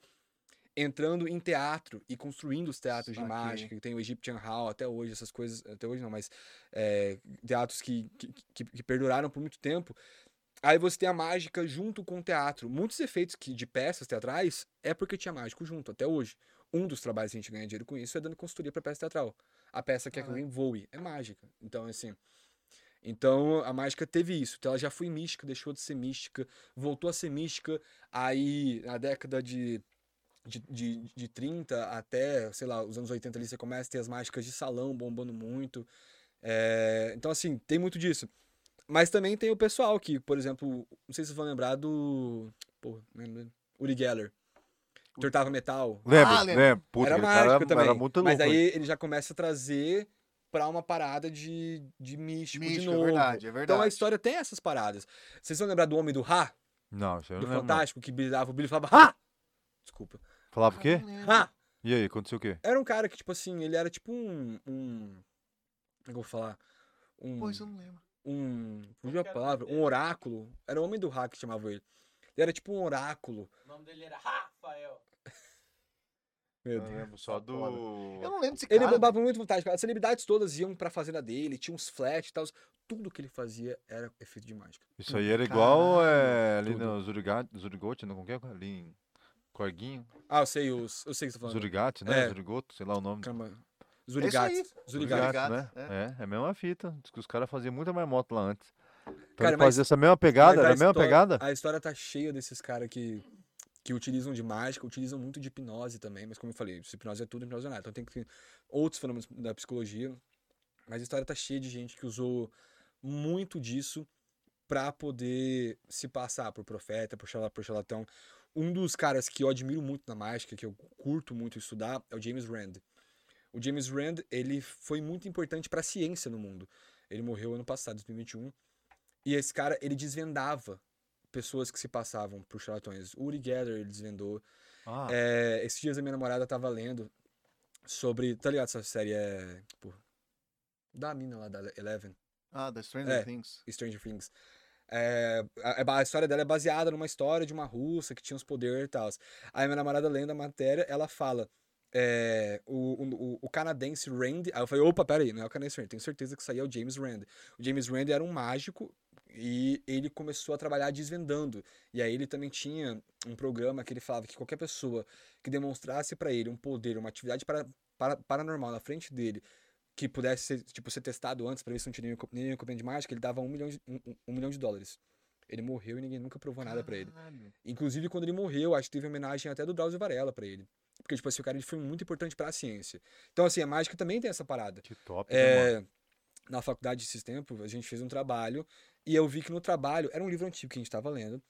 Speaker 3: entrando em teatro e construindo os teatros de
Speaker 1: Saquei.
Speaker 3: mágica, que tem o Egyptian Hall até hoje, essas coisas, até hoje não, mas é, teatros que, que, que- que perduraram por muito tempo. Aí você tem a mágica junto com o teatro. Muitos efeitos que, de peças teatrais é porque tinha mágico junto, até hoje. Um dos trabalhos que a gente ganha dinheiro com isso é dando consultoria para peça teatral. A peça quer que
Speaker 1: Caraca.
Speaker 3: alguém voe, é mágica. Então, assim, então a mágica teve isso. Então ela já foi mística, deixou de ser mística, voltou a ser mística. Aí na década de, de, de, de 30 até, sei lá, os anos 80 ali, você começa a ter as mágicas de salão bombando muito. É, então, assim, tem muito disso. Mas também tem o pessoal que, por exemplo, não sei se vocês vão lembrar do. Porra, não lembro dele. Uri Geller. Tortava metal.
Speaker 2: Lembro,
Speaker 1: Ah, lembro.
Speaker 2: lembro. Puta,
Speaker 3: era
Speaker 2: aquele
Speaker 3: mágico
Speaker 2: cara
Speaker 3: também.
Speaker 2: era muito louco.
Speaker 3: mas aí
Speaker 2: hein?
Speaker 3: ele já começa a trazer pra uma parada de, de místico, de
Speaker 1: Místico, é
Speaker 3: novo.
Speaker 1: verdade, é verdade.
Speaker 3: Então a história tem essas paradas. Vocês vão lembrar do Homem do Ra?
Speaker 2: Não, isso eu
Speaker 3: Do
Speaker 2: não lembro. não.
Speaker 3: Fantástico, que brilhava o brilho e falava Ra! Desculpa.
Speaker 2: Falava o quê?
Speaker 3: Ra!
Speaker 2: E aí, aconteceu o quê?
Speaker 3: Era um cara que, tipo assim, ele era tipo um. um como é que eu vou falar? Um.
Speaker 1: Pô, isso eu não lembro.
Speaker 3: um fugiu a
Speaker 4: quero
Speaker 3: palavra. Um
Speaker 4: saber.
Speaker 3: oráculo. Era o homem do hack que chamava ele. Ele era tipo um oráculo.
Speaker 4: O nome dele era Rafael.
Speaker 3: Meu
Speaker 2: Eu
Speaker 3: Deus.
Speaker 2: lembro só do.
Speaker 1: Eu não lembro desse
Speaker 3: Ele
Speaker 1: cara.
Speaker 3: bombava muito vontade. As celebridades todas iam pra fazenda dele, tinha uns flash e tal. Tudo que ele fazia era efeito de mágica.
Speaker 2: Isso aí era igual é, ali
Speaker 3: Tudo.
Speaker 2: no Zurigate, Zurigote, não, como que é? Ali em Corguinho,
Speaker 3: Ah, eu sei, os, eu sei o que você tá falando.
Speaker 2: Zurigate, né?
Speaker 3: É.
Speaker 2: Zurigoto, sei lá o nome.
Speaker 3: Caramba. Zurigates. Zurigates.
Speaker 1: Zurigates.
Speaker 2: né?
Speaker 1: Zurigato,
Speaker 2: É. é a mesma fita. Diz que os caras faziam muita marmota lá antes. Então
Speaker 3: Cara,
Speaker 2: ele
Speaker 3: mas-
Speaker 2: fazia essa mesma pegada,
Speaker 3: Mas
Speaker 2: era a mesma
Speaker 3: histó-
Speaker 2: pegada?
Speaker 3: A história tá cheia desses caras que, que utilizam de mágica, utilizam muito de hipnose também, mas como eu falei, se hipnose é tudo, hipnose é nada. Então tem que ter outros fenômenos da psicologia. Mas a história tá cheia de gente que usou muito disso pra poder se passar por profeta, por xala- por charlatão. Um dos caras que eu admiro muito na mágica, que eu curto muito estudar, é o James Rand. O James Rand, ele foi muito importante pra ciência no mundo. Ele morreu ano passado, 2021. E esse cara, ele desvendava pessoas que se passavam por charlatões. O Uri Geller, ele desvendou.
Speaker 2: Ah,
Speaker 3: É, esses dias a minha namorada tava lendo sobre... Tá ligado? Essa série é... Pô, da mina lá, da Eleven.
Speaker 1: Ah, da Stranger
Speaker 3: É.
Speaker 1: Things.
Speaker 3: Stranger Things. É, a, a- a história dela é baseada numa história de uma russa que tinha os poderes e tal. Aí minha namorada lendo a matéria, ela fala. é, o, o- o- o canadense Rand. Aí eu falei, opa, peraí, não é o canadense Rand, tenho certeza que isso aí é o James Rand. O James Rand era um mágico e ele começou a trabalhar desvendando. E aí ele também tinha um programa que ele falava que qualquer pessoa que demonstrasse pra ele um poder, uma atividade para, para- paranormal na frente dele, que pudesse ser, tipo, ser testado antes pra ver se não tinha nenhum, nenhum equipamento de mágica, ele dava um milhão de, um- um- um milhão de dólares. Ele morreu e ninguém nunca provou nada
Speaker 1: Ah.
Speaker 3: pra ele.
Speaker 1: Caralho.
Speaker 3: Inclusive, quando ele morreu, acho que teve homenagem até do Drauzio Varela pra ele. Porque, tipo assim, o cara ele foi muito importante pra ciência. Então, assim, a mágica também tem essa parada.
Speaker 2: que top, né, mano?
Speaker 3: É, na faculdade, esses tempos, a gente fez um trabalho e eu vi que no trabalho, era um livro antigo que a gente tava lendo,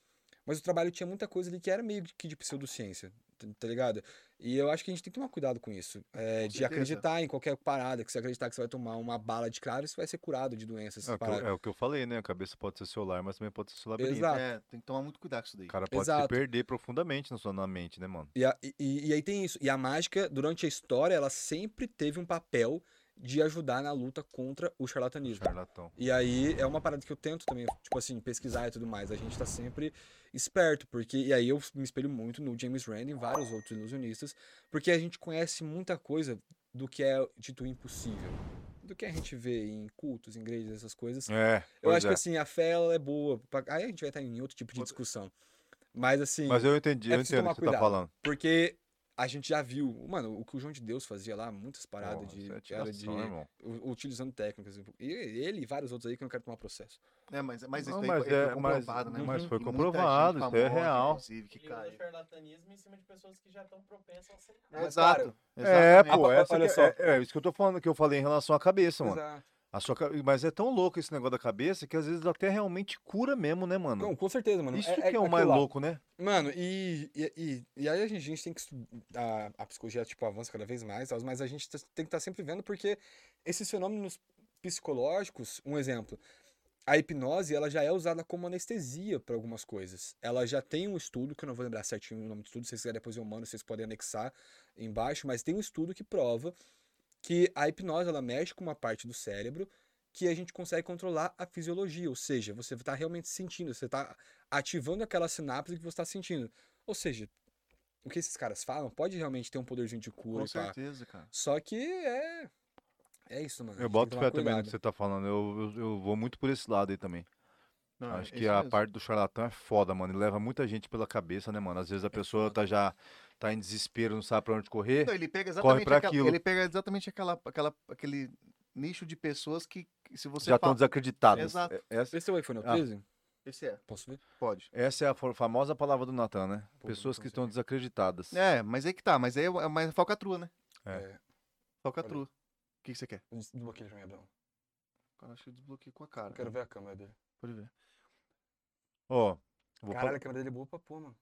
Speaker 3: mas o trabalho tinha muita coisa ali que era meio que de pseudociência, tá- tá ligado? E eu acho que a gente tem que tomar cuidado com isso. É, de
Speaker 1: certeza.
Speaker 3: acreditar em qualquer parada, que se acreditar que você vai tomar uma bala de cara, você vai ser curado de doenças.
Speaker 2: É o, que eu,
Speaker 3: paradas.
Speaker 2: é o que eu falei, né? A cabeça pode ser celular, mas também pode ser seu labirinto.
Speaker 3: Exato.
Speaker 1: É, tem que tomar muito cuidado com isso daí.
Speaker 2: O cara pode
Speaker 3: Exato.
Speaker 2: se perder profundamente na sua na mente, né, mano?
Speaker 3: E, a- e- e- e aí tem isso. E a mágica, durante a história, ela sempre teve um papel de ajudar na luta contra o charlatanismo.
Speaker 2: Charlatão.
Speaker 3: E aí é uma parada que eu tento também, tipo assim, pesquisar e tudo mais. A gente tá sempre esperto, porque. E aí eu me espelho muito no James Rand e em vários outros ilusionistas, porque a gente conhece muita coisa do que é dito impossível. Do que a gente vê em cultos, em igrejas, essas coisas.
Speaker 2: É,
Speaker 3: eu
Speaker 2: pois
Speaker 3: acho
Speaker 2: é.
Speaker 3: que assim, a fé ela é boa. pra- Aí a gente vai estar em outro tipo de discussão. Mas assim.
Speaker 2: Mas eu entendi,
Speaker 3: é
Speaker 2: eu
Speaker 3: preciso
Speaker 2: entendo o
Speaker 3: tomar
Speaker 2: que você tá
Speaker 3: cuidado.
Speaker 2: falando.
Speaker 3: Porque a gente já viu, mano, o que o João de Deus fazia lá, muitas paradas
Speaker 2: Porra, isso é
Speaker 3: de, era de
Speaker 2: atiração, né, irmão?
Speaker 3: u- utilizando técnicas. E ele e vários outros aí que eu não quero tomar processo.
Speaker 1: É, mas, mas isso
Speaker 2: Não,
Speaker 1: daí
Speaker 2: mas
Speaker 1: foi, foi
Speaker 2: é- mas-
Speaker 1: comprovado, né?
Speaker 2: mas
Speaker 1: mano?
Speaker 2: foi
Speaker 1: E muita
Speaker 2: comprovado,
Speaker 1: gente
Speaker 2: isso é
Speaker 1: famosa,
Speaker 2: real.
Speaker 1: Inclusive, que
Speaker 4: Ele usa
Speaker 1: caiu.
Speaker 4: charlatanismo em cima de pessoas que já estão propensas a ser.
Speaker 1: É,
Speaker 3: Mas, cara,
Speaker 1: Exato.
Speaker 2: É,
Speaker 1: exatamente.
Speaker 2: pô,
Speaker 3: Ah,
Speaker 2: essa
Speaker 3: olha
Speaker 2: que-
Speaker 3: só.
Speaker 2: é, é isso que eu tô falando, que eu falei em relação à cabeça, mano.
Speaker 3: Exato.
Speaker 2: A sua, ca- mas é tão louco esse negócio da cabeça que às vezes até realmente cura mesmo, né, mano?
Speaker 3: Não, com certeza, mano.
Speaker 2: Isso que é o mais
Speaker 3: aquilo lá.
Speaker 2: louco, né?
Speaker 3: Mano, e, e, e, e aí a gente, a gente tem que. estu- A, a psicologia tipo, avança cada vez mais, tal, mas a gente tá- tem que estar sempre vendo porque esses fenômenos psicológicos, um exemplo, a hipnose ela já é usada como anestesia para algumas coisas. Ela já tem um estudo, que eu não vou lembrar certinho o nome do estudo, se vocês quiserem depois eu mando, vocês podem anexar embaixo, mas tem um estudo que prova que a hipnose ela mexe com uma parte do cérebro que a gente consegue controlar a fisiologia, ou seja, você está realmente sentindo, você está ativando aquela sinapse que você está sentindo. Ou seja, o que esses caras falam pode realmente ter um poderzinho de cura
Speaker 1: Com
Speaker 3: e pá.
Speaker 1: certeza, cara.
Speaker 3: Só que é. É isso, mano. a
Speaker 2: Eu
Speaker 3: gente tem que
Speaker 2: boto
Speaker 3: tomar
Speaker 2: fé também no que
Speaker 3: cuidado.
Speaker 2: você tá falando. Eu, eu, eu vou muito por esse lado aí também.
Speaker 1: Não, é
Speaker 2: Acho que
Speaker 1: isso
Speaker 2: a
Speaker 1: mesmo.
Speaker 2: parte do charlatão é foda, mano. Ele leva muita gente pela cabeça, né, mano? Às vezes a pessoa tá já tá em desespero, não sabe pra onde correr.
Speaker 1: Não, ele pega
Speaker 2: corre
Speaker 1: exatamente
Speaker 2: pra
Speaker 1: aquela,
Speaker 2: aquilo.
Speaker 1: ele pega exatamente aquela, aquela, aquele nicho de pessoas que, que se você
Speaker 2: já estão
Speaker 1: fala-
Speaker 2: desacreditadas.
Speaker 1: Exato.
Speaker 2: É- Essa,
Speaker 3: Esse é o iPhone é o
Speaker 2: Ah.
Speaker 3: 13?
Speaker 1: Esse é,
Speaker 3: Posso ver?
Speaker 1: pode.
Speaker 2: essa é a fa- famosa palavra do Natan, né?
Speaker 3: Pô,
Speaker 2: Pessoas
Speaker 3: Natan,
Speaker 2: que
Speaker 3: você
Speaker 2: estão
Speaker 3: vê.
Speaker 2: desacreditadas.
Speaker 1: É, mas aí que tá, mas aí é mais falcatrua, né?
Speaker 2: É.
Speaker 1: Falcatrua. O que, que você quer?
Speaker 3: Desbloqueia pra mim, Abrão.
Speaker 1: Cara, acho que eu desbloqueio com a cara.
Speaker 3: Eu quero ver a câmera dele.
Speaker 1: Pode ver.
Speaker 2: Ó, vou
Speaker 3: Caralho,
Speaker 2: falar.
Speaker 3: a câmera dele é boa pra pôr, mano.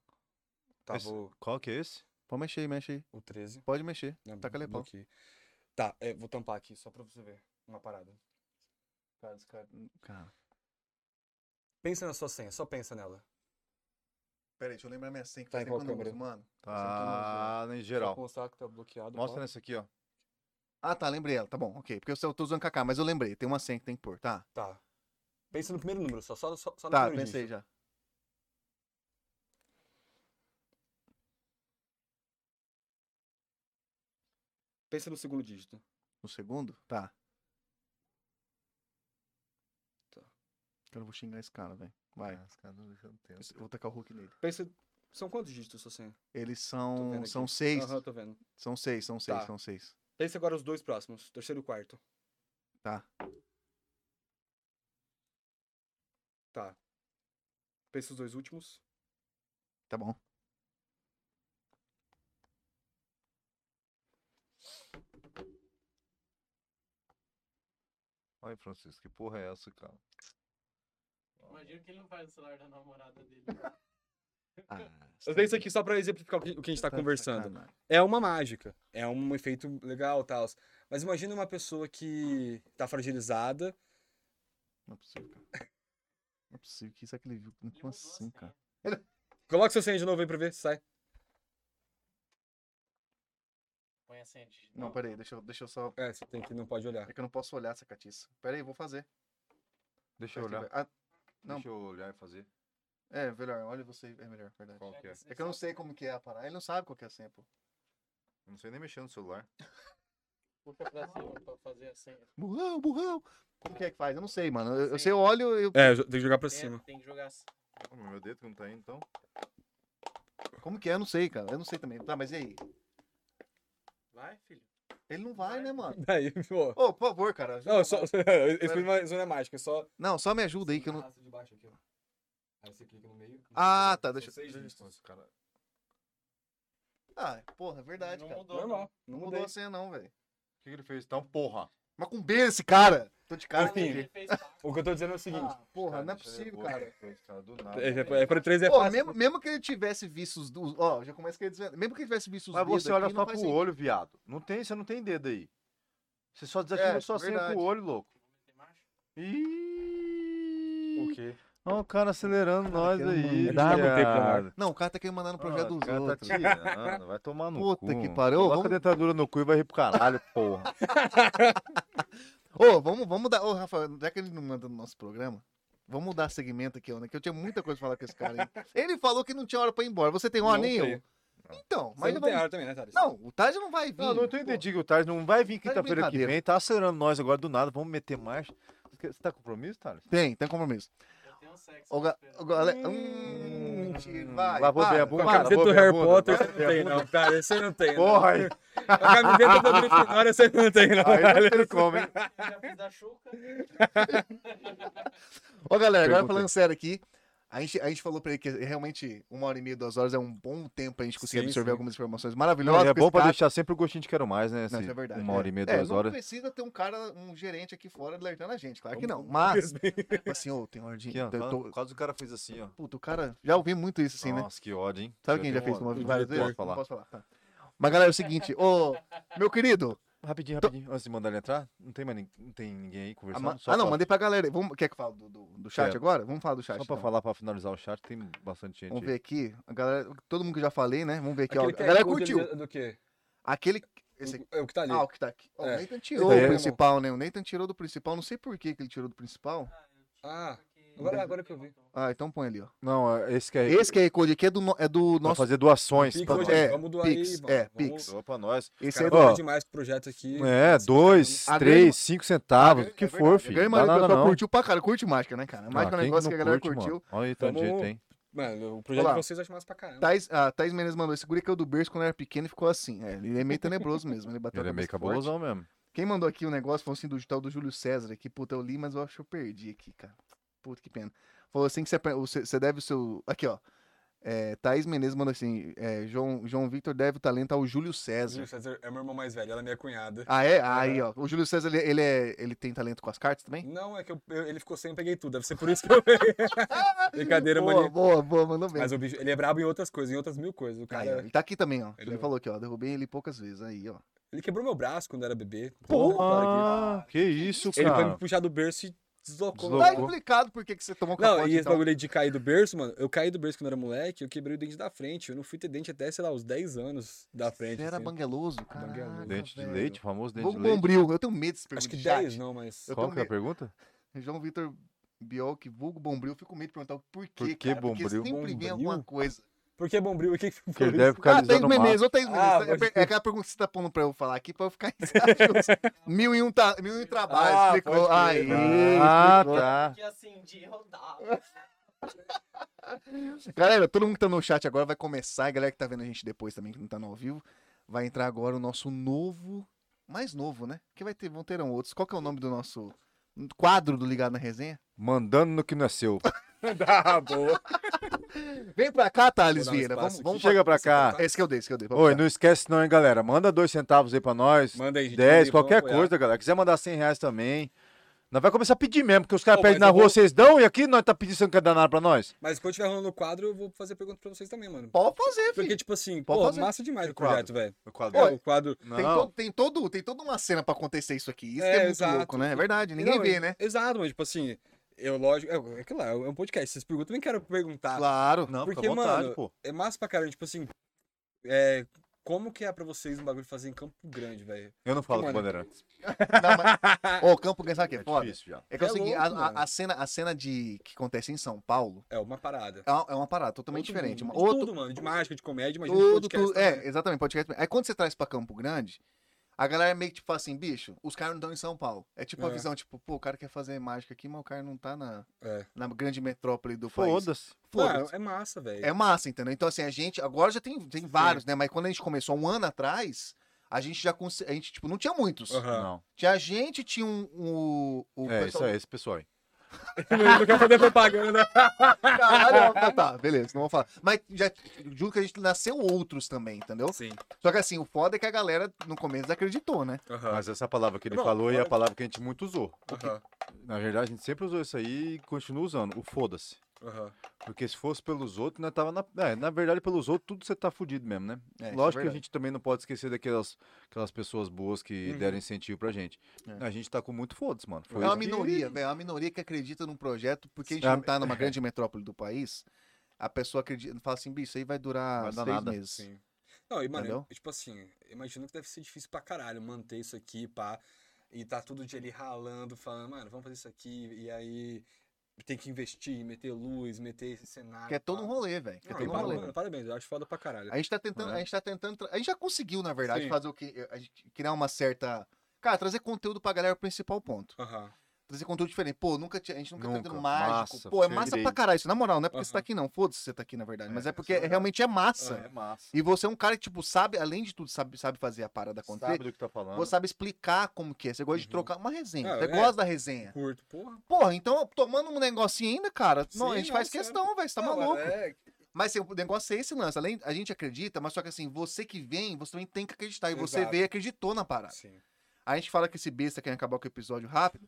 Speaker 3: Tava
Speaker 2: Esse-
Speaker 3: o,
Speaker 2: Qual que é esse?
Speaker 1: Pode mexer aí, mexe aí.
Speaker 3: o 13.
Speaker 1: Pode mexer.
Speaker 3: Né,
Speaker 1: Taca ali, pau.
Speaker 3: Tá, desbloqueei. Tá, é, vou tampar aqui só pra você ver. uma parada. Cara, esse cara-
Speaker 1: Cara.
Speaker 3: Pensa na sua senha, só pensa nela.
Speaker 1: Peraí, deixa eu lembrar minha senha. que
Speaker 3: Tá em
Speaker 1: faz
Speaker 3: qual
Speaker 1: tempo que eu não
Speaker 3: câmera?
Speaker 1: uso, mano.
Speaker 2: Tá em geral.
Speaker 3: Constar que tá bloqueado.
Speaker 2: Mostra
Speaker 3: pode.
Speaker 2: nessa aqui, ó.
Speaker 1: Ah, tá, lembrei ela. Tá bom, ok. Porque eu só tô usando KK, mas eu lembrei. Tem uma senha que tem que pôr, tá?
Speaker 3: Tá. Pensa no primeiro número, só, só, só, só no
Speaker 1: Tá,
Speaker 3: primeiro
Speaker 1: pensei
Speaker 3: dígito.
Speaker 1: já.
Speaker 3: Pensa no segundo dígito.
Speaker 1: No segundo? Tá.
Speaker 3: Tá.
Speaker 1: Cara, eu vou xingar esse cara, velho. Vai.
Speaker 2: Ah, os caras não deixam tempo.
Speaker 1: Esse- eu Vou tacar o Hulk nele.
Speaker 3: Pensa. São quantos dígitos sua senha?
Speaker 1: Eles
Speaker 3: Tô
Speaker 1: são.
Speaker 3: vendo
Speaker 1: São
Speaker 3: aqui.
Speaker 1: seis.
Speaker 3: Aham, tô vendo.
Speaker 1: São seis, são seis,
Speaker 3: Tá.
Speaker 1: são seis.
Speaker 3: Pensa agora os dois próximos, terceiro e quarto.
Speaker 1: Tá.
Speaker 3: Tá. Pensa os dois últimos.
Speaker 1: Tá bom.
Speaker 2: Ai, Francisco, que porra é essa, cara?
Speaker 4: Imagina que ele não faz o celular da namorada dele.
Speaker 3: Eu dei isso aqui só pra exemplificar o que, o que a gente tá conversando. É uma mágica, é um efeito legal e tal. Mas imagina uma pessoa que tá fragilizada.
Speaker 1: Não é possível, cara. Não é possível. Que isso é que ele viu?
Speaker 4: Ele
Speaker 1: Como
Speaker 4: mudou
Speaker 1: assim,
Speaker 4: a
Speaker 1: cara?
Speaker 3: Coloca sua senha de novo aí pra ver se sai.
Speaker 4: Põe a senha digital.
Speaker 1: Não, peraí, deixa eu, deixa eu só.
Speaker 3: É, você tem que, não pode olhar.
Speaker 1: É que eu não posso olhar essa catiça. Peraí, vou fazer.
Speaker 2: Deixa eu olhar.
Speaker 1: Ah, Não.
Speaker 2: Deixa eu olhar e fazer.
Speaker 1: é, melhor. Olha você, é melhor, verdade.
Speaker 2: Qual que é?
Speaker 1: É que eu não sei como que é a parada. Ele não sabe qual que é a senha, pô.
Speaker 2: Eu não sei nem mexer no celular.
Speaker 4: Puxa pra cima pra fazer a senha.
Speaker 1: Burrão, burrão. Como que é que faz? Eu não sei, mano. Eu, eu sei, eu olho, eu...
Speaker 3: É, tem que jogar pra
Speaker 4: É,
Speaker 3: cima.
Speaker 4: tem que jogar assim.
Speaker 2: Ô, mas Meu dedo que não tá indo, então.
Speaker 1: Como que é? Eu não sei, cara. Eu não sei também. Tá, mas e aí?
Speaker 4: Vai, filho.
Speaker 1: Ele não vai, né,
Speaker 3: [LAUGHS]
Speaker 1: mano?
Speaker 3: É. Daí, pô.
Speaker 1: Ô, por favor, cara. ajuda
Speaker 3: Não,
Speaker 1: o
Speaker 3: só, [LAUGHS] é,
Speaker 1: cara.
Speaker 3: isso foi uma zona mágica, só.
Speaker 1: Não, só me ajuda aí que eu não.
Speaker 3: Arrasta de baixo aqui, ó. Aí você clica no meio.
Speaker 1: Ah, tá, deixa-
Speaker 3: São seis dígitos.
Speaker 2: Nossa, cara.
Speaker 1: Ah, porra, é verdade,
Speaker 4: não
Speaker 1: cara.
Speaker 4: mudou.
Speaker 3: Normal, não
Speaker 1: Não
Speaker 3: mudei.
Speaker 1: mudou a senha, não, velho.
Speaker 2: O que, que ele fez? Tá um porra.
Speaker 1: Macumbeiro esse cara. Tô de cara.
Speaker 4: Ah, mas
Speaker 3: Enfim.
Speaker 1: aqui.
Speaker 4: ele fez pacto.
Speaker 3: O que eu tô dizendo é o seguinte.
Speaker 1: Ah, porra,
Speaker 2: Cara,
Speaker 1: não é
Speaker 2: deixa eu ver
Speaker 1: possível,
Speaker 2: o outro [LAUGHS]
Speaker 1: cara.
Speaker 2: que fez, cara, do nada.
Speaker 3: É, é, é, pra três é
Speaker 1: Ah, tá. Pô,
Speaker 3: fácil.
Speaker 1: mesmo, mesmo que ele tivesse visto os. os- Ó, já começa que ele dizendo. Mesmo que ele tivesse visto os.
Speaker 2: Mas
Speaker 1: dedos
Speaker 2: você olha
Speaker 1: aqui,
Speaker 2: só
Speaker 1: não
Speaker 2: pro
Speaker 1: faz
Speaker 2: olho, viado. Não tem, você não tem dedo aí. Você só desativa
Speaker 1: É,
Speaker 2: sua senha
Speaker 1: verdade.
Speaker 2: com o olho, louco.
Speaker 4: Tem macho?
Speaker 2: Ih!
Speaker 3: O quê?
Speaker 2: Olha o cara acelerando nós
Speaker 1: querendo
Speaker 2: aí. né?
Speaker 3: mandar. Dá muito tempo,
Speaker 2: viado.
Speaker 1: sentido. Não, o cara tá querendo mandar no projeto
Speaker 2: Ah, o
Speaker 1: dos
Speaker 2: cara tá
Speaker 1: outros.
Speaker 2: [LAUGHS] tirando, vai tomar no
Speaker 1: Puta
Speaker 2: cu.
Speaker 1: que pariu,
Speaker 2: Coloca
Speaker 1: vamos-
Speaker 2: a dentadura no cu e vai rir pro caralho, porra.
Speaker 1: Ô, vamos, vamos mudar. Ô, Rafa, já que ele não manda no nosso programa, vamos mudar segmento aqui, Ana, que eu tinha muita coisa pra falar com esse cara. Hein? Ele falou que não tinha hora pra ir embora. Você tem hora,
Speaker 3: Não
Speaker 1: nem eu?
Speaker 3: tenho.
Speaker 1: Então, mas
Speaker 3: Mas
Speaker 1: não
Speaker 3: não tem
Speaker 1: vamos...
Speaker 3: hora também, né, Thales?
Speaker 1: Não, o Taj não vai vir.
Speaker 2: [LAUGHS] Não, não tô entendido que o Thales não vai vir
Speaker 1: Tá de
Speaker 2: quinta-feira que
Speaker 1: brincadeira.
Speaker 2: vem, tá acelerando nós agora do nada, vamos meter marcha. Você tá com compromisso, Thales?
Speaker 1: Tem, tem compromisso.
Speaker 4: Eu tenho sexo.
Speaker 1: Ô, ga- ô, galera.
Speaker 2: Hum,
Speaker 1: Hum, mentira, vai.
Speaker 2: Lavou
Speaker 1: para.
Speaker 2: bem a
Speaker 3: Com
Speaker 2: bunda,
Speaker 3: a camiseta
Speaker 2: lavou
Speaker 3: do
Speaker 2: bem a
Speaker 3: Harry
Speaker 2: bunda,
Speaker 3: Potter, você
Speaker 2: lavou
Speaker 3: não
Speaker 2: bem a
Speaker 3: tem,
Speaker 2: bunda.
Speaker 3: não, cara. Você não tem. não.
Speaker 2: Porra, aí,
Speaker 3: A camiseta da Grifinória, você não
Speaker 2: [LAUGHS]
Speaker 3: tem, não,
Speaker 2: aí
Speaker 3: Thales.
Speaker 2: não tem como, hein?
Speaker 4: Eu já fiz da Xuca.
Speaker 1: Ô, galera, agora
Speaker 2: Perguntei.
Speaker 1: falando sério aqui. A gente, a gente falou pra ele que realmente uma hora e meia, duas horas é um bom tempo pra gente conseguir
Speaker 3: Sim,
Speaker 1: absorver
Speaker 3: sim.
Speaker 1: algumas informações
Speaker 2: Não,
Speaker 1: maravilhosas.
Speaker 2: é
Speaker 1: com
Speaker 2: bom
Speaker 1: esse
Speaker 2: pra
Speaker 1: cara.
Speaker 2: deixar sempre o gostinho de quero mais, né?
Speaker 1: Não,
Speaker 2: assim,
Speaker 1: isso é verdade.
Speaker 2: Uma hora e meia,
Speaker 1: É,
Speaker 2: duas
Speaker 1: não
Speaker 2: horas.
Speaker 1: precisa ter um cara, um gerente aqui fora alertando a gente, claro que não. Mas, tipo assim, ô, tem hora de.
Speaker 2: Aqui, ó, tá.
Speaker 1: eu tô-
Speaker 2: quase- Quase o cara fez assim, ó.
Speaker 1: Puto, o cara. Já ouvi muito isso assim, né?
Speaker 2: Nossa, que ódio, hein?
Speaker 1: Sabe
Speaker 2: Eu
Speaker 1: quem já
Speaker 2: tenho
Speaker 1: fez uma
Speaker 2: ódio.
Speaker 1: várias
Speaker 2: Não posso
Speaker 1: vezes?
Speaker 2: falar.
Speaker 1: Não posso falar. tá. Mas, galera, é o seguinte, ô, meu querido.
Speaker 2: Rapidinho, rapidinho. Antes de mandar ele entrar, não tem, mais nin- não tem ninguém aí
Speaker 1: a
Speaker 2: conversando.
Speaker 1: ma-
Speaker 2: Só
Speaker 1: Ah, não,
Speaker 2: pra-
Speaker 1: mandei pra galera. Vamos... Quer que eu fale do, do, do chat
Speaker 2: Quero.
Speaker 1: agora? Vamos falar do chat.
Speaker 2: Só pra
Speaker 1: então.
Speaker 2: falar, pra finalizar o chat, tem bastante gente
Speaker 1: Vamos
Speaker 2: aí.
Speaker 1: ver aqui. A galera, todo mundo que eu já falei, né? Vamos ver aqui. ó.
Speaker 3: Aquele
Speaker 1: A
Speaker 3: que é
Speaker 1: galera
Speaker 3: gordo,
Speaker 1: curtiu.
Speaker 3: ele- Do quê?
Speaker 1: Aquele. Esse aqui.
Speaker 3: É o que tá ali.
Speaker 1: Ah, o que tá aqui. Ó,
Speaker 3: É.
Speaker 1: O Nathan tirou
Speaker 2: Daí
Speaker 1: do
Speaker 2: é-
Speaker 1: principal, né? O Nathan tirou do principal. Não sei por que que ele tirou do principal.
Speaker 3: Ah,
Speaker 4: Porque-
Speaker 3: agora- agora que eu vi.
Speaker 1: Ah, então põe ali, ó.
Speaker 2: Não, é- esse que é
Speaker 1: Esse QR Code aqui é do, no- é do
Speaker 2: Vamos
Speaker 1: nosso.
Speaker 2: fazer doações.
Speaker 3: Pix
Speaker 2: pra
Speaker 3: hoje,
Speaker 2: nós.
Speaker 1: é,
Speaker 3: vamos doar
Speaker 1: Pix,
Speaker 3: aí, mano.
Speaker 1: é,
Speaker 3: Vamos-
Speaker 1: Pix.
Speaker 2: Doa pra nós.
Speaker 1: Esse
Speaker 3: Cara,
Speaker 1: é do.
Speaker 2: ó,
Speaker 3: doou demais pro projeto aqui.
Speaker 2: É, dois,
Speaker 1: A grande-
Speaker 2: três, cinco centavos, o que
Speaker 1: É
Speaker 2: for,
Speaker 1: verdade,
Speaker 2: filho.
Speaker 1: A grande
Speaker 2: Dá
Speaker 1: maioria do
Speaker 2: nada
Speaker 1: pessoal
Speaker 2: não. Ah,
Speaker 1: curtiu pra cara. Curte mágica, né, cara? Mágica é um
Speaker 2: quem
Speaker 1: negócio que, a galera
Speaker 2: curte, mano?
Speaker 1: curtiu.
Speaker 2: Olha aí, tanto
Speaker 3: Vamos-
Speaker 2: jeito, hein?
Speaker 3: Mano, o projeto
Speaker 1: Olá.
Speaker 3: de vocês eu acho massa pra caramba.
Speaker 1: Thais, a Thais Menezes mandou, esse guri que eu do berço quando eu era pequeno e ficou assim. É, ele é meio tenebroso mesmo, ele bateu a
Speaker 2: Ele é meio
Speaker 1: cabeça forte.
Speaker 2: cabulosão mesmo.
Speaker 1: Quem mandou aqui o negócio foi assim do tal do Júlio César aqui, puta, eu li, mas eu acho que eu perdi aqui, cara. Puta que pena. Falou assim que você apre- você você deve o seu. Aqui, ó. É, Thaís Menezes mandou assim: é, João, João Victor deve o talento ao Júlio César.
Speaker 3: Júlio César é meu irmão mais velho, ela é minha cunhada.
Speaker 1: Ah, é? Aí, ó. O Júlio César, ele, ele, é, ele tem talento com as cartas também?
Speaker 3: Não, é que eu- eu- ele ficou sem, eu peguei tudo. Deve ser por isso que eu
Speaker 1: [LAUGHS]
Speaker 3: Brincadeira,
Speaker 1: boa,
Speaker 3: maninho.
Speaker 1: boa, boa, mandou bem.
Speaker 3: Mas o bicho, ele é brabo em outras coisas, em outras mil coisas. O
Speaker 1: Aí, ó,
Speaker 3: cara.
Speaker 1: ele tá aqui também, ó.
Speaker 3: Ele
Speaker 1: Ele
Speaker 3: é-
Speaker 1: falou aqui, ó. Derrubei ele poucas vezes. Aí, ó.
Speaker 3: Ele quebrou meu braço quando eu era bebê.
Speaker 2: Porra! Que isso,
Speaker 3: Ele foi
Speaker 2: cara.
Speaker 3: me puxar do berço e
Speaker 2: Ah. Deslocou.
Speaker 3: deslocou. meu
Speaker 1: Tá
Speaker 3: braço.
Speaker 1: explicado por que que você tomou
Speaker 3: Não,
Speaker 1: capote,
Speaker 3: e esse
Speaker 1: então.
Speaker 3: bagulho aí de cair do berço, mano, eu caí do berço quando eu era moleque, eu quebrei o dente da frente. Eu não fui ter dente até, sei lá, uns 10 anos da frente.
Speaker 1: Você era
Speaker 3: assim.
Speaker 1: bangueloso, cara.
Speaker 3: Bangueloso.
Speaker 2: Dente de leite, o famoso dente
Speaker 1: Vou
Speaker 2: de
Speaker 1: com
Speaker 2: leite.
Speaker 1: Bombril. Eu tenho medo desse
Speaker 3: Acho que
Speaker 1: pergunta de
Speaker 3: 10
Speaker 1: chat.
Speaker 3: não, mas.
Speaker 1: Eu
Speaker 2: Qual
Speaker 1: tenho
Speaker 2: que é a
Speaker 1: medo.
Speaker 2: pergunta?
Speaker 1: João Vitor Bielk, vulgo Bombril, fico com medo de perguntar o porquê,
Speaker 2: Por que
Speaker 1: cara, porque
Speaker 2: Bombril?
Speaker 1: sempre vem
Speaker 3: Bombril?
Speaker 1: alguma coisa.
Speaker 3: Por que bombril? O que que
Speaker 2: Porque
Speaker 3: foi
Speaker 2: ele
Speaker 3: isso?
Speaker 2: deve ficar
Speaker 1: Ah, Thaís
Speaker 2: alisando o mato.
Speaker 1: Menezes, ô Thaís Menezes,
Speaker 3: Ah,
Speaker 1: é, per-
Speaker 3: pode-
Speaker 1: é aquela pergunta que você tá pondo pra eu falar aqui, pra eu ficar
Speaker 2: [LAUGHS]
Speaker 1: em cima. mil e um, ta- mil e um trabalho,
Speaker 3: Ah,
Speaker 1: explicou.
Speaker 3: pode
Speaker 1: Aí,
Speaker 3: crer.
Speaker 2: Ah,
Speaker 1: explicou.
Speaker 2: tá.
Speaker 4: Que assim, de rodava.
Speaker 1: Galera, todo mundo que tá no chat agora vai começar, e a galera que tá vendo a gente depois também, que não tá no ao vivo, vai entrar agora o nosso novo, mais novo, né? Que vai ter, vão terão outros. Qual que é o nome do nosso quadro do Ligado na Resenha?
Speaker 2: Mandando no que não é
Speaker 3: [LAUGHS]
Speaker 2: seu.
Speaker 3: Ah, boa.
Speaker 1: Vem pra cá,
Speaker 3: Vou
Speaker 1: Thales
Speaker 3: dar um
Speaker 1: Vieira,
Speaker 3: espaço
Speaker 1: vamos, vamos
Speaker 3: aqui.
Speaker 2: Chega pra cá.
Speaker 1: Esse que eu dei, esse que eu
Speaker 3: tá
Speaker 1: dei.
Speaker 2: Oi, não esquece não, hein, galera. Manda dois centavos aí pra nós.
Speaker 3: Manda aí, gente.
Speaker 2: 10,
Speaker 3: manda aí, vamos
Speaker 2: qualquer
Speaker 3: apoiar.
Speaker 2: coisa, galera. Quiser mandar 100 reais também. Nós vai começar a pedir mesmo, porque os caras
Speaker 3: Ô,
Speaker 2: pedem na
Speaker 3: mas eu
Speaker 2: rua,
Speaker 3: vou-
Speaker 2: vocês dão, e aqui nós tá pedindo, você não quer dar nada pra nós?
Speaker 3: Mas quando tiver rolando o quadro, eu vou fazer pergunta pra vocês também, mano.
Speaker 1: Pode fazer, filho.
Speaker 3: Porque, tipo assim,
Speaker 1: Pode
Speaker 3: pô,
Speaker 1: fazer.
Speaker 3: massa demais
Speaker 2: Que
Speaker 3: o projeto, velho.
Speaker 2: O
Speaker 3: É, O quadro.
Speaker 1: Tem,
Speaker 2: Não,
Speaker 1: todo- tem, todo, tem toda uma cena pra acontecer isso aqui. Isso
Speaker 3: É,
Speaker 1: que é muito
Speaker 3: exato.
Speaker 1: louco, né? É verdade, ninguém
Speaker 3: Não,
Speaker 1: vê,
Speaker 3: é-
Speaker 1: né?
Speaker 3: Exato, mas, tipo assim, eu, lógico. É, é que lá, é um podcast. Vocês perguntam, eu também quero perguntar.
Speaker 1: Claro.
Speaker 2: não,
Speaker 3: Porque,
Speaker 2: fica à vontade,
Speaker 3: mano,
Speaker 2: pô.
Speaker 3: É massa pra caramba, tipo assim. É, como que é pra vocês um bagulho fazer em Campo Grande, velho?
Speaker 2: Eu não falo com
Speaker 3: mano,
Speaker 2: bandeirantes.
Speaker 1: Não,
Speaker 3: [LAUGHS]
Speaker 1: mas- Ô, Campo Grande, sabe o que é
Speaker 2: É
Speaker 1: foda?
Speaker 2: difícil já.
Speaker 1: É que é o
Speaker 3: É
Speaker 1: seguinte,
Speaker 3: louco,
Speaker 1: a- a,
Speaker 3: mano.
Speaker 1: a cena, a cena de, que acontece em São Paulo
Speaker 3: É uma parada.
Speaker 1: é uma, é uma parada totalmente
Speaker 3: Outro
Speaker 1: diferente.
Speaker 3: mundo,
Speaker 1: Uma,
Speaker 3: de
Speaker 1: outro,
Speaker 3: tudo, mano. De mágica, de comédia, imagina de
Speaker 1: tudo,
Speaker 3: podcast.
Speaker 1: tudo,
Speaker 3: também.
Speaker 1: é, exatamente, podcast. também. Aí quando você traz pra Campo Grande, a galera meio que tipo assim, bicho, os caras não estão em São Paulo. É tipo a
Speaker 3: É.
Speaker 1: visão, tipo, pô, o cara quer fazer mágica aqui, mas o cara não tá na,
Speaker 3: É.
Speaker 1: na grande metrópole do país.
Speaker 2: Foda-se.
Speaker 1: Foda-se.
Speaker 3: Ah, é massa, velho. [LAUGHS]
Speaker 1: É massa, entendeu? Então, assim, a gente. Agora já tem, tem vários, né? Mas quando a gente começou um ano atrás, a gente já cons- A gente, tipo, não tinha muitos.
Speaker 3: Aham.
Speaker 2: Não.
Speaker 1: Tinha a gente, tinha um. um o
Speaker 2: É, isso
Speaker 1: pessoal-
Speaker 2: aí, esse pessoal aí.
Speaker 3: Não quer fazer propaganda.
Speaker 1: [LAUGHS] Caralho, tá, tá, beleza, não vou falar. Mas já juro que a gente nasceu outros também, entendeu?
Speaker 3: Sim.
Speaker 1: Só que assim, o foda é que a galera no começo desacreditou, né?
Speaker 3: Aham.
Speaker 2: Mas essa palavra que ele
Speaker 3: Ah. Não,
Speaker 2: falou é a
Speaker 3: agora-
Speaker 2: palavra que a gente muito usou.
Speaker 3: Aham.
Speaker 2: Na verdade, a gente sempre usou isso aí e continua usando. O foda-se.
Speaker 3: Aham.
Speaker 2: Porque se fosse pelos outros, nós tava na. É, na verdade, pelos outros, tudo você tá fudido mesmo, né?
Speaker 1: É, isso é
Speaker 2: Lógico que a
Speaker 1: verdade.
Speaker 2: gente também não pode esquecer daquelas aquelas pessoas boas que
Speaker 3: Uhum.
Speaker 2: deram incentivo pra gente.
Speaker 1: É.
Speaker 2: A gente tá com muito foda-se, mano. Foi
Speaker 1: É uma
Speaker 2: isso que-
Speaker 1: minoria, velho. É uma minoria que acredita num projeto, porque a gente
Speaker 2: Ah,
Speaker 1: não tá numa grande metrópole do país. A pessoa acredita, fala assim, bicho, isso aí vai durar
Speaker 2: Vai dar
Speaker 1: seis
Speaker 2: nada.
Speaker 1: meses.
Speaker 3: Sim. Não, e, mano,
Speaker 1: Entendeu?
Speaker 3: eu- tipo assim, imagino que deve ser difícil pra caralho manter isso aqui, pá. E tá todo dia ali ralando, falando, mano, vamos fazer isso aqui. E aí tem que investir, meter luz, meter esse cenário.
Speaker 1: Que é todo
Speaker 3: pá.
Speaker 1: um rolê, velho. Que é
Speaker 3: Não,
Speaker 1: todo um
Speaker 3: para-
Speaker 1: rolê.
Speaker 3: mano, parabéns, eu acho foda pra caralho.
Speaker 1: A gente tá tentando,
Speaker 2: Né?
Speaker 1: a gente tá tentando, tra- a gente já conseguiu, na verdade,
Speaker 3: Sim.
Speaker 1: fazer o que a gente criar uma certa, cara, trazer conteúdo pra galera é o principal ponto.
Speaker 3: Aham.
Speaker 1: Trazer conteúdo diferente. Pô, nunca tinha, a gente nunca, tá
Speaker 2: Nunca.
Speaker 1: tendo mágico.
Speaker 2: Massa,
Speaker 1: Pô, é massa
Speaker 2: direito.
Speaker 1: pra caralho, isso na moral, não é porque você tá
Speaker 3: Aham.
Speaker 1: aqui não, foda-se você tá aqui na verdade,
Speaker 2: É,
Speaker 1: mas é
Speaker 2: essa
Speaker 1: porque
Speaker 2: é a verdade.
Speaker 1: realmente é massa.
Speaker 2: É massa.
Speaker 1: E você é um cara que tipo sabe, além de tudo, sabe sabe fazer a parada acontecer.
Speaker 2: Sabe do que tá falando.
Speaker 1: Você sabe explicar como que é. Você gosta de
Speaker 3: Uhum.
Speaker 1: trocar uma resenha.
Speaker 3: Ah,
Speaker 1: você
Speaker 3: é.
Speaker 1: gosta da resenha.
Speaker 3: Curto, porra.
Speaker 1: Porra, então tomando um negocinho ainda, cara, não, a
Speaker 3: Sim,
Speaker 1: gente
Speaker 3: não,
Speaker 1: faz
Speaker 3: sério.
Speaker 1: questão, velho. Você tá
Speaker 3: Não,
Speaker 1: maluco.
Speaker 3: É,
Speaker 1: Mas assim, o negócio é esse lance. Além, a gente acredita, mas só que assim, você que vem, você também tem que acreditar. E você
Speaker 3: Exato.
Speaker 1: veio e acreditou na parada.
Speaker 3: sim.
Speaker 1: A gente fala que esse besta quer acabar com o episódio rápido.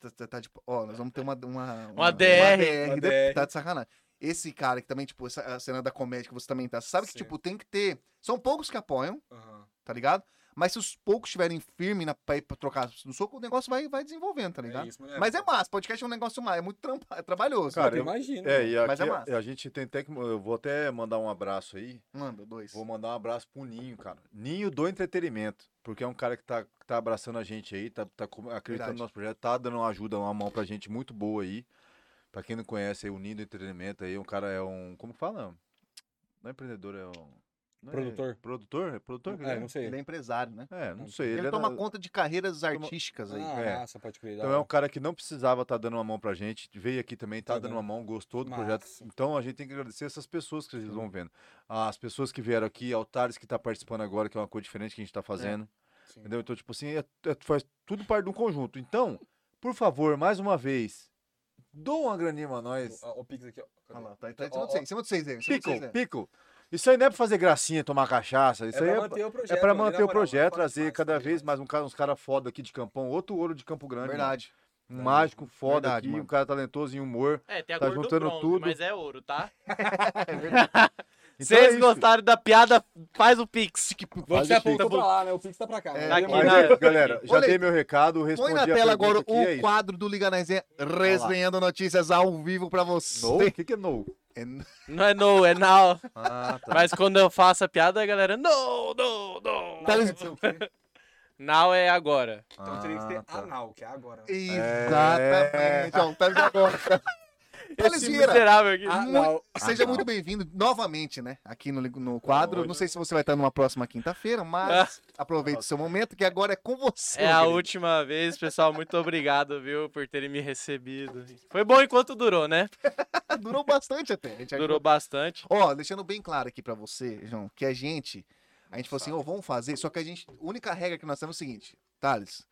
Speaker 1: Tá, tá, tá de- ó, nós vamos ter
Speaker 3: [LAUGHS]
Speaker 1: uma. Uma, uma,
Speaker 4: DR.
Speaker 1: uma de-
Speaker 3: Uma DR.
Speaker 1: Tá de sacanagem. Esse cara que também, tipo, essa, a cena da comédia que você também tá. Você sabe que,
Speaker 3: Sim.
Speaker 1: tipo, tem que ter. São poucos que apoiam,
Speaker 3: Aham.
Speaker 1: tá ligado? Mas se os poucos estiverem firme na, pra, ir pra trocar no soco, o negócio vai, vai desenvolvendo, tá ligado?
Speaker 3: É isso, mano.
Speaker 1: Mas é massa, podcast é um negócio mais, é muito trampa, é trabalhoso.
Speaker 2: Cara,
Speaker 3: eu
Speaker 2: eu-
Speaker 3: imagino.
Speaker 2: É, e
Speaker 1: Mas
Speaker 2: aqui
Speaker 1: é massa.
Speaker 2: a, a gente tem até que. Eu vou até mandar um abraço aí.
Speaker 1: Manda, dois.
Speaker 2: Vou mandar um abraço pro Ninho, cara. Ninho do entretenimento. Porque é um cara que tá, que tá abraçando a gente aí, tá, tá com- acreditando
Speaker 1: Verdade.
Speaker 2: no nosso projeto, tá dando uma ajuda, uma mão pra gente muito boa aí. Pra quem não conhece aí, o Ninho do entretenimento aí, um cara é um. Como que fala? Não é empreendedor, é um. não é-
Speaker 3: Produtor.
Speaker 2: produtor? É produtor? que
Speaker 3: É,
Speaker 2: ele
Speaker 3: não sei.
Speaker 1: Ele é empresário, né?
Speaker 2: é? É, não sei.
Speaker 1: Ele,
Speaker 2: Ele, é
Speaker 1: toma
Speaker 2: da-
Speaker 1: conta de carreiras artísticas aí.
Speaker 3: Ah,
Speaker 2: é.
Speaker 3: massa, pode crer. da
Speaker 2: Então é um
Speaker 3: hora.
Speaker 2: cara que não precisava estar dando uma mão pra gente, veio aqui também, tá
Speaker 3: Tá
Speaker 2: dando
Speaker 3: dando.
Speaker 2: uma mão, gostou do projeto.
Speaker 3: Massa.
Speaker 2: Então a gente tem que agradecer essas pessoas que vocês vão vendo. As pessoas que vieram aqui, Altares que tá participando agora, que é uma coisa diferente que a gente tá fazendo.
Speaker 3: Sim.
Speaker 2: Entendeu? Então, tipo assim, é- é- faz tudo parte de um conjunto. Então, por favor, mais uma vez, doa uma graninha pra nós.
Speaker 3: Ó, O Pix aqui, ó. Cadê?
Speaker 1: Olha lá, tá, tá em
Speaker 3: então,
Speaker 1: cima de
Speaker 3: Ó, ó.
Speaker 1: vocês, em cima de vocês aí. em cima de
Speaker 2: Pico,
Speaker 1: vocês aí.
Speaker 2: pico. Isso aí não é pra fazer gracinha, tomar cachaça. Isso aí
Speaker 3: pra
Speaker 2: é,
Speaker 3: manter o
Speaker 2: é
Speaker 3: projeto. né?
Speaker 2: pra
Speaker 3: mano, e na
Speaker 2: manter o
Speaker 3: moral, mano,
Speaker 2: projeto,
Speaker 3: foda
Speaker 2: trazer
Speaker 3: demais, tá
Speaker 2: cada
Speaker 3: foda
Speaker 2: vez
Speaker 3: demais.
Speaker 2: mais um cara, uns caras foda aqui de Campão, outro ouro de Campo Grande. mano.
Speaker 1: Verdade.
Speaker 2: Um mágico foda
Speaker 1: Verdade,
Speaker 2: aqui,
Speaker 1: mano.
Speaker 2: um cara talentoso em humor.
Speaker 4: É, tem a
Speaker 2: Tá
Speaker 4: cor do
Speaker 2: juntando
Speaker 4: bronze,
Speaker 2: tudo.
Speaker 4: mas é ouro, tá?
Speaker 1: É verdade.
Speaker 2: é
Speaker 5: Vocês
Speaker 2: isso.
Speaker 5: gostaram da piada? Faz o pix.
Speaker 3: Vamos
Speaker 5: Faz o
Speaker 3: a
Speaker 5: pix.
Speaker 3: pouco pra lá, né? O Pix tá pra cá.
Speaker 1: É,
Speaker 3: né?
Speaker 5: aqui,
Speaker 3: Demora.
Speaker 5: né?
Speaker 2: Mas, é, galera, já
Speaker 1: Olha aí.
Speaker 2: dei meu recado, respondi
Speaker 1: Põe na
Speaker 2: a
Speaker 1: tela agora
Speaker 2: pergunta aqui, é
Speaker 1: o
Speaker 2: isso.
Speaker 1: quadro do Liga na Resenha resenhando notícias ao vivo pra você.
Speaker 2: No? O que, que
Speaker 1: [LAUGHS]
Speaker 2: é no?
Speaker 1: É,
Speaker 5: Não é no, é now.
Speaker 2: Ah, tá.
Speaker 5: Mas quando eu faço a piada, a galera. No, no, no.
Speaker 1: Tá
Speaker 5: Now. Now é agora.
Speaker 3: Então teria que ser
Speaker 2: Ah, tá.
Speaker 3: anal, que é agora.
Speaker 1: Exatamente. Ó, tá ligado agora.
Speaker 5: Esse
Speaker 1: Talezinha,
Speaker 5: Tá miserável aqui.
Speaker 3: Anal.
Speaker 1: Seja muito bem-vindo novamente, né? Aqui no, no quadro. Não sei se você vai estar numa próxima quinta-feira, mas aproveite o seu momento, que agora é com você.
Speaker 5: É
Speaker 1: meu
Speaker 5: a
Speaker 1: querido.
Speaker 5: última vez, pessoal. Muito obrigado, viu, por terem me recebido. Foi bom enquanto durou, né?
Speaker 1: Durou bastante até. A gente
Speaker 5: Durou bastante.
Speaker 1: Ó, deixando bem claro aqui pra você, João, que a gente. A gente falou assim, ó, vamos fazer. Só que a gente. A única regra que nós temos é o seguinte, Thales.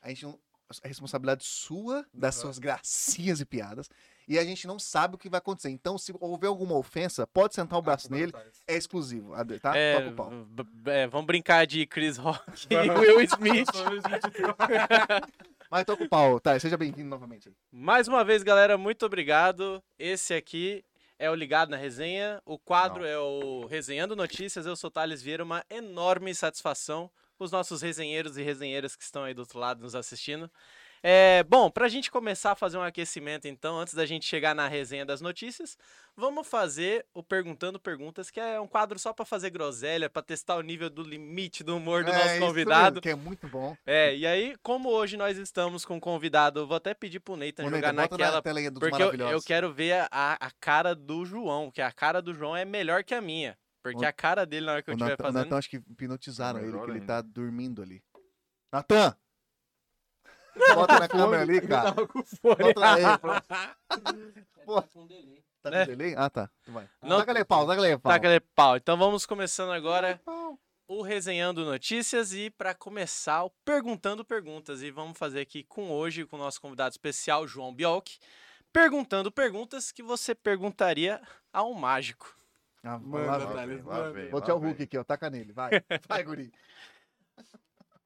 Speaker 1: A gente não. É responsabilidade sua, das suas gracinhas e piadas. E a gente não sabe o que vai acontecer. Então, se houver alguma ofensa, pode sentar o braço nele. É exclusivo. Ade- Tá?
Speaker 5: Ah, É,
Speaker 1: Toca o pau.
Speaker 5: v- v- é, vamos brincar de Chris Rock e Will Smith.
Speaker 1: Mas toca o pau, Thales. Seja bem-vindo novamente. aí.
Speaker 5: Mais uma vez, galera, muito obrigado. Esse aqui é o Ligado na Resenha. O quadro é o Resenhando Notícias. Eu sou Thales Vieira, uma enorme satisfação os nossos resenheiros e resenheiras que estão aí do outro lado nos assistindo. É, bom, pra gente começar a fazer um aquecimento, então, antes da gente chegar na resenha das notícias, vamos fazer o Perguntando Perguntas, que é um quadro só pra fazer groselha, pra testar o nível do limite do humor do
Speaker 1: É, isso
Speaker 5: nosso
Speaker 1: mesmo,
Speaker 5: convidado.
Speaker 1: Que é muito bom.
Speaker 5: É, e aí, como hoje nós estamos com um convidado, eu vou até pedir pro Nathan,
Speaker 1: Bonita,
Speaker 5: jogar
Speaker 1: bota
Speaker 5: naquela.
Speaker 1: na tela aí dos
Speaker 5: porque eu,
Speaker 1: maravilhosos.
Speaker 5: eu quero ver a, a cara do João, que a cara do João é melhor que a minha. Porque
Speaker 1: O-
Speaker 5: a cara dele na hora que eu
Speaker 1: O
Speaker 5: estiver
Speaker 1: Natan, o
Speaker 5: fazendo.
Speaker 1: Natan, acho que hipnotizaram ele,
Speaker 2: Melhor
Speaker 1: que ele
Speaker 2: ainda.
Speaker 1: tá dormindo ali. Natan! Bota na câmera ali, cara. Bota na- aí, pronto. Pô. Tá com
Speaker 5: É.
Speaker 1: delay? Ah, tá. Tu vai.
Speaker 5: Não-
Speaker 1: Taca ali pau, taca ali pau.
Speaker 5: Tá, aquele pau. Então vamos começando agora o Resenhando Notícias e para começar o Perguntando Perguntas. E vamos fazer aqui com hoje, com o nosso convidado especial, João Bielk, perguntando perguntas que você perguntaria a um mágico.
Speaker 1: Ah,
Speaker 6: Manda,
Speaker 1: lá,
Speaker 6: Thales,
Speaker 1: vai.
Speaker 6: manda.
Speaker 1: Vou tirar o Hulk aqui, ó. Taca nele, [LAUGHS] vai. Vai, guri.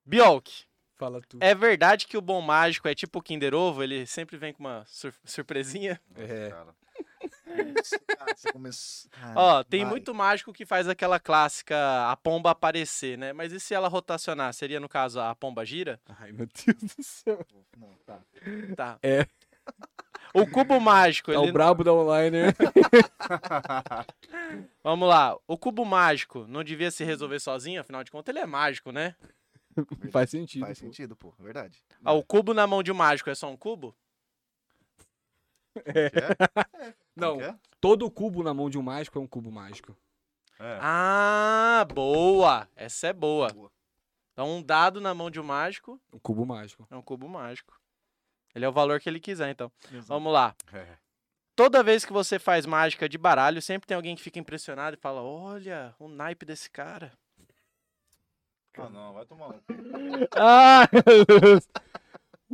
Speaker 5: Bielk,
Speaker 3: Fala tu.
Speaker 5: É verdade que o bom mágico é tipo o Kinder Ovo, ele sempre vem com uma sur- surpresinha.
Speaker 3: É.
Speaker 1: Ah, você começou- [LAUGHS] Ah,
Speaker 5: Ó, tem
Speaker 1: vai.
Speaker 5: muito mágico que faz aquela clássica a pomba aparecer, né? Mas e se ela rotacionar? Seria, no caso, a pomba gira?
Speaker 3: Ai, meu Deus do céu.
Speaker 1: Não, tá.
Speaker 5: Tá.
Speaker 3: É.
Speaker 5: O cubo
Speaker 1: [LAUGHS]
Speaker 5: mágico,
Speaker 1: Tá
Speaker 3: É
Speaker 5: ele.
Speaker 3: o brabo da online, né?
Speaker 5: Vamos lá. O cubo mágico não devia se resolver sozinho, afinal de contas, ele é mágico, né?
Speaker 3: Faz sentido.
Speaker 1: Faz sentido, pô. É verdade.
Speaker 5: Ah, o cubo na mão de um mágico é só um cubo?
Speaker 3: Não, todo cubo na mão de um mágico é um cubo mágico.
Speaker 2: É.
Speaker 5: Ah, boa! Essa é boa.
Speaker 1: É. Boa.
Speaker 5: Então, um dado na mão de um mágico
Speaker 3: Um cubo mágico.
Speaker 5: é um cubo mágico. Ele é o valor que ele quiser, então.
Speaker 1: Exato.
Speaker 5: Vamos lá.
Speaker 2: É.
Speaker 5: Toda vez que você faz mágica de baralho, sempre tem alguém que fica impressionado e fala: Olha, o naipe desse cara.
Speaker 2: Ah, não, vai tomar um.
Speaker 3: Ah!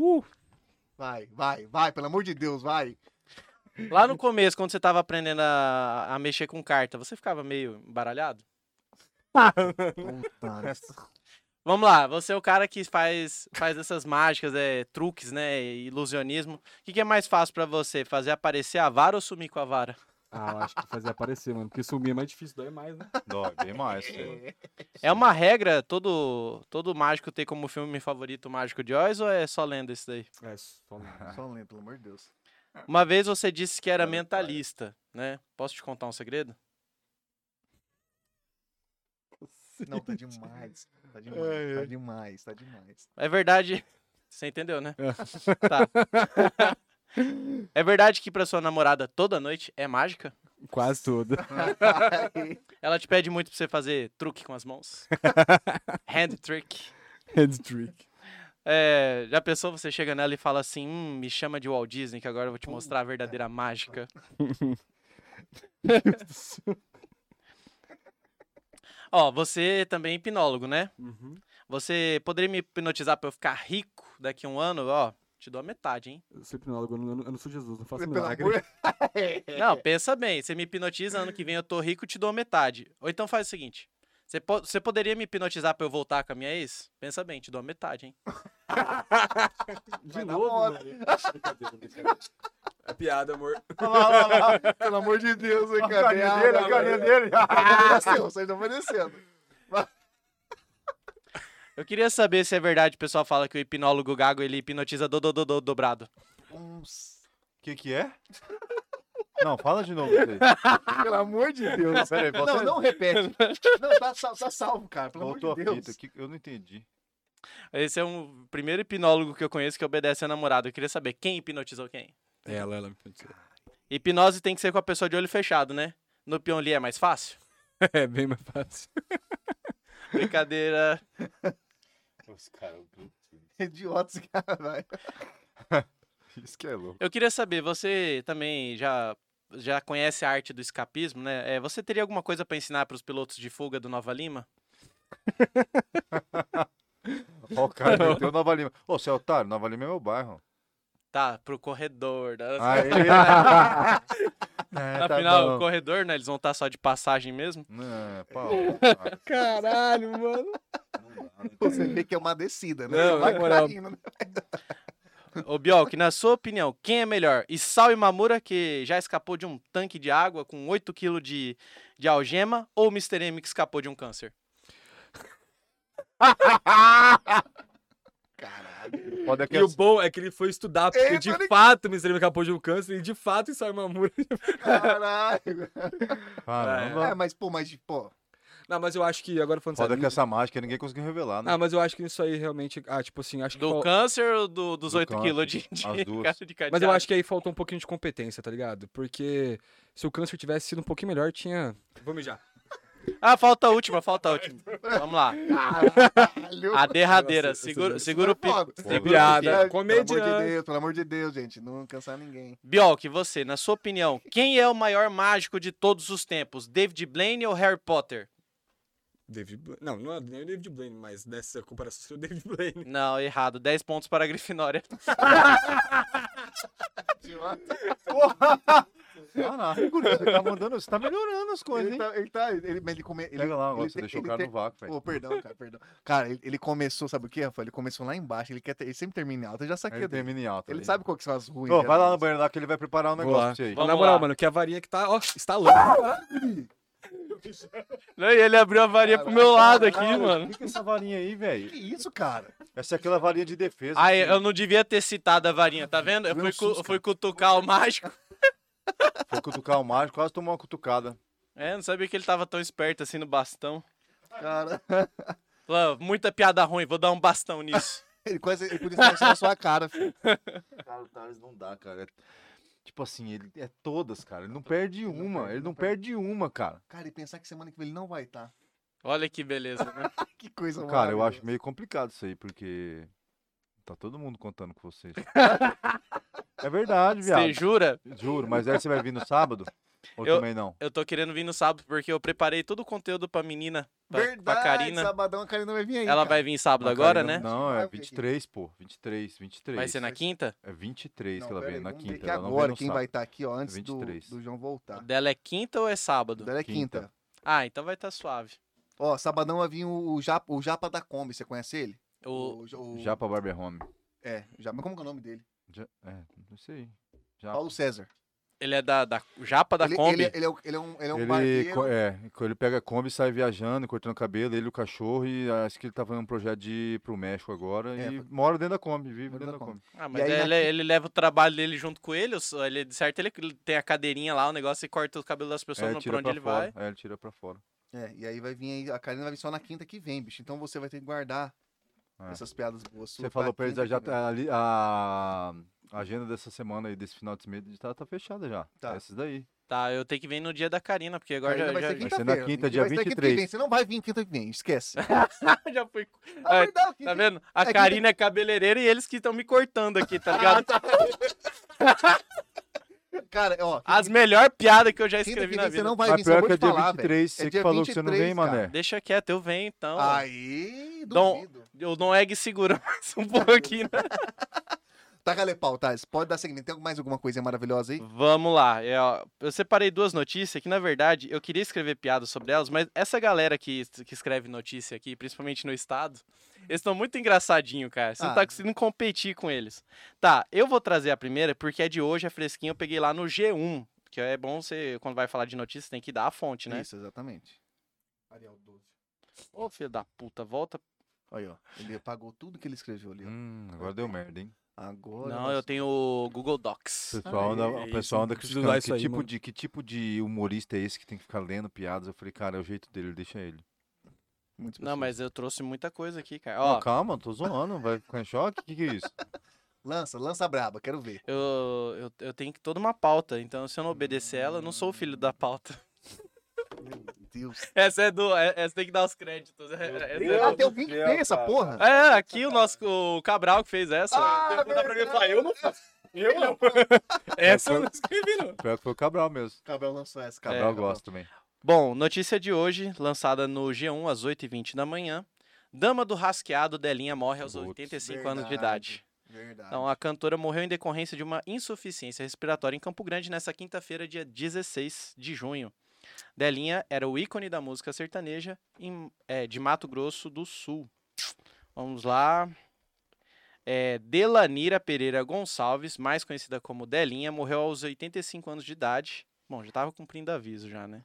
Speaker 3: uh,
Speaker 1: Vai, vai, vai, pelo amor de Deus, vai.
Speaker 5: Lá no começo, quando você tava aprendendo a, a mexer com carta, você ficava meio embaralhado?
Speaker 1: Puta.
Speaker 5: Vamos lá, você é o cara que faz, faz essas mágicas, é, truques, né? e Ilusionismo. O que, que é mais fácil pra você? Fazer aparecer a vara ou sumir com a vara?
Speaker 3: Ah, eu acho que fazer aparecer, mano. Porque sumir é mais difícil, dói mais, né?
Speaker 2: [LAUGHS] Dói,
Speaker 1: [LAUGHS]
Speaker 2: bem mais. cara.
Speaker 5: É uma regra todo, todo mágico ter como filme favorito o Mágico de Oz ou é só lenda isso daí?
Speaker 3: É, só
Speaker 1: Só lembro, pelo amor de
Speaker 5: [LAUGHS]
Speaker 1: Deus.
Speaker 5: Uma vez você disse que era
Speaker 2: Olha,
Speaker 5: mentalista, né? Posso te contar um segredo?
Speaker 1: Não, tá demais. Tá demais, tá demais, tá demais.
Speaker 5: É verdade. [LAUGHS] Você entendeu, né? tá. [LAUGHS] é verdade que pra sua namorada toda noite é mágica?
Speaker 3: Quase [LAUGHS] tudo.
Speaker 5: Ela te pede muito pra você fazer truque com as mãos. Hand trick.
Speaker 3: Hand trick.
Speaker 5: É, já pensou, você chega nela e fala assim, hum, me chama de Walt Disney que agora eu vou te mostrar a verdadeira mágica. Ó, você também é hipnólogo, né?
Speaker 3: Uhum.
Speaker 5: Você poderia me hipnotizar pra eu ficar rico daqui a um ano? Ó, te dou a metade, hein?
Speaker 3: Eu sou hipnólogo, eu não, eu não- eu não sou Jesus, não faço
Speaker 1: Pelo
Speaker 3: milagre.
Speaker 1: amor
Speaker 5: Não, pensa bem. Você me hipnotiza, ano que vem eu tô rico, te dou a metade. Ou então faz o seguinte. Você, po- você poderia me hipnotizar pra eu voltar com a minha ex? Pensa bem, te dou a metade, hein?
Speaker 6: De novo, velho. Brincadeira, brincadeira.
Speaker 3: [LAUGHS] É piada, amor.
Speaker 1: Olha lá, olha lá, olha lá. Pelo amor de Deus, hein, cara.
Speaker 7: dele, a carinha dele.
Speaker 1: Ofereceu, Tá vocês estão oferecendo.
Speaker 5: Eu queria saber se é verdade o pessoal fala que o hipnólogo gago ele hipnotiza do, do, do, do- dobrado.
Speaker 2: O que que é? Não, fala de novo. Peraí,
Speaker 1: Pelo amor de Deus.
Speaker 2: peraí volta-
Speaker 1: Não, não repete. Não, tá, sal- tá salvo, cara. Pelo
Speaker 2: voltou
Speaker 1: amor de
Speaker 2: a
Speaker 1: Deus.
Speaker 2: fita. que- eu não entendi.
Speaker 5: Esse é um primeiro hipnólogo que eu conheço que obedece a namorada. Eu queria saber quem hipnotizou quem.
Speaker 3: É Ela, ela.
Speaker 5: Hipnose tem que ser com a pessoa de olho fechado, né? No Pyongyang é mais fácil?
Speaker 3: [LAUGHS] É bem mais fácil.
Speaker 5: Brincadeira.
Speaker 7: Os caras, eu-
Speaker 1: Idiota esse cara, vai.
Speaker 2: [LAUGHS] Isso que é louco.
Speaker 5: Eu queria saber, você também já já conhece a arte do escapismo, né? É, você teria alguma coisa pra ensinar pros pilotos de fuga do Nova Lima?
Speaker 2: Ó, o cara meteu Nova Lima. Ô, seu otário, Nova Lima é meu bairro.
Speaker 5: Tá, pro corredor. da-
Speaker 2: Aê! [LAUGHS]
Speaker 5: [LAUGHS]
Speaker 2: é, tá Ah,
Speaker 5: Afinal, o
Speaker 2: bom.
Speaker 5: corredor, né? Eles vão estar só de passagem mesmo.
Speaker 2: Não, é, pau, cara.
Speaker 3: Caralho, mano.
Speaker 1: Você vê que é uma descida, né?
Speaker 3: Não,
Speaker 1: Vai
Speaker 3: na moral.
Speaker 1: caindo, né?
Speaker 5: Ô, Biok, na sua opinião, quem é melhor? Isao Imamura, que já escapou de um tanque de água com 8kg de, de algema, ou o Mr. M, que escapou de um câncer?
Speaker 2: Pode aqui
Speaker 3: E o bom é que ele foi estudar, porque
Speaker 1: Ei,
Speaker 3: de
Speaker 1: Tony-
Speaker 3: fato me escreveu capô de um câncer e de fato isso é uma mura.
Speaker 1: Caralho.
Speaker 2: Caramba.
Speaker 1: É, mas, pô, mas, pô.
Speaker 3: Não, mas eu acho que agora falando
Speaker 2: Foda
Speaker 3: sério.
Speaker 2: que essa mágica ninguém conseguiu revelar, né?
Speaker 3: Ah, mas eu acho que isso aí realmente. Ah, tipo assim, acho que.
Speaker 5: Do
Speaker 3: fal-
Speaker 5: câncer ou do- dos
Speaker 2: Do
Speaker 5: 8kg de, de, [LAUGHS]
Speaker 2: as duas.
Speaker 5: ca- de
Speaker 3: Mas eu acho que aí faltou um pouquinho de competência, tá ligado? Porque se o câncer tivesse sido um pouquinho melhor, tinha. Vou mijar.
Speaker 5: Ah, falta a última, falta
Speaker 3: [LAUGHS]
Speaker 5: a última. Vamos lá.
Speaker 1: Caralho.
Speaker 5: A derradeira.
Speaker 3: Nossa, essa
Speaker 5: Segura,
Speaker 3: daí-
Speaker 5: segura o
Speaker 1: Isso é
Speaker 5: pico.
Speaker 1: foda.
Speaker 5: Segura o
Speaker 3: Piada.
Speaker 5: pique.
Speaker 1: Pelo amor
Speaker 3: Comediante.
Speaker 1: de Deus, pelo amor de Deus, gente. Não cansar ninguém.
Speaker 5: Biok, você, na sua opinião, quem é o maior mágico de todos os tempos? David Blaine ou Harry
Speaker 1: [LAUGHS]
Speaker 5: Potter?
Speaker 3: David Blaine. Não, não é nem o David Blaine, mas nessa comparação seria o David Blaine.
Speaker 5: Não, errado. 10 pontos para a Grifinória. [LAUGHS]
Speaker 2: Caraca, guri, você tá mandando, você tá melhorando as coisas,
Speaker 1: Ele
Speaker 2: hein?
Speaker 1: tá, ele tá, ele, mas ele come, ele,
Speaker 2: Pega lá, agora
Speaker 1: ele
Speaker 2: você
Speaker 1: tem-
Speaker 2: deixou o
Speaker 1: ele
Speaker 2: cara
Speaker 1: tem-
Speaker 2: no vácuo, velho.
Speaker 1: Pô, perdão, cara, perdão. Cara, ele, ele começou, sabe o que, Rafael? Ele começou lá embaixo, ele, quer ter- ele sempre termina em alta, eu já
Speaker 2: Aí
Speaker 1: saquei
Speaker 2: Ele
Speaker 1: dele.
Speaker 2: termina em alta.
Speaker 1: é Ele
Speaker 2: ali.
Speaker 1: sabe qual que é são as ruins.
Speaker 2: Ô, vai lá no
Speaker 1: geralmente.
Speaker 2: banheiro lá que ele vai preparar um
Speaker 3: Vou
Speaker 2: negócio
Speaker 3: lá.
Speaker 2: pra você aí.
Speaker 5: Vamos
Speaker 3: Na moral,
Speaker 5: lá.
Speaker 3: mano, que a varinha que tá, ó, [LAUGHS] estalando.
Speaker 5: Não, e ele abriu a varinha pro meu
Speaker 1: um
Speaker 5: lado aqui, mano.
Speaker 2: Fica é essa varinha aí, velho.
Speaker 1: Que isso, cara?
Speaker 2: Essa é aquela varinha de defesa.
Speaker 5: Ai, eu não devia ter citado a varinha, tá vendo? Eu
Speaker 1: Foi assim. um
Speaker 5: fui, cu-
Speaker 1: susto,
Speaker 5: eu fui cutucar o mágico.
Speaker 2: Foi cutucar o mágico, quase tomou uma cutucada.
Speaker 5: É, não sabia que ele tava tão esperto assim no bastão.
Speaker 1: Cara, [LAUGHS]
Speaker 5: Falou, muita piada ruim, vou dar um bastão nisso.
Speaker 1: [LAUGHS] ele quase ele podia estar na sua cara, filho.
Speaker 7: Cara, o Thales não dá, cara. É-
Speaker 2: Tipo assim, ele é todas, cara. Ele não perde
Speaker 1: não
Speaker 2: uma.
Speaker 1: perde,
Speaker 2: Ele
Speaker 1: não
Speaker 2: não perde uma, cara.
Speaker 1: Cara, e pensar que semana que vem ele não vai estar. [LAUGHS]
Speaker 5: Olha que beleza, né?
Speaker 1: Que coisa
Speaker 2: Cara, eu acho
Speaker 1: maravilhosa.
Speaker 2: meio complicado isso aí, porque. Tá todo mundo contando com vocês.
Speaker 1: [LAUGHS]
Speaker 2: é verdade,
Speaker 5: Você
Speaker 2: viado.
Speaker 5: jura?
Speaker 2: Juro, mas aí você vai vir no sábado? Ou
Speaker 5: Eu-
Speaker 2: também não?
Speaker 5: Eu tô querendo vir no sábado porque eu preparei todo o conteúdo pra menina,
Speaker 2: tá,
Speaker 5: pra, pra
Speaker 1: Verdade,
Speaker 5: Karina.
Speaker 1: sabadão a Karina vai vir aí,
Speaker 5: Ela
Speaker 1: cara.
Speaker 5: vai vir sábado
Speaker 2: Ah,
Speaker 5: agora,
Speaker 2: cara,
Speaker 5: né?
Speaker 2: Não, não, é
Speaker 1: Vai vir.
Speaker 2: 23, pô. 23, 23.
Speaker 5: Vai ser na quinta?
Speaker 2: É 23
Speaker 1: Não,
Speaker 2: que ela
Speaker 1: pera
Speaker 2: vem,
Speaker 1: aí,
Speaker 2: na
Speaker 1: vamos ver
Speaker 2: quinta.
Speaker 1: que
Speaker 2: ela não
Speaker 1: agora
Speaker 2: vem no
Speaker 1: quem
Speaker 2: sábado.
Speaker 1: vai estar aqui, ó, antes do,
Speaker 2: 23.
Speaker 1: do João
Speaker 5: O
Speaker 1: voltar.
Speaker 5: dela é quinta ou é sábado?
Speaker 1: Dela é
Speaker 2: Quinta.
Speaker 1: quinta.
Speaker 5: Ah, então vai estar tá suave.
Speaker 1: Ó, sabadão vai vir o, o Japa, o Japa da Kombi, você conhece ele?
Speaker 5: O...
Speaker 1: o,
Speaker 2: Já pra Barber Home.
Speaker 1: É, já, mas como que é o nome dele?
Speaker 2: Já- é, não sei. Já.
Speaker 1: Paulo César.
Speaker 5: Ele é da, da Japa da
Speaker 1: ele,
Speaker 5: Kombi?
Speaker 1: Ele, ele é, o- ele é um, ele é um
Speaker 2: Ele,
Speaker 1: barbeiro.
Speaker 2: co- é, co- ele pega a Kombi, sai viajando, cortando cabelo, ele e o cachorro, e acho que ele tá fazendo um projeto de ir pro México agora,
Speaker 1: É,
Speaker 2: e
Speaker 1: foi-
Speaker 2: mora dentro da Kombi, vive
Speaker 1: Mora
Speaker 2: dentro
Speaker 1: dentro
Speaker 2: da
Speaker 1: da
Speaker 2: Kombi.
Speaker 5: Ah, mas
Speaker 1: aí na
Speaker 5: ele, ele leva o trabalho dele junto com ele, ou só- ele, de certo ele tem a cadeirinha lá, o negócio, e corta o cabelo das pessoas
Speaker 2: É,
Speaker 5: não- pra
Speaker 2: tira
Speaker 5: onde
Speaker 2: pra
Speaker 5: ele
Speaker 2: fora.
Speaker 5: vai.
Speaker 2: É, ele tira pra fora.
Speaker 1: É, e aí vai vir aí, a Karina vai vir só na quinta que vem, bicho. Então você vai ter que guardar
Speaker 2: É.
Speaker 1: essas piadas boas.
Speaker 2: Você falou pra eles, já tá ali, a, a agenda dessa semana aí, desse final de semana, tá, tá fechada já.
Speaker 1: Tá.
Speaker 2: Essas daí.
Speaker 5: Tá, eu tenho que vir no dia da Karina, porque agora já,
Speaker 1: vai
Speaker 5: já,
Speaker 1: ser
Speaker 2: ser na
Speaker 1: quinta
Speaker 2: quinta, dia 23.
Speaker 1: Você não vai vir quinta que vem,
Speaker 2: [LAUGHS]
Speaker 1: esquece.
Speaker 5: [LAUGHS] já fui.
Speaker 1: [LAUGHS] Ah,
Speaker 5: É,
Speaker 1: verdade,
Speaker 5: Tá
Speaker 1: quinta-
Speaker 5: vendo? A
Speaker 1: é que- Ah,
Speaker 5: Karina é cabeleireira e eles que estão me cortando aqui, tá ligado?
Speaker 1: Cara, ó, quinta-
Speaker 5: As melhores piadas que eu já
Speaker 1: quinta
Speaker 5: escrevi
Speaker 1: que
Speaker 5: na
Speaker 1: vem você
Speaker 5: vida.
Speaker 1: não vai
Speaker 2: Mas
Speaker 1: vir, só
Speaker 2: pior
Speaker 1: vou
Speaker 2: que é
Speaker 1: te
Speaker 2: dia
Speaker 1: falar,
Speaker 2: 23,
Speaker 1: velho.
Speaker 2: você
Speaker 1: É
Speaker 2: que
Speaker 1: dia
Speaker 2: falou que você não vem,
Speaker 1: 23, cara.
Speaker 2: mané.
Speaker 5: Deixa quieto, eu venho então. é
Speaker 1: Aí,
Speaker 5: Dom-
Speaker 1: duvido.
Speaker 5: [LAUGHS] O Dom Egg segura mais um pouquinho, né?
Speaker 1: Taca-lhe pau, Thales. Pode dar segmento. Tem mais alguma coisinha maravilhosa aí?
Speaker 5: Vamos lá. é, ó, Eu separei duas notícias que, na verdade, eu queria escrever piadas sobre elas, mas essa galera que, que escreve notícia aqui, principalmente no estado, eles estão muito engraçadinhos, cara. Você não
Speaker 1: Ah.
Speaker 5: tá conseguindo competir com eles. Tá, eu vou trazer a primeira porque é de hoje, é fresquinha, eu peguei lá no G1. Que é bom você, quando vai falar de notícia, tem que dar a fonte, né?
Speaker 1: Isso, exatamente.
Speaker 6: Arial 12.
Speaker 5: Ô, filho da puta, volta.
Speaker 1: Aí, ó. Ele apagou tudo que ele escreveu ali, ó.
Speaker 2: Hum, agora deu merda, hein?
Speaker 1: Agora.
Speaker 5: Não, eu tenho o Google Docs.
Speaker 2: O pessoal anda,
Speaker 3: é
Speaker 2: o
Speaker 3: isso,
Speaker 2: pessoal anda
Speaker 3: não precisa
Speaker 2: criticando
Speaker 3: usar
Speaker 2: que
Speaker 3: isso aí,
Speaker 2: tipo,
Speaker 3: mano.
Speaker 2: de, que tipo de humorista é esse que tem que ficar lendo piadas. Eu falei, cara, é o jeito dele, deixa ele.
Speaker 1: Muitas
Speaker 5: Não,
Speaker 1: pessoas.
Speaker 5: mas eu trouxe muita coisa aqui, cara.
Speaker 2: Não,
Speaker 5: Ó,
Speaker 2: calma, tô zoando, vai ficar em choque? O que, que é isso?
Speaker 1: Lança, lança braba, quero ver.
Speaker 5: eu, eu, eu tenho que- toda uma pauta, então se eu não obedecer ela, eu não sou o filho da pauta.
Speaker 1: [LAUGHS] Meu Deus.
Speaker 5: Essa é do. é- Essa tem que dar os créditos. É, essa é
Speaker 7: Deus.
Speaker 1: Ah,
Speaker 5: do-
Speaker 1: tem alguém que
Speaker 7: Deus,
Speaker 1: tem essa
Speaker 7: cara.
Speaker 1: porra?
Speaker 5: É, aqui o nosso o Cabral que fez essa.
Speaker 7: Perguntar pra mim, eu falar, eu não
Speaker 3: Eu não.
Speaker 5: É,
Speaker 3: Essa eu não escrevi, não.
Speaker 2: Pior que foi o Cabral mesmo.
Speaker 1: Cabral lançou essa,
Speaker 2: Cabral gosta também.
Speaker 5: É, tá Bom, notícia de hoje, lançada no G1 às 8h20 da manhã. Dama do rasqueado Delinha morre aos
Speaker 2: Putz,
Speaker 5: 85 anos de
Speaker 1: verdade.
Speaker 5: idade.
Speaker 1: Verdade.
Speaker 5: Então, a cantora morreu em decorrência de uma insuficiência respiratória em Campo Grande nesta quinta-feira, dia 16 de junho. Delinha era o ícone da música sertaneja em- é, de Mato Grosso do Sul. Vamos lá. É, Delanira Pereira Gonçalves, mais conhecida como Delinha, morreu aos 85 anos de idade. Bom, já estava cumprindo aviso já, né?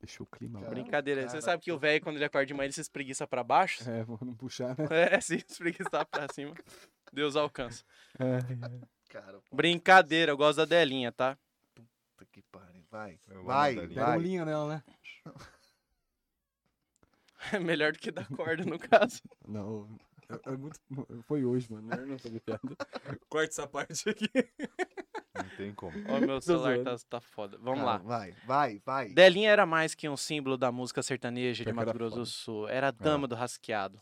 Speaker 6: Deixa o clima lá.
Speaker 1: Caramba,
Speaker 5: Brincadeira. Você
Speaker 1: cara,
Speaker 5: sabe que o velho, quando ele acorda de manhã, ele se espreguiça
Speaker 3: [LAUGHS]
Speaker 5: para baixo?
Speaker 6: É, vou não puxar, né?
Speaker 5: É, se espreguiçar para cima, Deus alcança.
Speaker 6: É.
Speaker 1: Cara,
Speaker 5: Brincadeira, eu gosto da Delinha, tá?
Speaker 1: puta que pariu. Vai.
Speaker 2: Eu amo
Speaker 1: Vai,
Speaker 2: Dalinha.
Speaker 6: Deram um
Speaker 1: vai.
Speaker 6: linho nela, né?
Speaker 5: [LAUGHS] É melhor do que dar corda, no caso.
Speaker 6: Não. eu-
Speaker 3: É,
Speaker 6: eu muito- Foi hoje, mano. Eu não tô piada.
Speaker 3: Corta essa parte aqui.
Speaker 2: Não tem como.
Speaker 5: [LAUGHS] Ó, meu celular
Speaker 3: zoando.
Speaker 5: tá, tá foda. Vamos
Speaker 1: Cara,
Speaker 5: lá.
Speaker 1: Vai, vai, vai.
Speaker 5: Delinha era mais que um símbolo da música sertaneja de
Speaker 6: Pior que
Speaker 5: Mato
Speaker 6: era
Speaker 5: Grosso
Speaker 6: foda.
Speaker 5: do Sul. Era a dama do rasqueado.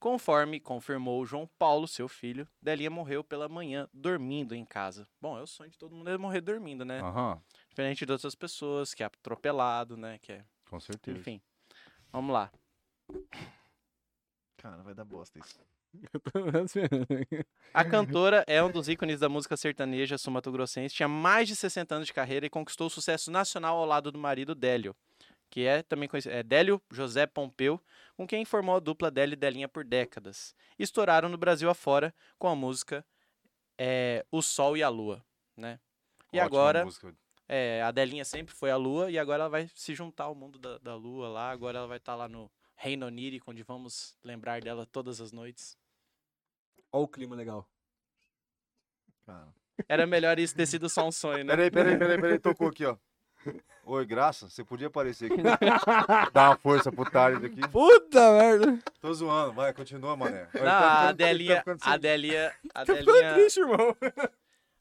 Speaker 5: Conforme confirmou João Paulo, seu filho, Delinha morreu pela manhã, dormindo em casa. Bom, é o sonho de todo mundo é morrer dormindo, né?
Speaker 2: Aham,
Speaker 5: Diferente de outras pessoas, que é atropelado, né? Que é...
Speaker 2: com certeza.
Speaker 5: Enfim. Vamos lá.
Speaker 1: Cara, vai dar bosta isso. [LAUGHS]
Speaker 3: [LAUGHS]
Speaker 6: Eu tô esperando.
Speaker 5: A cantora é um dos ícones da música sertaneja sumatogrossense, tinha mais de 60 anos de carreira e conquistou sucesso nacional ao lado do marido Délio, que é também conhecido, é Délio José Pompeu, com quem formou a dupla Délio e Delinha por décadas. Estouraram no Brasil afora com a música é, O Sol e a Lua, né? E
Speaker 2: Ótima
Speaker 5: agora,
Speaker 2: música.
Speaker 5: é, a Delinha sempre foi a Lua e agora ela vai se juntar ao mundo da, da Lua lá, agora ela vai estar lá no Reino Onírico, onde vamos lembrar dela todas as noites.
Speaker 3: Olha o clima legal.
Speaker 1: Cara.
Speaker 5: Era melhor isso ter sido só um
Speaker 2: [LAUGHS]
Speaker 5: sonho, né?
Speaker 2: Peraí, peraí, peraí, peraí, tocou aqui, ó. Oi, Graça, você podia aparecer aqui. né? Dá uma força pro Thales aqui.
Speaker 6: Puta
Speaker 5: [LAUGHS]
Speaker 6: merda.
Speaker 2: Tô zoando, vai, continua, mané. Olha, ele
Speaker 5: Não,
Speaker 2: tá
Speaker 5: a
Speaker 2: ficando- ele tá
Speaker 5: Delinha.
Speaker 2: ficando sem-
Speaker 5: A Delinha. A
Speaker 3: Tá ficando
Speaker 5: Delinha.
Speaker 3: triste,
Speaker 5: [LAUGHS]
Speaker 3: irmão.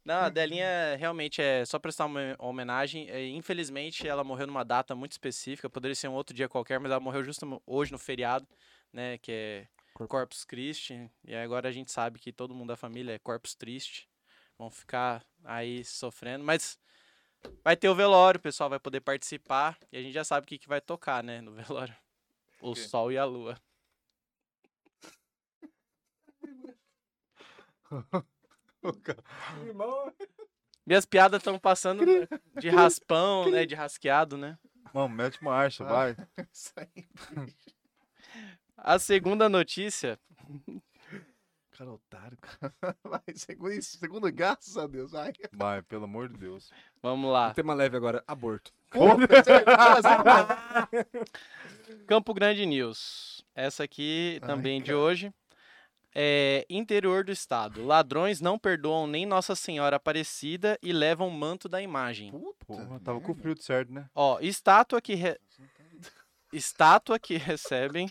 Speaker 5: Não, a Delinha realmente é. Só prestar uma homenagem. é, Infelizmente, ela morreu numa data muito específica. Poderia ser um outro dia qualquer, mas ela morreu justo no- hoje no feriado, né? Que é Corpus Christi. E agora a gente sabe que todo mundo da família é Corpus Triste. Vão ficar aí sofrendo. Mas vai ter o velório, o pessoal vai poder participar. E a gente já sabe o que, que vai tocar, né? No [LAUGHS] velório: O
Speaker 2: quê?
Speaker 5: Sol e a Lua.
Speaker 3: Irmão.
Speaker 5: Minhas piadas estão passando né, de raspão, né? De rasqueado, né?
Speaker 2: tá- Mano, mete marcha,
Speaker 5: Ah.
Speaker 2: vai.
Speaker 1: Isso aí.
Speaker 5: A segunda notícia.
Speaker 1: Cara, otário, cara. [LAUGHS] Vai, segundo isso. Segundo, graças a Deus. Vai.
Speaker 5: [LAUGHS]
Speaker 1: [LAUGHS]
Speaker 2: Vai, pelo amor de Deus.
Speaker 5: Vamos lá.
Speaker 3: Tema leve agora. Aborto.
Speaker 5: Campo Grande News. Essa aqui
Speaker 1: Ai,
Speaker 5: também de hoje. É, interior do estado. Ladrões não perdoam nem Nossa Senhora Aparecida e levam o manto da imagem.
Speaker 2: Pô, tava com o frio de certo, né?
Speaker 5: Ó, estátua que re- estátua que recebem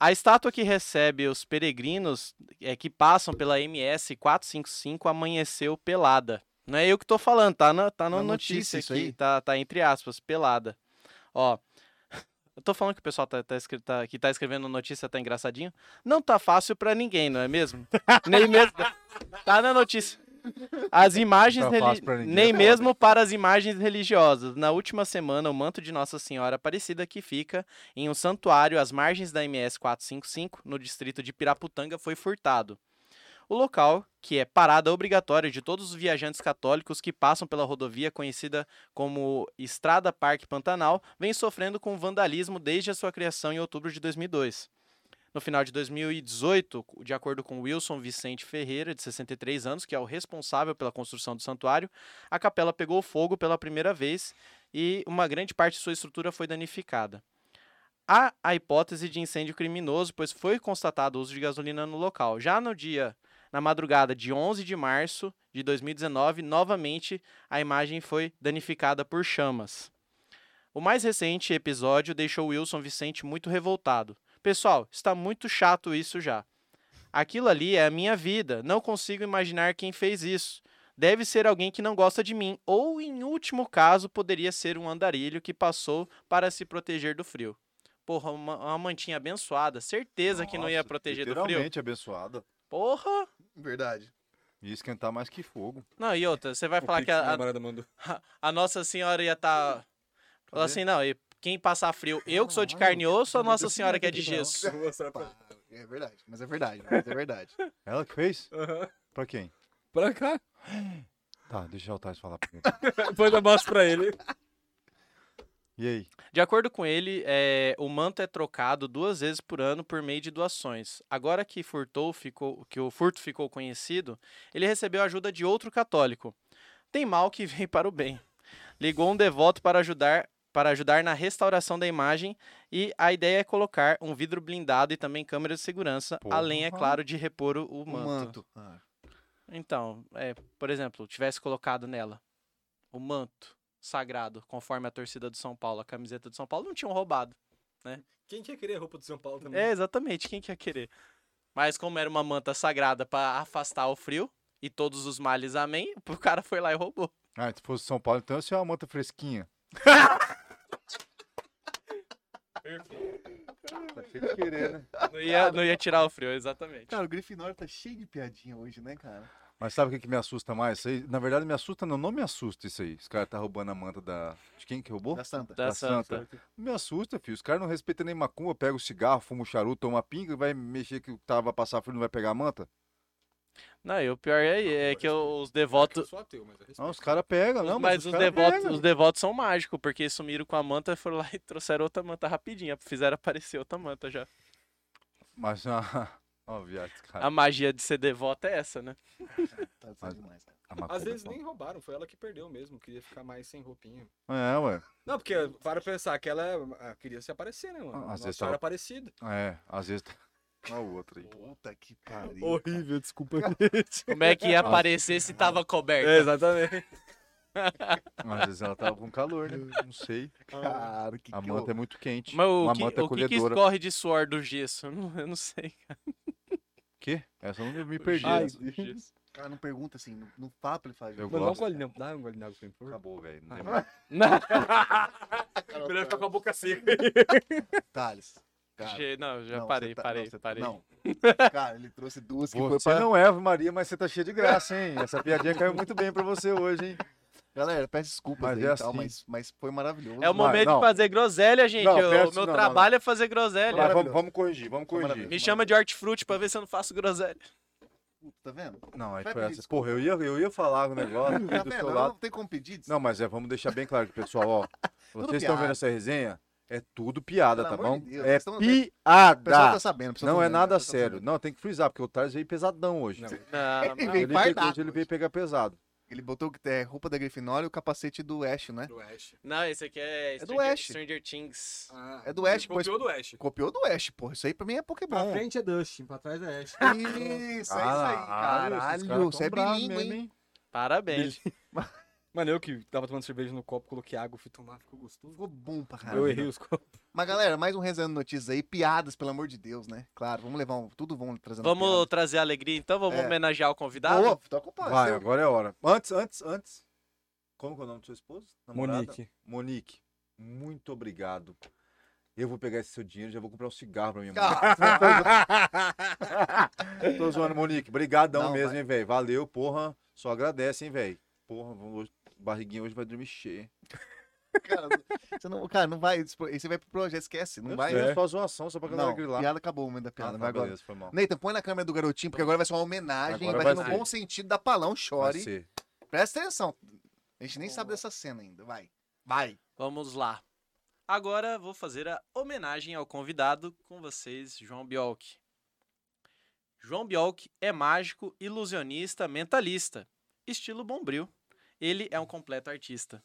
Speaker 5: A estátua que recebe os peregrinos é, que passam pela MS 455 amanheceu pelada. Não é eu que tô falando, tá na, tá na
Speaker 1: Na notícia
Speaker 5: notícia,
Speaker 1: isso
Speaker 5: aqui,
Speaker 1: aí?
Speaker 5: Tá, tá entre aspas, pelada. Ó, [LAUGHS] eu tô falando que o pessoal tá, tá escre- tá- que tá escrevendo notícia tá engraçadinho. Não tá fácil pra ninguém, não é mesmo? Nem mesmo. Tá na notícia. As imagens
Speaker 2: Não tá
Speaker 5: reli-
Speaker 2: fácil pra ninguém, é
Speaker 5: nem
Speaker 2: foda.
Speaker 5: mesmo para as imagens religiosas. Na última semana, o manto de Nossa Senhora Aparecida que fica em um santuário às margens da MS 455, no distrito de Piraputanga, foi furtado. o local, que é parada obrigatória de todos os viajantes católicos que passam pela rodovia conhecida como Estrada Parque Pantanal, vem sofrendo com vandalismo desde a sua criação em outubro de 2002. No final de 2018, de acordo com Wilson Vicente Ferreira, de 63 anos, que é o responsável pela construção do santuário, a capela pegou fogo pela primeira vez e uma grande parte de sua estrutura foi danificada. Há a hipótese de incêndio criminoso, pois foi constatado o uso de gasolina no local. Já no dia, na madrugada de 11 de março de 2019, novamente a imagem foi danificada por chamas. O mais recente episódio deixou Wilson Vicente muito revoltado. Pessoal, está muito chato isso já. Aquilo ali é a minha vida, não consigo imaginar quem fez isso. Deve ser alguém que não gosta de mim, ou em último caso, poderia ser um andarilho que passou para se proteger do frio. Porra, uma, uma mantinha abençoada, certeza que não ia
Speaker 2: Nossa,
Speaker 5: proteger do frio.
Speaker 2: Literalmente abençoada.
Speaker 5: Porra!
Speaker 1: Verdade.
Speaker 2: Ia esquentar mais que fogo.
Speaker 5: Não, e outra, você vai
Speaker 3: O
Speaker 5: falar
Speaker 3: Pix
Speaker 5: que a, a-
Speaker 3: namorada
Speaker 5: [LAUGHS]
Speaker 3: mandou.
Speaker 5: a Nossa Senhora ia estar. Tá... Falou assim, não, e quem passar frio, eu que sou de carne e osso, ou a Ah, Nossa Senhora que é de gesso?
Speaker 3: Vou mostrar pra-
Speaker 1: É verdade, mas é verdade, mas é verdade.
Speaker 2: Ela que fez?
Speaker 3: Aham.
Speaker 2: Pra quem?
Speaker 3: Pra cá.
Speaker 2: Tá, deixa o Thais falar pra mim.
Speaker 3: Depois eu mostro pra ele.
Speaker 2: E aí?
Speaker 5: De acordo com ele, é, o manto é trocado duas vezes por ano por meio de doações. Agora que furtou, ficou, que o furto ficou conhecido, ele recebeu a ajuda de outro católico. Tem mal que [LAUGHS] vem para o bem. Ligou um devoto para ajudar para ajudar na restauração da imagem e a ideia é colocar um vidro blindado e também câmeras de segurança,
Speaker 2: Porra.
Speaker 5: além é claro de repor o, o
Speaker 1: O
Speaker 5: [LAUGHS] manto.
Speaker 1: manto. Ah,
Speaker 5: Então, é, por exemplo, tivesse colocado nela o manto sagrado, conforme a torcida do São Paulo, a camiseta do São Paulo, não tinham roubado.
Speaker 3: Quem quer querer a roupa do São Paulo também?
Speaker 5: É, exatamente, quem que ia querer? Mas como era uma manta sagrada para afastar o frio e todos os males, amém, [LAUGHS] o cara foi lá e roubou.
Speaker 2: Ah, se fosse São Paulo, então ia ser uma manta fresquinha. Tá cheio de querer, né?
Speaker 5: Não ia,
Speaker 3: Ah,
Speaker 5: não ia tirar o frio, exatamente.
Speaker 1: Cara, o Grifinória tá cheio de piadinha hoje, né, cara?
Speaker 2: Mas sabe o que, que me assusta mais? Isso aí, na verdade, me assusta, não, não me assusta isso aí. Os caras tá roubando a manta da. De quem que roubou?
Speaker 1: Da Tá Santa.
Speaker 5: Da
Speaker 2: da
Speaker 5: santa.
Speaker 2: Me assusta, filho. Os caras não respeitam nem macumba, pega o cigarro, fuma o charuto, toma a pinga, vai mexer que o cara vai passar frio, não vai pegar a manta.
Speaker 5: Não, e o pior é, é que os devotos.
Speaker 3: sou ateu, mas eu respeito.
Speaker 2: Não, os caras pegam, não, mas,
Speaker 5: mas os
Speaker 2: cara
Speaker 5: devotos,
Speaker 2: pega.
Speaker 5: os devotos são mágicos, porque sumiram com a manta, foram lá e trouxeram outra manta rapidinho, fizeram aparecer outra manta já.
Speaker 2: Mas, [LAUGHS] ah, ó, viado, esse cara.
Speaker 5: A magia de ser devoto é essa, né?
Speaker 1: Tá sendo demais, cara.
Speaker 2: A macumba é
Speaker 3: Às vezes
Speaker 2: só.
Speaker 3: nem roubaram, foi ela que perdeu mesmo, queria ficar mais sem roupinha.
Speaker 2: É, ué.
Speaker 3: Não, porque para pensar que ela ah, queria se aparecer, né, mano?
Speaker 2: Ah, às
Speaker 3: Nossa
Speaker 2: vezes
Speaker 3: senhora
Speaker 2: tava-
Speaker 3: aparecida.
Speaker 2: É, às vezes. tá- [LAUGHS] Olha o outro aí.
Speaker 1: Puta que pariu.
Speaker 3: Horrível, desculpa.
Speaker 1: [LAUGHS]
Speaker 5: Como é que ia aparecer se tava coberto?
Speaker 3: é, exatamente.
Speaker 2: Às vezes ela tava com
Speaker 1: [LAUGHS]
Speaker 2: calor, né? Não sei.
Speaker 5: Ah.
Speaker 1: Cara, que
Speaker 2: A
Speaker 1: que
Speaker 2: manta
Speaker 1: eu-
Speaker 2: é muito quente.
Speaker 5: Mas o
Speaker 2: Uma
Speaker 5: que,
Speaker 2: manta é
Speaker 5: o que que
Speaker 2: colhedora.
Speaker 5: escorre de suor do gesso? [LAUGHS] Eu não, eu não sei.
Speaker 2: Quê? Essa eu não me
Speaker 5: O
Speaker 2: perdi. né?
Speaker 3: Ai,
Speaker 5: gesso, o gesso.
Speaker 1: Cara, não pergunta assim, não, não fala pra ele fazer.
Speaker 2: Eu
Speaker 3: Mas dá um
Speaker 2: gosto.
Speaker 3: gole, não. Dá um gole de água pra mim, por favor.
Speaker 2: Acabou, velho. Não
Speaker 3: Ai,
Speaker 2: tem mais.
Speaker 3: Melhor ficar com a boca seca.
Speaker 1: Thales. Cara,
Speaker 5: Ge- não, já
Speaker 1: não,
Speaker 5: parei,
Speaker 1: você tá-
Speaker 5: parei,
Speaker 1: não, você-
Speaker 5: parei.
Speaker 1: Não.
Speaker 5: [LAUGHS]
Speaker 1: Cara, ele trouxe duas que foi
Speaker 2: Você
Speaker 1: pra.
Speaker 2: não é Ave Maria, mas você tá cheio de graça, hein? Essa piadinha caiu muito bem pra você hoje, hein?
Speaker 1: Galera, peço desculpas
Speaker 2: Mas
Speaker 1: aí
Speaker 2: é
Speaker 1: e tal,
Speaker 2: assim.
Speaker 1: mas, mas foi maravilhoso.
Speaker 5: É o
Speaker 2: Vai,
Speaker 5: momento
Speaker 2: não.
Speaker 5: de fazer groselha, gente.
Speaker 2: Não,
Speaker 5: o
Speaker 2: peço-
Speaker 5: meu
Speaker 2: não, não,
Speaker 5: trabalho [LAUGHS] é fazer groselha.
Speaker 2: Mas vamos,
Speaker 1: maravilhoso.
Speaker 2: vamos corrigir, vamos
Speaker 1: Maravilhoso.
Speaker 2: corrigir.
Speaker 5: Me chama de hortifruti pra ver se eu não
Speaker 1: [LAUGHS]
Speaker 5: faço groselha.
Speaker 1: Puta, Tá
Speaker 2: [LAUGHS]
Speaker 1: vendo? Tá
Speaker 2: Não, aí
Speaker 1: Vai
Speaker 2: foi
Speaker 1: pedir
Speaker 2: essa. Porra, eu ia, eu ia falar o
Speaker 1: [LAUGHS]
Speaker 2: negócio aqui do
Speaker 1: Tá vendo?
Speaker 2: seu
Speaker 1: Não,
Speaker 2: lado.
Speaker 1: não tem como pedir.
Speaker 2: Não, mas é, vamos deixar bem claro que,
Speaker 1: [LAUGHS]
Speaker 2: pessoal, ó. Vocês estão
Speaker 1: piada.
Speaker 2: vendo essa resenha? É tudo piada,
Speaker 1: Pelo
Speaker 2: tá
Speaker 1: amor
Speaker 2: bom?
Speaker 1: de Deus,
Speaker 2: é
Speaker 1: vocês tão- O pessoal
Speaker 2: piada.
Speaker 1: tá sabendo. o pessoal
Speaker 2: não
Speaker 1: tá
Speaker 2: é
Speaker 1: vendo,
Speaker 2: nada
Speaker 1: o pessoal tá
Speaker 2: sério. Não, tem que frisar, porque o Thales veio pesadão hoje.
Speaker 3: Não.
Speaker 5: Não,
Speaker 1: Ele
Speaker 5: não.
Speaker 1: veio
Speaker 2: Ele, veio,
Speaker 1: fardado
Speaker 2: hoje, ele
Speaker 1: hoje.
Speaker 2: veio pegar pesado.
Speaker 1: Ele botou é, roupa da Grifinória e o capacete do Ash, né?
Speaker 3: Do Ash.
Speaker 5: Não, esse aqui é,
Speaker 1: do
Speaker 5: Stranger,
Speaker 1: Ash.
Speaker 5: Stranger Things.
Speaker 3: Ah,
Speaker 1: É do Ash, pois.
Speaker 3: Copiou do Ash.
Speaker 1: Copiou do Ash, porra. Isso aí pra mim é
Speaker 6: Pra
Speaker 1: Pokémon.
Speaker 6: frente é Dustin, pra trás é
Speaker 3: [LAUGHS]
Speaker 6: Ash.
Speaker 3: Tá
Speaker 1: Isso, é isso aí.
Speaker 2: Ah, esses
Speaker 1: Caralho,
Speaker 2: caras
Speaker 1: você é
Speaker 2: tão bravos
Speaker 1: bilíngue,
Speaker 2: mesmo,
Speaker 1: hein?
Speaker 5: Parabéns.
Speaker 3: [LAUGHS] Mano, eu que tava tomando cerveja no copo, coloquei água, fui tomar, ficou gostoso.
Speaker 1: Ficou bom pra
Speaker 3: eu
Speaker 1: caralho.
Speaker 3: errei os copos.
Speaker 1: Mas galera, mais um Rezando Notícias aí. Piadas, pelo amor de Deus, né? Claro, vamos levar um. Tudo vão trazendo
Speaker 5: Vamos
Speaker 1: piada.
Speaker 5: trazer alegria, então? Vamos
Speaker 1: É.
Speaker 5: homenagear o convidado?
Speaker 1: Ô, toca o pau,
Speaker 2: Vai,
Speaker 1: seu-
Speaker 2: agora é a hora. Antes, antes, antes. Como que é o nome do seu esposo? Namorada?
Speaker 3: Monique.
Speaker 2: Monique, muito obrigado. Eu vou pegar esse seu dinheiro e já vou comprar um cigarro pra minha
Speaker 1: Cara,
Speaker 2: mãe. [LAUGHS] Tô zoando, Monique. Brigadão
Speaker 1: Não,
Speaker 2: mesmo,
Speaker 1: vai.
Speaker 2: hein, velho. Valeu, porra. Só agradece, hein, velho. Porra, vamos- hoje- barriguinha hoje vai dormir cheia.
Speaker 1: Cara, você não, cara, não vai. Você vai pro projeto, esquece. Não
Speaker 2: Eu
Speaker 1: vai. né?
Speaker 2: sei, é só zoação, só pra galera
Speaker 1: Não,
Speaker 2: grilar.
Speaker 1: piada acabou o momento da piada.
Speaker 2: Ah,
Speaker 1: vai
Speaker 2: tá,
Speaker 1: agora.
Speaker 2: beleza, foi mal.
Speaker 1: Nathan, põe na câmera do garotinho, porque agora vai ser uma homenagem.
Speaker 2: Agora
Speaker 1: vai,
Speaker 2: vai
Speaker 1: ser
Speaker 2: ser.
Speaker 1: no bom sentido da palão,
Speaker 2: Vai
Speaker 1: chore.
Speaker 2: ser.
Speaker 1: Presta atenção. A gente nem sabe dessa cena ainda. Vai. Vai.
Speaker 5: Vamos lá. Agora vou fazer a homenagem ao convidado com vocês, João Biolk. João Biolk é mágico, ilusionista, mentalista, estilo Bombril. Ele é um completo artista.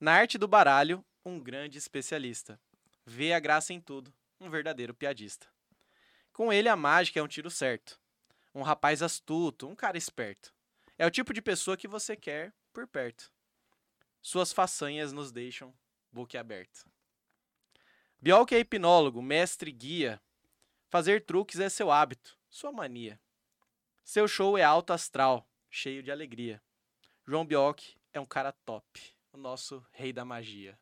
Speaker 5: Na arte do baralho, um grande especialista. Vê a graça em tudo, um verdadeiro piadista. Com ele a mágica é um tiro certo. Um rapaz astuto, um cara esperto. É o tipo de pessoa que você quer por perto. Suas façanhas nos deixam boquiaberto. Bjork é hipnólogo, mestre guia. Fazer truques é seu hábito, sua mania. Seu show é alto astral, cheio de alegria. João Bjork é um cara top, o nosso rei da magia.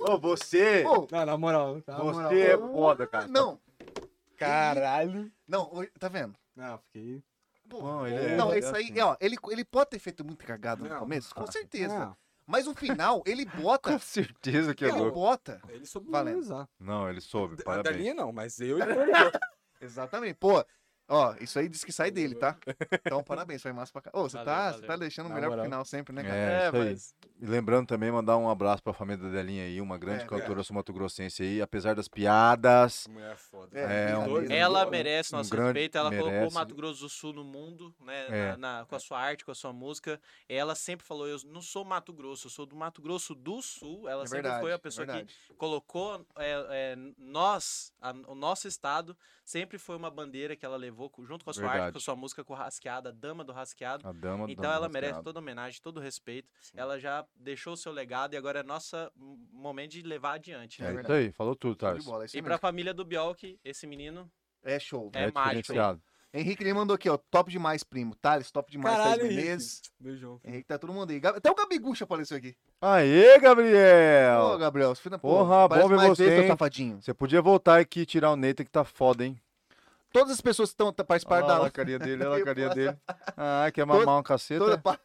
Speaker 7: Ô, você.
Speaker 1: Pô,
Speaker 6: Não, na moral, na moral.
Speaker 7: Você é foda, cara.
Speaker 1: não,
Speaker 6: Caralho.
Speaker 1: não, oi, tá vendo?
Speaker 6: Não, fiquei.
Speaker 1: Pô,
Speaker 2: Não, ele é.
Speaker 1: não,
Speaker 2: é
Speaker 1: isso aí,
Speaker 2: assim.
Speaker 1: ó, ele, ele pode ter feito muito cagado no
Speaker 6: Não.
Speaker 1: começo, com certeza.
Speaker 6: Ah,
Speaker 1: Mas no final,
Speaker 2: [LAUGHS]
Speaker 1: ele bota.
Speaker 2: [LAUGHS] Com certeza que é
Speaker 1: ele
Speaker 2: louco.
Speaker 1: bota.
Speaker 6: ele soube
Speaker 1: Valendo.
Speaker 6: valorizar.
Speaker 2: Não, ele soube.
Speaker 6: A da
Speaker 2: Parabéns.
Speaker 6: linha não, mas eu ele
Speaker 1: [LAUGHS]
Speaker 6: valorizou.
Speaker 1: Exatamente. Pô, ó, isso aí diz que sai dele,
Speaker 2: [LAUGHS]
Speaker 1: tá? Então, parabéns, foi massa pra cá. Ô, você
Speaker 5: Valeu,
Speaker 1: tá,
Speaker 5: valeu.
Speaker 1: você tá deixando o
Speaker 6: Na
Speaker 1: melhor pro
Speaker 6: moral.
Speaker 1: final sempre, né, cara?
Speaker 2: É, isso aí.
Speaker 5: mas
Speaker 2: E lembrando também, mandar um abraço pra família da Delinha aí, uma grande
Speaker 1: É,
Speaker 2: cantora sumatogrossense aí, apesar das piadas.
Speaker 6: Essa mulher é foda.
Speaker 1: É,
Speaker 2: É,
Speaker 6: um-
Speaker 1: beleza.
Speaker 5: ela
Speaker 6: Boa, né?
Speaker 5: merece
Speaker 2: Um
Speaker 5: nosso
Speaker 2: grande-
Speaker 5: respeito. Ela colocou o
Speaker 2: merece.
Speaker 5: Mato Grosso do Sul no mundo, né?
Speaker 2: É.
Speaker 5: na- na- com a sua arte, com a sua música. Ela sempre falou: Eu não sou Mato Grosso, eu sou do Mato Grosso do Sul. Ela
Speaker 1: É
Speaker 5: sempre
Speaker 1: verdade,
Speaker 5: foi a
Speaker 1: é
Speaker 5: pessoa que
Speaker 1: verdade.
Speaker 5: colocou é, é, nós, a- o nosso estado, sempre foi uma bandeira que ela levou co- junto com a sua arte,
Speaker 2: Verdade.
Speaker 5: com a sua música, com o Rasqueada, a Dama do Rasqueado.
Speaker 2: A dama do
Speaker 5: Então
Speaker 2: dama
Speaker 5: ela
Speaker 2: do
Speaker 5: merece
Speaker 2: teatro.
Speaker 5: toda homenagem, todo respeito. Ela já deixou o seu legado e agora é nosso momento de levar adiante.
Speaker 1: É
Speaker 5: Né?
Speaker 2: É isso
Speaker 1: verdade.
Speaker 2: aí, falou tudo,
Speaker 1: Show de
Speaker 2: Tarso.
Speaker 1: bola, é isso
Speaker 5: E
Speaker 1: mesmo.
Speaker 5: pra família do Bielk, esse menino
Speaker 1: É show.
Speaker 5: É mágico.
Speaker 2: diferenciado.
Speaker 1: Henrique ele mandou aqui, ó. Top demais, primo. Thales, top demais,
Speaker 6: Caralho,
Speaker 1: Thales
Speaker 6: Henrique.
Speaker 1: Menezes.
Speaker 6: Beijão.
Speaker 1: Henrique tá todo mundo aí. Gab- Até o Gabigucha apareceu aqui.
Speaker 2: Aê,
Speaker 1: Ô,
Speaker 2: Gabriel!
Speaker 1: Gabriel, você fica- pô,
Speaker 2: Porra, bom
Speaker 1: parece
Speaker 2: ver
Speaker 1: mais
Speaker 2: você,
Speaker 1: esse, seu
Speaker 2: hein?
Speaker 1: safadinho.
Speaker 2: Você podia voltar aqui e tirar o Nathan que tá foda, hein?
Speaker 1: Todas as pessoas que estão
Speaker 2: Olha
Speaker 1: participaram
Speaker 2: lá,
Speaker 1: da
Speaker 2: olha lá a carinha [LAUGHS] dele, olha lá a carinha dele. Ah, quer
Speaker 1: Todo-
Speaker 2: mamar um caceta?
Speaker 1: Toda pa-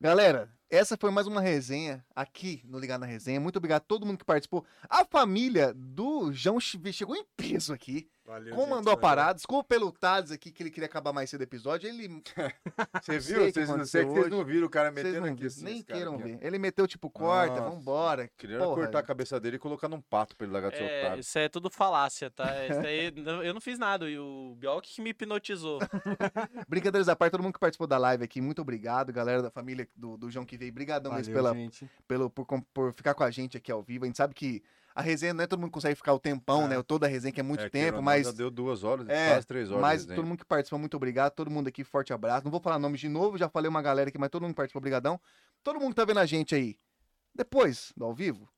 Speaker 1: Galera, essa foi mais uma resenha aqui no Ligar na Resenha. Muito obrigado a todo mundo que participou. A família do João Chivi chegou em peso aqui.
Speaker 6: Valeu. gente,
Speaker 1: Comandou a
Speaker 2: né?
Speaker 6: valeu.
Speaker 1: parada, desculpa pelo Tales aqui, que ele queria acabar mais cedo o episódio. Ele.
Speaker 2: Você
Speaker 1: sei o que aconteceu
Speaker 2: não viram o cara
Speaker 1: Vocês não, nem
Speaker 2: cara
Speaker 1: queiram
Speaker 2: Tá aqui, ó.
Speaker 1: ver. Ele meteu tipo, corta,
Speaker 2: Nossa.
Speaker 1: vambora.
Speaker 2: Queria
Speaker 1: Porra,
Speaker 2: cortar a cabeça dele e colocar num pato pra ele largar de seu
Speaker 5: É,
Speaker 2: otário.
Speaker 5: isso é tudo falácia, tá? Isso aí, [LAUGHS] não- eu não fiz nada, e o Bjork que me hipnotizou.
Speaker 1: Brincadeiras à parte, todo mundo que participou da live aqui, muito obrigado, galera da família do, do João que veio. Obrigadão mesmo
Speaker 6: Valeu,
Speaker 1: pela,
Speaker 6: gente.
Speaker 1: pelo, por, com- por ficar com a gente aqui ao vivo. A gente sabe que a resenha não é todo mundo que consegue ficar o tempão,
Speaker 2: É.
Speaker 1: né? Toda a resenha que é muito
Speaker 2: É, queira
Speaker 1: tempo,
Speaker 2: ou não,
Speaker 1: mas,
Speaker 2: Já deu duas horas,
Speaker 1: É,
Speaker 2: quase três horas.
Speaker 1: mas
Speaker 2: de resenha.
Speaker 1: todo mundo que participou, muito obrigado. Todo mundo aqui, forte abraço. Não vou falar nomes de novo, já falei uma galera aqui, mas todo mundo que participou, obrigadão. Todo mundo que tá vendo a gente aí, depois do ao vivo,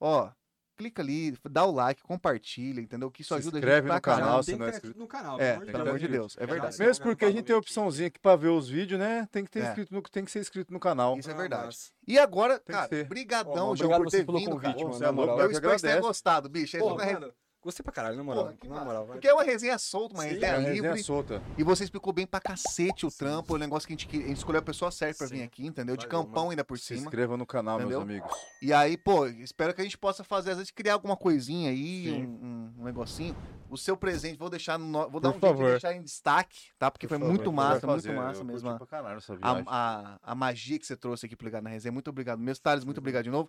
Speaker 1: ó, clica ali, dá o like, compartilha, entendeu? Que isso
Speaker 2: Se
Speaker 1: ajuda a
Speaker 2: inscreve
Speaker 1: gente
Speaker 2: no
Speaker 1: pra
Speaker 2: canal,
Speaker 1: caralho.
Speaker 6: Não,
Speaker 2: se
Speaker 6: tem
Speaker 2: não é
Speaker 6: que estar
Speaker 2: inscrito.
Speaker 6: inscrito no canal.
Speaker 1: É, pelo amor de
Speaker 2: inscrito.
Speaker 1: Deus, é verdade.
Speaker 6: Sim,
Speaker 2: Mesmo
Speaker 6: né?
Speaker 2: porque a gente tem
Speaker 6: Falou
Speaker 2: opçãozinha aqui pra ver os vídeos, né? Tem que, ter
Speaker 1: É.
Speaker 2: inscrito no, tem que ser inscrito no canal.
Speaker 1: Isso é
Speaker 6: Ah,
Speaker 1: verdade.
Speaker 6: massa.
Speaker 1: E agora,
Speaker 2: que
Speaker 1: cara,
Speaker 2: ser.
Speaker 1: brigadão,
Speaker 6: Ó,
Speaker 1: João,
Speaker 6: obrigado
Speaker 1: por ter
Speaker 6: você pelo
Speaker 1: vindo,
Speaker 6: convite,
Speaker 1: cara.
Speaker 6: mano,
Speaker 2: Você é
Speaker 6: né? na
Speaker 2: louco,
Speaker 6: moral.
Speaker 1: Eu
Speaker 2: Eu que
Speaker 1: espero que você tenha
Speaker 2: agradeço.
Speaker 1: gostado, bicho. É
Speaker 6: Porra,
Speaker 1: uma re-
Speaker 6: mano, gostei pra caralho, na
Speaker 1: Porra,
Speaker 6: moral.
Speaker 1: que
Speaker 6: Na
Speaker 1: massa.
Speaker 6: moral, vai.
Speaker 1: Porque é uma resenha solta, uma
Speaker 6: Sim, é
Speaker 1: resenha
Speaker 2: a
Speaker 1: livre.
Speaker 2: resenha um solta.
Speaker 1: E você explicou bem pra cacete o trampo, o negócio que a gente, que- a gente escolheu a pessoa certa pra vir
Speaker 6: Sim.
Speaker 1: aqui, entendeu? De
Speaker 6: Valeu,
Speaker 1: campão
Speaker 6: mano.
Speaker 1: ainda por
Speaker 2: Se
Speaker 1: cima.
Speaker 2: inscreva no canal,
Speaker 1: Entendeu?
Speaker 2: meus amigos.
Speaker 1: E aí, pô, espero que a gente possa fazer, às vezes, criar alguma coisinha aí,
Speaker 2: Sim.
Speaker 1: um, um- um negocinho. O seu presente, vou deixar no, no- Vou dar um jeito
Speaker 2: Por
Speaker 1: de
Speaker 2: favor.
Speaker 1: deixar em destaque, tá? Porque foi muito massa,
Speaker 2: então Vai
Speaker 1: muito
Speaker 2: fazer,
Speaker 1: massa
Speaker 2: eu
Speaker 1: mesmo.
Speaker 2: curti
Speaker 1: A,
Speaker 2: pra caralho essa viagem.
Speaker 1: a, a magia que você trouxe aqui pro Ligado na Resenha. Muito obrigado mesmo. Thales,
Speaker 2: Uhum.
Speaker 1: muito obrigado de novo.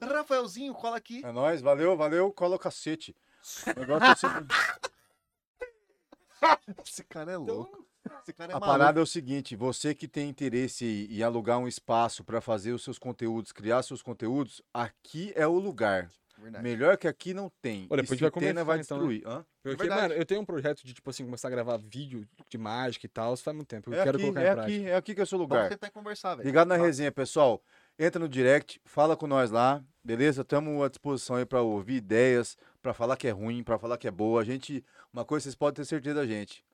Speaker 1: Rafaelzinho, cola
Speaker 2: [LAUGHS]
Speaker 1: aqui.
Speaker 2: É nóis, valeu, valeu, cola o cacete. O negócio é o seguinte,
Speaker 1: Esse cara é
Speaker 6: Então,
Speaker 1: louco. Esse cara é
Speaker 2: [LAUGHS] a
Speaker 1: maluco.
Speaker 2: parada é o seguinte, você que tem interesse em alugar um espaço pra fazer os seus conteúdos, criar seus conteúdos, aqui é o lugar.
Speaker 1: Verdade.
Speaker 2: Melhor que aqui não tem.
Speaker 6: Olha,
Speaker 2: E
Speaker 6: depois
Speaker 2: se
Speaker 6: vai
Speaker 2: tem, né,
Speaker 6: começar,
Speaker 2: vai
Speaker 6: então,
Speaker 2: destruir. Hã?
Speaker 6: Porque,
Speaker 1: verdade.
Speaker 6: mano, eu tenho um projeto de, tipo assim, começar a gravar vídeo de mágica e tal, isso faz muito tempo. Eu
Speaker 2: É
Speaker 6: quero
Speaker 2: aqui,
Speaker 6: colocar
Speaker 2: é
Speaker 6: em prática.
Speaker 2: aqui, é aqui que é o seu
Speaker 1: Vamos
Speaker 2: lugar.
Speaker 1: tentar conversar, velho.
Speaker 2: Ligado na
Speaker 1: Tá?
Speaker 2: resenha, né, pessoal. Entra no direct, fala com nós lá, beleza? Tamo à disposição aí pra ouvir ideias, pra falar que é ruim, pra falar que é boa. A gente, uma coisa vocês podem ter certeza da gente.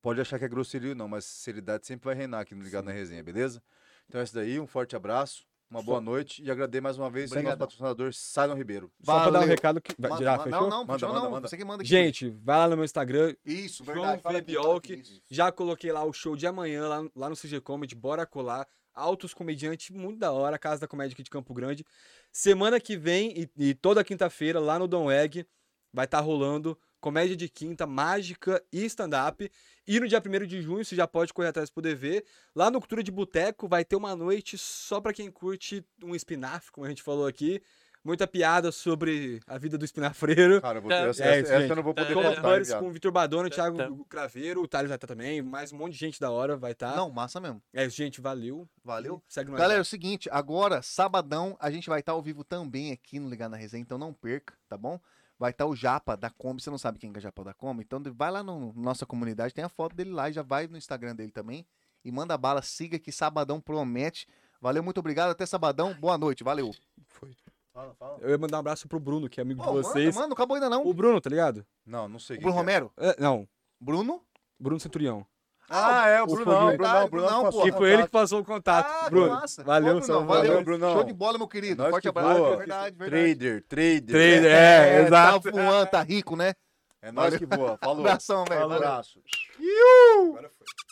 Speaker 2: Pode achar que é grosseria ou não, mas sinceridade sempre vai reinar aqui no Ligado na Resenha, beleza? Então é isso daí, um forte abraço. Uma boa noite e agradeço mais uma vez ao nosso
Speaker 1: Obrigadão.
Speaker 2: patrocinador Silon Ribeiro.
Speaker 6: Só pra dar um
Speaker 1: Valeu.
Speaker 6: recado que. Vai,
Speaker 1: Manda-
Speaker 6: já
Speaker 1: manda-
Speaker 6: fechou?
Speaker 1: Não, não,
Speaker 2: Manda,
Speaker 1: fechou
Speaker 2: manda,
Speaker 1: não.
Speaker 2: manda.
Speaker 1: Você que manda aqui.
Speaker 3: Gente, vai lá no meu Instagram.
Speaker 1: Isso,
Speaker 3: João
Speaker 1: verdade. fala aqui, fala aqui,
Speaker 3: Fabioc,
Speaker 1: isso.
Speaker 3: Já coloquei lá o show de amanhã, lá, lá no CG Comedy, bora colar. Altos comediantes, muito da hora, Casa da Comédia aqui de Campo Grande. Semana que vem e, e toda quinta-feira, lá no Dom Egg, vai estar rolando comédia de quinta, mágica e stand-up. E no dia 1 de junho, você já pode correr atrás pro DV. Lá no Cultura de Boteco, vai ter uma noite só pra quem curte um espinafre, como a gente falou aqui. Muita piada sobre a vida do espinafreiro.
Speaker 2: um Cara, eu vou...
Speaker 5: É
Speaker 2: essa,
Speaker 3: isso,
Speaker 2: essa- essa
Speaker 3: gente.
Speaker 2: eu não vou poder
Speaker 5: Tá,
Speaker 3: Thomas
Speaker 5: tá,
Speaker 2: faltar, hein,
Speaker 3: Burris
Speaker 2: viado.
Speaker 3: com o Vitor Badona, o
Speaker 5: Tá,
Speaker 3: Thiago
Speaker 5: tá.
Speaker 3: Craveiro, o Thales vai estar também, mais um monte de gente da hora vai estar.
Speaker 1: Não, massa mesmo.
Speaker 3: É, gente, valeu.
Speaker 1: Valeu.
Speaker 3: E Segue nós.
Speaker 1: Galera, é o seguinte, agora, sabadão, a gente vai estar ao vivo também aqui no Ligar na Resenha, então não perca, tá bom? Vai estar o Japa da Kombi, você não sabe quem que é o Japa da Kombi, então vai lá na no, nossa comunidade, tem a foto dele lá, e já vai no Instagram dele também e manda bala, siga que sabadão promete. Valeu, muito obrigado, até sabadão, boa noite, valeu.
Speaker 7: Fala, fala.
Speaker 3: Eu ia mandar um abraço pro Bruno, que é amigo
Speaker 1: Ô,
Speaker 3: de vocês.
Speaker 1: Manda, manda, não acabou ainda não.
Speaker 3: O Bruno, tá ligado?
Speaker 2: Não, não sei
Speaker 1: O
Speaker 2: quem
Speaker 1: Bruno
Speaker 2: que é.
Speaker 1: Romero?
Speaker 3: É, não,
Speaker 1: Bruno?
Speaker 3: Bruno Centurião.
Speaker 2: Ah, é, o
Speaker 3: Os
Speaker 2: Brunão,
Speaker 3: foguinhos.
Speaker 2: Brunão, Brunão.
Speaker 1: Não,
Speaker 2: passou
Speaker 1: pô.
Speaker 3: que
Speaker 2: o
Speaker 3: foi ele que
Speaker 2: contato.
Speaker 3: passou o contato.
Speaker 1: tá. Ah, que
Speaker 3: Bruno,
Speaker 1: massa.
Speaker 3: valeu,
Speaker 1: Ô,
Speaker 3: Bruno,
Speaker 1: Brunão,
Speaker 2: Valeu,
Speaker 1: valeu.
Speaker 2: Brunão.
Speaker 1: Show de bola, meu querido.
Speaker 2: Nós
Speaker 1: Forte
Speaker 2: que
Speaker 1: abraço, É
Speaker 2: voa.
Speaker 1: verdade, verdade.
Speaker 2: Trader, trader.
Speaker 3: Trader, é,
Speaker 1: É, tá
Speaker 3: exato.
Speaker 1: voando, tá rico, né?
Speaker 2: É nós que voa. Falou.
Speaker 1: Abração, velho.
Speaker 2: Falou.
Speaker 1: valeu.
Speaker 2: Abraço. Agora foi.